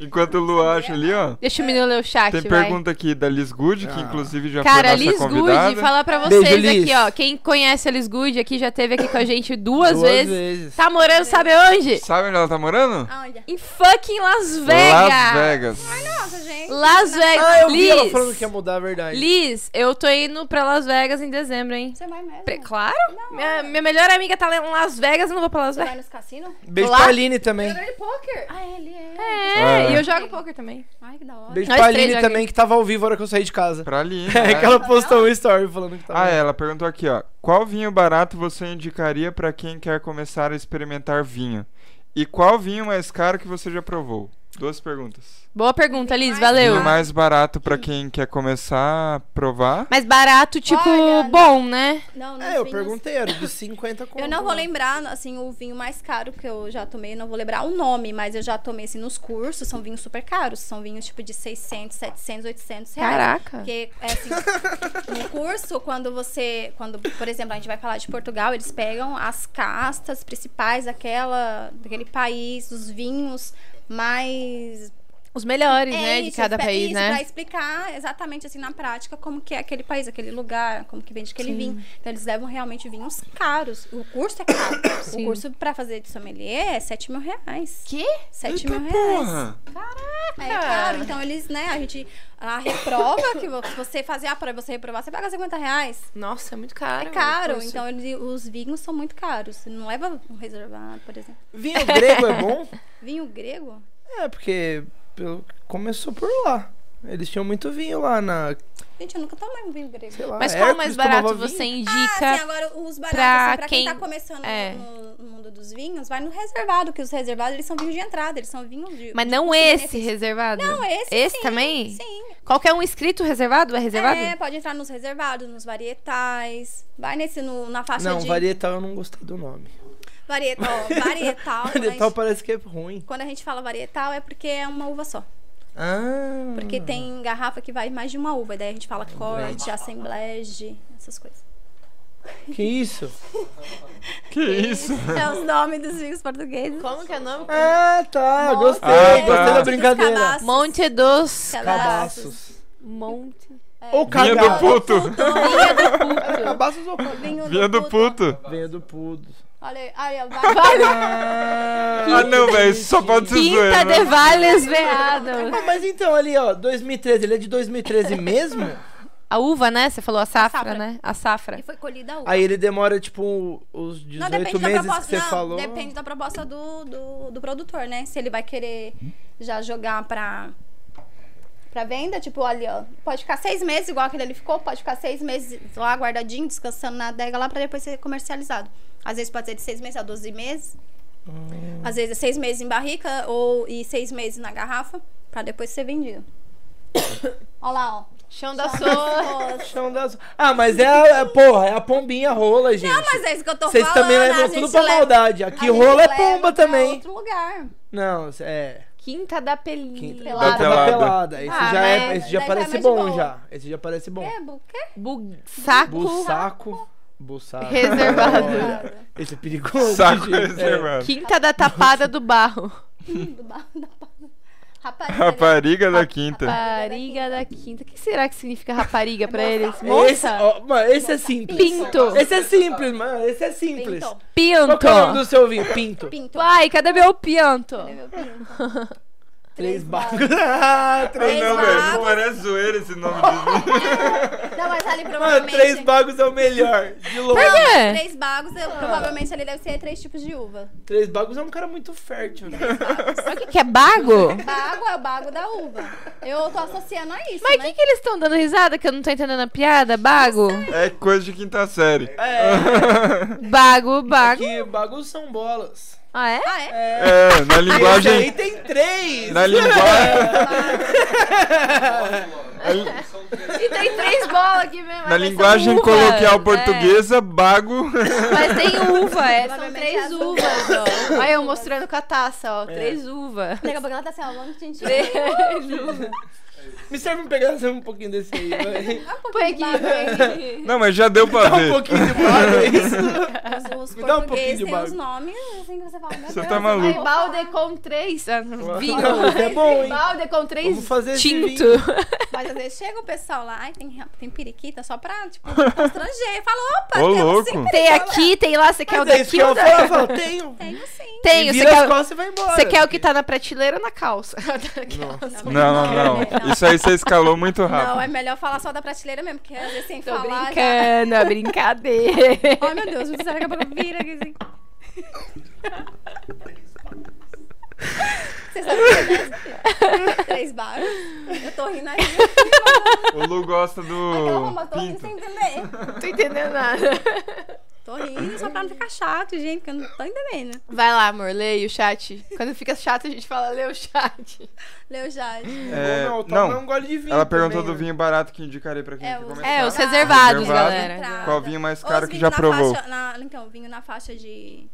Speaker 1: Enquanto o Lu acha ali, ó.
Speaker 2: Deixa o menino ler o chat,
Speaker 1: Tem
Speaker 2: vai.
Speaker 1: pergunta aqui da Liz Good, que
Speaker 3: Ah.
Speaker 1: inclusive já
Speaker 2: Cara, a
Speaker 1: foi nossa
Speaker 2: Liz
Speaker 1: convidada.
Speaker 2: Good, falar pra
Speaker 3: Beijo,
Speaker 2: vocês
Speaker 3: Liz.
Speaker 2: aqui, ó. Quem conhece a Liz Good aqui já teve aqui com a gente duas,
Speaker 3: Duas
Speaker 2: vezes.
Speaker 3: vezes.
Speaker 2: Tá morando, sabe onde?
Speaker 1: Sabe onde ela tá morando?
Speaker 4: Aonde? é?
Speaker 2: Em fucking Las Vegas.
Speaker 1: Las Vegas.
Speaker 4: Nossa, gente.
Speaker 2: Las Vegas.
Speaker 3: Ah, eu vi ela falando
Speaker 2: É, Liz.
Speaker 3: que ia mudar, a verdade.
Speaker 2: Liz, eu tô indo pra Las Vegas em dezembro, hein?
Speaker 4: Você vai mesmo?
Speaker 2: Pre- claro.
Speaker 4: É,
Speaker 2: Minha, minha melhor amiga tá lá em Las Vegas, eu não vou pra Las
Speaker 4: Você vai
Speaker 2: Vegas.
Speaker 4: nos cassinos?
Speaker 3: Beijo
Speaker 2: Lá-
Speaker 3: pra Aline também.
Speaker 4: Jogador de pôquer. É. Ah, ele é.
Speaker 2: É,
Speaker 1: É.
Speaker 2: e eu jogo poker também.
Speaker 4: Ai, que da hora.
Speaker 3: Beijo
Speaker 2: Nós
Speaker 3: pra
Speaker 2: três
Speaker 3: Aline
Speaker 2: aqui.
Speaker 3: também, que tava ao vivo a hora que eu saí de casa.
Speaker 1: Pra ali. né?
Speaker 3: É, que ela postou um story falando que tava.
Speaker 1: Ah, é, ela perguntou aqui, ó. Qual vinho barato você indicaria pra quem quer começar a experimentar vinho? E qual vinho mais caro que você já provou? Duas perguntas.
Speaker 2: Boa pergunta, Liz,
Speaker 4: Mais
Speaker 2: valeu.
Speaker 1: Vinho mais barato pra quem quer começar a provar?
Speaker 2: Mas barato, tipo,
Speaker 4: Olha,
Speaker 2: bom, né?
Speaker 4: Não, nos
Speaker 3: É, eu
Speaker 4: vinhos-
Speaker 3: perguntei, era de 50 conto.
Speaker 4: Eu não vou
Speaker 3: lá.
Speaker 4: lembrar, assim, o vinho mais caro que eu já tomei, eu não vou lembrar o nome, mas eu já tomei, assim, nos cursos, são vinhos super caros, são vinhos, tipo, de 600, 700, 800 reais.
Speaker 2: Caraca.
Speaker 4: Porque, é assim, no curso, quando você, quando, por exemplo, a gente vai falar de Portugal, eles pegam as castas principais daquela, daquele país, os vinhos mais
Speaker 2: Os melhores,
Speaker 4: É
Speaker 2: né, de
Speaker 4: isso,
Speaker 2: cada
Speaker 4: pra-
Speaker 2: país,
Speaker 4: isso,
Speaker 2: né?
Speaker 4: Pra explicar exatamente assim na prática como que é aquele país, aquele lugar, como que vende aquele vinho. Então eles levam realmente vinhos caros. O curso é caro.
Speaker 2: Sim.
Speaker 4: O curso pra fazer de sommelier é 7 mil reais.
Speaker 2: Quê?
Speaker 4: 7 mil
Speaker 1: Eita
Speaker 4: reais.
Speaker 1: porra!
Speaker 4: É caro. Então eles, né, a gente a reprova que vo- se você fazer a prova e você reprovar, você paga 50 reais.
Speaker 2: Nossa, é muito caro.
Speaker 4: É caro.
Speaker 2: Nossa.
Speaker 4: Então ele- os vinhos são muito caros. Você Não leva um reservado, por exemplo.
Speaker 3: Vinho grego é bom?
Speaker 4: Vinho grego?
Speaker 3: É, porque pelo- começou por lá. Eles tinham muito vinho lá na.
Speaker 4: Gente, eu nunca tomei um vinho grego.
Speaker 3: Sei lá,
Speaker 2: Mas qual é o mais
Speaker 3: Hércules
Speaker 2: barato
Speaker 3: tomava vinho.
Speaker 2: você
Speaker 4: Ah, assim,
Speaker 2: indica?
Speaker 4: agora os baratos,
Speaker 2: pra
Speaker 4: pra, assim, pra quem,
Speaker 2: quem-
Speaker 4: tá começando
Speaker 2: é.
Speaker 4: no, no mundo dos vinhos, vai no reservado, que os reservados eles são vinhos de entrada, eles são vinhos de.
Speaker 2: Mas
Speaker 4: de
Speaker 2: não
Speaker 4: custo-benefício.
Speaker 2: esse reservado?
Speaker 4: Não, é- esse.
Speaker 2: Esse
Speaker 4: sim,
Speaker 2: também?
Speaker 4: Sim.
Speaker 2: Qualquer um escrito reservado é reservado?
Speaker 4: É, pode entrar nos reservados, nos varietais. Vai nesse, no, na faixa
Speaker 3: Não,
Speaker 4: de.
Speaker 3: varietal eu não gostei do nome.
Speaker 4: Varietal. ó, varietal. quando, a
Speaker 3: Varietal
Speaker 4: gente,
Speaker 3: parece que é ruim.
Speaker 4: quando a gente fala varietal, é porque é uma uva só.
Speaker 3: Ah.
Speaker 4: Porque
Speaker 1: Hum.
Speaker 4: tem garrafa que vai mais de uma uva, daí a gente fala corte, assemblage, essas coisas.
Speaker 3: Que isso?
Speaker 1: Que isso?
Speaker 4: É os nomes dos vinhos portugueses.
Speaker 2: Como que é o nome?
Speaker 3: Ah, tá.
Speaker 4: é
Speaker 2: Monte-
Speaker 3: Gostei.
Speaker 1: Ah, tá.
Speaker 3: Gostei da
Speaker 1: Monte
Speaker 4: dos
Speaker 3: brincadeira.
Speaker 4: cabaços.
Speaker 2: Monte dos...
Speaker 4: Cabaços.
Speaker 3: Cabaços.
Speaker 2: Monte...
Speaker 3: Ou
Speaker 1: Vinho do
Speaker 3: cagaço.
Speaker 1: puto!
Speaker 3: É, Cabaços ou cagaço.
Speaker 4: Vinho
Speaker 1: Vinho do puto!
Speaker 3: Venha do pudo.
Speaker 4: Olha aí, olha, vai, vai.
Speaker 1: Ah, não, velho, só
Speaker 3: Tá
Speaker 1: pode ser
Speaker 2: Quinta
Speaker 1: zoeira.
Speaker 2: de
Speaker 1: né?
Speaker 2: Valles Veados.
Speaker 3: Ah, mas então ali, ó, 2013, ele é de 2013 mesmo?
Speaker 2: A uva, né? Você falou a safra,
Speaker 4: safra.
Speaker 2: né? A safra.
Speaker 4: E foi colhida a uva.
Speaker 3: Aí ele demora, tipo, os 18
Speaker 4: não, depende da
Speaker 3: meses
Speaker 4: proposta.
Speaker 3: que você
Speaker 4: não,
Speaker 3: falou.
Speaker 4: depende da proposta do, do, do produtor, né? Se ele vai querer já jogar pra, pra venda, tipo, ali, ó. Pode ficar seis meses, igual aquele ali ficou, pode ficar seis meses lá guardadinho, descansando na adega lá pra depois ser comercializado. Às vezes pode ser de seis meses a 12 meses.
Speaker 3: Hum.
Speaker 4: Às vezes é seis meses em barrica ou e seis meses na garrafa, pra depois ser vendido. Olha lá, ó.
Speaker 2: Chão da Soa.
Speaker 3: Chão das- Ah, mas é a, é, porra, é a pombinha rola, gente.
Speaker 4: Não, mas é isso que eu tô
Speaker 3: Vocês
Speaker 4: falando.
Speaker 3: também
Speaker 4: a
Speaker 3: levam
Speaker 4: gente
Speaker 3: tudo pra
Speaker 4: leva-
Speaker 3: maldade.
Speaker 4: a
Speaker 3: Aqui
Speaker 4: gente
Speaker 3: rola é
Speaker 4: leva
Speaker 3: pomba
Speaker 4: pra
Speaker 3: também.
Speaker 4: outro lugar.
Speaker 3: Não, é.
Speaker 2: Quinta da Pelinha.
Speaker 3: Quinta.
Speaker 4: Pelada.
Speaker 3: Da pelada. Esse
Speaker 2: Ah,
Speaker 3: já, é,
Speaker 2: mas
Speaker 3: esse já
Speaker 4: daí tá
Speaker 3: parece
Speaker 4: mais de
Speaker 3: bom,
Speaker 4: boa.
Speaker 3: já. Esse já parece bom.
Speaker 4: É, bu- quê?
Speaker 2: Bu- Saco.
Speaker 3: Bussaco. Bussaco.
Speaker 2: Reservado.
Speaker 3: Olha, Esse é perigoso.
Speaker 1: Saco
Speaker 3: gente. É.
Speaker 1: reservado.
Speaker 2: Quinta da Tapada do Barro.
Speaker 4: Hum, do barro da barra. Rapariga.
Speaker 1: Rapariga da quinta.
Speaker 2: Rapariga da Quinta. O que será que significa rapariga pra eles?
Speaker 3: Esse,
Speaker 2: Moça?
Speaker 3: ó, mano, esse é simples.
Speaker 2: Pinto.
Speaker 3: Esse é simples, mano. Esse é simples.
Speaker 4: Pinto.
Speaker 3: Qual que é o nome
Speaker 2: Pianto.
Speaker 3: do seu vinho? Pinto.
Speaker 4: Pinto.
Speaker 2: Vai, cadê meu pianto?
Speaker 4: Cadê meu pinto?
Speaker 3: Três Ah,
Speaker 4: Três
Speaker 3: barcos.
Speaker 1: Ai,
Speaker 4: Três
Speaker 1: não, velho. Não
Speaker 4: bagos.
Speaker 1: parece zoeira esse nome de
Speaker 4: Não, mas né? ali
Speaker 3: Mano,
Speaker 4: provavelmente...
Speaker 3: Ah, três Ah. bagos é o melhor. De
Speaker 2: Por
Speaker 3: longe.
Speaker 2: quê?
Speaker 4: Três bagos, eu- provavelmente ali deve ser três tipos de uva.
Speaker 3: Três bagos é um cara muito fértil, né?
Speaker 2: Mas o que, que é bago?
Speaker 4: Bago é o bago da uva. Eu tô associando a isso,
Speaker 2: Mas o
Speaker 4: né?
Speaker 2: que, que eles estão dando risada que eu não tô entendendo a piada? Bago?
Speaker 1: É coisa de quinta série.
Speaker 3: É,
Speaker 2: Bago, bago.
Speaker 3: que bagos são bolas.
Speaker 2: Ah, é?
Speaker 4: Ah, é?
Speaker 3: É.
Speaker 1: É, na
Speaker 3: Esse aí
Speaker 1: linguagem.
Speaker 3: tem três.
Speaker 1: Na linguagem.
Speaker 2: E tem três bolas aqui mesmo.
Speaker 1: Na linguagem coloquial
Speaker 4: É.
Speaker 1: portuguesa, bago.
Speaker 2: É. Mas tem uva, é. São
Speaker 4: Provavelmente
Speaker 2: três
Speaker 4: as
Speaker 2: uvas, ó. Olha eu mostrando com a taça, ó.
Speaker 3: É.
Speaker 2: Três uvas.
Speaker 4: Daqui a pouco ela tá assim, ó, vamos gente.
Speaker 2: Três uvas.
Speaker 3: Me serve um pedaço um pouquinho desse aí, vai.
Speaker 4: Um
Speaker 2: Põe
Speaker 4: pouquinho de
Speaker 2: aqui,
Speaker 4: bago aí.
Speaker 2: põe aqui.
Speaker 1: Não, mas já deu pra
Speaker 3: Dá um
Speaker 1: ver.
Speaker 3: pouquinho de bago, é isso?
Speaker 4: Os, os
Speaker 3: Me dá um pouquinho
Speaker 4: portugueses
Speaker 3: de
Speaker 4: têm
Speaker 3: bago.
Speaker 4: uns nomes assim que você fala, meu
Speaker 1: Você
Speaker 4: Deus,
Speaker 1: tá maluco.
Speaker 4: vai
Speaker 2: Aí,
Speaker 4: falar.
Speaker 2: balde com três. ah,
Speaker 3: Não,
Speaker 2: Vinho.
Speaker 3: isso é bom, hein?
Speaker 2: Balde com três.
Speaker 3: Vamos fazer esse
Speaker 2: tinto.
Speaker 3: vinho.
Speaker 4: Mas às vezes chega o pessoal lá, ai, tem, tem periquita só pra, tipo, estrangeiro. Fala, opa,
Speaker 1: Ô,
Speaker 4: temos
Speaker 1: louco.
Speaker 4: sim
Speaker 2: Tem aqui, tem lá. Você quer o
Speaker 3: Mas é
Speaker 2: daqui
Speaker 3: isso que
Speaker 2: ou
Speaker 3: eu falo, eu
Speaker 2: daqui?
Speaker 3: falo, tenho.
Speaker 4: Tenho sim.
Speaker 2: Tem,
Speaker 3: E
Speaker 2: você
Speaker 3: vira as
Speaker 2: quer,
Speaker 3: costas e vai embora.
Speaker 2: você quer o que tá na prateleira ou na calça? Daquelas.
Speaker 1: Não, não, não. Isso aí você escalou muito
Speaker 4: é Não, é
Speaker 1: rápido.
Speaker 4: melhor falar só da prateleira mesmo, porque às vezes sem
Speaker 2: Tô
Speaker 4: falar. já-
Speaker 2: brincando, é brincadeira.
Speaker 3: Oh,
Speaker 4: Ai, meu Deus, o Zé daqui a pouco vira aqui assim. Você sabe o que é dessa? Três barras. Eu tô rindo aí.
Speaker 1: O Lu gosta
Speaker 4: É Aquela
Speaker 1: do.
Speaker 4: roupa, tô rindo
Speaker 1: Pinto.
Speaker 4: sem entender.
Speaker 2: Não tô entendendo nada.
Speaker 4: Tô rindo só pra não ficar chato, gente, porque eu não tô entendendo.
Speaker 2: Vai lá, amor, leia o chat. Quando fica chato, a gente fala, lê o chat.
Speaker 4: Leu já.
Speaker 2: tá-
Speaker 1: É,
Speaker 3: Ou não, toma um
Speaker 1: não,
Speaker 3: gole de vinho.
Speaker 1: ela perguntou
Speaker 3: também,
Speaker 1: do
Speaker 3: né?
Speaker 1: vinho barato que indicarei pra quem
Speaker 4: É,
Speaker 1: quer
Speaker 4: os-
Speaker 1: começar.
Speaker 2: É, os
Speaker 4: Reservado,
Speaker 2: reservados,
Speaker 1: reservado.
Speaker 2: galera.
Speaker 4: Entrada.
Speaker 1: Qual vinho mais
Speaker 4: Ou
Speaker 1: caro
Speaker 4: os
Speaker 1: que
Speaker 4: vinhos
Speaker 1: já
Speaker 4: na
Speaker 1: provou?
Speaker 4: faixa- na- então, vinho na faixa de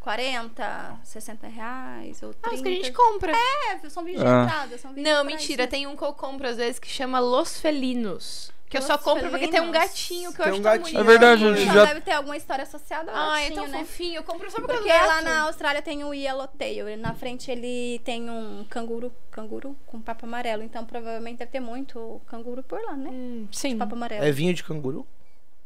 Speaker 4: 40, 60 reais ou 30.
Speaker 2: Ah, os que a gente compra.
Speaker 4: É, são vinhos
Speaker 1: Ah.
Speaker 4: de entrada. São vinhos
Speaker 2: Não,
Speaker 4: pra
Speaker 2: mentira,
Speaker 4: isso.
Speaker 2: tem um que eu compro às vezes que chama Los Felinos. Que eu só
Speaker 4: Los
Speaker 2: compro porque tem um
Speaker 4: Felinos.
Speaker 2: gatinho que eu
Speaker 3: Tem
Speaker 2: acho
Speaker 3: um
Speaker 2: tão
Speaker 3: gatinho.
Speaker 2: bonito.
Speaker 1: É verdade, a gente
Speaker 4: Então
Speaker 1: já-
Speaker 4: deve ter alguma história associada ao
Speaker 2: Ai, é
Speaker 4: latinho,
Speaker 2: tão
Speaker 4: né?
Speaker 2: fofinho. Eu compro só porque é
Speaker 4: Porque
Speaker 2: eu gosto.
Speaker 4: lá na Austrália tem o Yellowtail. e Na frente ele tem um canguru, canguru com papo amarelo. Então provavelmente deve ter muito canguru por lá, né?
Speaker 2: Hum, Sim.
Speaker 4: Papo amarelo.
Speaker 3: É vinho de canguru?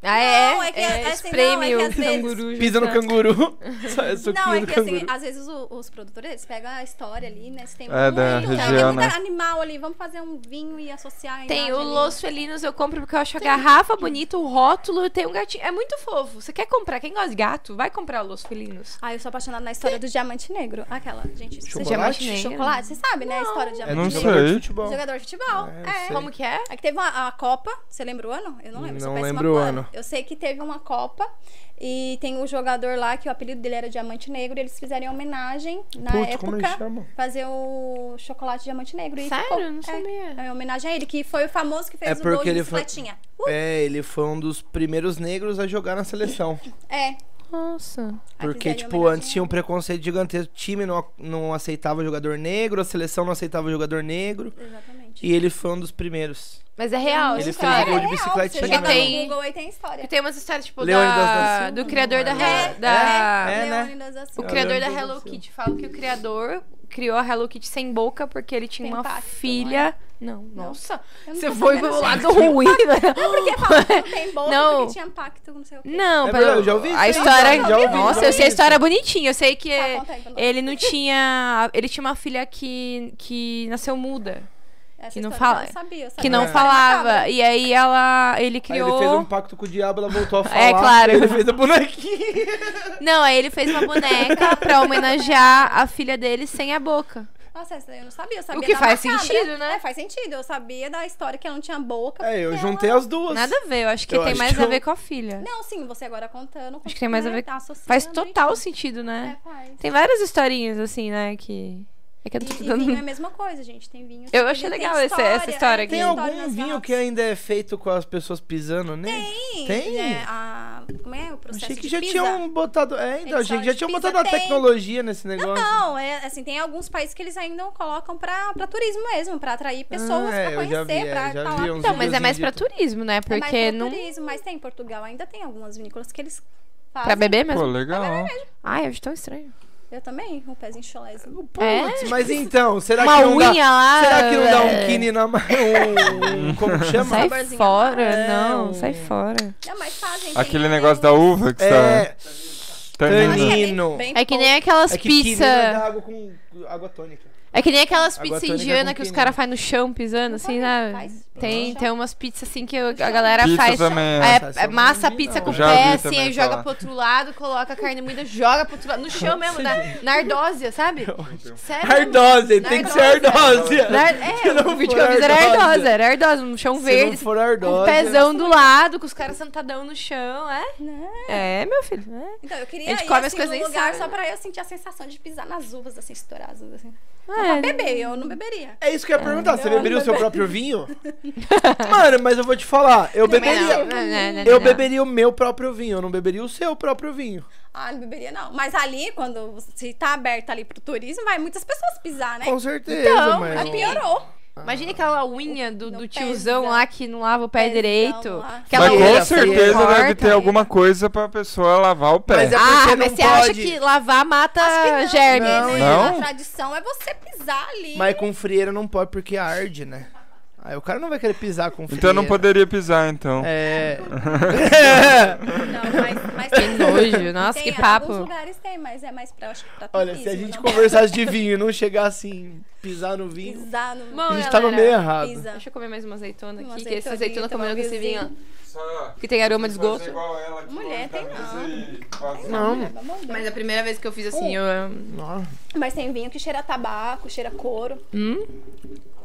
Speaker 2: Ah, é?
Speaker 4: Não, é que- é assim,
Speaker 2: espreme
Speaker 4: não, é que
Speaker 2: o
Speaker 4: às vezes-
Speaker 2: canguru.
Speaker 3: Pisa no
Speaker 2: junto.
Speaker 3: canguru. Só é
Speaker 4: Não,
Speaker 3: suquinho
Speaker 4: é
Speaker 3: do
Speaker 4: que
Speaker 3: canguru.
Speaker 4: assim, às vezes o- os produtores eles pegam a história ali, né? Se tem
Speaker 1: É, da
Speaker 4: muito, tem
Speaker 1: região,
Speaker 4: muito
Speaker 1: né?
Speaker 4: animal ali, vamos fazer um vinho e associar a
Speaker 2: Tem
Speaker 4: imagem
Speaker 2: o
Speaker 4: ali.
Speaker 2: Los Felinos, eu compro porque eu acho a garrafa bonita, o rótulo, tem um gatinho. É muito fofo. Você quer comprar? Quem gosta de gato, vai comprar o Los Felinos.
Speaker 4: Ah, eu sou apaixonada na história do diamante negro. Aquela, gente,
Speaker 3: Chocolate?
Speaker 2: Diamante negro.
Speaker 4: chocolate, você sabe, né? A história do
Speaker 1: É
Speaker 4: diamante
Speaker 1: não
Speaker 3: de
Speaker 4: negro.
Speaker 3: jogador de
Speaker 1: sei.
Speaker 3: futebol.
Speaker 4: Jogador de futebol.
Speaker 3: É, eu
Speaker 4: É.
Speaker 3: sei.
Speaker 2: Como que é?
Speaker 4: É que teve uma, a Copa, você lembra o ano? Eu não lembro, sou
Speaker 3: Não
Speaker 4: péssima
Speaker 3: lembro o
Speaker 4: com
Speaker 3: ano.
Speaker 4: Eu sei que teve uma Copa e tem um jogador lá que o apelido dele era Diamante Negro e eles fizeram homenagem na
Speaker 3: Putz, como eles
Speaker 4: época
Speaker 3: chamam?
Speaker 4: fazer o chocolate Diamante Negro. E
Speaker 2: Sério?
Speaker 4: ficou-
Speaker 2: Eu não sabia.
Speaker 4: É, é homenagem a ele, que foi o famoso que fez
Speaker 3: É
Speaker 4: o gol
Speaker 3: porque
Speaker 4: de
Speaker 3: ele foi-
Speaker 4: bicicletinha.
Speaker 2: Uh.
Speaker 3: É, ele foi um dos primeiros negros a jogar na seleção.
Speaker 4: É. Aí
Speaker 2: Nossa.
Speaker 3: Porque,
Speaker 4: fizeram
Speaker 3: tipo,
Speaker 4: homenagem.
Speaker 3: antes tinha um preconceito gigantesco. O time não, não aceitava jogador negro, a seleção não aceitava jogador negro.
Speaker 4: Exatamente.
Speaker 3: E ele foi um dos primeiros.
Speaker 2: Mas é real,
Speaker 3: Ele
Speaker 2: essa
Speaker 3: fez
Speaker 4: É
Speaker 3: o gol
Speaker 2: história.
Speaker 3: de
Speaker 4: real,
Speaker 3: bicicletinha.
Speaker 4: Você
Speaker 2: Porque
Speaker 4: joga
Speaker 2: tem-
Speaker 4: no Google aí tem história.
Speaker 2: Tem umas histórias, tipo,
Speaker 3: Leônidas da
Speaker 2: da...
Speaker 3: Silva,
Speaker 2: do criador da,
Speaker 3: não
Speaker 2: Hel-
Speaker 4: É, assim.
Speaker 2: da...
Speaker 3: é, né?
Speaker 4: Leônidas da
Speaker 2: O
Speaker 4: Silva.
Speaker 2: criador da
Speaker 3: Leônidas da
Speaker 2: Hello
Speaker 3: Silva.
Speaker 2: Kitty fala que o criador criou a Hello Kitty sem boca porque ele tinha
Speaker 4: Tem
Speaker 2: uma
Speaker 4: impacto,
Speaker 2: filha. né? Não, nossa.
Speaker 4: Eu não
Speaker 2: Você
Speaker 4: tô
Speaker 2: foi
Speaker 4: sabendo
Speaker 2: pro
Speaker 4: se-
Speaker 2: lado ruim,
Speaker 4: Não,
Speaker 2: né?
Speaker 4: porque fala que não tem boca,
Speaker 2: Não.
Speaker 4: porque tinha pacto, não sei o quê.
Speaker 2: Não,
Speaker 3: É
Speaker 2: pelo-
Speaker 3: verdade, eu já ouvi isso
Speaker 2: a
Speaker 3: aí,
Speaker 2: história.
Speaker 3: já ouvi,
Speaker 2: Nossa,
Speaker 3: já
Speaker 2: eu sei a
Speaker 3: ouvi
Speaker 2: história bonitinha. Eu sei que
Speaker 4: Tá, conta aí pra nós.
Speaker 2: ele não tinha. Ele tinha uma filha que, que nasceu muda,
Speaker 4: Essa
Speaker 2: que não
Speaker 4: história
Speaker 2: fala-
Speaker 4: eu sabia, eu sabia
Speaker 2: que não
Speaker 4: essa história
Speaker 2: falava.
Speaker 4: macabra.
Speaker 2: E aí ela. Ele
Speaker 3: Tá Aí ele fez
Speaker 2: criou.
Speaker 3: um pacto com o diabo, ela voltou a falar.
Speaker 2: É, claro.
Speaker 3: Ele fez a bonequinha.
Speaker 2: Não, aí ele fez uma boneca pra homenagear a filha dele sem a boca.
Speaker 4: Nossa, essa eu não sabia, eu sabia
Speaker 2: que
Speaker 4: da
Speaker 2: faz
Speaker 4: macabra.
Speaker 2: sentido, né?
Speaker 4: É, faz sentido. Eu sabia da história que ela não tinha boca.
Speaker 3: É, eu
Speaker 4: porque
Speaker 3: juntei
Speaker 4: ela-
Speaker 3: as duas.
Speaker 2: Nada a ver, eu acho que
Speaker 3: Eu
Speaker 2: tem
Speaker 3: acho
Speaker 2: mais
Speaker 3: que
Speaker 2: a
Speaker 3: eu-
Speaker 2: ver com a filha.
Speaker 4: Não, sim, você agora contando.
Speaker 2: Acho que tem mais a
Speaker 4: né,
Speaker 2: ver-
Speaker 4: tá associando
Speaker 2: Faz
Speaker 4: e-
Speaker 2: total sentido, né?
Speaker 4: É, faz.
Speaker 2: Tem várias historinhas assim, né? Que. É que eu
Speaker 4: E,
Speaker 2: tô
Speaker 4: e vinho é a
Speaker 2: tentando.
Speaker 4: mesma coisa, gente. Tem vinho.
Speaker 2: Eu
Speaker 4: que
Speaker 2: achei
Speaker 4: tem
Speaker 2: legal esse- essa história
Speaker 4: é,
Speaker 2: aqui.
Speaker 3: Tem
Speaker 2: Tem
Speaker 4: história
Speaker 3: algum
Speaker 4: nas
Speaker 3: vinho
Speaker 4: garrafas.
Speaker 3: que ainda é feito com as pessoas pisando, né? Tem.
Speaker 4: Né, a Como é o processo
Speaker 3: Achei que
Speaker 4: de
Speaker 3: já
Speaker 4: PISA?
Speaker 3: tinham botado. É, então,
Speaker 4: Edição
Speaker 3: achei que já
Speaker 4: de
Speaker 3: tinham
Speaker 4: pizza
Speaker 3: botado a
Speaker 4: tem.
Speaker 3: tecnologia nesse negócio.
Speaker 4: Não, é, assim, tem alguns países que eles ainda colocam pra, pra turismo mesmo, pra atrair pessoas
Speaker 3: Ah, é,
Speaker 4: pra
Speaker 3: eu já
Speaker 4: conhecer,
Speaker 3: vi, é,
Speaker 4: pra
Speaker 3: já
Speaker 4: tá
Speaker 3: vi
Speaker 4: lá.
Speaker 3: uns
Speaker 2: Então, mas é
Speaker 3: videozinhos
Speaker 2: mais
Speaker 3: de-
Speaker 2: pra turismo, né?
Speaker 4: É
Speaker 2: Porque
Speaker 4: mais pra
Speaker 2: não.
Speaker 4: turismo, mas tem em Portugal, ainda tem algumas vinícolas que eles fazem.
Speaker 2: Pra beber mesmo?
Speaker 1: Pô, legal.
Speaker 2: Ai, eu acho tão estranho. É.
Speaker 4: Eu também, um pezinho cholezinho.
Speaker 3: Putz, mas então, será
Speaker 2: Uma
Speaker 3: que não dá,
Speaker 2: unha lá,
Speaker 3: Será que não dá um
Speaker 2: é.
Speaker 3: kine na mão? Um, um- como que chama?
Speaker 2: Sai
Speaker 4: saborzinho
Speaker 2: fora,
Speaker 3: amargo.
Speaker 2: não,
Speaker 3: É,
Speaker 2: sai
Speaker 3: um-
Speaker 2: fora.
Speaker 4: Não, mas fazem. tem-
Speaker 1: Aquele
Speaker 4: tem
Speaker 1: negócio da
Speaker 4: um-
Speaker 1: uva que você
Speaker 3: É,
Speaker 1: tá.
Speaker 4: Mas
Speaker 1: tá
Speaker 4: é
Speaker 3: tanino.
Speaker 4: bem-
Speaker 3: Menino.
Speaker 4: bem
Speaker 2: É que
Speaker 4: pouco.
Speaker 2: nem aquelas
Speaker 3: é que quini
Speaker 2: pizza.
Speaker 3: é água com água tônica.
Speaker 2: É que nem aquelas
Speaker 3: Água
Speaker 2: pizzas
Speaker 3: tônica
Speaker 2: indianas
Speaker 3: com
Speaker 2: que os
Speaker 3: quini.
Speaker 2: caras fazem no chão pisando, assim,
Speaker 4: Faz,
Speaker 2: né?
Speaker 4: faz.
Speaker 2: Tem,
Speaker 4: Aham.
Speaker 2: tem umas pizzas assim que a galera
Speaker 1: Pizza
Speaker 2: faz.
Speaker 1: também, né?
Speaker 2: é,
Speaker 3: essa
Speaker 2: é
Speaker 3: eu não
Speaker 2: massa
Speaker 3: vi,
Speaker 2: pizza
Speaker 3: não.
Speaker 2: com o
Speaker 1: Já vi
Speaker 2: pé, assim,
Speaker 1: também
Speaker 2: aí joga
Speaker 1: falar.
Speaker 2: pro outro lado, coloca a carne moída, joga pro outro lado. No chão mesmo, na, na ardósia, sabe?
Speaker 4: É
Speaker 2: Sério?
Speaker 3: Ardósia, tem que ser ardósia.
Speaker 2: Na- é,
Speaker 3: Se não
Speaker 2: o
Speaker 3: for
Speaker 2: videoclipe era ardósia, era ardósia, no chão
Speaker 3: Se não
Speaker 2: verde, assim,
Speaker 3: for
Speaker 2: com o
Speaker 3: ardósia.
Speaker 2: pezão do lado, com os caras sentadão no chão, é?
Speaker 4: Né?
Speaker 2: É, meu filho, é.
Speaker 4: Então, eu queria
Speaker 2: A gente
Speaker 4: ir,
Speaker 2: come as
Speaker 4: assim,
Speaker 2: coisas
Speaker 4: num
Speaker 2: e
Speaker 4: lugar
Speaker 2: sai.
Speaker 4: só pra eu sentir a sensação de pisar nas uvas, assim, estouradas, assim.
Speaker 2: É,
Speaker 4: Beber, eu não beberia.
Speaker 3: É isso que eu ia perguntar. Você
Speaker 4: Não,
Speaker 3: beberia o
Speaker 4: não
Speaker 3: seu próprio vinho? Mano, mas eu vou te falar. Eu
Speaker 4: Também
Speaker 2: né?
Speaker 3: beberia.
Speaker 4: não.
Speaker 3: Eu beberia o meu próprio vinho, eu não beberia o seu próprio vinho.
Speaker 4: Ah, não beberia, não. Mas ali, quando se tá aberto ali pro turismo, vai muitas pessoas pisar, né?
Speaker 3: Com certeza,
Speaker 2: Então,
Speaker 3: mas.
Speaker 4: Aí piorou.
Speaker 2: Imagina aquela unha do,
Speaker 4: Não
Speaker 2: do tiozão
Speaker 4: pesa.
Speaker 2: lá que não lava o pé
Speaker 4: Pezão
Speaker 2: direito.
Speaker 4: lá.
Speaker 2: Aquela
Speaker 1: Mas
Speaker 3: Ela
Speaker 2: unha
Speaker 1: com
Speaker 3: olha,
Speaker 2: que
Speaker 1: certeza
Speaker 2: corta.
Speaker 1: deve ter alguma coisa pra pessoa lavar o pé.
Speaker 3: Mas é-
Speaker 2: Ah,
Speaker 3: porque
Speaker 2: mas
Speaker 3: não
Speaker 2: você acha
Speaker 3: pode.
Speaker 2: que lavar mata
Speaker 4: Acho que não,
Speaker 2: germe?
Speaker 4: né?
Speaker 3: Não,
Speaker 1: não?
Speaker 4: A tradição é você pisar ali.
Speaker 3: Mas com frieira não pode porque arde, né? Aí o cara não vai querer pisar com frieira.
Speaker 1: Então eu não poderia pisar, então.
Speaker 3: É.
Speaker 4: Não, mas, mas tem
Speaker 2: Nojo, nossa,
Speaker 4: tem,
Speaker 2: que papo.
Speaker 4: Alguns lugares tem, mas é mais pra, acho que pra
Speaker 3: Olha, se
Speaker 4: turismo,
Speaker 3: a gente
Speaker 4: não
Speaker 3: conversasse de vinho e não chegasse em pisar no vinho,
Speaker 4: Pisar no...
Speaker 2: Bom,
Speaker 3: a
Speaker 2: galera,
Speaker 3: gente tava meio errado.
Speaker 4: Pisa.
Speaker 2: Deixa eu comer mais uma azeitona aqui,
Speaker 4: Uma
Speaker 2: que essa
Speaker 4: azeitoninha,
Speaker 2: azeitona combina com esse vinho,
Speaker 4: tomar um
Speaker 2: ó, que tem aroma de esgoto.
Speaker 4: Mulher, tem
Speaker 2: um
Speaker 3: Não.
Speaker 2: Mas a primeira vez que eu fiz assim, eu...
Speaker 3: Nossa.
Speaker 4: Mas tem vinho que cheira tabaco, cheira couro.
Speaker 2: Hum?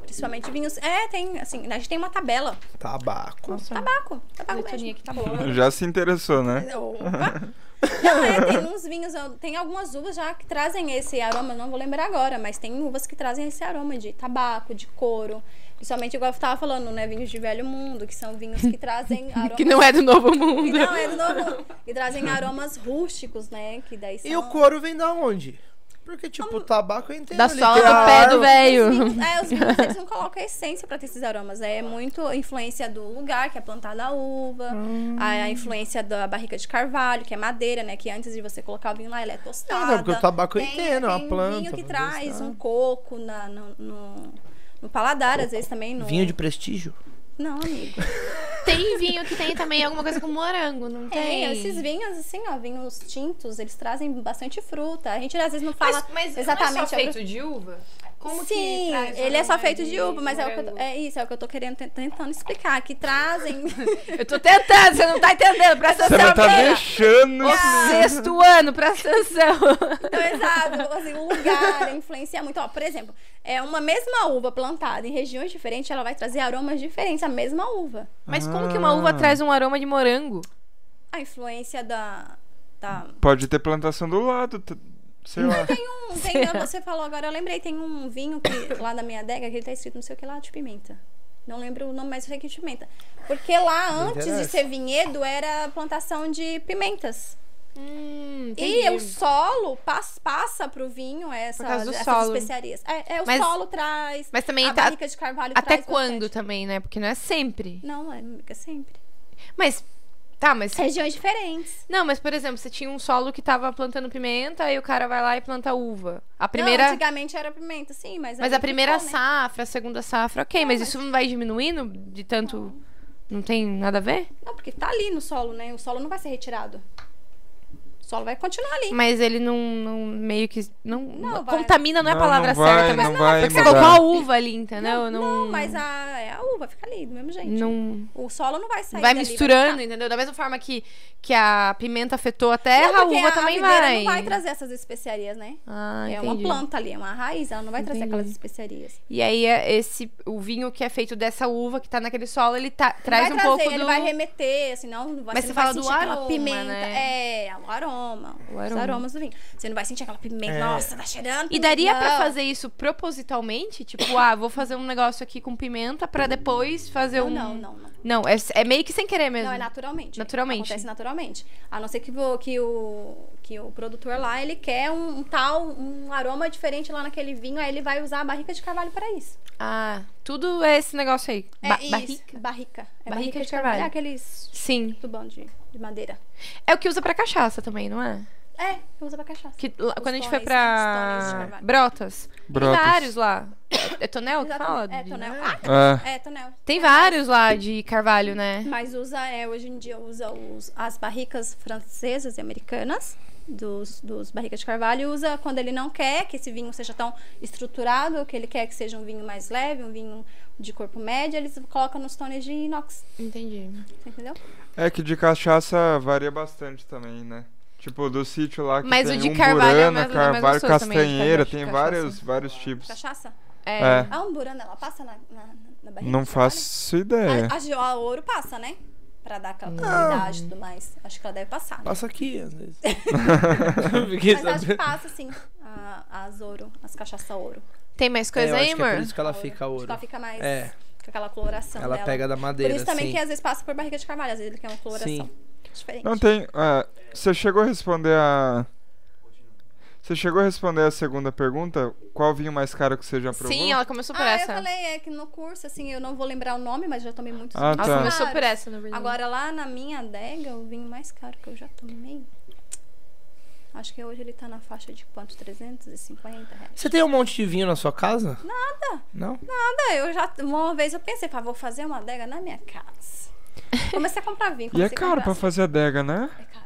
Speaker 4: Principalmente vinhos... É, tem, assim, a gente tem uma tabela.
Speaker 3: Tabaco.
Speaker 2: Nossa,
Speaker 4: Tabaco. Tabaco
Speaker 2: azeitoninha
Speaker 4: mesmo.
Speaker 2: Tá. aqui tá boa.
Speaker 1: Já se interessou, né?
Speaker 4: Opa. Não, é, tem uns vinhos, tem algumas uvas já que trazem esse aroma, não vou lembrar agora, mas tem uvas que trazem esse aroma de tabaco, de couro. Principalmente igual eu tava falando, né? Vinhos de velho mundo, que são vinhos que trazem aromas.
Speaker 2: Que não é do novo mundo.
Speaker 4: que não é do novo. Que trazem aromas rústicos, né? Que daí são.
Speaker 3: E o couro vem da onde? Porque, tipo, o tabaco eu entendo.
Speaker 2: Da
Speaker 3: ali,
Speaker 2: sola
Speaker 3: tem a
Speaker 2: do pé do
Speaker 3: árvore.
Speaker 4: Os
Speaker 2: velho.
Speaker 4: vinhos, é, os vinhos eles não colocam a essência pra ter esses aromas. É muito influência do lugar, que é plantada a uva, a,
Speaker 3: Hum.
Speaker 4: a influência da barrica de carvalho, que é madeira, né? Que antes de você colocar o vinho lá, ele é tostado.
Speaker 3: Não, não, porque o tabaco eu entendo, é uma
Speaker 4: Tem vinho
Speaker 3: planta, né?
Speaker 4: que
Speaker 3: vou
Speaker 4: traz
Speaker 3: testar.
Speaker 4: um coco na- no, no- no paladar, às vezes também no.
Speaker 3: Vinho de prestígio?
Speaker 4: Não, amigo.
Speaker 2: Tem vinho que tem também alguma coisa com morango, não tem?
Speaker 4: Tem, É, esses vinhos, assim, ó, vinhos tintos, eles trazem bastante fruta. A gente às vezes não fala exatamente
Speaker 2: não é só
Speaker 4: sobre-
Speaker 2: feito de uva? Como
Speaker 4: Sim,
Speaker 2: que traz o
Speaker 4: ele é só
Speaker 2: aroma
Speaker 4: feito de uva, mas é, o que eu
Speaker 2: morango?
Speaker 4: tô- é isso, é o que eu tô querendo, ten- tentando explicar, que trazem...
Speaker 2: Eu tô tentando, você não tá entendendo. Presta
Speaker 1: Você
Speaker 2: atenção,
Speaker 1: não tá
Speaker 2: menina.
Speaker 1: deixando.
Speaker 2: é Sexto ano, presta atenção.
Speaker 4: Então, exato, assim, o lugar influencia muito. Ó, por exemplo, é uma mesma uva plantada em regiões diferentes, ela vai trazer aromas diferentes, a mesma uva.
Speaker 2: Mas como que uma
Speaker 1: Ah.
Speaker 2: uva traz um aroma de morango?
Speaker 4: A influência da... da...
Speaker 1: Pode ter plantação do lado, t- sei lá.
Speaker 4: Hum, tem- você falou agora, eu lembrei, tem um vinho que, lá da minha adega que ele tá escrito não sei o que lá de pimenta. Não lembro o nome, mas eu sei que é de pimenta. Porque lá,
Speaker 3: Não
Speaker 4: antes de
Speaker 3: interessa.
Speaker 4: ser vinhedo, era plantação de pimentas.
Speaker 2: Hum,
Speaker 4: E o solo pas, passa pro vinho essa,
Speaker 2: causa do
Speaker 4: essas
Speaker 2: solo.
Speaker 4: especiarias. É, é, o
Speaker 2: Mas-
Speaker 4: solo traz.
Speaker 2: Mas também
Speaker 4: a
Speaker 2: tá-
Speaker 4: barrica de carvalho
Speaker 2: Até
Speaker 4: traz
Speaker 2: quando
Speaker 4: bastante.
Speaker 2: também, né? Porque não é sempre.
Speaker 4: Não, é amiga, sempre.
Speaker 2: Mas, tá, mas...
Speaker 4: Regiões diferentes.
Speaker 2: Não, mas por exemplo, você tinha um solo que tava plantando pimenta, aí o cara vai lá e planta uva. A
Speaker 4: Não,
Speaker 2: primeira...
Speaker 4: antigamente era pimenta, sim, mas.
Speaker 2: mas
Speaker 4: aí
Speaker 2: a primeira
Speaker 4: ficou, né?
Speaker 2: safra, a segunda safra, ok. mas, isso não vai diminuindo de tanto... Não tem nada a ver?
Speaker 4: Não, porque tá ali no solo, né? O solo não vai ser retirado. O solo vai continuar ali.
Speaker 2: Mas ele não, não- meio que. Não, não-
Speaker 4: vai.
Speaker 2: contamina não é a
Speaker 1: Não,
Speaker 2: palavra
Speaker 1: não vai,
Speaker 2: certa, mas
Speaker 1: não vai
Speaker 2: porque você
Speaker 1: mudar.
Speaker 2: colocou a uva ali, entendeu? Não,
Speaker 4: Não, mas a, é a uva fica ali, do mesmo jeito.
Speaker 2: não-
Speaker 4: O solo não vai sair.
Speaker 2: vai
Speaker 4: dali,
Speaker 2: misturando,
Speaker 4: ficar.
Speaker 2: entendeu? Da mesma forma que, que a pimenta afetou a
Speaker 4: Não,
Speaker 2: terra, a
Speaker 4: porque
Speaker 2: É, uva também
Speaker 4: a videira
Speaker 2: vai.
Speaker 4: não vai trazer essas especiarias, né?
Speaker 2: Ah,
Speaker 4: é uma
Speaker 2: entendi.
Speaker 4: planta ali, é uma raiz, ela não vai trazer
Speaker 2: Entendi.
Speaker 4: aquelas especiarias.
Speaker 2: E aí, é esse, o vinho que é feito dessa uva que tá naquele solo, ele tá, traz
Speaker 4: vai
Speaker 2: um
Speaker 4: trazer,
Speaker 2: pouco
Speaker 4: ele
Speaker 2: do.
Speaker 4: vai remeter, senão não vai,
Speaker 2: Mas você
Speaker 4: você não vai
Speaker 2: fala do
Speaker 4: sentir aquela
Speaker 2: aroma,
Speaker 4: pimenta.
Speaker 2: né?
Speaker 4: É, o aroma,
Speaker 2: O
Speaker 4: Os
Speaker 2: aroma.
Speaker 4: aromas do vinho. Você não vai sentir aquela pimenta.
Speaker 3: É.
Speaker 4: Nossa, tá cheirando.
Speaker 2: E
Speaker 4: pimenta.
Speaker 2: daria pra
Speaker 4: Não.
Speaker 2: fazer isso propositalmente? Tipo, ah, vou fazer um negócio aqui com pimenta pra depois fazer
Speaker 4: Não,
Speaker 2: um.
Speaker 4: não, não, não.
Speaker 2: Não, é, é meio que sem querer mesmo.
Speaker 4: Não, é naturalmente.
Speaker 2: Naturalmente.
Speaker 4: Acontece naturalmente. A não ser que, vo- que o, que o produtor lá, ele quer um, um tal, um aroma diferente lá naquele vinho, aí ele vai usar a barrica de carvalho para isso.
Speaker 2: Ah, tudo é esse negócio aí.
Speaker 4: É
Speaker 2: Ba-
Speaker 4: isso,
Speaker 2: barrica?
Speaker 4: Barrica. É
Speaker 2: Barrica de
Speaker 4: É
Speaker 2: carvalho.
Speaker 4: aqueles
Speaker 2: Sim.
Speaker 4: tubão de, de madeira.
Speaker 2: É o que usa pra cachaça também, não é?
Speaker 4: É, usa pra cachaça.
Speaker 2: Que, lá-
Speaker 4: Os
Speaker 2: quando a gente foi
Speaker 4: tonéis- os tonéis de
Speaker 2: pra
Speaker 4: carvalho.
Speaker 2: Brotas,
Speaker 1: Brotas.
Speaker 2: tem vários lá. É tonel que fala?
Speaker 4: Exatamente. É,
Speaker 2: De- né?
Speaker 4: tonel. Ah,
Speaker 1: É.
Speaker 4: é, tonel.
Speaker 2: Tem vários lá de carvalho, né?
Speaker 4: Mas usa, é, hoje em dia usa os- as barricas francesas e americanas dos, dos barricas de carvalho. Usa quando ele não quer que esse vinho seja tão estruturado, que ele quer que seja um vinho mais leve, um vinho de corpo médio, eles colocam nos tones de inox,
Speaker 2: Entendi.
Speaker 4: entendeu?
Speaker 1: É que de cachaça varia bastante também, né? Tipo, do sítio lá que
Speaker 2: Mas
Speaker 1: tem
Speaker 2: o de
Speaker 1: um
Speaker 2: carvalho
Speaker 1: burana,
Speaker 2: é mais- é mais
Speaker 1: carvalho,
Speaker 2: gostoso também,
Speaker 1: castanheira,
Speaker 2: de
Speaker 1: tem
Speaker 2: cachaça.
Speaker 1: vários, vários tipos.
Speaker 4: Cachaça.
Speaker 2: É.
Speaker 1: É.
Speaker 4: A umburana, ela passa na, na, na barrica
Speaker 1: Não
Speaker 4: de carvalho?
Speaker 1: faço ideia.
Speaker 4: A, a, geo- a ouro passa, né? Pra dar aquela tonalidade e tudo mais. Acho que ela deve passar. né?
Speaker 3: Passa aqui, às vezes. Fiquei
Speaker 4: Mas acho que
Speaker 3: sabendo. É,
Speaker 4: passa, sim. A, as ouro, as cachaça ouro.
Speaker 2: Tem mais coisa
Speaker 3: É, eu
Speaker 2: aí,
Speaker 3: acho que é por
Speaker 2: amor?
Speaker 3: isso que ela
Speaker 4: Ouro.
Speaker 3: fica
Speaker 4: Acho que
Speaker 3: ouro.
Speaker 4: Ela fica mais.
Speaker 3: É.
Speaker 4: Com aquela coloração
Speaker 3: Ela
Speaker 4: dela.
Speaker 3: pega da
Speaker 4: Por
Speaker 3: madeira, assim.
Speaker 4: isso também
Speaker 3: sim.
Speaker 4: que às vezes passa por barriga de carvalho, às vezes ele quer uma coloração
Speaker 3: Sim.
Speaker 4: diferente.
Speaker 1: Não tem. ah, Você chegou a responder a. Você chegou a responder a segunda pergunta? Qual vinho mais caro que você já provou?
Speaker 2: Sim, ela começou por
Speaker 4: Ah,
Speaker 2: essa.
Speaker 4: eu falei, é que no curso, assim, eu não vou lembrar o nome, mas já tomei muitos
Speaker 1: Ah,
Speaker 2: Ela
Speaker 4: vinhos
Speaker 1: tá.
Speaker 2: começou
Speaker 4: caros.
Speaker 2: por essa, na verdade.
Speaker 4: Agora lá na minha adega, o vinho mais caro que eu já tomei. Acho que hoje ele tá na faixa de quanto? 350 reais.
Speaker 3: Você tem um monte de vinho na sua casa? Nada. Não?
Speaker 4: Nada, eu já. Uma vez eu pensei, pá, vou fazer uma adega na minha casa. Comecei a comprar vinho.
Speaker 1: E é
Speaker 4: comecei a
Speaker 1: caro
Speaker 4: comprar- assim.
Speaker 1: pra fazer adega, né?
Speaker 4: É caro. É,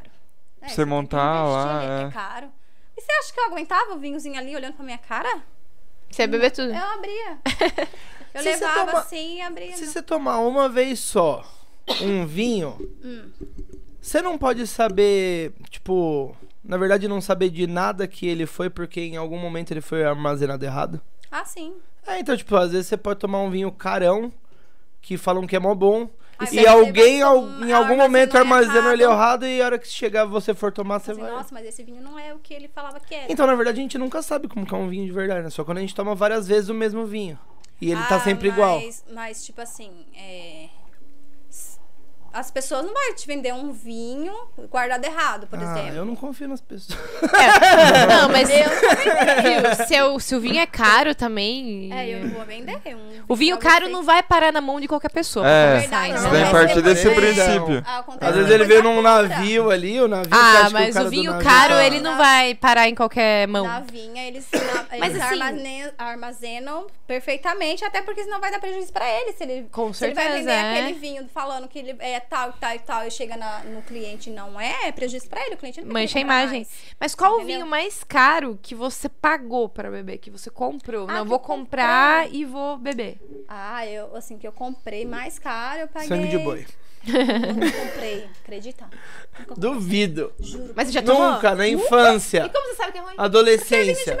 Speaker 1: Pra
Speaker 4: você
Speaker 1: você
Speaker 4: tem que
Speaker 1: montar
Speaker 4: investir
Speaker 1: lá,
Speaker 4: ali,
Speaker 1: é.
Speaker 4: É caro. E você acha que eu aguentava o vinhozinho ali olhando pra minha cara?
Speaker 2: Você ia beber tudo.
Speaker 4: Eu abria. Eu
Speaker 3: Se você
Speaker 4: levava
Speaker 3: toma-
Speaker 4: assim e abria.
Speaker 3: Se
Speaker 4: não.
Speaker 3: você tomar uma vez só um vinho,
Speaker 4: Hum.
Speaker 3: você não pode saber, tipo, na verdade não saber de nada que ele foi porque em algum momento ele foi armazenado errado.
Speaker 4: Ah, sim.
Speaker 3: É, então, tipo, às vezes você pode tomar um vinho carão, que falam que é mó bom.
Speaker 4: Aí
Speaker 3: e
Speaker 4: você
Speaker 3: alguém
Speaker 4: vai
Speaker 3: al-
Speaker 4: tomar-
Speaker 3: em algum momento
Speaker 4: armazenou
Speaker 3: armazenou ele
Speaker 4: errado.
Speaker 3: errado e a hora que chegar você for tomar, você
Speaker 4: Assim,
Speaker 3: vai.
Speaker 4: Nossa, mas esse vinho não é o que ele falava que era.
Speaker 3: Então, na verdade, a gente nunca sabe como que é um vinho de verdade, né? Só quando a gente toma várias vezes o mesmo vinho. E ele tá
Speaker 4: Ah,
Speaker 3: sempre igual.
Speaker 4: mas- Mas, tipo assim, é, s- as pessoas não vão te vender um vinho guardado errado, por
Speaker 3: Ah,
Speaker 4: exemplo.
Speaker 3: eu não confio nas pessoas.
Speaker 2: É. Não, mas Viu, se, o, se o vinho é caro também.
Speaker 4: É, eu não vou vender um
Speaker 2: O vinho
Speaker 4: pra
Speaker 2: caro
Speaker 4: você.
Speaker 2: não vai parar na mão de qualquer pessoa.
Speaker 1: É,
Speaker 4: Verdade,
Speaker 2: né?
Speaker 1: você
Speaker 4: não,
Speaker 1: tem que
Speaker 4: mas
Speaker 1: partir
Speaker 4: eu
Speaker 1: desse
Speaker 4: também-
Speaker 1: princípio.
Speaker 4: Acontece
Speaker 3: Às vezes
Speaker 4: uma
Speaker 3: ele veio
Speaker 4: coisa
Speaker 3: num
Speaker 4: pura.
Speaker 3: navio ali, o navio você acha
Speaker 2: Ah,
Speaker 3: que
Speaker 2: mas
Speaker 3: cara
Speaker 2: o
Speaker 3: do
Speaker 2: vinho
Speaker 3: navio
Speaker 2: caro,
Speaker 3: tá-
Speaker 2: ele não vai parar em qualquer mão.
Speaker 4: Na vinha, eles, na-
Speaker 2: Mas
Speaker 4: eles
Speaker 2: assim-
Speaker 4: armazene- armazenam perfeitamente, até porque senão vai dar prejuízo pra ele. Se ele,
Speaker 2: Com
Speaker 4: se ele vai
Speaker 2: certeza,
Speaker 4: vender
Speaker 2: é.
Speaker 4: aquele vinho falando que ele é tal, tal e tal, e chega na- no cliente e não é, é prejuízo pra ele. O cliente não vai
Speaker 2: Mancha a
Speaker 4: querer comprar
Speaker 2: imagem.
Speaker 4: mais.
Speaker 2: Mas qual o
Speaker 4: Entendeu?
Speaker 2: vinho mais caro que você pagou pra beber? Que você comprou?
Speaker 4: Ah,
Speaker 2: Não,
Speaker 4: que
Speaker 2: vou
Speaker 4: eu
Speaker 2: comprar e vou beber.
Speaker 4: Ah, eu, assim, que eu comprei mais caro,
Speaker 2: tá
Speaker 4: eu paguei.
Speaker 3: Sangue de boi.
Speaker 4: Eu não comprei, acredita?
Speaker 3: Duvido.
Speaker 4: Juro.
Speaker 2: Mas você já tomou?
Speaker 3: Nunca, na infância.
Speaker 2: E como você sabe que é ruim?
Speaker 3: Adolescência.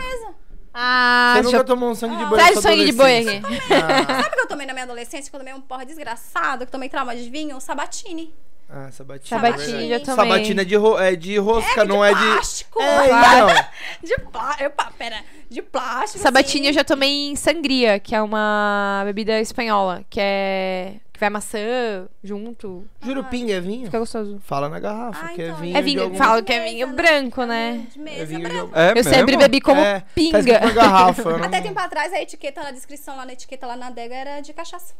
Speaker 2: Ah,
Speaker 3: Você
Speaker 2: já...
Speaker 3: nunca tomou um sangue de boi na
Speaker 2: traz
Speaker 3: sua
Speaker 2: sangue de boi aqui.
Speaker 3: adolescência? Ah,
Speaker 4: Sabe o que eu tomei na minha adolescência? Que eu tomei um porra desgraçado, que eu tomei trauma de vinho? Um sabatini.
Speaker 3: Ah, sabatina.
Speaker 2: Sabatina,
Speaker 3: verdade.
Speaker 2: já tomei.
Speaker 3: Sabatina é de, ro- é de rosca, não é de...
Speaker 4: Plástico! Ah,
Speaker 3: É, então.
Speaker 4: De plástico. Eu, pá, pera. De plástico.
Speaker 2: Sabatinha eu
Speaker 4: assim.
Speaker 2: já tomei em sangria, que é uma bebida espanhola, que é. que vai maçã junto.
Speaker 3: Jurupinga é vinho?
Speaker 2: Fica gostoso.
Speaker 3: Fala na garrafa,
Speaker 4: Ah,
Speaker 3: que é
Speaker 4: então,
Speaker 3: vinho
Speaker 2: É
Speaker 3: de
Speaker 2: vinho,
Speaker 3: algum...
Speaker 2: fala que é
Speaker 4: Mesa,
Speaker 2: vinho
Speaker 4: né?
Speaker 2: branco, né?
Speaker 4: De
Speaker 3: É
Speaker 4: mesa
Speaker 3: vinho de
Speaker 4: branca.
Speaker 3: algum...
Speaker 1: É
Speaker 2: eu sempre
Speaker 1: mesmo?
Speaker 2: bebi como
Speaker 3: É, tá escrito
Speaker 2: pinga.
Speaker 3: na garrafa. eu não-
Speaker 4: Até tempo atrás, a etiqueta, a descrição lá na etiqueta lá na adega era de cachaça.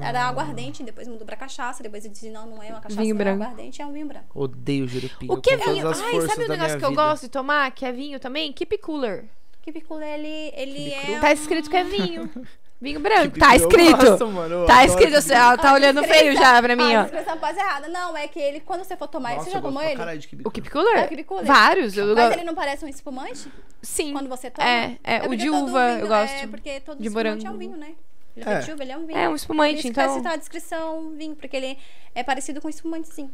Speaker 4: Era
Speaker 3: Ah.
Speaker 4: aguardente, depois mudou pra cachaça, depois eu disse, não, não é uma cachaça,
Speaker 2: Vinho
Speaker 4: não
Speaker 2: branco.
Speaker 4: é aguardente, é um vinho branco.
Speaker 3: Odeio jurupinga.
Speaker 2: O que é
Speaker 3: com todas
Speaker 2: vinho?
Speaker 3: as
Speaker 2: Ai,
Speaker 3: forças
Speaker 2: sabe o
Speaker 3: da
Speaker 2: negócio
Speaker 3: minha
Speaker 2: que eu
Speaker 3: vida.
Speaker 2: gosto de tomar, que é vinho também? Keep cooler.
Speaker 4: Kibicula, ele, ele é.
Speaker 2: Tá
Speaker 4: um-
Speaker 2: escrito que é vinho. Vinho branco.
Speaker 3: Que
Speaker 2: Tá
Speaker 3: Tipo, eu gosto,
Speaker 2: escrito.
Speaker 3: mano, eu
Speaker 2: Tá
Speaker 3: adoro
Speaker 2: escrito.
Speaker 3: esse vinho.
Speaker 2: Ela tá
Speaker 4: Ah,
Speaker 2: olhando
Speaker 4: descrição-
Speaker 2: feio já pra mim,
Speaker 4: ah, A
Speaker 2: ó.
Speaker 4: descrição quase errada. Não, é que ele, quando você for tomar, ele,
Speaker 3: Nossa,
Speaker 4: você
Speaker 3: eu
Speaker 4: já
Speaker 3: gosto
Speaker 4: tomou
Speaker 3: pra
Speaker 4: ele?
Speaker 3: caralho de
Speaker 2: O
Speaker 3: kibicu.
Speaker 2: keep cooler?
Speaker 4: É o keep cooler.
Speaker 2: Vários. Eu
Speaker 4: Mas
Speaker 2: go-
Speaker 4: ele não parece um espumante?
Speaker 2: Sim.
Speaker 4: Quando você toma?
Speaker 2: É, é. O
Speaker 4: porque
Speaker 2: de
Speaker 4: todo
Speaker 2: uva
Speaker 4: vinho
Speaker 2: eu
Speaker 4: É
Speaker 2: gosto.
Speaker 4: porque todo
Speaker 2: De
Speaker 4: espumante é um
Speaker 2: morango.
Speaker 4: vinho, né? Ele
Speaker 3: É.
Speaker 4: é de uva, ele é um vinho.
Speaker 2: É um
Speaker 4: Por
Speaker 2: espumante,
Speaker 4: isso que tá- vai
Speaker 2: então.
Speaker 4: citar a descrição um vinho, porque ele é parecido com espumante, sim.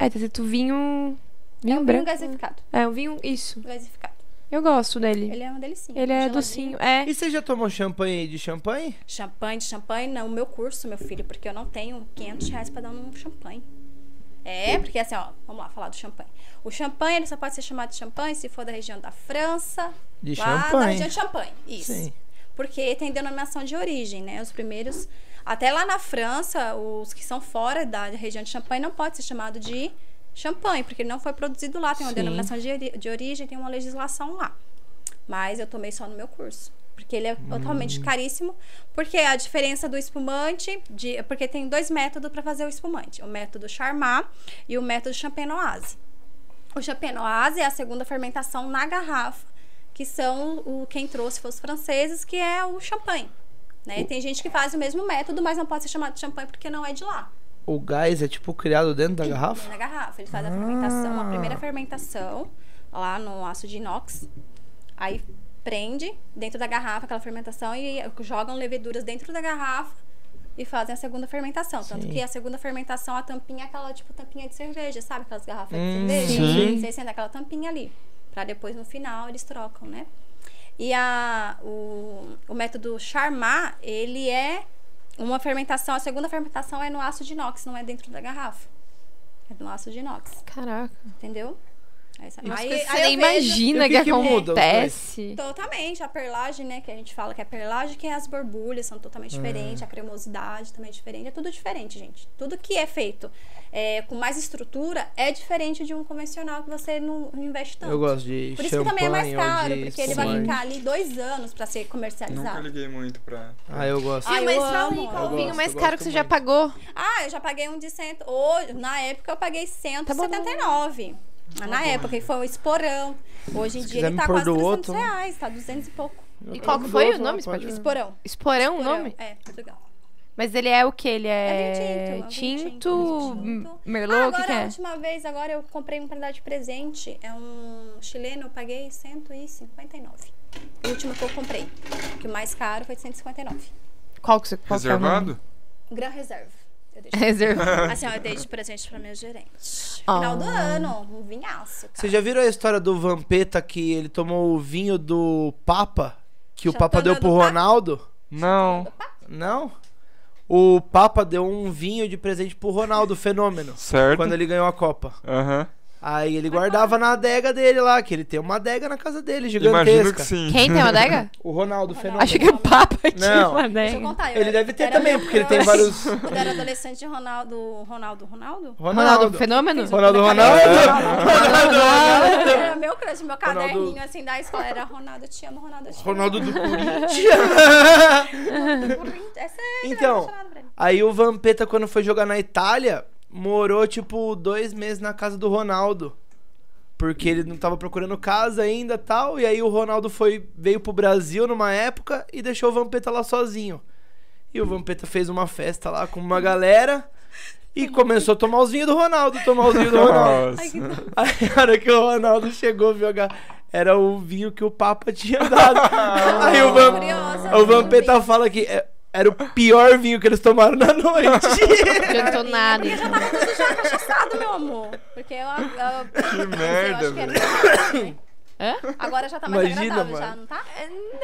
Speaker 2: É, tá escrito vinho.
Speaker 4: É
Speaker 2: Vinho
Speaker 4: um vinho
Speaker 2: branco.
Speaker 4: gasificado.
Speaker 2: É, um vinho. Isso.
Speaker 4: Gasificado.
Speaker 2: Eu gosto dele.
Speaker 4: Ele é uma delicinha.
Speaker 2: Ele é
Speaker 4: geladinho.
Speaker 2: docinho. É.
Speaker 3: E você já tomou champanhe de champanhe?
Speaker 4: Ah, Champanhe de champanhe, não, o meu curso, meu filho, porque eu não tenho 500 reais pra dar num champanhe. É, porque assim, ó, vamos lá falar do champanhe. O champanhe, ele só pode ser chamado de champanhe se for da região da França.
Speaker 3: De
Speaker 4: lá da
Speaker 3: champanhe.
Speaker 4: região de champanhe. Isso.
Speaker 3: Sim.
Speaker 4: porque tem denominação de origem, né? Os primeiros. Até lá na França, os que são fora da região de champanhe não pode ser chamado de champanhe, porque ele não foi produzido lá. Tem uma
Speaker 2: Sim.
Speaker 4: denominação de, ori- de origem, tem uma legislação lá. Mas eu tomei só no meu curso. Porque ele é totalmente caríssimo. Porque a diferença do espumante. de- porque tem dois métodos para fazer o espumante: o método Charmat e o método Champenoise. O Champenoise é a segunda fermentação na garrafa, que são o quem trouxe foi os franceses, que é o champanhe. Né? E tem gente que faz o mesmo método, mas não pode ser chamado de champanhe porque não é de lá.
Speaker 3: O gás é tipo criado dentro da garrafa?
Speaker 4: Na garrafa. Eles fazem a fermentação, a primeira fermentação, lá no aço de inox. Aí prende dentro da garrafa aquela fermentação e jogam leveduras dentro da garrafa e fazem a segunda fermentação. Tanto
Speaker 3: Sim.
Speaker 4: que a segunda fermentação, a tampinha é aquela tipo tampinha de cerveja, sabe? Aquelas garrafas de
Speaker 3: Hum,
Speaker 4: cerveja.
Speaker 1: sim.
Speaker 4: Vocês sentem aquela tampinha ali. Pra depois no final eles trocam, né? E a, o, o método Charmat, ele é uma fermentação, a segunda fermentação é no aço de inox, não é dentro da garrafa. É no aço de inox,
Speaker 2: Caraca.
Speaker 4: entendeu? É isso aí.
Speaker 2: Nossa,
Speaker 4: Aí-
Speaker 2: você nem
Speaker 4: aí eu vejo
Speaker 2: imagina
Speaker 3: E
Speaker 2: o
Speaker 3: o
Speaker 2: que,
Speaker 3: que que muda os dois?
Speaker 2: acontece.
Speaker 4: Totalmente, a perlagem, né, que a gente fala que é perlagem, que é as borbulhas são totalmente
Speaker 3: Hum.
Speaker 4: diferentes, a cremosidade também é diferente, é tudo diferente, gente. Tudo que é feito é, com mais estrutura é diferente de um convencional que você não, não investe tanto.
Speaker 3: Eu gosto de
Speaker 4: Então. Por isso que
Speaker 3: champanhe
Speaker 4: também é mais
Speaker 3: ou
Speaker 4: caro,
Speaker 3: de
Speaker 4: porque ele vai
Speaker 3: espumante.
Speaker 4: ficar ali dois anos pra ser
Speaker 1: Nunca
Speaker 4: comercializado.
Speaker 1: liguei muito pra.
Speaker 3: Ah, eu gosto.
Speaker 4: Ah,
Speaker 2: Sim,
Speaker 4: eu
Speaker 2: mas fala aí,
Speaker 4: amo.
Speaker 2: qual
Speaker 4: Eu
Speaker 2: o vinho
Speaker 3: gosto,
Speaker 2: mais
Speaker 3: eu
Speaker 2: caro
Speaker 3: gosto
Speaker 2: que você já
Speaker 3: muito.
Speaker 2: pagou?
Speaker 4: Ah, eu já paguei um de cento. Hoje, na época eu paguei
Speaker 3: Tá
Speaker 4: 179. na época, e foi um esporão. Hoje em dia
Speaker 3: quiser
Speaker 4: ele
Speaker 3: me
Speaker 4: tá
Speaker 3: pôr
Speaker 4: quase
Speaker 3: do
Speaker 4: 300
Speaker 3: outro, né?
Speaker 4: reais, tá 200 e pouco.
Speaker 2: E qual que foi o nome? Você
Speaker 3: Pode-
Speaker 2: pode...
Speaker 4: Esporão.
Speaker 2: Esporão o
Speaker 4: Porão,
Speaker 2: nome?
Speaker 4: É, Portugal.
Speaker 2: Mas ele é o que? Ele
Speaker 4: É
Speaker 2: é,
Speaker 4: vinho tinto, é
Speaker 2: tinto,
Speaker 4: um vinho tinto.
Speaker 2: merlot,
Speaker 4: Ah,
Speaker 2: o que,
Speaker 4: agora,
Speaker 2: que
Speaker 4: a
Speaker 2: é?
Speaker 4: última vez, agora eu comprei um pra dar de presente. É um chileno, eu paguei 159. O último que eu comprei. Que o mais caro foi de 159.
Speaker 2: Qual que você qual que é o nome?
Speaker 1: Reservado?
Speaker 4: Gran Reserva. Eu deixei.
Speaker 2: Reservado.
Speaker 4: assim, ó, eu dei de presente pra minha gerente.
Speaker 2: Ah.
Speaker 4: Final do ano, um vinhaço, cara.
Speaker 3: Vocês já viram a história do Vampeta que ele tomou o vinho do Papa? Que o
Speaker 4: Chateau
Speaker 3: Papa deu
Speaker 4: do
Speaker 3: pro
Speaker 4: Papa?
Speaker 3: Ronaldo?
Speaker 1: Não.
Speaker 3: Não? O Papa deu um vinho de presente pro Ronaldo, fenômeno.
Speaker 1: Certo?
Speaker 3: Quando ele ganhou a Copa.
Speaker 1: Aham.
Speaker 3: Aí ele guardava na adega dele lá, que ele tem uma adega na casa dele,
Speaker 1: Imagino que
Speaker 3: gigantesca.
Speaker 1: sim.
Speaker 2: Quem tem uma adega?
Speaker 3: O Ronaldo, fenômeno.
Speaker 2: Achei que era o Papa e tinha
Speaker 3: Não.
Speaker 2: uma
Speaker 4: Deixa eu
Speaker 2: adega.
Speaker 4: contar. eu
Speaker 3: Ele
Speaker 4: era-
Speaker 3: deve ter
Speaker 4: era
Speaker 3: também, porque ele tem
Speaker 4: muito-
Speaker 3: vários.
Speaker 4: Quando eu era adolescente, Ronaldo. Ronaldo, Ronaldo?
Speaker 2: Ronaldo Fenômeno?
Speaker 3: Ronaldo
Speaker 2: Ronaldo, Ronaldo.
Speaker 4: Era meu crush,
Speaker 3: Ronaldo-
Speaker 4: meu caderninho assim da escola. Era Ronaldo, eu te amo, Ronaldo, eu te amo.
Speaker 3: Ronaldo do Corinthians.
Speaker 4: É sério,
Speaker 3: Então,
Speaker 4: eu era apaixonada por ele.
Speaker 3: Aí o Vampeta, quando foi jogar na Itália, morou, tipo, dois meses na casa do Ronaldo. Porque ele não tava procurando casa ainda tal. E aí o Ronaldo foi, veio pro Brasil numa época e deixou o Vampeta lá sozinho. E o Vampeta fez uma festa lá com uma galera e começou a tomar os vinhos do Ronaldo, tomar os vinhos do Ronaldo.
Speaker 1: Nossa.
Speaker 3: Aí a hora que o Ronaldo chegou, viu, a- era o vinho que o Papa tinha dado. Aí o, Vam,
Speaker 4: Curiosa,
Speaker 3: o
Speaker 4: né?
Speaker 3: Vampeta fala que é- era o pior vinho que eles tomaram na noite.
Speaker 2: Não adiantou nada.
Speaker 4: Porque eu já tava tudo já cachaçado, meu amor. Porque eu. eu- eu-
Speaker 1: merda,
Speaker 4: eu acho que era- né?
Speaker 2: Hã?
Speaker 4: Agora já tá mais
Speaker 3: Imagina,
Speaker 4: agradável, já,
Speaker 3: mano.
Speaker 4: não tá?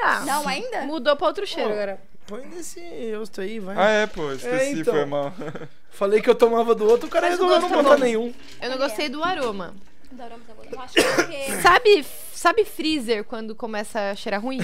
Speaker 2: Não.
Speaker 4: Não, ainda?
Speaker 2: Mudou pra outro cheiro agora.
Speaker 3: Põe nesse rosto aí, vai.
Speaker 1: Ah, é, pô, esqueci,
Speaker 3: É, então.
Speaker 1: foi mal.
Speaker 3: Falei que eu tomava do outro, o tá cara
Speaker 2: Mas o
Speaker 3: resolveu não
Speaker 2: gosto é
Speaker 3: botar
Speaker 2: bom.
Speaker 3: nenhum.
Speaker 2: Eu não gostei do aroma.
Speaker 4: Adoramos, amor. Eu acho que é porque
Speaker 2: Sabe, sabe freezer quando começa a cheirar ruim?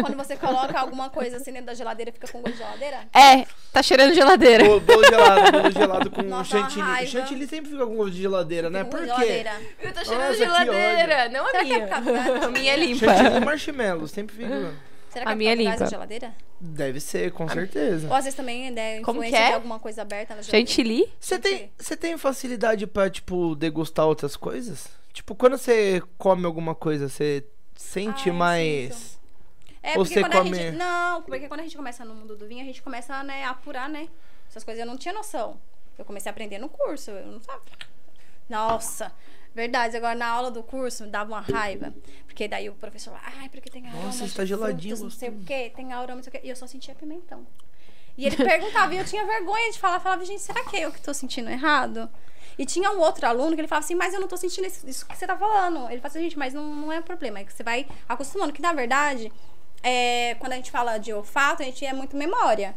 Speaker 4: quando você coloca alguma coisa assim dentro da geladeira, fica com gosto de geladeira?
Speaker 2: É, tá cheirando geladeira.
Speaker 3: Bolo, bolo gelado, bolo gelado com
Speaker 4: Nossa, uma
Speaker 3: chantilly.
Speaker 4: raiva.
Speaker 3: Chantilly sempre fica com gosto de geladeira, né?
Speaker 4: Com
Speaker 3: Por
Speaker 4: gosto de
Speaker 3: quê?
Speaker 4: geladeira.
Speaker 2: Eu tô
Speaker 3: cheirando Nossa, que geladeira,
Speaker 2: Tá não a
Speaker 4: Será que é por causa da-
Speaker 2: A minha é
Speaker 3: Chantilly e
Speaker 2: limpa.
Speaker 3: marshmallow, sempre fica.
Speaker 4: Será que
Speaker 2: A minha é
Speaker 4: é por causa da
Speaker 2: limpa.
Speaker 4: geladeira?
Speaker 3: Deve ser, com certeza.
Speaker 4: Ou às vezes também né,
Speaker 2: Como
Speaker 4: influência
Speaker 2: que é?
Speaker 4: de alguma coisa aberta na geladeira.
Speaker 2: Chantilly?
Speaker 3: Você tem, você tem facilidade pra, tipo, degustar outras coisas? Tipo, quando você come alguma coisa, você sente
Speaker 4: Ah, eu
Speaker 3: mais.
Speaker 4: É,
Speaker 3: Ou
Speaker 4: porque
Speaker 3: você
Speaker 4: quando a
Speaker 3: come-
Speaker 4: gente. Não, porque quando a gente começa no mundo do vinho, a gente começa né, a apurar, né? Essas coisas eu não tinha noção. Eu comecei a aprender no curso, eu não sabia. Nossa, verdade. Agora na aula do curso me dava uma raiva. Porque daí o professor, ai, porque tem aroma.
Speaker 3: Nossa,
Speaker 4: de
Speaker 3: está geladinho,
Speaker 4: frutas, Não sei o
Speaker 3: gostoso."
Speaker 4: quê, tem aroma, não sei o quê. E eu só sentia pimentão. E ele perguntava, e eu tinha vergonha de falar. Falava, gente, será que é eu que tô sentindo errado? E tinha um outro aluno que ele falava assim, mas eu não tô sentindo isso, isso que você tá falando. Ele fala assim, gente, mas não, não é problema, é que você vai acostumando. Que na verdade, é, quando a gente fala de olfato, a gente é muito memória.
Speaker 3: É.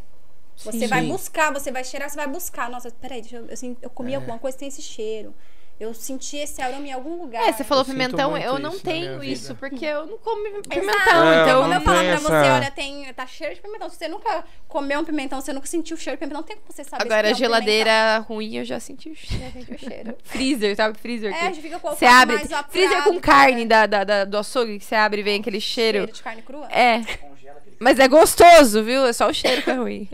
Speaker 4: Você vai buscar, você vai cheirar, você vai buscar. Nossa, peraí, deixa eu, assim, eu comi alguma coisa, tem esse cheiro. Eu senti esse aroma em algum lugar.
Speaker 2: É, você falou
Speaker 3: sinto
Speaker 2: pimentão,
Speaker 3: muito
Speaker 2: eu não
Speaker 3: isso na minha
Speaker 2: tenho
Speaker 3: vida.
Speaker 2: isso, porque eu não como pimentão.
Speaker 1: É,
Speaker 4: Então,
Speaker 2: então,
Speaker 4: como
Speaker 1: não
Speaker 4: eu falar
Speaker 1: tem
Speaker 4: pra
Speaker 1: essa-
Speaker 4: você, olha, tem, tá cheiro de pimentão. Se você nunca comeu um pimentão, você nunca sentiu o cheiro de pimentão, não tem como você saber se
Speaker 2: Agora,
Speaker 4: é
Speaker 2: a
Speaker 4: um
Speaker 2: geladeira ruim, eu já senti o cheiro.
Speaker 4: pimentão. Eu senti o cheiro.
Speaker 2: Freezer, sabe? Freezer.
Speaker 4: É, a gente fica com o
Speaker 2: Você
Speaker 4: olfato
Speaker 2: abre.
Speaker 4: mais apurado,
Speaker 2: Freezer com carne da, da, da- do açougue, que você abre e vem aquele cheiro.
Speaker 4: Cheiro de carne crua.
Speaker 2: É. Mas é gostoso, viu? É só o cheiro que é ruim.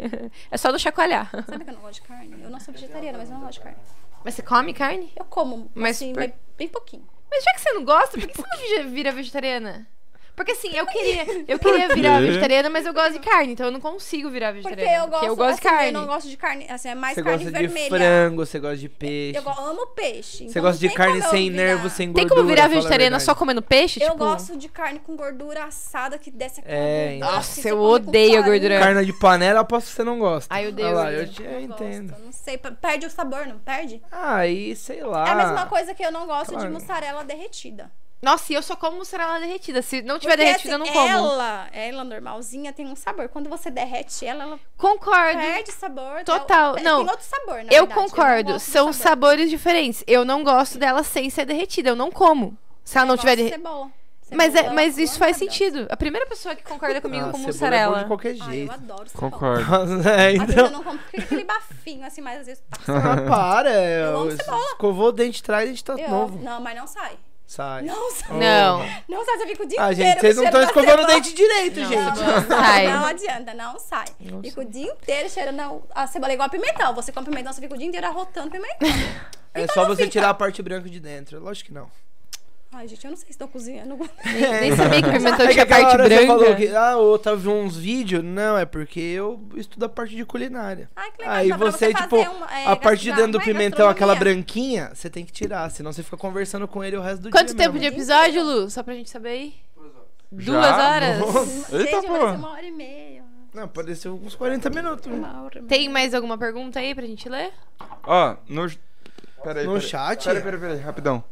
Speaker 2: É só não chacoalhar.
Speaker 4: Sabe que eu não gosto de carne? Eu não sou vegetariana, mas eu não gosto de carne.
Speaker 2: Mas você come carne?
Speaker 4: Eu como,
Speaker 2: Mas
Speaker 4: mas assim,
Speaker 2: por-
Speaker 4: bem, bem pouquinho.
Speaker 2: Mas já que você não gosta, por que você não vi- vira vegetariana? Porque assim, eu queria, eu queria virar
Speaker 1: quê?
Speaker 2: vegetariana, mas eu gosto de carne, então eu não consigo virar
Speaker 4: Porque
Speaker 2: vegetariana.
Speaker 4: eu gosto,
Speaker 2: eu gosto de
Speaker 4: assim,
Speaker 2: carne.
Speaker 4: Eu não gosto de carne, assim, é mais
Speaker 3: Você
Speaker 4: carne
Speaker 3: gosta de
Speaker 4: vermelha.
Speaker 3: frango, você gosta de peixe.
Speaker 4: Eu go- amo peixe.
Speaker 3: Você
Speaker 4: então
Speaker 3: gosta
Speaker 4: não
Speaker 3: de
Speaker 4: tem
Speaker 3: carne
Speaker 4: como eu
Speaker 3: sem
Speaker 4: virar. é
Speaker 3: nervo, sem
Speaker 2: Tem
Speaker 3: gordura.
Speaker 2: como virar
Speaker 3: fala a
Speaker 2: vegetariana
Speaker 3: verdade.
Speaker 2: só comendo peixe?
Speaker 4: Eu
Speaker 2: tipo...
Speaker 4: gosto de carne com gordura assada que desce aquela
Speaker 3: É,
Speaker 4: gordura,
Speaker 3: nossa,
Speaker 4: assim, você
Speaker 2: eu
Speaker 4: come com
Speaker 2: odeio
Speaker 4: farinha.
Speaker 2: gordura.
Speaker 3: Carne de panela, aposto que você não gosta.
Speaker 2: Ai, eu odeio
Speaker 3: Ah lá,
Speaker 2: isso.
Speaker 3: eu, te- eu
Speaker 4: Não gosto,
Speaker 3: entendo.
Speaker 4: não sei, p- perde o sabor, não perde?
Speaker 3: Aí, sei lá.
Speaker 4: é a mesma coisa que eu não gosto
Speaker 3: Ah, claro.
Speaker 4: de mussarela derretida.
Speaker 2: Nossa, e eu só como mussarela derretida. Se não tiver
Speaker 4: Porque,
Speaker 2: derretida, eu não
Speaker 4: assim,
Speaker 2: como.
Speaker 4: Ela, ela normalzinha tem um sabor. Quando você derrete ela, ela
Speaker 2: Concordo.
Speaker 4: perde sabor. é
Speaker 2: Total,
Speaker 4: Tem
Speaker 2: não.
Speaker 4: outro sabor, na
Speaker 2: Eu
Speaker 4: verdade. não
Speaker 2: concordo. um
Speaker 4: gosto do
Speaker 2: São
Speaker 4: sabor.
Speaker 2: sabores diferentes. Eu não gosto dela sem ser derretida. Eu não como. Se ela não
Speaker 4: Eu
Speaker 2: tiver
Speaker 4: gosto de
Speaker 2: derretida.
Speaker 4: cebola. Cebola,
Speaker 2: Mas, é,
Speaker 4: eu
Speaker 2: mas
Speaker 4: amo,
Speaker 2: isso faz
Speaker 4: eu adoro.
Speaker 2: sentido. A primeira pessoa que concorda comigo
Speaker 3: Ah,
Speaker 2: com
Speaker 3: cebola é bom
Speaker 2: mussarela.
Speaker 3: de qualquer
Speaker 4: Ai, eu
Speaker 3: jeito.
Speaker 4: adoro cebola.
Speaker 1: Concordo.
Speaker 3: é,
Speaker 4: Às vezes eu
Speaker 3: então.
Speaker 4: não como porque fica aquele bafinho, assim, mas às vezes passa.
Speaker 3: Ah, para.
Speaker 4: Eu amo
Speaker 3: eu-
Speaker 4: cebola.
Speaker 3: Escovou o dente atrás, a gente tá
Speaker 4: Eu-
Speaker 3: novo.
Speaker 4: Não, mas não sai.
Speaker 3: Sai.
Speaker 4: Não sai.
Speaker 2: Não.
Speaker 4: Não sai, você fica o dia
Speaker 3: Ah,
Speaker 4: inteiro.
Speaker 3: gente, vocês não
Speaker 4: cheirando
Speaker 3: estão
Speaker 4: a
Speaker 3: escovando o
Speaker 4: cebola.
Speaker 3: dente direito,
Speaker 2: Não.
Speaker 3: gente.
Speaker 2: Não sai.
Speaker 4: Sai. Não adianta, não sai. Fica o dia inteiro cheirando a cebola é igual a pimentão. Você come pimentão, você fica o dia inteiro arrotando pimentão.
Speaker 3: É
Speaker 4: Então
Speaker 3: só
Speaker 4: não
Speaker 3: você
Speaker 4: fica.
Speaker 3: tirar a parte branca de dentro. Lógico que não.
Speaker 4: Ai, gente, eu não sei se tô cozinhando.
Speaker 2: Nem sabia que pimentão
Speaker 3: É que
Speaker 2: tinha
Speaker 3: aquela
Speaker 2: parte
Speaker 3: hora você falou
Speaker 2: branca.
Speaker 3: que, ah, ô, tá vendo uns vídeos? Não, é porque eu estudo a parte de culinária.
Speaker 4: Ai, que legal.
Speaker 3: Aí
Speaker 4: dá pra
Speaker 3: você,
Speaker 4: fazer
Speaker 3: tipo,
Speaker 4: uma, é,
Speaker 3: a parte de
Speaker 4: gastro-
Speaker 3: dentro do
Speaker 4: não é
Speaker 3: pimentão, aquela
Speaker 4: gastronomia.
Speaker 3: branquinha, você tem que tirar, senão você fica conversando com ele o resto do
Speaker 2: Quanto
Speaker 3: dia.
Speaker 2: tempo de
Speaker 3: mesmo.
Speaker 2: episódio, Lu? Só pra gente saber aí? Duas
Speaker 1: Já?
Speaker 2: horas?
Speaker 1: Eita,
Speaker 4: Gente, vai ser
Speaker 1: pô.
Speaker 4: uma hora e meia.
Speaker 3: Não, pareceu uns 40 minutos.
Speaker 2: Ah.
Speaker 4: Uma hora e meia.
Speaker 2: Tem mais alguma pergunta aí pra gente ler?
Speaker 1: Ó, no. Peraí, peraí.
Speaker 3: No chat?
Speaker 1: Peraí, peraí, peraí, rapidão.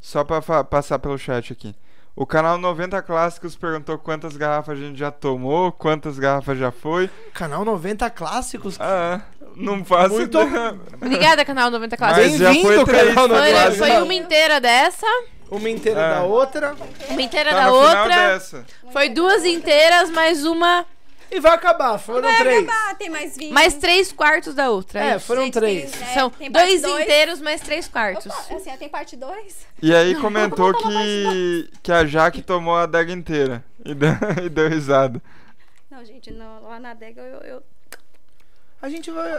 Speaker 1: Só pra fa- passar pelo chat aqui. O canal 90 Clássicos perguntou quantas garrafas a gente já tomou, quantas garrafas já foi.
Speaker 3: Canal 90 Clássicos.
Speaker 1: Ah, não faço
Speaker 3: Muito-
Speaker 1: ideia. Tá
Speaker 2: Obrigada, canal 90 Clássicos.
Speaker 1: Mas já foi
Speaker 3: Bem-vindo,
Speaker 1: três.
Speaker 3: canal
Speaker 2: Foi, né?
Speaker 3: Clássico.
Speaker 2: foi um uma inteira dessa,
Speaker 3: Uma inteira
Speaker 1: Ah.
Speaker 3: da outra.
Speaker 2: uma inteira
Speaker 1: Tá
Speaker 2: da
Speaker 1: no final
Speaker 2: outra.
Speaker 1: dessa.
Speaker 2: Foi duas inteiras, mais uma.
Speaker 3: E vai acabar, foram três.
Speaker 4: Ah, tem mais vinho.
Speaker 2: Mais três quartos da outra.
Speaker 3: É,
Speaker 2: isso.
Speaker 3: foram
Speaker 4: Gente,
Speaker 3: três.
Speaker 4: tem- né,
Speaker 2: São
Speaker 4: tem parte
Speaker 2: dois
Speaker 4: dois.
Speaker 2: inteiros mais três quartos.
Speaker 4: Opa, assim, tem parte 2.
Speaker 1: E aí comentou que, que a Jaque tomou a adega inteira e deu, e deu risada.
Speaker 4: Não, gente, não, lá na adega eu. eu...
Speaker 3: A gente vai.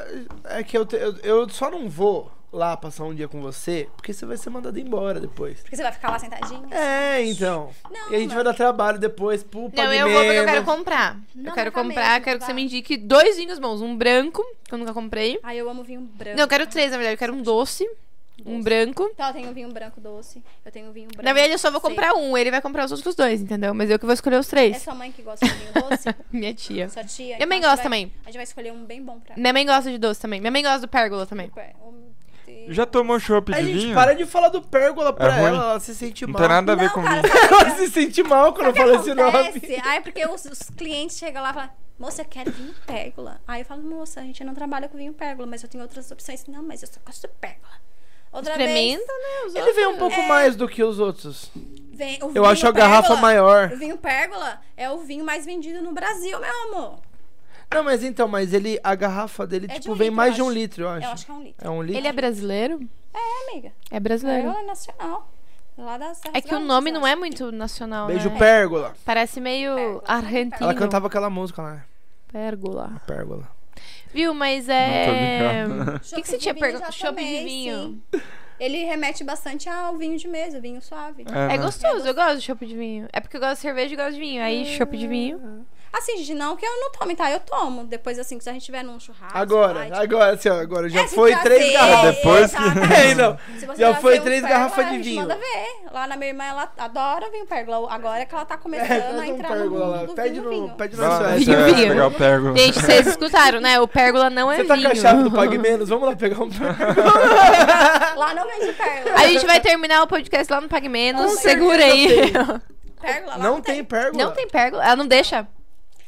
Speaker 3: É que eu, te- eu, eu só não vou lá passar um dia com você, porque você vai ser mandado embora depois.
Speaker 4: Porque você vai ficar lá sentadinha.
Speaker 3: É, então.
Speaker 4: Não,
Speaker 3: e a gente vai dar trabalho depois pro
Speaker 2: Não, eu vou porque eu quero
Speaker 3: pagamento.
Speaker 2: comprar. eu
Speaker 4: Não,
Speaker 2: quero
Speaker 4: não tá
Speaker 2: comprar,
Speaker 4: mesmo,
Speaker 2: quero que
Speaker 4: vá.
Speaker 2: você me indique dois vinhos bons. Um branco, que eu nunca comprei.
Speaker 4: Ai, Ah, eu amo vinho branco.
Speaker 2: Não, eu quero três, na verdade. Eu quero um doce, um branco.
Speaker 4: Então, eu tenho vinho branco doce, eu tenho um vinho branco.
Speaker 2: Na verdade, eu só vou
Speaker 4: seco.
Speaker 2: comprar um. Ele vai comprar os outros dois, entendeu? Mas eu que vou escolher os
Speaker 4: É
Speaker 2: três.
Speaker 4: sua mãe que gosta de vinho doce?
Speaker 2: Minha tia.
Speaker 4: sua tia?
Speaker 2: Minha mãe
Speaker 4: Então, a
Speaker 2: gosta
Speaker 4: gente vai-
Speaker 2: também.
Speaker 4: A gente vai escolher um bem bom pra.
Speaker 2: Minha mãe gosta de doce também. Minha mãe gosta do pérgola também.
Speaker 4: Um-
Speaker 1: Já tomou chopp
Speaker 3: A
Speaker 1: de
Speaker 3: gente
Speaker 1: vinho?
Speaker 3: para de falar do Pérgola pra
Speaker 1: É ruim.
Speaker 3: ela, ela se sente
Speaker 1: Não
Speaker 3: mal.
Speaker 1: tem nada a ver
Speaker 4: Não,
Speaker 1: com
Speaker 4: cara,
Speaker 1: vinho.
Speaker 4: sabe
Speaker 3: Ela se sente mal quando eu falo esse
Speaker 4: acontece?
Speaker 3: nome.
Speaker 4: Aí porque os, os clientes chegam lá e falam, moça, eu quero vinho pérgola. Aí eu falo, moça, a gente não trabalha com vinho pérgola, mas eu tenho outras opções. Não, mas eu só gosto de pérgola. Outra
Speaker 2: Experimenta,
Speaker 4: vez,
Speaker 2: né? Os
Speaker 3: Ele
Speaker 2: outros.
Speaker 3: veio um pouco
Speaker 4: É.
Speaker 3: mais do que os outros.
Speaker 4: vem o
Speaker 3: Eu
Speaker 4: vinho
Speaker 3: acho a
Speaker 4: pérgola-
Speaker 3: garrafa maior.
Speaker 4: O vinho pérgola é o vinho mais vendido no Brasil, meu amor.
Speaker 3: Não, mas então, mas ele. A garrafa dele,
Speaker 4: É de
Speaker 3: tipo,
Speaker 4: um
Speaker 3: vem
Speaker 4: litro,
Speaker 3: mais
Speaker 4: eu
Speaker 3: de um
Speaker 4: acho.
Speaker 3: litro, eu acho.
Speaker 4: Eu acho que é um litro.
Speaker 3: É um litro.
Speaker 2: Ele é brasileiro?
Speaker 4: É, amiga.
Speaker 2: É brasileiro.
Speaker 4: Pérgola é nacional. Lá das
Speaker 2: É que o nome não é muito nacional,
Speaker 3: Beijo
Speaker 4: É.
Speaker 2: né?
Speaker 3: Pérgola.
Speaker 2: Parece meio argentino.
Speaker 3: Ela cantava aquela música lá. né?
Speaker 2: Pérgola.
Speaker 3: Pérgola.
Speaker 2: Viu, mas é.
Speaker 1: Não tô
Speaker 2: O que, que você tinha perguntado? Chope de vinho.
Speaker 4: Ele remete bastante ao vinho de mesa, vinho suave.
Speaker 2: É
Speaker 1: né?
Speaker 2: gostoso, eu gosto de chope de vinho. É porque eu gosto de cerveja e gosto de vinho. Aí,
Speaker 3: Ah.
Speaker 2: chope de vinho.
Speaker 4: Assim, gente, não que eu não tome, tá? Eu tomo. Depois, assim, se a gente tiver num churrasco.
Speaker 3: Agora,
Speaker 4: ai, tipo,
Speaker 3: agora, assim, ó, agora. Já
Speaker 4: é, se
Speaker 3: foi
Speaker 4: trazer,
Speaker 3: três garrafas.
Speaker 1: Depois que-
Speaker 4: exatamente.
Speaker 3: É, não.
Speaker 4: Se você
Speaker 3: Já
Speaker 4: trazer
Speaker 3: foi
Speaker 4: um
Speaker 3: três
Speaker 4: pérgola,
Speaker 3: garrafas de
Speaker 4: a gente
Speaker 3: vinho.
Speaker 4: Manda ver. Lá na minha irmã, ela adora vinho pérgola. Agora é que ela tá começando
Speaker 3: É,
Speaker 4: a
Speaker 3: faz um
Speaker 4: entrar
Speaker 3: pérgola
Speaker 4: no mundo
Speaker 3: lá.
Speaker 4: do
Speaker 3: Pede
Speaker 4: vinho,
Speaker 3: no,
Speaker 4: vinho.
Speaker 3: pede na
Speaker 1: Vai lá,
Speaker 3: Suécia.
Speaker 1: você vai
Speaker 2: Vinho.
Speaker 1: pegar o pérgola.
Speaker 2: Gente, vocês escutaram, né? O pérgola não é
Speaker 3: Você tá
Speaker 2: vinho.
Speaker 3: com a chave do Pague Menos? Vamos lá pegar um pérgola.
Speaker 4: Lá não vende pérgola.
Speaker 2: A gente vai terminar o podcast lá no Pague Menos.
Speaker 4: Com
Speaker 2: Segura aí.
Speaker 4: Pérgola lá
Speaker 3: Não tem pérgola.
Speaker 2: Não tem pérgola. Ela não deixa.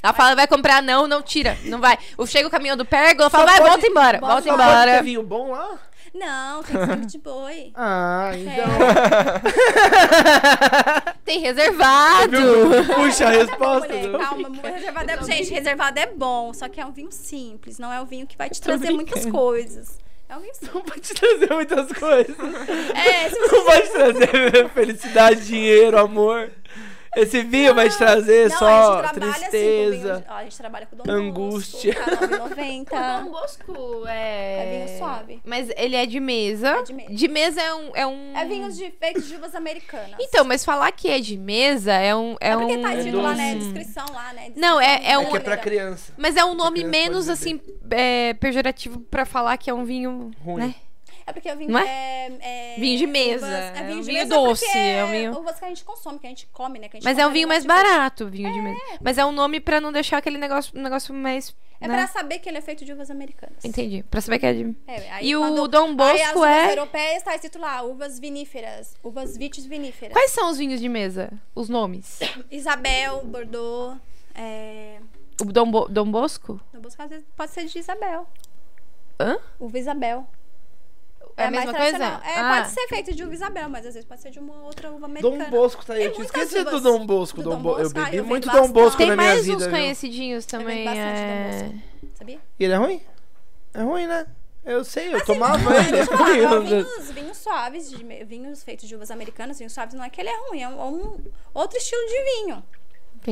Speaker 2: Ela fala, vai comprar, não, não tira, não vai. Ou chega o caminhão do pérgola, fala, vai,
Speaker 3: pode-
Speaker 2: volta embora,
Speaker 3: Só
Speaker 2: volta
Speaker 3: pode ter
Speaker 2: embora.
Speaker 3: vinho bom lá?
Speaker 4: Não, tem sangue de boi.
Speaker 3: Ah, então.
Speaker 4: É,
Speaker 2: Tem reservado.
Speaker 3: Puxa a resposta.
Speaker 4: mulher,
Speaker 3: não.
Speaker 4: calma, mu- reservado é, gente, reservado é bom, só que é um vinho simples, não é um vinho que vai te trazer muitas coisas. É um vinho simples.
Speaker 3: Não vai te trazer muitas coisas.
Speaker 4: É, se você
Speaker 3: Não vai te trazer felicidade, dinheiro, amor. Esse vinho vai te trazer
Speaker 4: Não,
Speaker 3: só
Speaker 4: a gente trabalha
Speaker 3: tristeza.
Speaker 4: Assim, com vinho, ó, a gente trabalha com Dom
Speaker 3: angústia.
Speaker 4: Bosco, tá? 990.
Speaker 5: Dom Bosco é.
Speaker 4: É vinho suave.
Speaker 2: Ah. Mas ele é de mesa.
Speaker 4: É de mesa.
Speaker 2: é um. É, um...
Speaker 4: É vinhos de feitos de uvas americanas.
Speaker 2: Então, mas falar que é de mesa é um. É,
Speaker 4: é
Speaker 2: um...
Speaker 4: porque tá escrito lá, né?
Speaker 3: doce.
Speaker 4: Descrição lá, né?
Speaker 2: Não, é, é
Speaker 4: É
Speaker 2: um.
Speaker 3: que é pra criança.
Speaker 2: Mas é um nome
Speaker 3: criança
Speaker 2: menos,
Speaker 3: pode
Speaker 2: assim, é, pejorativo pra falar que é um vinho.
Speaker 3: Ruim.
Speaker 2: Né?
Speaker 4: É porque o vinho
Speaker 2: Não
Speaker 4: é? é
Speaker 2: Vinho de mesa,
Speaker 4: uvas-
Speaker 2: é
Speaker 4: vinho
Speaker 2: um
Speaker 4: de
Speaker 2: vinho
Speaker 4: mesa porque
Speaker 2: doce, é um vinho-
Speaker 4: Uvas que a gente consome, que a gente come, né? Que a gente
Speaker 2: Mas é um
Speaker 4: come,
Speaker 2: vinho
Speaker 4: né,
Speaker 2: mais
Speaker 4: tipo,
Speaker 2: barato, vinho de mesa. Mas é um nome pra não deixar aquele negócio, um negócio mais.
Speaker 4: É
Speaker 2: né?
Speaker 4: pra saber que ele é feito de uvas americanas.
Speaker 2: Entendi. Pra saber que é de.
Speaker 4: É, aí
Speaker 2: E o
Speaker 4: quando-
Speaker 2: Dom
Speaker 4: aí as
Speaker 2: Bosco
Speaker 4: uvas
Speaker 2: é.
Speaker 4: europeias tá escrito lá, uvas viníferas, uvas vitis viníferas.
Speaker 2: Quais são os vinhos de mesa? Os nomes?
Speaker 4: Isabel, Bordeaux, é...
Speaker 2: O Dom, Bo- Dom Bosco?
Speaker 4: Dom Bosco às vezes pode ser de Isabel.
Speaker 2: Hã?
Speaker 4: Uva Isabel.
Speaker 2: É a
Speaker 4: mais
Speaker 2: mesma coisa?
Speaker 4: tradicional. É,
Speaker 2: Ah.
Speaker 4: pode ser feito de uva Isabel, mas às vezes pode ser de uma outra uva americana.
Speaker 3: Dom Bosco tá aí.
Speaker 4: Tem
Speaker 3: Eu tinha
Speaker 4: muitas
Speaker 3: esquecido do
Speaker 4: uvas.
Speaker 3: Dom Bosco.
Speaker 4: Do
Speaker 3: Dom
Speaker 4: Dom
Speaker 3: Bo- Eu
Speaker 4: Bosco, ah,
Speaker 3: bebi
Speaker 4: eu vi
Speaker 3: muito Dom
Speaker 4: bastante.
Speaker 3: Bosco
Speaker 4: Tem
Speaker 3: na
Speaker 2: Tem
Speaker 3: minha
Speaker 2: mais
Speaker 3: vida.
Speaker 2: uns
Speaker 3: viu?
Speaker 2: conhecidinhos
Speaker 4: Eu
Speaker 2: também.
Speaker 4: bebo bastante
Speaker 2: é...
Speaker 4: Dom Bosco, sabia?
Speaker 3: E ele é ruim? É ruim, né? Eu sei, eu tomava ele.
Speaker 4: Deixa eu falar,
Speaker 3: é
Speaker 4: ó,
Speaker 3: ruim.
Speaker 4: vinhos, vinhos suaves, de me- vinhos feitos de uvas americanas, vinhos suaves, não é que ele é ruim, é um, é um outro estilo de vinho, tá?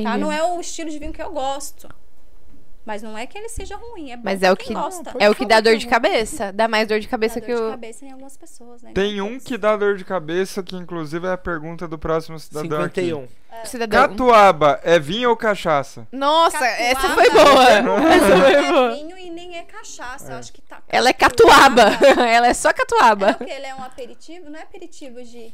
Speaker 2: Entendi.
Speaker 4: Não é o estilo de vinho que eu gosto. Mas não é que ele seja ruim, é bom
Speaker 2: Mas
Speaker 4: pra
Speaker 2: é o que-
Speaker 4: quem gosta.
Speaker 2: É o que dá dor de cabeça. Dá mais dor de
Speaker 4: Dá
Speaker 2: cabeça
Speaker 4: dor
Speaker 2: que
Speaker 4: de
Speaker 2: o.
Speaker 4: cabeça em algumas pessoas, né?
Speaker 1: Tem
Speaker 4: Não
Speaker 1: um
Speaker 4: todos.
Speaker 1: que dá dor de cabeça, que inclusive é a pergunta do próximo cidadão aqui.
Speaker 3: 51.
Speaker 2: Cidadão.
Speaker 1: Catuaba, é vinho ou cachaça?
Speaker 2: Nossa,
Speaker 4: Catuaba.
Speaker 2: essa foi boa. Essa foi
Speaker 4: É
Speaker 2: boa.
Speaker 4: vinho e nem é cachaça, eu acho que tá.
Speaker 2: Ela é catuaba. Ela é só
Speaker 4: É
Speaker 2: catuaba.
Speaker 4: o quê? Ele é um aperitivo? Não é aperitivo de.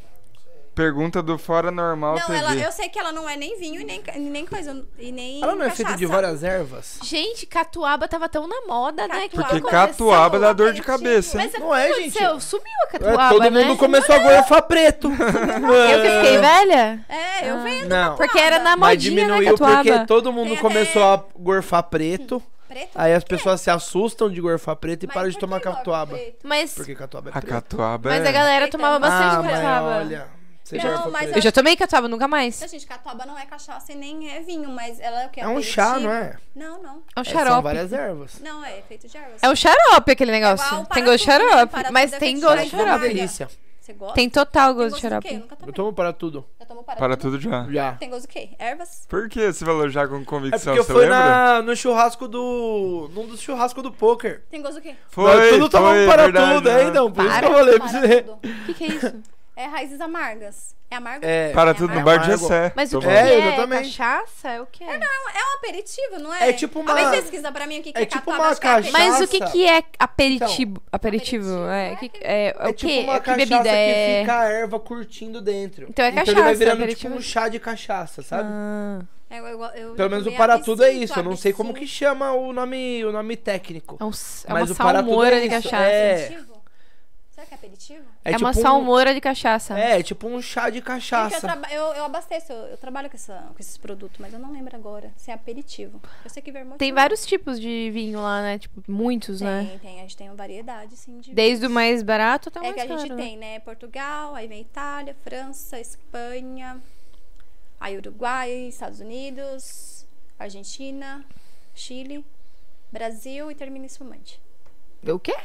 Speaker 1: Pergunta do Fora
Speaker 3: um
Speaker 1: Normal
Speaker 4: não,
Speaker 1: TV.
Speaker 4: ela, eu sei que ela não é nem vinho e nem, ca- e nem coisa. E nem
Speaker 3: Ela não é feita
Speaker 4: cachaça.
Speaker 3: de várias ervas?
Speaker 2: Gente, catuaba tava tão na moda, né? que
Speaker 1: Porque
Speaker 2: aconteceu.
Speaker 1: catuaba dá
Speaker 2: um
Speaker 1: dor de
Speaker 4: aperitivo.
Speaker 1: cabeça.
Speaker 2: Mas
Speaker 3: Não é, gente.
Speaker 2: aconteceu? Sumiu a
Speaker 3: É,
Speaker 2: catuaba,
Speaker 3: todo mundo
Speaker 2: né?
Speaker 3: começou a gorfar preto.
Speaker 2: Eu que fiquei velha?
Speaker 4: É,
Speaker 2: Ah.
Speaker 4: eu vendo.
Speaker 3: Não.
Speaker 2: Porque era na
Speaker 3: Mas
Speaker 2: modinha, né,
Speaker 3: diminuiu porque
Speaker 2: catuaba?
Speaker 3: todo mundo
Speaker 4: É,
Speaker 3: começou
Speaker 4: é.
Speaker 3: a gorfar preto.
Speaker 4: Preto?
Speaker 3: Aí as pessoas se assustam de gorfar preto e
Speaker 4: Mas
Speaker 3: param de
Speaker 4: por
Speaker 3: tomar
Speaker 4: que gorfa
Speaker 3: catuaba.
Speaker 4: preto?
Speaker 2: Mas,
Speaker 3: Porque catuaba
Speaker 1: A
Speaker 3: é preto.
Speaker 1: catuaba
Speaker 2: mas
Speaker 1: é...
Speaker 2: a galera
Speaker 4: Então,
Speaker 2: tomava
Speaker 3: ah,
Speaker 2: bastante
Speaker 3: mas
Speaker 2: catuaba.
Speaker 3: olha. Você
Speaker 4: Não,
Speaker 3: gorfa
Speaker 4: mas
Speaker 3: preto.
Speaker 2: Eu já tomei catuaba, nunca mais.
Speaker 4: Então, gente, catuaba não é cachaça e nem é vinho, mas ela é o quê?
Speaker 3: É um chá, não
Speaker 4: Aperitivo?
Speaker 3: é?
Speaker 4: Não, não.
Speaker 2: É um
Speaker 3: É, São
Speaker 2: xarope.
Speaker 3: várias ervas.
Speaker 4: Não, é feito de ervas.
Speaker 2: É um xarope aquele negócio.
Speaker 4: igual
Speaker 2: tem
Speaker 4: para
Speaker 2: gosto de
Speaker 4: tudo, né?
Speaker 2: xarope,
Speaker 4: Para
Speaker 2: mas
Speaker 4: tudo é
Speaker 2: tem
Speaker 4: feito
Speaker 2: gosto
Speaker 4: de
Speaker 2: de
Speaker 3: Mas é uma
Speaker 4: xarope.
Speaker 2: xarope.
Speaker 3: delícia.
Speaker 4: Você gosta?
Speaker 2: Tem total gosto de
Speaker 4: gosto do quê? Eu
Speaker 2: xarope.
Speaker 4: nunca
Speaker 3: Eu
Speaker 4: tomei.
Speaker 3: tomo para tudo.
Speaker 4: Já tomou para,
Speaker 1: Para tudo já.
Speaker 3: Já.
Speaker 4: Tem gosto do quê? Ervas?
Speaker 1: Por que você falou já com
Speaker 3: É
Speaker 1: convicção,
Speaker 3: porque eu
Speaker 1: você
Speaker 3: fui
Speaker 1: lembra?
Speaker 3: na, no churrasco do. num dos churrascos do poker.
Speaker 4: Tem gosto do quê?
Speaker 1: Foi,
Speaker 3: tudo tomamos
Speaker 1: foi,
Speaker 3: para
Speaker 1: verdade,
Speaker 3: tudo,
Speaker 1: né?
Speaker 3: é, então. Por isso que
Speaker 2: Para,
Speaker 3: eu falei pra
Speaker 4: Para
Speaker 3: você.
Speaker 4: tudo.
Speaker 2: O que, que é isso?
Speaker 4: É raízes amargas. É amargo?
Speaker 3: É,
Speaker 1: Para tudo no
Speaker 4: É
Speaker 1: bar de
Speaker 3: amargo.
Speaker 1: Jessé.
Speaker 2: Mas o que
Speaker 1: Tomamos.
Speaker 3: É,
Speaker 2: é?
Speaker 3: exatamente.
Speaker 2: Cachaça? É o que é?
Speaker 4: Não, é um aperitivo, não é?
Speaker 3: É tipo uma-
Speaker 4: Alguém pesquisa pra mim o que que
Speaker 3: é
Speaker 4: é,
Speaker 3: tipo
Speaker 4: catuaba,
Speaker 3: uma
Speaker 4: acho que é aperitivo.
Speaker 3: cachaça.
Speaker 2: Mas o que, que é aperitivo? aperitivo, é.
Speaker 4: aperitivo,
Speaker 2: que- é,
Speaker 3: É
Speaker 2: o
Speaker 3: tipo
Speaker 2: quê?
Speaker 3: uma
Speaker 2: que
Speaker 3: cachaça
Speaker 2: bebida
Speaker 3: que
Speaker 2: é?
Speaker 3: fica a erva curtindo dentro.
Speaker 2: Então é
Speaker 3: Então ele vai
Speaker 2: cachaça,
Speaker 3: virando
Speaker 2: aperitivo.
Speaker 3: tipo um chá de cachaça, sabe?
Speaker 2: Ah,
Speaker 4: É, eu- eu- eu
Speaker 3: Pelo menos o
Speaker 4: tomei
Speaker 3: para tudo é
Speaker 4: absinto,
Speaker 3: isso. Eu não sei como que
Speaker 4: absinto.
Speaker 3: chama o nome, o nome técnico.
Speaker 2: é um s- é uma
Speaker 3: Mas o para tudo
Speaker 2: salmoura
Speaker 3: é
Speaker 2: de
Speaker 3: isso,
Speaker 2: cachaça.
Speaker 3: é.
Speaker 4: Aperitivo? Será que é aperitivo?
Speaker 2: É uma
Speaker 3: tipo um-
Speaker 2: salmoura de cachaça.
Speaker 3: É, é tipo um chá de
Speaker 4: Porque eu,
Speaker 3: cachaça.
Speaker 4: traba- eu, eu abasteço, eu, eu trabalho com, essa- com esses produtos, mas eu não lembro agora se é aperitivo. Eu sei que vermute.
Speaker 2: Tem vários tipos de vinho lá, né? Tipo, muitos,
Speaker 4: Tem,
Speaker 2: né?
Speaker 4: tem. A gente tem uma variedade, sim, de.
Speaker 2: Desde o mais barato até o
Speaker 4: É
Speaker 2: mais
Speaker 4: que a gente
Speaker 2: caro, né?
Speaker 4: tem, né? Portugal, aí vem Itália, França, Espanha, aí Uruguai, Estados Unidos, Argentina, Chile, Brasil e termina em espumante.
Speaker 2: O quê?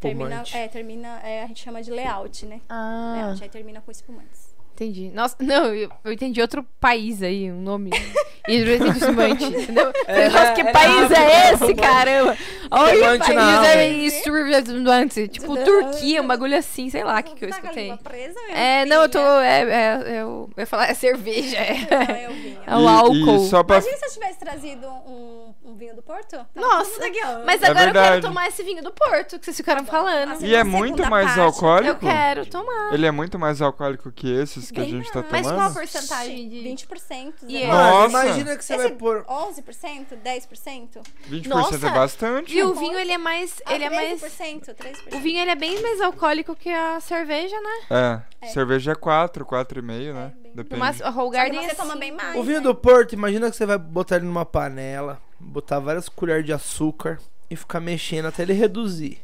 Speaker 4: Termina,
Speaker 3: Espumante.
Speaker 4: é, termina, é, a gente chama de layout, né?
Speaker 2: Ah, é.
Speaker 4: Layout, aí termina com espumantes.
Speaker 2: entendi. Nossa, não, eu, eu entendi outro país aí, um nome. Hidroestimante, entendeu? Falei, Nossa, que
Speaker 3: é
Speaker 2: país
Speaker 3: na
Speaker 2: é
Speaker 3: África.
Speaker 2: esse, caramba? Olha o
Speaker 3: Espumante na
Speaker 2: país é
Speaker 3: África.
Speaker 2: Hidroestimante. Tipo, Turquia, um bagulho assim, sei lá o que, que eu
Speaker 4: Tá com a
Speaker 2: escutei.
Speaker 4: língua presa, meu
Speaker 2: É, não, eu tô.
Speaker 4: filho?
Speaker 2: É, é, é o- eu ia falar, é cerveja.
Speaker 4: Não,
Speaker 2: É,
Speaker 4: eu vinha.
Speaker 2: é o álcool.
Speaker 1: E, e só pra...
Speaker 4: Imagina se eu tivesse trazido um, um vinho do Porto. Tava todo mundo
Speaker 2: Nossa,
Speaker 4: aqui, ó.
Speaker 2: mas
Speaker 1: É
Speaker 2: agora eu quero
Speaker 1: verdade.
Speaker 2: tomar esse vinho do Porto que vocês ficaram falando.
Speaker 4: Assim,
Speaker 1: E é
Speaker 4: na
Speaker 1: muito
Speaker 4: segunda
Speaker 1: mais
Speaker 4: parte,
Speaker 2: Eu
Speaker 1: alcoólico?
Speaker 2: quero tomar.
Speaker 1: Ele é muito mais alcoólico que esses que a
Speaker 4: Bem
Speaker 1: gente tá
Speaker 4: mais.
Speaker 2: Mas qual a
Speaker 1: tomando?
Speaker 2: porcentagem de.
Speaker 4: 20%.
Speaker 2: E é.
Speaker 4: né?
Speaker 1: Nossa.
Speaker 3: Imagina que você vai
Speaker 4: Esse-
Speaker 3: pôr.
Speaker 4: 11%? 10%?
Speaker 1: 20%
Speaker 2: Nossa.
Speaker 1: é bastante.
Speaker 2: E o vinho, ele é mais.
Speaker 4: Ah,
Speaker 2: Ele é mais.
Speaker 4: 3%, 3%.
Speaker 2: O vinho, ele é bem mais alcoólico que a cerveja, né?
Speaker 1: É, cerveja é 4, 4,5, né? Depende.
Speaker 2: É, No máximo, a Whole
Speaker 4: Só que
Speaker 2: Garden
Speaker 4: você
Speaker 2: é
Speaker 4: toma
Speaker 2: assim.
Speaker 4: bem mais.
Speaker 3: O vinho
Speaker 4: né?
Speaker 3: do Porto, imagina que você vai botar ele numa panela, botar várias colheres de açúcar e ficar mexendo até ele reduzir.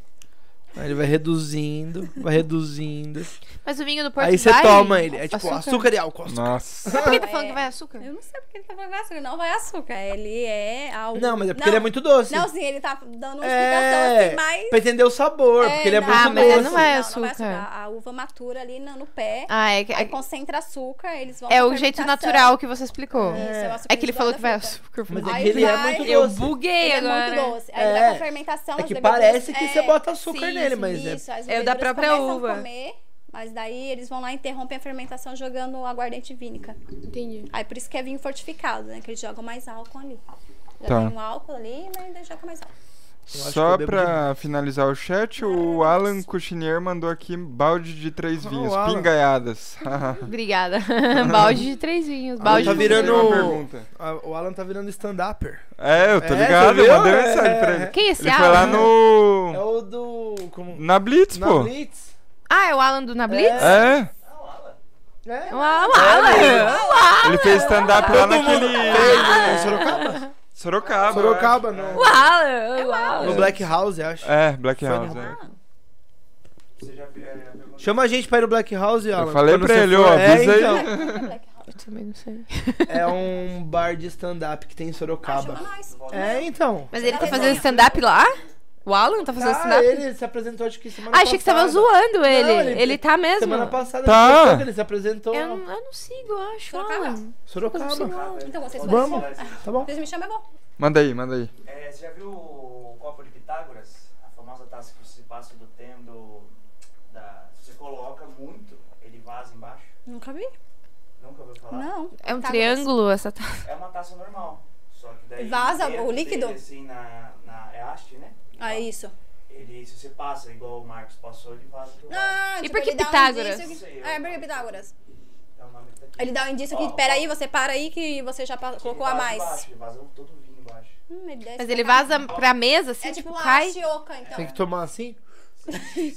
Speaker 3: Aí ele vai reduzindo, vai reduzindo.
Speaker 2: Mas o vinho do Porto
Speaker 3: Aí você
Speaker 2: vai-
Speaker 3: toma ele. É tipo açúcar,
Speaker 2: açúcar?
Speaker 3: e álcool. açúcar.
Speaker 1: Nossa.
Speaker 2: Por que tá
Speaker 4: É.
Speaker 2: falando que vai açúcar?
Speaker 4: Eu não sei porque ele tá falando açúcar. Não vai açúcar. Ele é algo.
Speaker 3: Não, mas é porque ele é muito doce.
Speaker 4: Não, sim, ele tá dando uma explicação
Speaker 3: é,
Speaker 4: assim, mas.
Speaker 3: pra entender o sabor, porque ele é
Speaker 4: não,
Speaker 3: muito
Speaker 2: Ah, mas
Speaker 3: doce.
Speaker 2: ele não é açúcar.
Speaker 4: A uva matura ali no, no pé.
Speaker 2: Ah, é, que- é,
Speaker 4: Aí concentra açúcar, eles vão.
Speaker 2: é
Speaker 4: pra
Speaker 2: o jeito
Speaker 4: fermentação.
Speaker 2: natural que você explicou.
Speaker 4: Isso, é o açúcar
Speaker 2: É que ele
Speaker 4: residual
Speaker 2: falou
Speaker 4: da
Speaker 2: que vai
Speaker 4: fruta.
Speaker 2: açúcar.
Speaker 3: Mas é
Speaker 4: Aí
Speaker 3: que ele é
Speaker 4: vai-
Speaker 3: muito
Speaker 2: Eu
Speaker 3: doce.
Speaker 2: buguei
Speaker 4: Ele é
Speaker 2: agora.
Speaker 4: muito doce. Aí ele vai
Speaker 3: É.
Speaker 4: pra fermentação.
Speaker 3: É
Speaker 4: as
Speaker 3: que
Speaker 4: leveduras-
Speaker 3: parece que
Speaker 4: é,
Speaker 3: você bota açúcar
Speaker 4: sim,
Speaker 3: nele,
Speaker 4: sim,
Speaker 3: mas é-
Speaker 4: Isso, as
Speaker 2: É o da
Speaker 4: leveduras
Speaker 2: própria
Speaker 4: começam a
Speaker 2: uva.
Speaker 4: comer, mas daí eles vão lá e interrompem a fermentação jogando aguardente vínica.
Speaker 2: Entendi.
Speaker 4: Aí por isso que é vinho fortificado, né? Que eles jogam mais álcool ali. Já
Speaker 1: Tá.
Speaker 4: tem um álcool ali, mas ainda joga mais álcool.
Speaker 3: Eu acho
Speaker 1: Só
Speaker 3: que eu bebo
Speaker 1: pra finalizar o chat, o Alan Cuchinier mandou aqui balde de três
Speaker 3: Oh,
Speaker 1: vinhos,
Speaker 3: Alan.
Speaker 1: pingaiadas.
Speaker 2: Obrigada. Balde de três vinhos. Balde
Speaker 3: tá
Speaker 2: de
Speaker 3: virando-
Speaker 1: Uma pergunta.
Speaker 3: Ah, O Alan tá virando stand-upper.
Speaker 1: É, eu
Speaker 3: É,
Speaker 1: tô
Speaker 3: você
Speaker 1: ligado, eu
Speaker 3: viu?
Speaker 1: mandei mensagem
Speaker 3: É.
Speaker 1: pra ele.
Speaker 2: Quem é esse
Speaker 1: Ele foi lá
Speaker 2: Alan?
Speaker 3: É
Speaker 1: no.
Speaker 3: o do. Como?
Speaker 1: Na Blitz,
Speaker 3: Na
Speaker 1: pô.
Speaker 3: Blitz.
Speaker 2: Ah, é o Alan do Nablitz?
Speaker 1: É,
Speaker 3: É.
Speaker 2: O Alan. O Alan.
Speaker 1: ele fez stand-up lá
Speaker 3: Todo mundo
Speaker 1: naquele.
Speaker 3: fez, né? Sorocaba?
Speaker 1: Sorocaba.
Speaker 3: Sorocaba,
Speaker 2: O
Speaker 3: no,
Speaker 2: Alan. O Alan.
Speaker 3: no Black House, eu acho.
Speaker 1: eu acho. É, Black
Speaker 3: Foi
Speaker 1: House.
Speaker 3: no-
Speaker 1: é.
Speaker 3: Chama a gente pra ir no Black House, Alan.
Speaker 1: falei
Speaker 3: quando
Speaker 1: pra
Speaker 3: você
Speaker 1: ele,
Speaker 3: for.
Speaker 1: ó,
Speaker 3: É,
Speaker 1: avisa aí.
Speaker 3: então.
Speaker 2: Eu também não sei.
Speaker 3: É um bar de stand-up que tem em
Speaker 4: Ah, Chama
Speaker 3: Sorocaba.
Speaker 4: nós.
Speaker 3: É, então.
Speaker 2: Mas ele tá fazendo stand-up lá? O Alan tá fazendo
Speaker 3: Ah,
Speaker 2: stand-up?
Speaker 3: ele se apresentou acho que
Speaker 2: Ah,
Speaker 3: semana passada.
Speaker 2: achei que você tava zoando ele.
Speaker 3: Não,
Speaker 2: ele...
Speaker 3: ele-
Speaker 2: tá mesmo?
Speaker 3: Semana passada
Speaker 1: Tá.
Speaker 3: ele postou que ele se apresentou.
Speaker 2: Eu, Tá, não- eu não sigo, eu acho,
Speaker 4: Sorocaba?
Speaker 2: Alan.
Speaker 3: Sorocaba.
Speaker 4: Então vocês
Speaker 3: Vamos.
Speaker 4: conhecem.
Speaker 3: Tá bom.
Speaker 4: Vocês me chamam, é bom.
Speaker 1: Manda aí, manda aí.
Speaker 6: É, você já viu o copo de Pitágoras? A famosa taça que você passa do tempo do, da, se você coloca muito, ele vaza embaixo.
Speaker 4: Nunca vi.
Speaker 6: Nunca ouviu falar?
Speaker 4: Não.
Speaker 2: É um
Speaker 4: Tá,
Speaker 2: triângulo essa taça.
Speaker 6: É uma taça normal. Só que daí
Speaker 4: Vaza o
Speaker 6: dentro
Speaker 4: líquido?
Speaker 6: Dele, assim, na, na, é haste, né?
Speaker 4: Ah, isso.
Speaker 6: Ele, se você passa igual o Marcos passou, ele vaza do lado.
Speaker 4: Ah,
Speaker 2: E
Speaker 4: tipo,
Speaker 2: por que
Speaker 4: ele dá um
Speaker 2: Pitágoras?
Speaker 4: indício que- É, por que Pitágoras?
Speaker 6: É o nome que tá aqui.
Speaker 4: Ele dá um indício
Speaker 6: Ó,
Speaker 4: que,
Speaker 6: ó.
Speaker 4: peraí, você para aí que você já pa-
Speaker 6: Ele
Speaker 4: colocou a
Speaker 6: vaza
Speaker 4: mais.
Speaker 6: Embaixo, ele vaza todo o vinho embaixo.
Speaker 4: Hum, ele
Speaker 2: Mas
Speaker 4: desce pra
Speaker 2: ele
Speaker 4: cá.
Speaker 2: vaza pra mesa, assim,
Speaker 4: É
Speaker 2: tipo,
Speaker 4: tipo uma
Speaker 2: cai.
Speaker 4: achioca, então.
Speaker 3: Tem que tomar assim?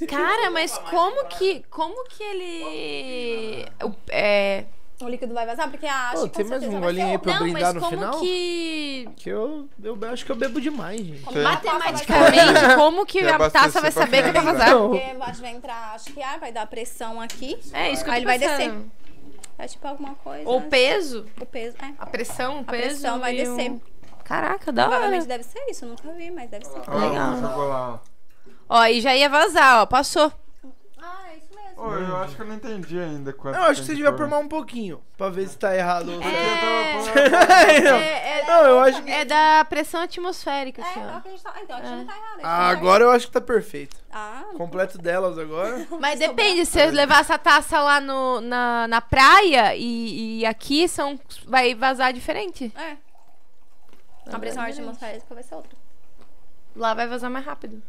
Speaker 2: Cara, mas como que. Como que ele. o- É.
Speaker 4: O líquido vai vazar porque a haste
Speaker 3: Pô,
Speaker 4: com
Speaker 3: tem mais
Speaker 4: certeza
Speaker 3: um
Speaker 4: vai ser
Speaker 3: golinho aí
Speaker 4: oco.
Speaker 3: pra eu
Speaker 2: Não,
Speaker 3: brindar
Speaker 2: mas
Speaker 3: no
Speaker 2: como
Speaker 3: final?
Speaker 2: que.
Speaker 3: Que eu, eu acho que eu bebo demais, gente.
Speaker 4: Como
Speaker 2: Matematicamente, como que
Speaker 1: Quer
Speaker 2: a taça
Speaker 1: abastecer
Speaker 2: vai
Speaker 1: pra
Speaker 2: saber que tá
Speaker 1: finalizar.
Speaker 2: vazando?
Speaker 4: um Porque embaixo vai entrar, acho que ar, vai dar pressão aqui.
Speaker 2: É isso que eu tô
Speaker 4: Aí ele vai
Speaker 2: pensando.
Speaker 4: É tipo alguma coisa.
Speaker 2: Ou o peso,
Speaker 4: O peso, é.
Speaker 2: a pressão, o
Speaker 4: A
Speaker 2: peso. um
Speaker 4: pressão vai
Speaker 2: e o-
Speaker 4: descer.
Speaker 2: Caraca, né? da hora.
Speaker 4: Provavelmente deve ser isso, eu nunca vi, mas deve ser.
Speaker 1: Ó,
Speaker 2: Legal.
Speaker 1: jogou lá, ó.
Speaker 2: Ó, e já ia vazar, ó. Passou.
Speaker 4: Ah, é isso mesmo.
Speaker 1: Ô, eu acho que eu não entendi ainda quanto.
Speaker 3: Eu acho
Speaker 1: tem
Speaker 3: que você devia
Speaker 1: pôr.
Speaker 3: formar um pouquinho, pra ver se tá errado. ou certo.
Speaker 1: Eu tava-
Speaker 2: É, é-
Speaker 3: Não, eu acho que...
Speaker 2: é da pressão atmosférica,
Speaker 4: É,
Speaker 2: assim,
Speaker 4: é o
Speaker 2: ó.
Speaker 4: que a gente tá. ah, Então, aqui não tá errado. aqui
Speaker 3: Ah,
Speaker 4: não tá errado.
Speaker 3: agora eu acho que tá perfeito.
Speaker 4: Ah,
Speaker 3: Completo delas agora.
Speaker 2: Mas depende, se eu levar essa taça lá no, na, na praia e, e aqui são, vai vazar diferente.
Speaker 4: é. A pressão
Speaker 2: é
Speaker 4: é atmosférica vai ser outra.
Speaker 2: Lá vai vazar mais rápido.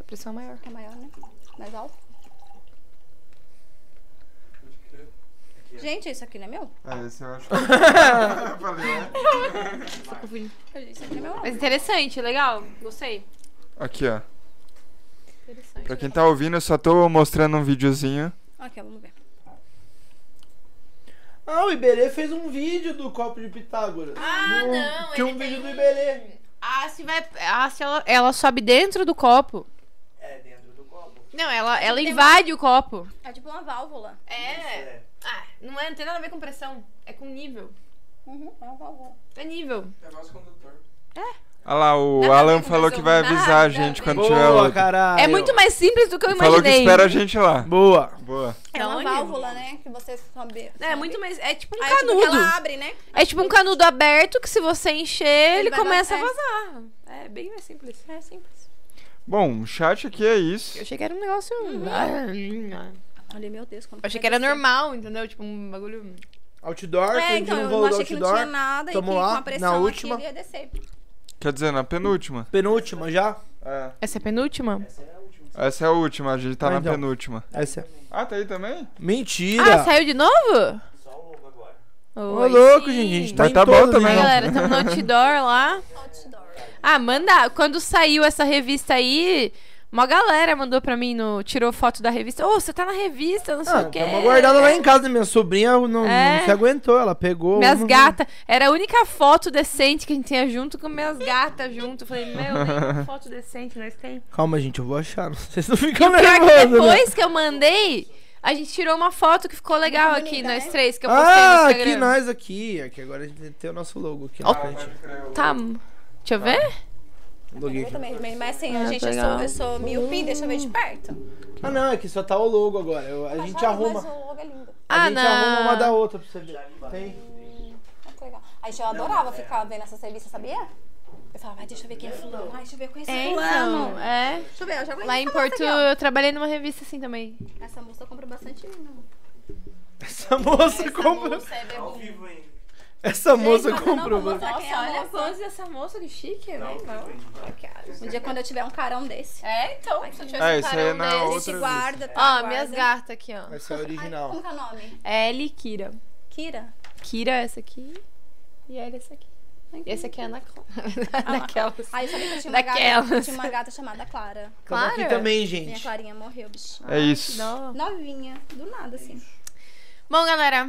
Speaker 2: A pressão é maior.
Speaker 4: É maior, né? Mais alto. Gente, isso aqui não é meu?
Speaker 1: É, esse eu acho que. Eu Falei, né?
Speaker 4: Isso aqui não é meu, não.
Speaker 2: Mas interessante, legal. Gostei.
Speaker 1: Aqui, ó.
Speaker 2: Interessante.
Speaker 1: Pra quem tá ouvindo, eu só tô mostrando um videozinho.
Speaker 4: Aqui, vamos ver.
Speaker 3: Ah, o Iberê fez um vídeo do copo de Pitágoras.
Speaker 2: Ah, não,
Speaker 3: Tinha um
Speaker 2: ele tem-
Speaker 3: vídeo do Iberê.
Speaker 2: Ah, se vai. Ah, se ela, ela sobe dentro do copo.
Speaker 6: É dentro do copo.
Speaker 2: Não, ela, ela invade o copo.
Speaker 4: É tipo uma válvula.
Speaker 2: É.
Speaker 6: É.
Speaker 2: Ah, não, é, não tem nada a ver com pressão. É com nível.
Speaker 4: Uhum, é uma válvula.
Speaker 2: É nível.
Speaker 1: Olha lá, o
Speaker 2: Nada a ver
Speaker 1: Alan
Speaker 2: com
Speaker 1: falou
Speaker 2: visão,
Speaker 1: que vai avisar a
Speaker 2: nada
Speaker 1: gente
Speaker 2: a
Speaker 1: quando tiver
Speaker 3: Boa,
Speaker 1: outro.
Speaker 3: caralho.
Speaker 2: é muito mais simples do que eu imaginei.
Speaker 1: Ah, Falou que espera a gente lá.
Speaker 3: Boa.
Speaker 1: Boa.
Speaker 4: É
Speaker 2: Da
Speaker 4: uma
Speaker 2: onde?
Speaker 4: válvula, né? Que você sobe.
Speaker 2: É muito mais. É tipo um
Speaker 4: Aí, tipo,
Speaker 2: canudo.
Speaker 4: que ela abre, né?
Speaker 2: É tipo um canudo aberto que se você encher, ele,
Speaker 4: Ele vai
Speaker 2: começa a
Speaker 4: vazar.
Speaker 2: vazar. É bem mais simples. É simples.
Speaker 1: Bom, o chat aqui é isso.
Speaker 2: Eu achei que era um negócio. Ah, Eu
Speaker 4: Olha, meu Deus, como
Speaker 2: achei
Speaker 4: vai
Speaker 2: que era
Speaker 4: descer.
Speaker 2: normal, entendeu? Tipo um bagulho.
Speaker 3: Outdoor,
Speaker 4: É,
Speaker 3: quem
Speaker 4: então,
Speaker 3: não
Speaker 4: eu
Speaker 3: rolou
Speaker 4: não
Speaker 3: do
Speaker 4: achei que não tinha
Speaker 3: outdoor.
Speaker 4: nada
Speaker 3: Tamo
Speaker 4: e que
Speaker 3: lá,
Speaker 4: com
Speaker 3: na
Speaker 4: a pressão aqui
Speaker 3: última.
Speaker 4: ele ia descer.
Speaker 1: Quer dizer, na penúltima.
Speaker 3: Penúltima já?
Speaker 1: É.
Speaker 2: Essa é a penúltima?
Speaker 6: Essa é a última.
Speaker 1: Essa é a última, a gente tá
Speaker 3: Ah,
Speaker 1: na
Speaker 3: então.
Speaker 1: penúltima.
Speaker 3: Essa.
Speaker 1: Ah, tá aí também?
Speaker 3: Mentira.
Speaker 2: Ah, saiu de novo?
Speaker 6: Só o lobo agora.
Speaker 3: Ô,
Speaker 2: Oi,
Speaker 3: louco,
Speaker 2: sim.
Speaker 3: gente. A gente tá
Speaker 1: Mas
Speaker 3: em
Speaker 1: tá bom
Speaker 3: todas,
Speaker 1: também.
Speaker 3: então.
Speaker 2: né, Galera, estamos no outdoor lá.
Speaker 4: Outdoor.
Speaker 2: Ah, manda. Quando saiu essa revista aí, Uma galera mandou pra mim, no, tirou foto da revista. Ô, você tá na revista, não sei
Speaker 3: Ah,
Speaker 2: o quê.
Speaker 3: tá uma guardada lá em casa, né? minha sobrinha não, não
Speaker 2: É.
Speaker 3: se aguentou, ela pegou.
Speaker 2: Minhas
Speaker 3: uma-
Speaker 2: gatas. Era a única foto decente que a gente tinha junto com minhas gatas junto. Eu Falei, meu, nem foto decente nós tem.
Speaker 3: Calma, gente, eu vou achar. Vocês não ficam
Speaker 2: Pior
Speaker 3: nervosos,
Speaker 2: que
Speaker 3: né?
Speaker 2: depois que eu mandei, a gente tirou uma foto que ficou legal
Speaker 4: Muito
Speaker 2: aqui,
Speaker 4: bonita,
Speaker 2: nós
Speaker 4: né?
Speaker 2: três, que eu postei
Speaker 3: Ah,
Speaker 2: no
Speaker 3: aqui
Speaker 2: Instagram.
Speaker 3: nós aqui. Aqui agora a gente tem o nosso logo aqui na frente.
Speaker 2: Tá. Deixa eu ver.
Speaker 3: Loguei Um
Speaker 4: Eu
Speaker 3: aqui.
Speaker 4: também, mas- mas assim,
Speaker 2: Ah,
Speaker 4: gente, eu
Speaker 2: legal. Hum.
Speaker 4: sou, eu sou míope, deixa eu ver de perto.
Speaker 3: Ah, não, é que só tá o logo agora. Eu- a gente
Speaker 4: Ah,
Speaker 3: arruma.
Speaker 4: Mas o logo é lindo.
Speaker 3: A
Speaker 2: Ah,
Speaker 3: gente
Speaker 2: não.
Speaker 3: arruma uma da outra pra você ver. Tem.
Speaker 4: Muito legal. Aí eu adorava ficar vendo essas revistas, sabia? Eu falava, ai, deixa eu ver quem é fulano. Ai, deixa eu ver quem é
Speaker 2: É,
Speaker 4: fulano.
Speaker 2: então, é.
Speaker 4: Deixa eu ver, eu já vou
Speaker 2: Lá em
Speaker 4: falar
Speaker 2: Porto,
Speaker 4: isso
Speaker 2: eu trabalhei numa revista assim também.
Speaker 4: aqui, ó. Essa moça compra bastante né? vinho.
Speaker 3: Essa moça comprou.
Speaker 4: Moça é
Speaker 6: Tá Ao
Speaker 4: bebum.
Speaker 6: vivo, hein?
Speaker 3: Essa moça
Speaker 4: mas eu não
Speaker 3: comprou.
Speaker 4: vou mostrar. Nossa, olha
Speaker 2: a fãs dessa moça, que chique,
Speaker 4: É
Speaker 6: Tá
Speaker 2: né?
Speaker 4: Um dia quando eu tiver um carão desse.
Speaker 2: É, então, se eu tivesse
Speaker 1: É,
Speaker 2: um
Speaker 1: isso aí
Speaker 2: carão
Speaker 1: é na
Speaker 2: desse-
Speaker 4: A
Speaker 1: outra
Speaker 4: gente guarda, tá?
Speaker 2: Ó,
Speaker 4: guarda.
Speaker 2: minhas gatas aqui, ó.
Speaker 3: Essa é a
Speaker 4: Ai,
Speaker 3: original.
Speaker 4: Como que é o nome?
Speaker 2: Ellie e Kira.
Speaker 4: Kira?
Speaker 2: Kira é essa aqui e Ellie é essa aqui. E essa aqui é a Anacron. Ah, Daquelas.
Speaker 4: Aí eu sabia que eu tinha uma,
Speaker 2: Daquelas.
Speaker 4: gata, eu tinha uma gata chamada Clara.
Speaker 3: Tamo aqui
Speaker 2: Clara?
Speaker 3: também,
Speaker 4: Minha
Speaker 3: gente.
Speaker 4: Clarinha morreu, bicho.
Speaker 1: É isso.
Speaker 2: Ah, Não.
Speaker 4: Novinha, do nada, assim.
Speaker 2: Bom, galera,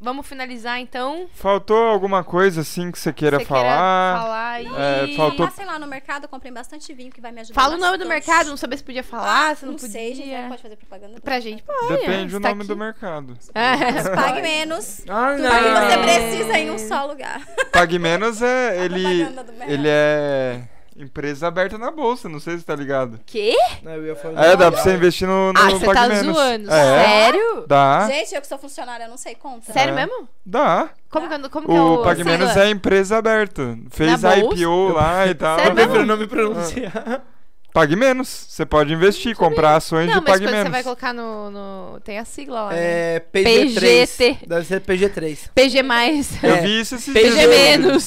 Speaker 2: vamos finalizar então.
Speaker 1: Faltou alguma coisa assim que você queira
Speaker 2: Você
Speaker 1: falar?
Speaker 2: falar e...
Speaker 1: É, faltou-
Speaker 4: Tô... Passei lá no mercado, comprei bastante vinho que vai me ajudar.
Speaker 2: Fala o nome do
Speaker 4: bastante.
Speaker 2: mercado, não sabia se podia falar, se Ah, não,
Speaker 4: Não
Speaker 2: podia.
Speaker 4: sei, gente, não pode fazer propaganda.
Speaker 2: Pra gente, pode.
Speaker 1: Depende
Speaker 2: você
Speaker 1: o
Speaker 2: tá
Speaker 1: nome
Speaker 2: aqui.
Speaker 1: do mercado.
Speaker 2: É.
Speaker 4: Pague menos.
Speaker 3: Ah,
Speaker 4: Tudo que você
Speaker 2: não.
Speaker 4: precisa em um só lugar.
Speaker 1: Pague Menos é. Ele,
Speaker 2: Tá
Speaker 4: propaganda do
Speaker 2: né?
Speaker 4: mercado.
Speaker 1: ele é empresa aberta na bolsa, não sei se tá ligado.
Speaker 2: Quê?
Speaker 3: Não, eu ia falar.
Speaker 1: É, dá pra você investir no, no
Speaker 2: Ah,
Speaker 1: Pague
Speaker 2: você tá
Speaker 1: Menos.
Speaker 2: zoando.
Speaker 1: É,
Speaker 2: Sério?
Speaker 1: dá.
Speaker 4: Gente, eu que sou funcionária, eu não sei conta.
Speaker 2: Sério
Speaker 1: É.
Speaker 2: mesmo?
Speaker 1: Dá.
Speaker 2: Como que, como que é
Speaker 1: O
Speaker 2: o.
Speaker 1: Pague Menos
Speaker 2: sigla?
Speaker 1: é empresa aberta. Fez
Speaker 2: Na
Speaker 1: a
Speaker 2: bolsa?
Speaker 1: IPO lá e tal.
Speaker 2: Sério
Speaker 3: Eu prefiro
Speaker 2: mesmo?
Speaker 3: não me pronunciar.
Speaker 1: Pague Menos. Você pode investir, comprar ações de
Speaker 2: Não, mas
Speaker 1: Pague
Speaker 2: quando você vai
Speaker 1: Menos.
Speaker 2: colocar no, no- Tem a sigla lá. né?
Speaker 3: É, PG3.
Speaker 2: PGT.
Speaker 3: Deve ser PG3.
Speaker 2: PG. Mais.
Speaker 3: É.
Speaker 1: Eu vi isso esses
Speaker 3: PG
Speaker 1: dias.
Speaker 2: menos.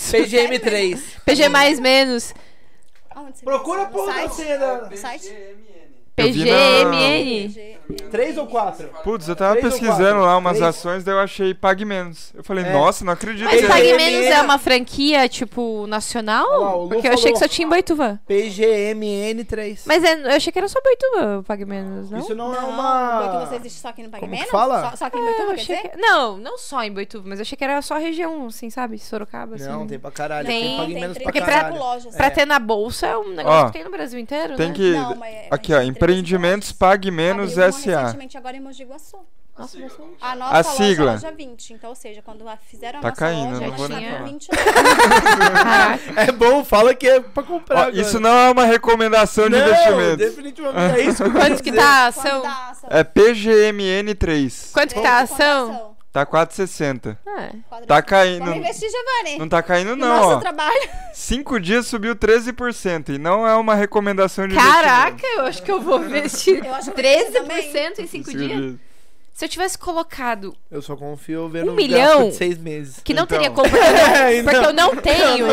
Speaker 3: PGM3.
Speaker 2: PG mais menos.
Speaker 4: Aonde você
Speaker 3: Procura a
Speaker 4: viu isso?
Speaker 3: porra da
Speaker 4: No site?
Speaker 3: senha da.
Speaker 4: site?
Speaker 1: Eu vi na-
Speaker 2: PGMN.
Speaker 3: Três ou quatro?
Speaker 1: Putz, eu tava
Speaker 3: Três ou
Speaker 1: pesquisando
Speaker 3: quatro?
Speaker 1: lá umas
Speaker 3: Três?
Speaker 1: ações, daí eu achei Pague Menos. Eu falei,
Speaker 3: É.
Speaker 1: nossa, não acredito.
Speaker 2: Mas
Speaker 1: que-
Speaker 3: PGMN.
Speaker 2: Pague Menos é uma franquia, tipo, nacional?
Speaker 3: Olha lá, o Lu
Speaker 2: Porque eu achei que só
Speaker 3: falou.
Speaker 2: tinha em Boituva.
Speaker 3: PGMN3.
Speaker 2: Mas é- eu achei que era só Boituva o Pague Menos, não?
Speaker 3: Isso não, é
Speaker 4: Não,
Speaker 3: uma.
Speaker 4: porque você existe só aqui no Pague
Speaker 3: Como que
Speaker 4: Menos?
Speaker 3: fala?
Speaker 4: Só, só aqui
Speaker 2: É,
Speaker 4: no Boituva,
Speaker 2: eu
Speaker 4: quer
Speaker 2: achei
Speaker 4: dizer?
Speaker 2: que- Não, não só em Boituva, mas eu achei que era só a região, assim, sabe? Sorocaba, assim.
Speaker 3: Não, tem pra caralho. Tem,
Speaker 2: Tem,
Speaker 3: pague
Speaker 4: tem
Speaker 3: menos pra
Speaker 4: três-
Speaker 2: Porque pra-
Speaker 3: caralho.
Speaker 4: lojas.
Speaker 2: Pra
Speaker 3: É.
Speaker 2: ter na bolsa é um negócio
Speaker 1: Ó,
Speaker 2: que tem no Brasil inteiro,
Speaker 1: Tem
Speaker 2: né?
Speaker 1: que.
Speaker 4: assim. Não, mas- é
Speaker 1: Aqui, ó.
Speaker 4: mas tem três
Speaker 1: Empreendimentos
Speaker 4: lojas.
Speaker 1: Pague Menos
Speaker 4: Abriu uma
Speaker 1: SA.
Speaker 4: Recentemente, agora em Mogi Guaçu.
Speaker 2: Nossa, bastante.
Speaker 4: A
Speaker 1: A
Speaker 4: nossa
Speaker 1: sigla.
Speaker 4: loja é loja 20. Então, ou seja, quando a- fizeram a
Speaker 1: Tá
Speaker 4: nossa
Speaker 1: caindo,
Speaker 4: loja,
Speaker 1: eu
Speaker 2: não vou nem
Speaker 4: tinha
Speaker 2: falar.
Speaker 4: 20
Speaker 2: Caraca.
Speaker 3: É bom, fala que é pra
Speaker 1: Ó,
Speaker 3: comprar. agora.
Speaker 1: isso não é uma recomendação de
Speaker 3: Não,
Speaker 1: investimento.
Speaker 3: Definitivamente é isso que eu
Speaker 2: Quanto que tá a ação?
Speaker 4: Quando dá a ação.
Speaker 1: É PGMN3.
Speaker 2: Quanto que tá a ação?
Speaker 1: Tá 4,60.
Speaker 2: Ah,
Speaker 1: Tá caindo.
Speaker 4: Vamos investir, Giovanni.
Speaker 1: Não tá caindo,
Speaker 4: No nosso
Speaker 1: não, ó.
Speaker 4: trabalho.
Speaker 1: Cinco dias subiu 13%. E não é uma recomendação de investimento.
Speaker 2: Caraca, eu acho que eu vou investir
Speaker 4: Eu acho que eu vou
Speaker 2: 13% em 5
Speaker 1: Cinco
Speaker 2: dias. Se eu tivesse colocado
Speaker 3: Eu só confio vendo
Speaker 2: Um milhão?
Speaker 3: gasto de seis meses.
Speaker 2: Que não
Speaker 1: Então.
Speaker 2: teria como, porque eu não-
Speaker 3: É, então.
Speaker 2: porque eu não tenho.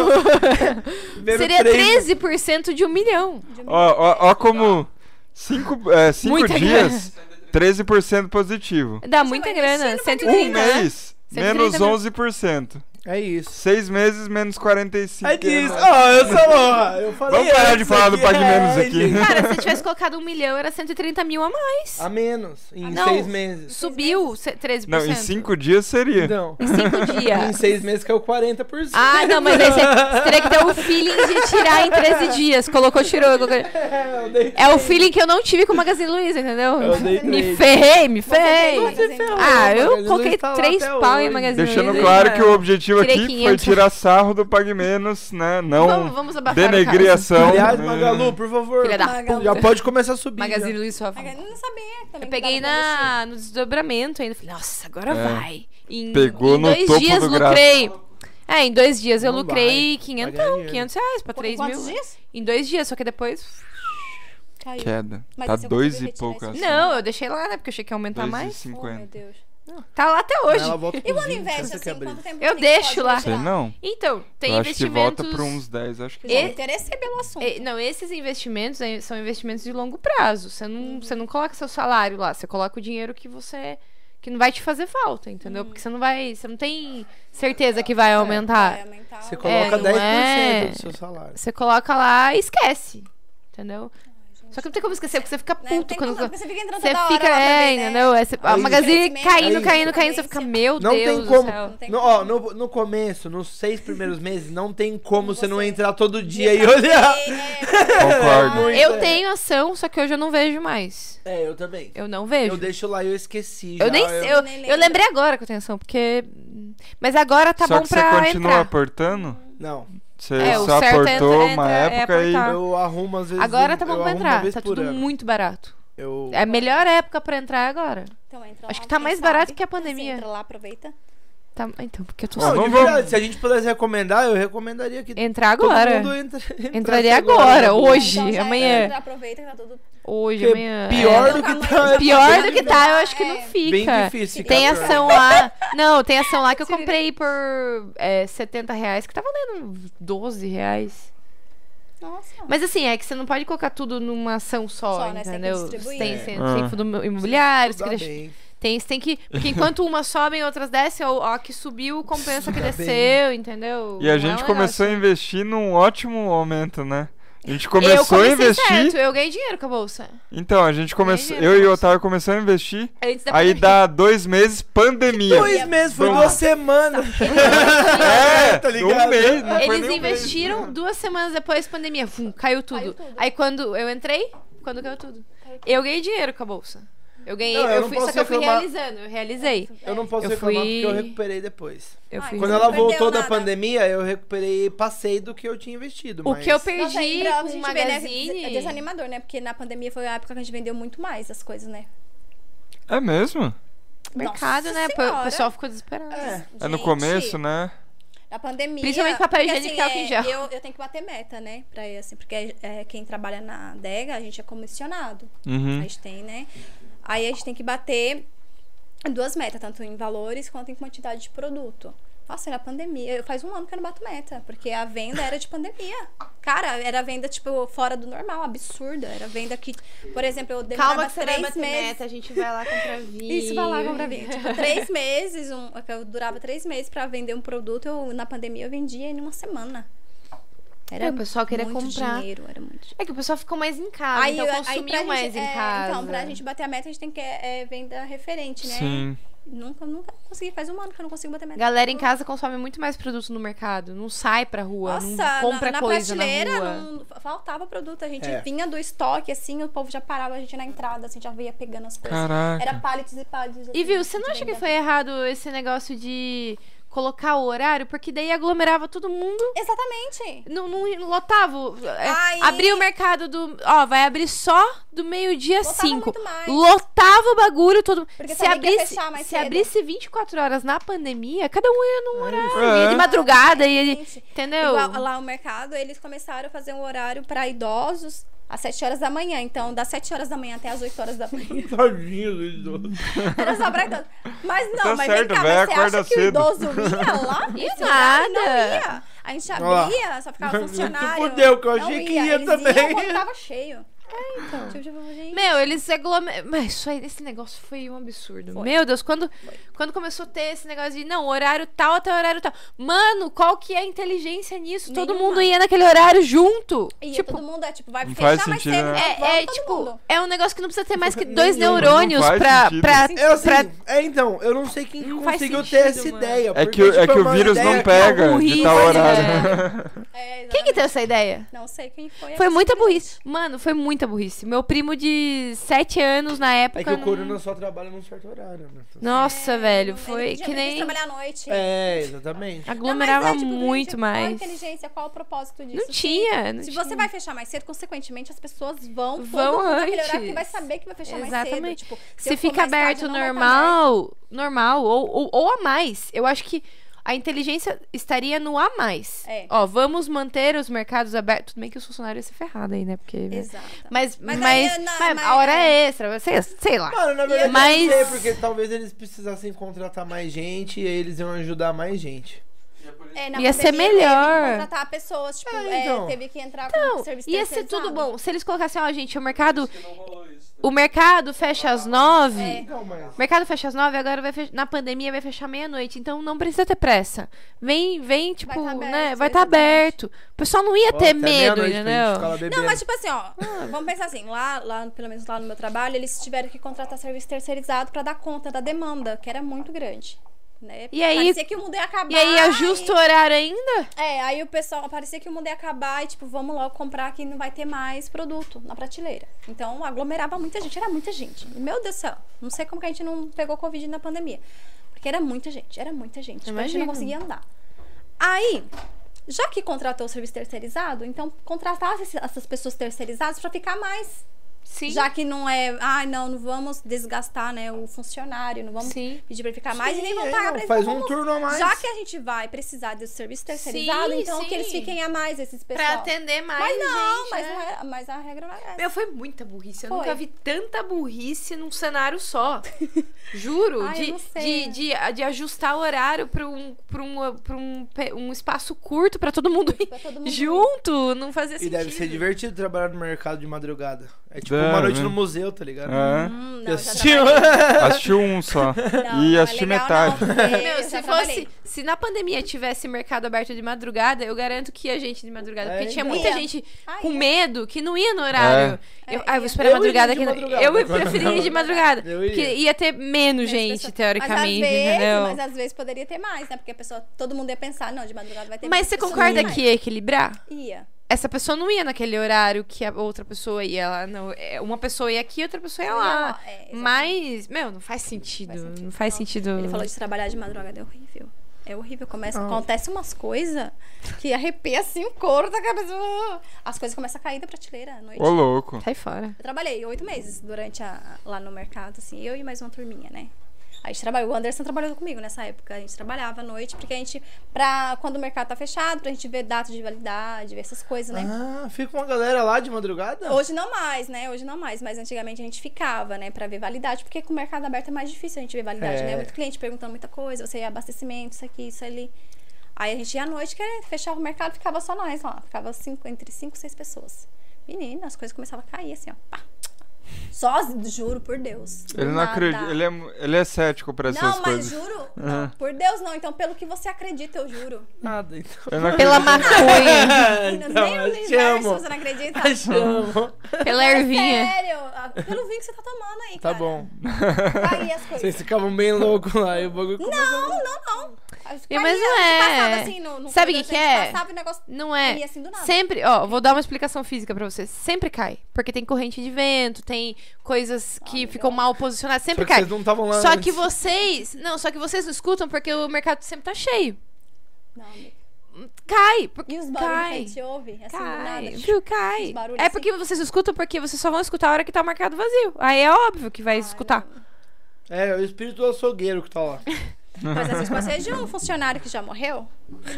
Speaker 3: Vendo
Speaker 2: Seria
Speaker 3: três-
Speaker 1: né?
Speaker 2: 13% de um milhão.
Speaker 1: Ó, ó, ó como cinco, é, cinco
Speaker 2: Muita
Speaker 1: dias, 13% positivo.
Speaker 2: Dá muita
Speaker 4: vai
Speaker 2: grana.
Speaker 4: investindo pra
Speaker 1: Um
Speaker 2: 130, né?
Speaker 1: mês,
Speaker 2: 130
Speaker 1: menos
Speaker 2: mil.
Speaker 1: 11%.
Speaker 3: É isso.
Speaker 1: Seis meses, menos 45%.
Speaker 3: É disso. Ó, eu sou. Ó, eu falei.
Speaker 1: Vamos parar de
Speaker 3: antes
Speaker 1: falar do
Speaker 3: aqui.
Speaker 1: Pague
Speaker 3: É,
Speaker 1: Menos aqui.
Speaker 3: gente.
Speaker 2: Cara, se eu tivesse colocado um milhão, era 130 mil a mais.
Speaker 1: Ah,
Speaker 3: A menos. Em
Speaker 2: Não.
Speaker 3: seis meses.
Speaker 2: Subiu se- 13%.
Speaker 1: Não, em cinco dias seria.
Speaker 3: Não.
Speaker 2: Cinco
Speaker 3: Em
Speaker 2: dias.
Speaker 3: seis meses é caiu 40%.
Speaker 2: Ah, não, mas aí você você teria que ter o feeling de tirar em 13 dias. Colocou, tirou. colocou-
Speaker 3: É, eu dei-
Speaker 2: É um o feeling que eu não tive com o Magazine Luiza, entendeu?
Speaker 3: Eu dei
Speaker 2: Me
Speaker 3: três.
Speaker 2: ferrei, me ferrei.
Speaker 4: Você fez Magazine
Speaker 2: Ah, eu
Speaker 3: Magazine
Speaker 2: coloquei
Speaker 3: Luiza tá lá
Speaker 2: três
Speaker 3: até
Speaker 2: pau em
Speaker 3: hoje.
Speaker 2: Magazine
Speaker 1: Deixando
Speaker 2: Luiza.
Speaker 1: claro que o objetivo
Speaker 2: Tirei
Speaker 1: aqui
Speaker 2: 500.
Speaker 1: foi tirar sarro do Pague Menos, né? Não
Speaker 2: Vamos, vamos abafar o
Speaker 1: denegrir
Speaker 2: caso.
Speaker 1: a ação.
Speaker 3: Aliás,
Speaker 1: É.
Speaker 3: Magalu, por favor.
Speaker 2: Filha da
Speaker 4: Magalu.
Speaker 3: Já pode começar a subir.
Speaker 2: Magazine Luiza só
Speaker 4: Eu não sabia. também que
Speaker 2: Eu peguei
Speaker 4: dava pra investir.
Speaker 2: na, no desdobramento ainda. Falei, nossa, agora vai. Em,
Speaker 1: É. Pegou
Speaker 2: em
Speaker 1: no
Speaker 2: dois
Speaker 1: topo
Speaker 2: dias
Speaker 1: do gráfico.
Speaker 2: lucrei. É, em dois dias eu
Speaker 3: Não
Speaker 2: lucrei
Speaker 3: vai.
Speaker 2: 500,
Speaker 3: Vai ganhar dinheiro.
Speaker 2: 500 reais pra
Speaker 4: Qu-
Speaker 2: 3 mil.
Speaker 4: Quantos dias?
Speaker 2: Em dois dias, só que depois.
Speaker 4: Caiu. Oh,
Speaker 1: Queda.
Speaker 4: Mas
Speaker 1: tá
Speaker 2: é
Speaker 4: esse eu
Speaker 1: dois
Speaker 4: consegui
Speaker 1: e
Speaker 4: retirar
Speaker 1: poucas.
Speaker 4: esse
Speaker 2: né? Não, eu deixei lá, né? Porque eu achei que ia aumentar mais. né?
Speaker 4: Oh, meu
Speaker 1: 2,50.
Speaker 4: Deus.
Speaker 2: Tá lá até hoje.
Speaker 3: Ela volta com
Speaker 4: E quando
Speaker 3: 20,
Speaker 4: investe
Speaker 3: essa que é
Speaker 4: assim,
Speaker 3: a briga.
Speaker 4: quanto tempo
Speaker 2: Eu
Speaker 4: tem que
Speaker 2: deixo
Speaker 4: pode
Speaker 2: lá.
Speaker 4: deixar?
Speaker 1: Sei não.
Speaker 2: Então, tem
Speaker 1: Eu acho que volta
Speaker 2: investimentos.
Speaker 1: pra uns 10. Acho que
Speaker 4: Já
Speaker 2: E-
Speaker 4: me interessei pelo assunto.
Speaker 2: É, não, esses investimentos é, são investimentos de longo prazo. Você não, você não coloca seu salário lá, você coloca o dinheiro que você. que não vai te fazer falta, entendeu? Porque você não vai. Você não tem certeza que vai aumentar.
Speaker 4: Vai aumentar
Speaker 3: Você
Speaker 4: o-
Speaker 3: coloca
Speaker 2: não
Speaker 3: 10%
Speaker 2: é?
Speaker 3: do seu salário.
Speaker 2: Você coloca lá e esquece. Entendeu? Só que não tem como esquecer, porque você fica
Speaker 4: né? Não
Speaker 2: puto
Speaker 4: tem
Speaker 2: quando.
Speaker 4: como- Você fica entrando
Speaker 2: Você
Speaker 4: toda
Speaker 2: fica,
Speaker 4: hora lá
Speaker 2: é,
Speaker 4: também, né?
Speaker 2: entendeu? É, você- a
Speaker 3: Aí-
Speaker 2: Magazine caindo,
Speaker 4: Aí-
Speaker 2: caindo, caindo, você fica, meu
Speaker 3: Não
Speaker 2: Deus
Speaker 3: tem como.
Speaker 2: do céu.
Speaker 4: tem
Speaker 3: No,
Speaker 4: como.
Speaker 3: ó, no, no começo, nos seis primeiros meses, não tem como você não entrar todo dia e
Speaker 4: pra
Speaker 3: olhar.
Speaker 4: ver, é,
Speaker 1: Concordo.
Speaker 3: Muito,
Speaker 2: Eu
Speaker 3: é.
Speaker 2: tenho ação, só que hoje eu não vejo mais.
Speaker 3: É, eu também.
Speaker 2: Eu não vejo.
Speaker 3: Eu deixo lá e eu esqueci.
Speaker 2: Eu
Speaker 3: já,
Speaker 2: nem
Speaker 3: eu-
Speaker 2: sei. Eu,
Speaker 4: nem
Speaker 2: eu
Speaker 4: lembro.
Speaker 2: lembrei agora que eu tenho ação, porque. Mas agora tá
Speaker 1: Só
Speaker 2: bom
Speaker 1: que você
Speaker 2: pra
Speaker 1: continua
Speaker 2: entrar.
Speaker 1: aportando?
Speaker 3: Não.
Speaker 1: Você
Speaker 2: É, o
Speaker 1: só
Speaker 2: certo é
Speaker 1: aportou
Speaker 2: entra-
Speaker 1: uma
Speaker 2: entra-
Speaker 1: época
Speaker 2: é
Speaker 1: e.
Speaker 2: aportar. Tá.
Speaker 3: Eu arrumo às vezes.
Speaker 2: Agora
Speaker 3: eu-
Speaker 2: tá
Speaker 3: eu
Speaker 2: bom pra
Speaker 3: arrumo uma
Speaker 2: entrar.
Speaker 3: vez
Speaker 2: Tá
Speaker 3: por
Speaker 2: tudo
Speaker 3: ano.
Speaker 2: muito barato.
Speaker 3: Eu...
Speaker 2: É a melhor época pra entrar é agora.
Speaker 4: Então entra
Speaker 2: Acho
Speaker 4: lá,
Speaker 2: que tá
Speaker 4: quem
Speaker 2: mais barato
Speaker 4: sabe?
Speaker 2: que a
Speaker 4: Você
Speaker 2: pandemia.
Speaker 4: Entra lá, aproveita.
Speaker 2: Tá, então, porque eu tô.
Speaker 1: Ó,
Speaker 3: Não,
Speaker 1: não
Speaker 3: de
Speaker 1: vamos-
Speaker 3: verdade, se a gente pudesse recomendar, eu recomendaria que
Speaker 2: Entrar
Speaker 3: todo
Speaker 2: agora.
Speaker 3: mundo entra, entrasse
Speaker 2: Entraria agora, hoje,
Speaker 4: Então já
Speaker 2: amanhã.
Speaker 4: entra, aproveita que tá tudo.
Speaker 2: Hoje,
Speaker 3: Porque
Speaker 2: amanhã.
Speaker 3: pior
Speaker 2: é.
Speaker 3: do
Speaker 4: Nunca
Speaker 3: que
Speaker 4: mais
Speaker 3: tá.
Speaker 4: eu-
Speaker 2: Pior do que tá, eu acho que
Speaker 4: É.
Speaker 2: não
Speaker 3: Bem
Speaker 2: fica.
Speaker 3: difícil. ficar
Speaker 2: Tem
Speaker 3: pior.
Speaker 2: ação lá. Não, tem ação lá que eu comprei por é, 70 reais, que tá valendo 12 reais.
Speaker 4: Nossa.
Speaker 2: Mas assim, é que você não pode colocar tudo numa ação só,
Speaker 4: Só, né? Você tem que
Speaker 2: entendeu?
Speaker 4: distribuir.
Speaker 2: tem, tem,
Speaker 1: É.
Speaker 2: tem fundo imobiliário, você
Speaker 3: Estudar
Speaker 2: tem-
Speaker 3: bem.
Speaker 2: tem, você tem que. Porque enquanto umas sobem, outras descem, ou a que subiu compensa a que
Speaker 3: Estudar
Speaker 2: desceu, entendeu?
Speaker 1: E a
Speaker 2: Não é
Speaker 1: gente
Speaker 2: um
Speaker 1: começou a
Speaker 2: negócio-
Speaker 1: investir num ótimo momento, né? A gente
Speaker 2: eu
Speaker 1: começou a
Speaker 2: comecei
Speaker 1: investir.
Speaker 2: Certo, eu ganhei dinheiro com a bolsa.
Speaker 1: Então, a gente começou.
Speaker 2: dinheiro
Speaker 1: Eu e
Speaker 2: com
Speaker 1: o
Speaker 2: isso.
Speaker 1: Otávio começamos a investir.
Speaker 2: Antes da
Speaker 1: Aí
Speaker 2: pandemia.
Speaker 1: dá dois meses, pandemia.
Speaker 3: Dois meses, foi
Speaker 1: Vamos. Tá.
Speaker 3: duas semanas.
Speaker 1: É,
Speaker 3: tá ligado?
Speaker 1: Um mês, não foi
Speaker 2: Eles
Speaker 1: nem um mês.
Speaker 2: investiram duas semanas depois, pandemia. Vum, caiu tudo.
Speaker 4: Caiu tudo.
Speaker 2: Aí quando eu entrei, quando caiu tudo. Eu ganhei dinheiro com a bolsa. Eu ganhei,
Speaker 3: Não, eu
Speaker 2: eu
Speaker 3: não
Speaker 2: fui,
Speaker 3: posso
Speaker 2: só que eu fui
Speaker 3: reclamar.
Speaker 2: realizando, eu realizei.
Speaker 4: é
Speaker 3: Eu não posso
Speaker 2: Eu
Speaker 3: reclamar
Speaker 2: fui-
Speaker 3: porque eu recuperei depois.
Speaker 2: Eu
Speaker 4: Ai,
Speaker 2: fui.
Speaker 3: Quando
Speaker 4: Não
Speaker 3: ela
Speaker 4: perdeu
Speaker 3: voltou da
Speaker 4: nada.
Speaker 3: pandemia, eu recuperei, passei do que eu tinha investido.
Speaker 2: O
Speaker 3: mas-
Speaker 2: que eu
Speaker 4: Nossa, aí,
Speaker 2: perdi
Speaker 4: pra
Speaker 2: com o
Speaker 4: gente ver, né, des-
Speaker 2: magazine.
Speaker 4: desanimador, né? Porque na pandemia foi a época que a gente vendeu muito mais as coisas, né?
Speaker 1: É mesmo?
Speaker 2: mercado,
Speaker 4: Nossa
Speaker 2: né? Pô, O
Speaker 4: Senhora.
Speaker 2: pessoal ficou desesperado.
Speaker 1: É no
Speaker 4: Gente,
Speaker 1: começo, né?
Speaker 4: Na pandemia.
Speaker 2: Principalmente papel
Speaker 4: porque, assim, é,
Speaker 2: higiênico e álcool em gel.
Speaker 4: Eu, eu tenho que bater meta, né? Pra ir assim. Porque é, quem trabalha na adega, a gente é comissionado. A
Speaker 1: Uhum.
Speaker 4: gente tem, né? Aí a gente tem que bater duas metas, tanto em valores quanto em quantidade de produto. Nossa, na pandemia. Eu faz um ano que eu não bato meta, porque a venda era de pandemia. Cara, era venda, tipo, fora do normal, absurda. Era venda que, por exemplo, eu demorava
Speaker 2: Calma que você
Speaker 4: três
Speaker 2: vai bater
Speaker 4: meses.
Speaker 2: meta, a gente vai lá comprar vinho.
Speaker 4: Isso, vai lá, compra vinho. Tipo, três meses, um, eu durava três meses pra vender um produto, eu, na pandemia eu vendia em uma semana. Era
Speaker 2: É, o pessoal queria
Speaker 4: muito
Speaker 2: comprar.
Speaker 4: dinheiro, era muito dinheiro.
Speaker 2: É que o pessoal ficou mais em casa, então
Speaker 4: pra
Speaker 2: consumiu
Speaker 4: gente-
Speaker 2: mais em
Speaker 4: é,
Speaker 2: casa.
Speaker 4: Então, pra gente bater a meta, a gente tem que é, é, venda referente, né?
Speaker 1: Sim.
Speaker 4: Nunca, nunca consegui. Faz um ano que eu não consigo bater meta.
Speaker 2: Galera em casa consome muito mais produto no mercado. Não sai pra rua,
Speaker 4: Nossa,
Speaker 2: não compra
Speaker 4: na, na
Speaker 2: coisa na
Speaker 4: prateleira
Speaker 2: rua.
Speaker 4: não- faltava produto. A gente
Speaker 3: É.
Speaker 4: vinha do estoque, assim, o povo já parava a gente na entrada, assim, já ia pegando as coisas. Era
Speaker 1: Caraca.
Speaker 4: pallets e pallets.
Speaker 2: E
Speaker 4: assim,
Speaker 2: viu, você
Speaker 4: de
Speaker 2: não acha que
Speaker 4: venda.
Speaker 2: foi errado esse negócio de colocar o horário? Porque daí aglomerava todo mundo,
Speaker 4: Exatamente.
Speaker 2: não, não lotava. o- é,
Speaker 4: Aí-
Speaker 2: Abria o mercado do. Ó, vai abrir só do meio-dia
Speaker 4: Lotava
Speaker 2: 5.
Speaker 4: muito mais.
Speaker 2: Lotava o bagulho todo.
Speaker 4: Porque
Speaker 2: se
Speaker 4: sabia que ia
Speaker 2: abrisse,
Speaker 4: fechar mais
Speaker 2: se
Speaker 4: cedo.
Speaker 2: abrisse 24 horas na pandemia, cada um ia num horário. Ia de
Speaker 1: É.
Speaker 2: madrugada, ia de.
Speaker 4: Exatamente.
Speaker 2: Entendeu?
Speaker 4: Igual lá o mercado, eles começaram a fazer um horário pra idosos às 7 horas da manhã. Então, das 7 horas da manhã até as 8 horas da manhã.
Speaker 3: Tadinho do idoso.
Speaker 4: Era só pra idosos. Mas não,
Speaker 1: Tá
Speaker 4: mas
Speaker 1: certo,
Speaker 4: vem cá,
Speaker 1: véi,
Speaker 4: mas você
Speaker 1: acorda
Speaker 4: acha que o
Speaker 1: cedo.
Speaker 4: idoso ia lá? Nesse horário? Não
Speaker 2: nada.
Speaker 4: ia. A gente
Speaker 3: Olha lá.
Speaker 4: abria, só ficava
Speaker 1: Tipo,
Speaker 4: funcionário.
Speaker 3: fudeu, que eu
Speaker 4: não
Speaker 3: achei que
Speaker 4: ia
Speaker 3: ia
Speaker 4: Eles
Speaker 3: também.
Speaker 4: Iam quando tava cheio. É, então. Tipo, tipo, gente,
Speaker 2: Meu, eles aglomeram. Mas isso aí, esse negócio foi um absurdo.
Speaker 4: Foi.
Speaker 2: Meu Deus, quando, quando começou a ter esse negócio de não, horário tal até horário tal. Mano, qual que é a inteligência nisso? Todo
Speaker 4: Nenhuma.
Speaker 2: mundo ia naquele horário junto.
Speaker 4: e
Speaker 2: tipo,
Speaker 4: todo mundo é tipo, vai
Speaker 1: não
Speaker 4: fechar
Speaker 1: faz
Speaker 4: mais
Speaker 1: sentido,
Speaker 4: cedo.
Speaker 1: né?
Speaker 4: vamos
Speaker 2: é, é,
Speaker 4: todo
Speaker 2: tipo,
Speaker 4: mundo.
Speaker 2: é um negócio que não precisa ter mais que
Speaker 3: Nenhum,
Speaker 2: dois
Speaker 3: não
Speaker 2: neurônios
Speaker 1: faz
Speaker 2: pra.
Speaker 1: sentido.
Speaker 2: pra
Speaker 4: Sim.
Speaker 3: Eu, assim,
Speaker 2: Pra-
Speaker 3: É, então, eu não sei quem
Speaker 2: Não faz
Speaker 3: conseguiu ter
Speaker 2: sentido,
Speaker 3: essa
Speaker 2: mano.
Speaker 3: ideia.
Speaker 1: É
Speaker 3: porque,
Speaker 1: que, o- é
Speaker 3: tipo,
Speaker 1: que o
Speaker 3: uma
Speaker 1: vírus
Speaker 3: ideia
Speaker 1: não
Speaker 3: que-
Speaker 1: pega de
Speaker 2: horrível,
Speaker 1: tal
Speaker 2: né?
Speaker 1: horário.
Speaker 2: Quem
Speaker 4: É,
Speaker 2: que
Speaker 4: exatamente.
Speaker 2: teve essa ideia?
Speaker 4: Não sei quem foi.
Speaker 2: Foi
Speaker 4: essa
Speaker 2: muita
Speaker 4: pessoa.
Speaker 2: burrice. Mano, foi muita burrice. Meu primo de sete anos na época.
Speaker 3: É que o
Speaker 2: não-
Speaker 3: corona só trabalha num certo horário, né?
Speaker 2: Nossa,
Speaker 4: É,
Speaker 2: velho,
Speaker 4: não- ele
Speaker 2: foi
Speaker 4: podia
Speaker 2: que
Speaker 4: ter
Speaker 2: nem.
Speaker 4: trabalhar à noite.
Speaker 3: É, exatamente.
Speaker 4: Não, mas
Speaker 2: Aglomerava
Speaker 4: é, tipo, gente,
Speaker 2: muito
Speaker 4: Qual a
Speaker 2: mais.
Speaker 4: inteligência? Qual o propósito disso?
Speaker 2: Não tinha, não
Speaker 4: Se
Speaker 2: tinha.
Speaker 4: você vai fechar mais cedo, consequentemente as pessoas vão
Speaker 2: Vão
Speaker 4: todo mundo naquele horário que
Speaker 2: antes.
Speaker 4: vai saber que vai fechar mais
Speaker 2: Exatamente.
Speaker 4: cedo. Tipo,
Speaker 2: Se,
Speaker 4: eu for
Speaker 2: fica
Speaker 4: mais tarde,
Speaker 2: aberto
Speaker 4: não vai tá aberto.
Speaker 2: normal, normal, ou, ou, ou a mais. Eu acho que a inteligência estaria no a mais.
Speaker 4: É.
Speaker 2: Ó, vamos manter os mercados abertos. Tudo bem que os funcionários iam se ferrado aí, né? Porque. né?
Speaker 4: Exato.
Speaker 2: Mas, mas,
Speaker 4: Mas
Speaker 2: mas,
Speaker 4: aí, na- né? mas-
Speaker 2: a hora é extra, sei, sei lá.
Speaker 3: Mano, na verdade,
Speaker 2: Mas-
Speaker 3: eu não sei, porque talvez eles precisassem contratar mais gente e aí eles iam ajudar mais gente.
Speaker 4: É, na
Speaker 2: Ia ser
Speaker 4: pandemia teve
Speaker 2: melhor.
Speaker 4: que contratar pessoas, tipo,
Speaker 3: É,
Speaker 4: é,
Speaker 3: então.
Speaker 4: teve que entrar com
Speaker 2: Então,
Speaker 4: serviço
Speaker 2: ia ser tudo
Speaker 4: terceirizado.
Speaker 2: bom. Se eles colocassem, ó, gente, o mercado.
Speaker 6: que não rolou isso.
Speaker 2: O mercado fecha às nove.
Speaker 4: É.
Speaker 3: Não, mas.
Speaker 2: O mercado fecha às nove, agora vai fech- na pandemia vai fechar meia-noite. Então não precisa ter pressa. Vem, vem, tipo,
Speaker 4: tá aberto,
Speaker 2: né? Vai estar
Speaker 4: exatamente.
Speaker 2: aberto. O pessoal não ia ter medo, entendeu?
Speaker 4: Não, mas tipo assim, ó, vamos pensar assim, lá, lá, pelo menos lá no meu trabalho, eles tiveram que contratar serviço terceirizado pra dar conta da demanda, que era muito grande. Né?
Speaker 2: E aí-
Speaker 4: parecia que o mundo ia acabar.
Speaker 2: E aí é justo o horário ainda?
Speaker 4: e- É, aí o pessoal parecia que o mundo ia acabar e, tipo, vamos logo comprar que não vai ter mais produto na prateleira. Então aglomerava muita gente, era muita gente. Meu Deus do céu, não sei como que a gente não pegou Covid na pandemia. Porque era muita gente, era muita gente. Tipo, a gente
Speaker 2: Imagino.
Speaker 4: não conseguia andar. Aí, já que contratou o serviço terceirizado, então contratasse essas pessoas terceirizadas pra ficar mais.
Speaker 2: Sim.
Speaker 4: Já que não é, ai não, não vamos desgastar, né, o funcionário, não vamos
Speaker 2: Sim. é,
Speaker 4: pedir pra ele ficar mais e nem vão pagar pra ele.
Speaker 3: Faz
Speaker 4: então
Speaker 3: um
Speaker 4: vamos-
Speaker 3: turno a mais.
Speaker 4: Já que a gente vai precisar do serviço terceirizado,
Speaker 2: Sim,
Speaker 4: então que eles
Speaker 2: sim.
Speaker 4: fiquem a mais, esses pessoal.
Speaker 2: Pra atender mais.
Speaker 4: mas não,
Speaker 2: gente,
Speaker 4: mas,
Speaker 2: né?
Speaker 4: não era- mas a regra não era essa.
Speaker 2: Meu, foi muita burrice. Eu
Speaker 4: Foi.
Speaker 2: nunca vi tanta burrice num cenário só. Juro.
Speaker 4: Ai, eu
Speaker 2: de,
Speaker 4: não sei. né?
Speaker 2: de, de, de ajustar o horário pra um, pra um, pra um, pe- um espaço curto pra todo mundo ir
Speaker 4: Pra todo mundo.
Speaker 2: junto. Não fazia
Speaker 3: E
Speaker 2: sentido.
Speaker 3: deve ser divertido trabalhar no mercado de madrugada. É tipo
Speaker 1: Deve.
Speaker 3: uma noite no museu, tá
Speaker 2: né?
Speaker 3: ligado?
Speaker 1: É.
Speaker 3: Eu
Speaker 4: Hum, não, eu já
Speaker 3: assisti-
Speaker 1: Assistiu um só.
Speaker 4: trabalhei- não,
Speaker 1: e
Speaker 4: não é
Speaker 1: assisti
Speaker 4: legal,
Speaker 1: metade.
Speaker 4: não, porque eu
Speaker 2: Meu,
Speaker 4: já
Speaker 2: se
Speaker 4: trabalhei.
Speaker 2: fosse. Se na pandemia tivesse mercado aberto de madrugada, eu garanto que ia gente de madrugada.
Speaker 3: É,
Speaker 2: porque tinha
Speaker 3: então.
Speaker 2: muita
Speaker 4: Ia.
Speaker 2: gente
Speaker 4: Ah,
Speaker 2: com
Speaker 4: ia.
Speaker 2: medo que não ia no horário.
Speaker 4: É.
Speaker 2: Eu,
Speaker 4: É,
Speaker 2: ah, eu vou
Speaker 4: ia.
Speaker 2: esperar a
Speaker 3: Eu iria
Speaker 2: madrugada
Speaker 3: de
Speaker 2: que não.
Speaker 3: madrugada.
Speaker 2: Eu preferia ir de madrugada.
Speaker 3: Eu iria.
Speaker 2: Porque ia ter menos
Speaker 4: Tem as
Speaker 2: gente,
Speaker 4: pessoas-
Speaker 2: teoricamente,
Speaker 4: mas às vezes,
Speaker 2: entendeu?
Speaker 4: Mas às vezes poderia ter mais, né? Porque a pessoa, todo mundo ia pensar, não, de madrugada vai ter
Speaker 2: Mas
Speaker 4: mais
Speaker 2: você
Speaker 4: pessoas,
Speaker 2: concorda
Speaker 4: mas
Speaker 2: que ia equilibrar?
Speaker 4: Ia.
Speaker 2: Essa pessoa não ia naquele horário que a outra pessoa ia lá. Não, é, uma pessoa ia aqui, outra pessoa ia lá.
Speaker 4: É, exatamente.
Speaker 2: Mas, meu, não faz sentido.
Speaker 4: Faz sentido.
Speaker 2: Não faz
Speaker 4: é Não.
Speaker 2: sentido.
Speaker 4: Ele falou de trabalhar de madrugada, é horrível. É horrível, começa, acontece umas coisas que arrepia assim o couro da cabeça. As coisas começam a cair da prateleira à noite.
Speaker 1: Ô, louco.
Speaker 2: Sai fora.
Speaker 4: Eu trabalhei oito meses durante a, lá no mercado, assim, eu e mais uma turminha, né? A gente trabalhou, o Anderson trabalhou comigo nessa época. A gente trabalhava à noite, porque a gente, pra quando o mercado tá fechado, pra gente ver data de validade, ver essas coisas, né?
Speaker 3: Ah, fica uma galera lá de madrugada?
Speaker 4: Hoje não mais, né? Hoje não mais, mas antigamente a gente ficava, né, pra ver validade, porque com o mercado aberto é mais difícil a gente ver
Speaker 3: É.
Speaker 4: validade, né? Muito cliente perguntando muita coisa, você ia abastecimento, isso aqui, isso ali. Aí a gente ia à noite, que fechava o mercado, ficava só nós lá, ficava cinco, entre cinco e seis pessoas. Menina, as coisas começavam a cair assim, ó. Pá. Só, juro por Deus. do
Speaker 1: Ele não
Speaker 4: nada.
Speaker 1: acredita. Ele é, mu- ele é cético pra
Speaker 4: Não,
Speaker 1: essas
Speaker 4: mas
Speaker 1: coisas.
Speaker 4: juro, não,
Speaker 1: É.
Speaker 4: por Deus não. Então, pelo que você acredita, eu juro.
Speaker 3: Nada, então.
Speaker 1: Eu não acredito.
Speaker 2: Pela maconha,
Speaker 4: Meninas,
Speaker 3: Então,
Speaker 4: nem o
Speaker 3: eu te
Speaker 4: universo
Speaker 3: amo.
Speaker 4: você não acredita. É
Speaker 3: Chamo.
Speaker 2: pela ervinha.
Speaker 4: Sério, ah, pelo vinho que você tá tomando aí,
Speaker 3: Tá
Speaker 4: cara.
Speaker 3: bom.
Speaker 4: Aí as coisas.
Speaker 3: Vocês ficavam bem loucos lá e o bagulho começou.
Speaker 4: Não, não, não. As
Speaker 2: E, mas
Speaker 4: coisinhas
Speaker 2: não
Speaker 4: que
Speaker 2: é.
Speaker 4: passavam, assim, no- no
Speaker 2: Sabe o que
Speaker 4: corredor,
Speaker 2: que
Speaker 4: a gente
Speaker 2: é?
Speaker 4: Passava e o negócio...
Speaker 2: Não é.
Speaker 4: E assim, do nada.
Speaker 2: Sempre, ó, vou dar uma explicação física pra vocês. Sempre cai. Porque tem corrente de vento, tem coisas que ficam mal posicionadas.
Speaker 3: Só
Speaker 2: Sempre
Speaker 3: que
Speaker 2: cai.
Speaker 3: vocês não estavam lá.
Speaker 2: Só
Speaker 3: antes.
Speaker 2: que vocês. Não, só que vocês não escutam porque o mercado sempre tá cheio.
Speaker 4: Não, amiga.
Speaker 2: Cai. Porque
Speaker 4: e os barulhos que a
Speaker 2: cai.
Speaker 4: gente ouve, assim, do
Speaker 2: Cai.
Speaker 4: nada.
Speaker 2: Viu? Cai.
Speaker 4: Os barulhos
Speaker 2: É
Speaker 4: assim.
Speaker 2: porque vocês não escutam porque vocês só vão escutar a hora que tá o mercado vazio. Aí é óbvio que vai escutar.
Speaker 3: É, é o espírito do açougueiro que tá lá.
Speaker 4: Mas assim, tipo, você é de um funcionário que já morreu?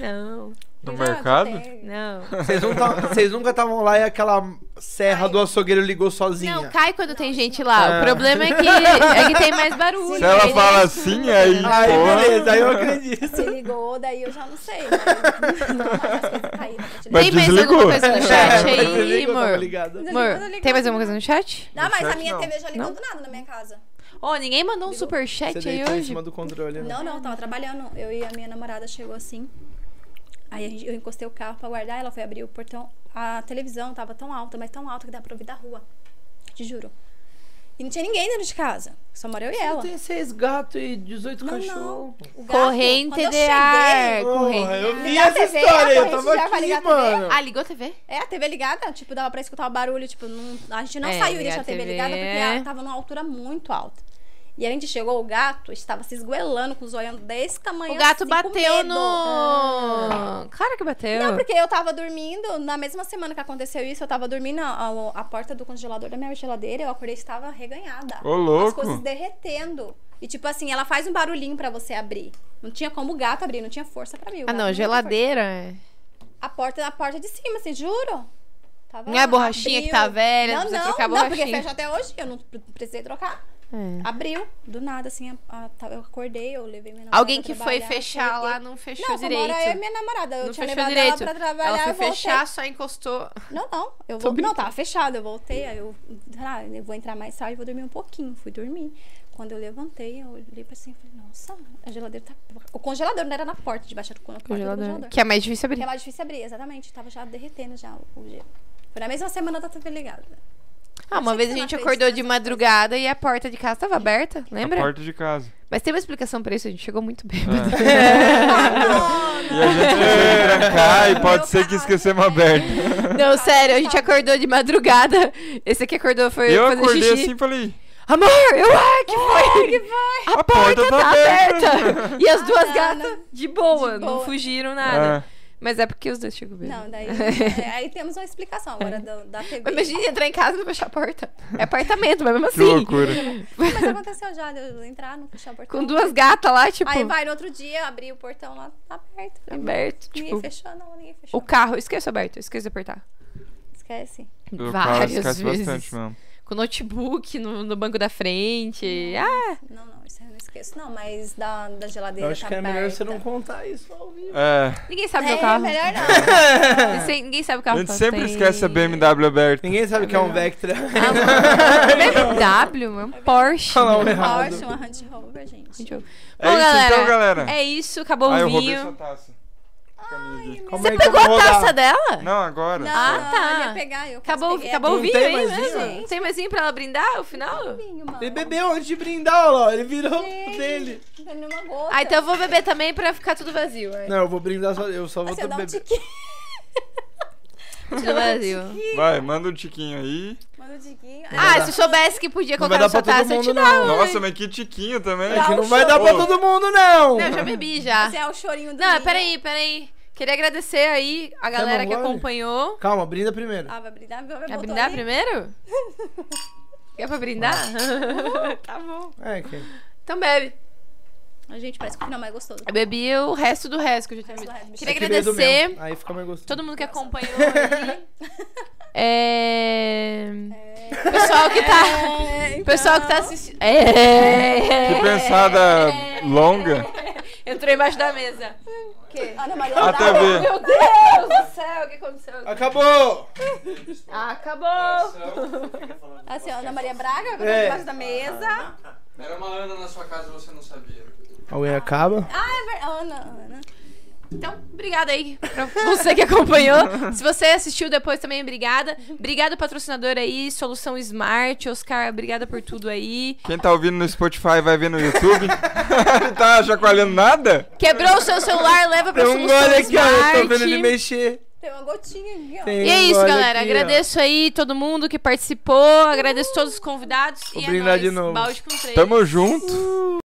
Speaker 2: Não.
Speaker 1: No
Speaker 4: Exato,
Speaker 1: mercado?
Speaker 4: tem.
Speaker 2: Não.
Speaker 3: Vocês não tavam- Vocês nunca estavam lá e aquela serra do açougueiro ligou sozinha.
Speaker 2: Não, cai quando tem gente lá.
Speaker 3: Ah.
Speaker 2: O problema é que, é que tem mais barulho.
Speaker 1: Se ela
Speaker 2: entendeu?
Speaker 1: fala assim, aí.
Speaker 3: Aí
Speaker 1: porra.
Speaker 3: beleza, aí eu acredito.
Speaker 4: Se ligou, daí eu já não sei. Mas, não, mas as coisas caíram. né? eu te
Speaker 1: Mas
Speaker 2: Tem mais
Speaker 1: desligou.
Speaker 2: alguma coisa no chat
Speaker 3: Mas você
Speaker 2: aí,
Speaker 3: ligou, tava
Speaker 2: amor?
Speaker 3: tá ligado.
Speaker 4: Desligou,
Speaker 2: Amor,
Speaker 4: desligou.
Speaker 2: tem mais alguma coisa no chat?
Speaker 4: Não, mas a
Speaker 1: chat,
Speaker 4: minha
Speaker 1: não.
Speaker 4: TV já ligou
Speaker 2: Não?
Speaker 4: do nada na minha casa.
Speaker 2: Ô, ninguém mandou um superchat
Speaker 3: Você
Speaker 2: aí
Speaker 3: deitou em
Speaker 2: hoje?
Speaker 3: cima do controle, né?
Speaker 4: Não, não, eu tava trabalhando. Eu e a minha namorada chegou assim. Aí a gente- eu encostei o carro pra guardar, ela foi abrir o portão. A televisão tava tão alta, mas tão alta que dá pra ouvir da rua. Te juro. E não tinha ninguém dentro de casa. Só mora eu e ela.
Speaker 3: Tem seis gatos e 18
Speaker 4: Não,
Speaker 3: cachorros.
Speaker 4: não. O gato, quando
Speaker 2: Corrente
Speaker 4: eu
Speaker 2: de ar.
Speaker 4: cheguei-
Speaker 2: Corrente.
Speaker 3: eu vi
Speaker 4: Ligar a
Speaker 3: essa
Speaker 4: TV,
Speaker 3: história,
Speaker 4: a
Speaker 3: eu
Speaker 4: corrente
Speaker 3: tava
Speaker 2: tá
Speaker 4: já vai
Speaker 3: aqui,
Speaker 4: ligar a TV.
Speaker 3: mano.
Speaker 2: Ah, ligou a TV?
Speaker 4: É, a TV ligada, tipo, dava pra escutar o barulho, tipo, não- a gente não
Speaker 2: É,
Speaker 4: saiu e
Speaker 2: ligar
Speaker 4: deixou
Speaker 2: a é.
Speaker 4: a TV,
Speaker 2: TV.
Speaker 4: ligada porque ela tava numa altura muito alta. E a gente chegou, o gato estava se esgoelando com os olhos desse tamanho.
Speaker 2: O gato
Speaker 4: assim, com
Speaker 2: bateu
Speaker 4: medo. Ah.
Speaker 2: no. Claro que bateu.
Speaker 1: Ah.
Speaker 4: Não, porque eu tava dormindo, na mesma semana que aconteceu isso, eu tava dormindo, a, a porta do congelador da minha geladeira, eu acordei e estava reganhada.
Speaker 1: Ô, louco.
Speaker 4: As coisas derretendo. E tipo assim, ela faz um barulhinho pra você abrir. Não tinha como o gato abrir, não tinha força pra abrir. o
Speaker 2: Ah,
Speaker 4: gato
Speaker 2: não,
Speaker 4: não tem
Speaker 2: geladeira. é.
Speaker 4: força. A porta, a porta de cima, assim, juro. Tava
Speaker 2: Não é a borrachinha que tá velha, não
Speaker 4: não,
Speaker 2: precisa
Speaker 4: não,
Speaker 2: trocar a
Speaker 4: não, porque
Speaker 2: borrachinha.
Speaker 4: fecha até hoje, eu não pre- precisei trocar.
Speaker 2: É.
Speaker 4: Abriu, do nada, assim, a- a- eu acordei, eu levei minha namorada
Speaker 2: Alguém
Speaker 4: pra
Speaker 2: que foi
Speaker 4: trabalhar,
Speaker 2: fechar
Speaker 4: cheguei.
Speaker 2: lá não fechou
Speaker 4: Não,
Speaker 2: direito.
Speaker 4: Samora é minha namorada. Eu
Speaker 2: não
Speaker 4: tinha
Speaker 2: fechou
Speaker 4: levado
Speaker 2: direito.
Speaker 4: ela pra
Speaker 2: ela
Speaker 4: trabalhar.
Speaker 2: foi
Speaker 4: eu voltei.
Speaker 2: fechar, só encostou.
Speaker 4: Não, não. Eu
Speaker 2: Tô
Speaker 4: vou... Não,
Speaker 2: brincando.
Speaker 4: tava fechado. Eu voltei, aí eu. Ah, eu vou entrar mais tarde, vou dormir um pouquinho. Fui dormir. Quando eu levantei, eu olhei pra cima e falei, nossa, a geladeira tá. O congelador não era na porta, debaixo do porta do congelador.
Speaker 2: Que é mais difícil
Speaker 4: Que
Speaker 2: abrir.
Speaker 4: é mais difícil abrir, exatamente. Tava já derretendo já o o gelo. Foi na mesma semana da TV ligada.
Speaker 2: Ah, uma
Speaker 4: Você
Speaker 2: vez a
Speaker 4: que
Speaker 2: gente
Speaker 4: não
Speaker 2: acordou
Speaker 4: acredita
Speaker 2: de
Speaker 4: nessas
Speaker 2: madrugada e a porta de casa tava aberta,
Speaker 1: A
Speaker 2: lembra?
Speaker 1: porta de casa.
Speaker 2: Mas tem uma explicação pra isso, a gente chegou muito bêbado.
Speaker 4: Ah.
Speaker 1: E a gente consegue trancar e pode
Speaker 4: Meu
Speaker 1: ser que
Speaker 4: caralho.
Speaker 1: esquecemos aberto.
Speaker 2: Não, sério, a gente acordou de madrugada. Esse aqui acordou foi
Speaker 1: Eu
Speaker 2: fazer
Speaker 1: acordei
Speaker 2: xixi.
Speaker 1: assim e falei,
Speaker 2: Amor, eu ai, que
Speaker 4: Ah,
Speaker 2: foi? A, porta,
Speaker 1: porta
Speaker 2: tá,
Speaker 1: tá
Speaker 2: aberta. E as duas
Speaker 4: Ah,
Speaker 2: gatas
Speaker 4: não.
Speaker 2: de boa,
Speaker 4: De
Speaker 2: não
Speaker 4: boa.
Speaker 2: fugiram
Speaker 1: ah,
Speaker 2: nada. Mas é porque os dois chegam bem.
Speaker 4: Não, daí. é, aí temos uma explicação agora da, da TV.
Speaker 2: Mas imagina entrar em casa e não fechar a porta. É apartamento, mas mesmo
Speaker 1: que
Speaker 2: assim.
Speaker 1: loucura.
Speaker 4: Ah, Mas aconteceu já, de eu entrar, não fechar o portão.
Speaker 2: Com duas gatas lá, tipo,
Speaker 4: Aí vai no outro dia, abri o portão lá, tá aberto.
Speaker 2: aberto.
Speaker 4: Ninguém
Speaker 2: Tipo,
Speaker 4: fechou, não, ninguém fechou.
Speaker 2: o carro, esqueço aberto, esqueço de apertar.
Speaker 4: Esquece.
Speaker 1: O carro
Speaker 2: Várias
Speaker 1: esquece
Speaker 2: vezes.
Speaker 1: bastante mesmo.
Speaker 2: Com notebook no, no banco da frente. Ah,
Speaker 4: Não, não, isso eu não esqueço. Não, mas da, da
Speaker 3: Eu
Speaker 4: geladeira
Speaker 3: acho
Speaker 4: tá
Speaker 3: que é melhor você não
Speaker 4: aberta.
Speaker 3: contar isso ao
Speaker 2: Tá,
Speaker 3: vivo.
Speaker 1: É,
Speaker 2: ninguém sabe
Speaker 4: É,
Speaker 2: meu carro.
Speaker 4: melhor não.
Speaker 2: Ninguém- Ninguém sabe o
Speaker 1: a
Speaker 2: carro.
Speaker 1: gente
Speaker 2: que eu
Speaker 1: sempre
Speaker 2: tenho.
Speaker 1: esquece a BMW aberta.
Speaker 3: Ninguém sabe o que é um Vectra.
Speaker 2: Ah, BMW, é um Porsche.
Speaker 3: Não, não,
Speaker 4: Uma
Speaker 3: errado.
Speaker 4: Porsche, uma Range Rover, gente.
Speaker 2: Bom,
Speaker 1: É isso então, galera.
Speaker 2: É isso, acabou
Speaker 1: Ah, eu
Speaker 2: o
Speaker 1: roubei é sua
Speaker 2: vinho.
Speaker 1: taça.
Speaker 3: Calma
Speaker 2: Você
Speaker 3: aí que eu
Speaker 2: pegou
Speaker 3: vou
Speaker 2: a
Speaker 3: rodar.
Speaker 2: taça dela?
Speaker 1: Não, agora.
Speaker 4: Não,
Speaker 2: Ah,
Speaker 4: não,
Speaker 2: tá.
Speaker 4: eu ia pegar, eu quase
Speaker 2: Acabou,
Speaker 4: peguei
Speaker 2: acabou
Speaker 3: Não
Speaker 2: o vinho,
Speaker 3: tem
Speaker 2: é
Speaker 3: mais
Speaker 2: isso?
Speaker 3: vinho?
Speaker 2: mesmo? Não tem mais vinho pra ela brindar o final?
Speaker 4: o vinho, mano.
Speaker 3: Ele bebeu antes de brindar, olha lá. Ele virou o dele.
Speaker 4: Não tem nenhuma gota.
Speaker 2: Ah, então eu vou beber também pra ficar tudo vazio. né?
Speaker 3: Não, eu vou brindar só. Eu só vou
Speaker 4: Assim, eu dou um
Speaker 3: beber.
Speaker 4: tiquinho.
Speaker 2: Tudo vazio.
Speaker 1: Vai, manda um tiquinho aí.
Speaker 4: Manda um tiquinho.
Speaker 2: Ah, se eu soubesse que podia
Speaker 3: Não vai
Speaker 2: colocar
Speaker 3: dar
Speaker 2: na sua
Speaker 3: pra todo
Speaker 2: taça, eu
Speaker 3: mundo,
Speaker 2: te dava. né?
Speaker 3: não.
Speaker 1: Nossa, mas que tiquinho também.
Speaker 3: É que
Speaker 4: Dá
Speaker 2: Tá
Speaker 3: não
Speaker 4: um
Speaker 3: vai dar pra
Speaker 1: show.
Speaker 3: todo mundo, não.
Speaker 2: Não, eu já bebi já.
Speaker 4: Esse é o chorinho do
Speaker 2: Não,
Speaker 4: vinho.
Speaker 2: peraí, peraí. Queria agradecer aí a galera
Speaker 3: não
Speaker 2: que
Speaker 3: gole?
Speaker 2: acompanhou.
Speaker 3: Calma, brinda primeiro.
Speaker 4: Ah, vai brindar, vai
Speaker 2: Quer
Speaker 4: botar
Speaker 2: brindar
Speaker 4: ali.
Speaker 2: primeiro? Quer pra brindar? tá bom.
Speaker 3: É, que...
Speaker 2: Então bebe.
Speaker 4: Ah, Gente, parece que o final é mais gostoso.
Speaker 2: Eu bebi o resto do resto que eu já tinha bebido.
Speaker 4: Queria
Speaker 2: Queria
Speaker 3: é que veio do
Speaker 2: agradecer
Speaker 3: meu. Aí fica mais gostoso.
Speaker 2: todo mundo que acompanhou aí. É... Pessoal que tá.
Speaker 4: então,
Speaker 2: Pessoal que tá assistindo. É...
Speaker 1: Que pensada longa.
Speaker 2: Entrou embaixo da mesa.
Speaker 4: Ana Maria
Speaker 1: A
Speaker 4: Braga.
Speaker 1: TV.
Speaker 2: Meu Deus do céu, o que aconteceu?
Speaker 3: Acabou!
Speaker 2: Ah, acabou!
Speaker 4: Assim, ó, Ana Maria Braga, agora
Speaker 3: É. Ah, tá.
Speaker 4: debaixo da mesa.
Speaker 7: Era uma Ana na sua casa e você não sabia.
Speaker 3: Alguém acaba?
Speaker 4: Ah, é verdade. Ana, Ana.
Speaker 2: Então, obrigada aí pra você que acompanhou. Se você assistiu depois também, obrigada. Obrigado, patrocinador aí, Solução Smart. Oscar, obrigada por tudo aí.
Speaker 1: Quem tá ouvindo no Spotify vai ver no YouTube. Não tá chacoalhando nada?
Speaker 2: Quebrou o seu celular, leva pra
Speaker 3: Tem um
Speaker 2: Solução
Speaker 3: gole aqui, ó.
Speaker 2: Smart.
Speaker 3: Eu tô vendo ele mexer.
Speaker 4: Tem uma gotinha aqui, ó.
Speaker 3: Tem
Speaker 2: E é
Speaker 3: um
Speaker 2: isso,
Speaker 3: gole
Speaker 2: galera.
Speaker 3: aqui, ó.
Speaker 2: Agradeço aí todo mundo que participou. Agradeço todos os convidados.
Speaker 3: Vou
Speaker 2: e é
Speaker 3: brindar
Speaker 2: nóis.
Speaker 3: de novo.
Speaker 2: Balde com três.
Speaker 1: Tamo junto.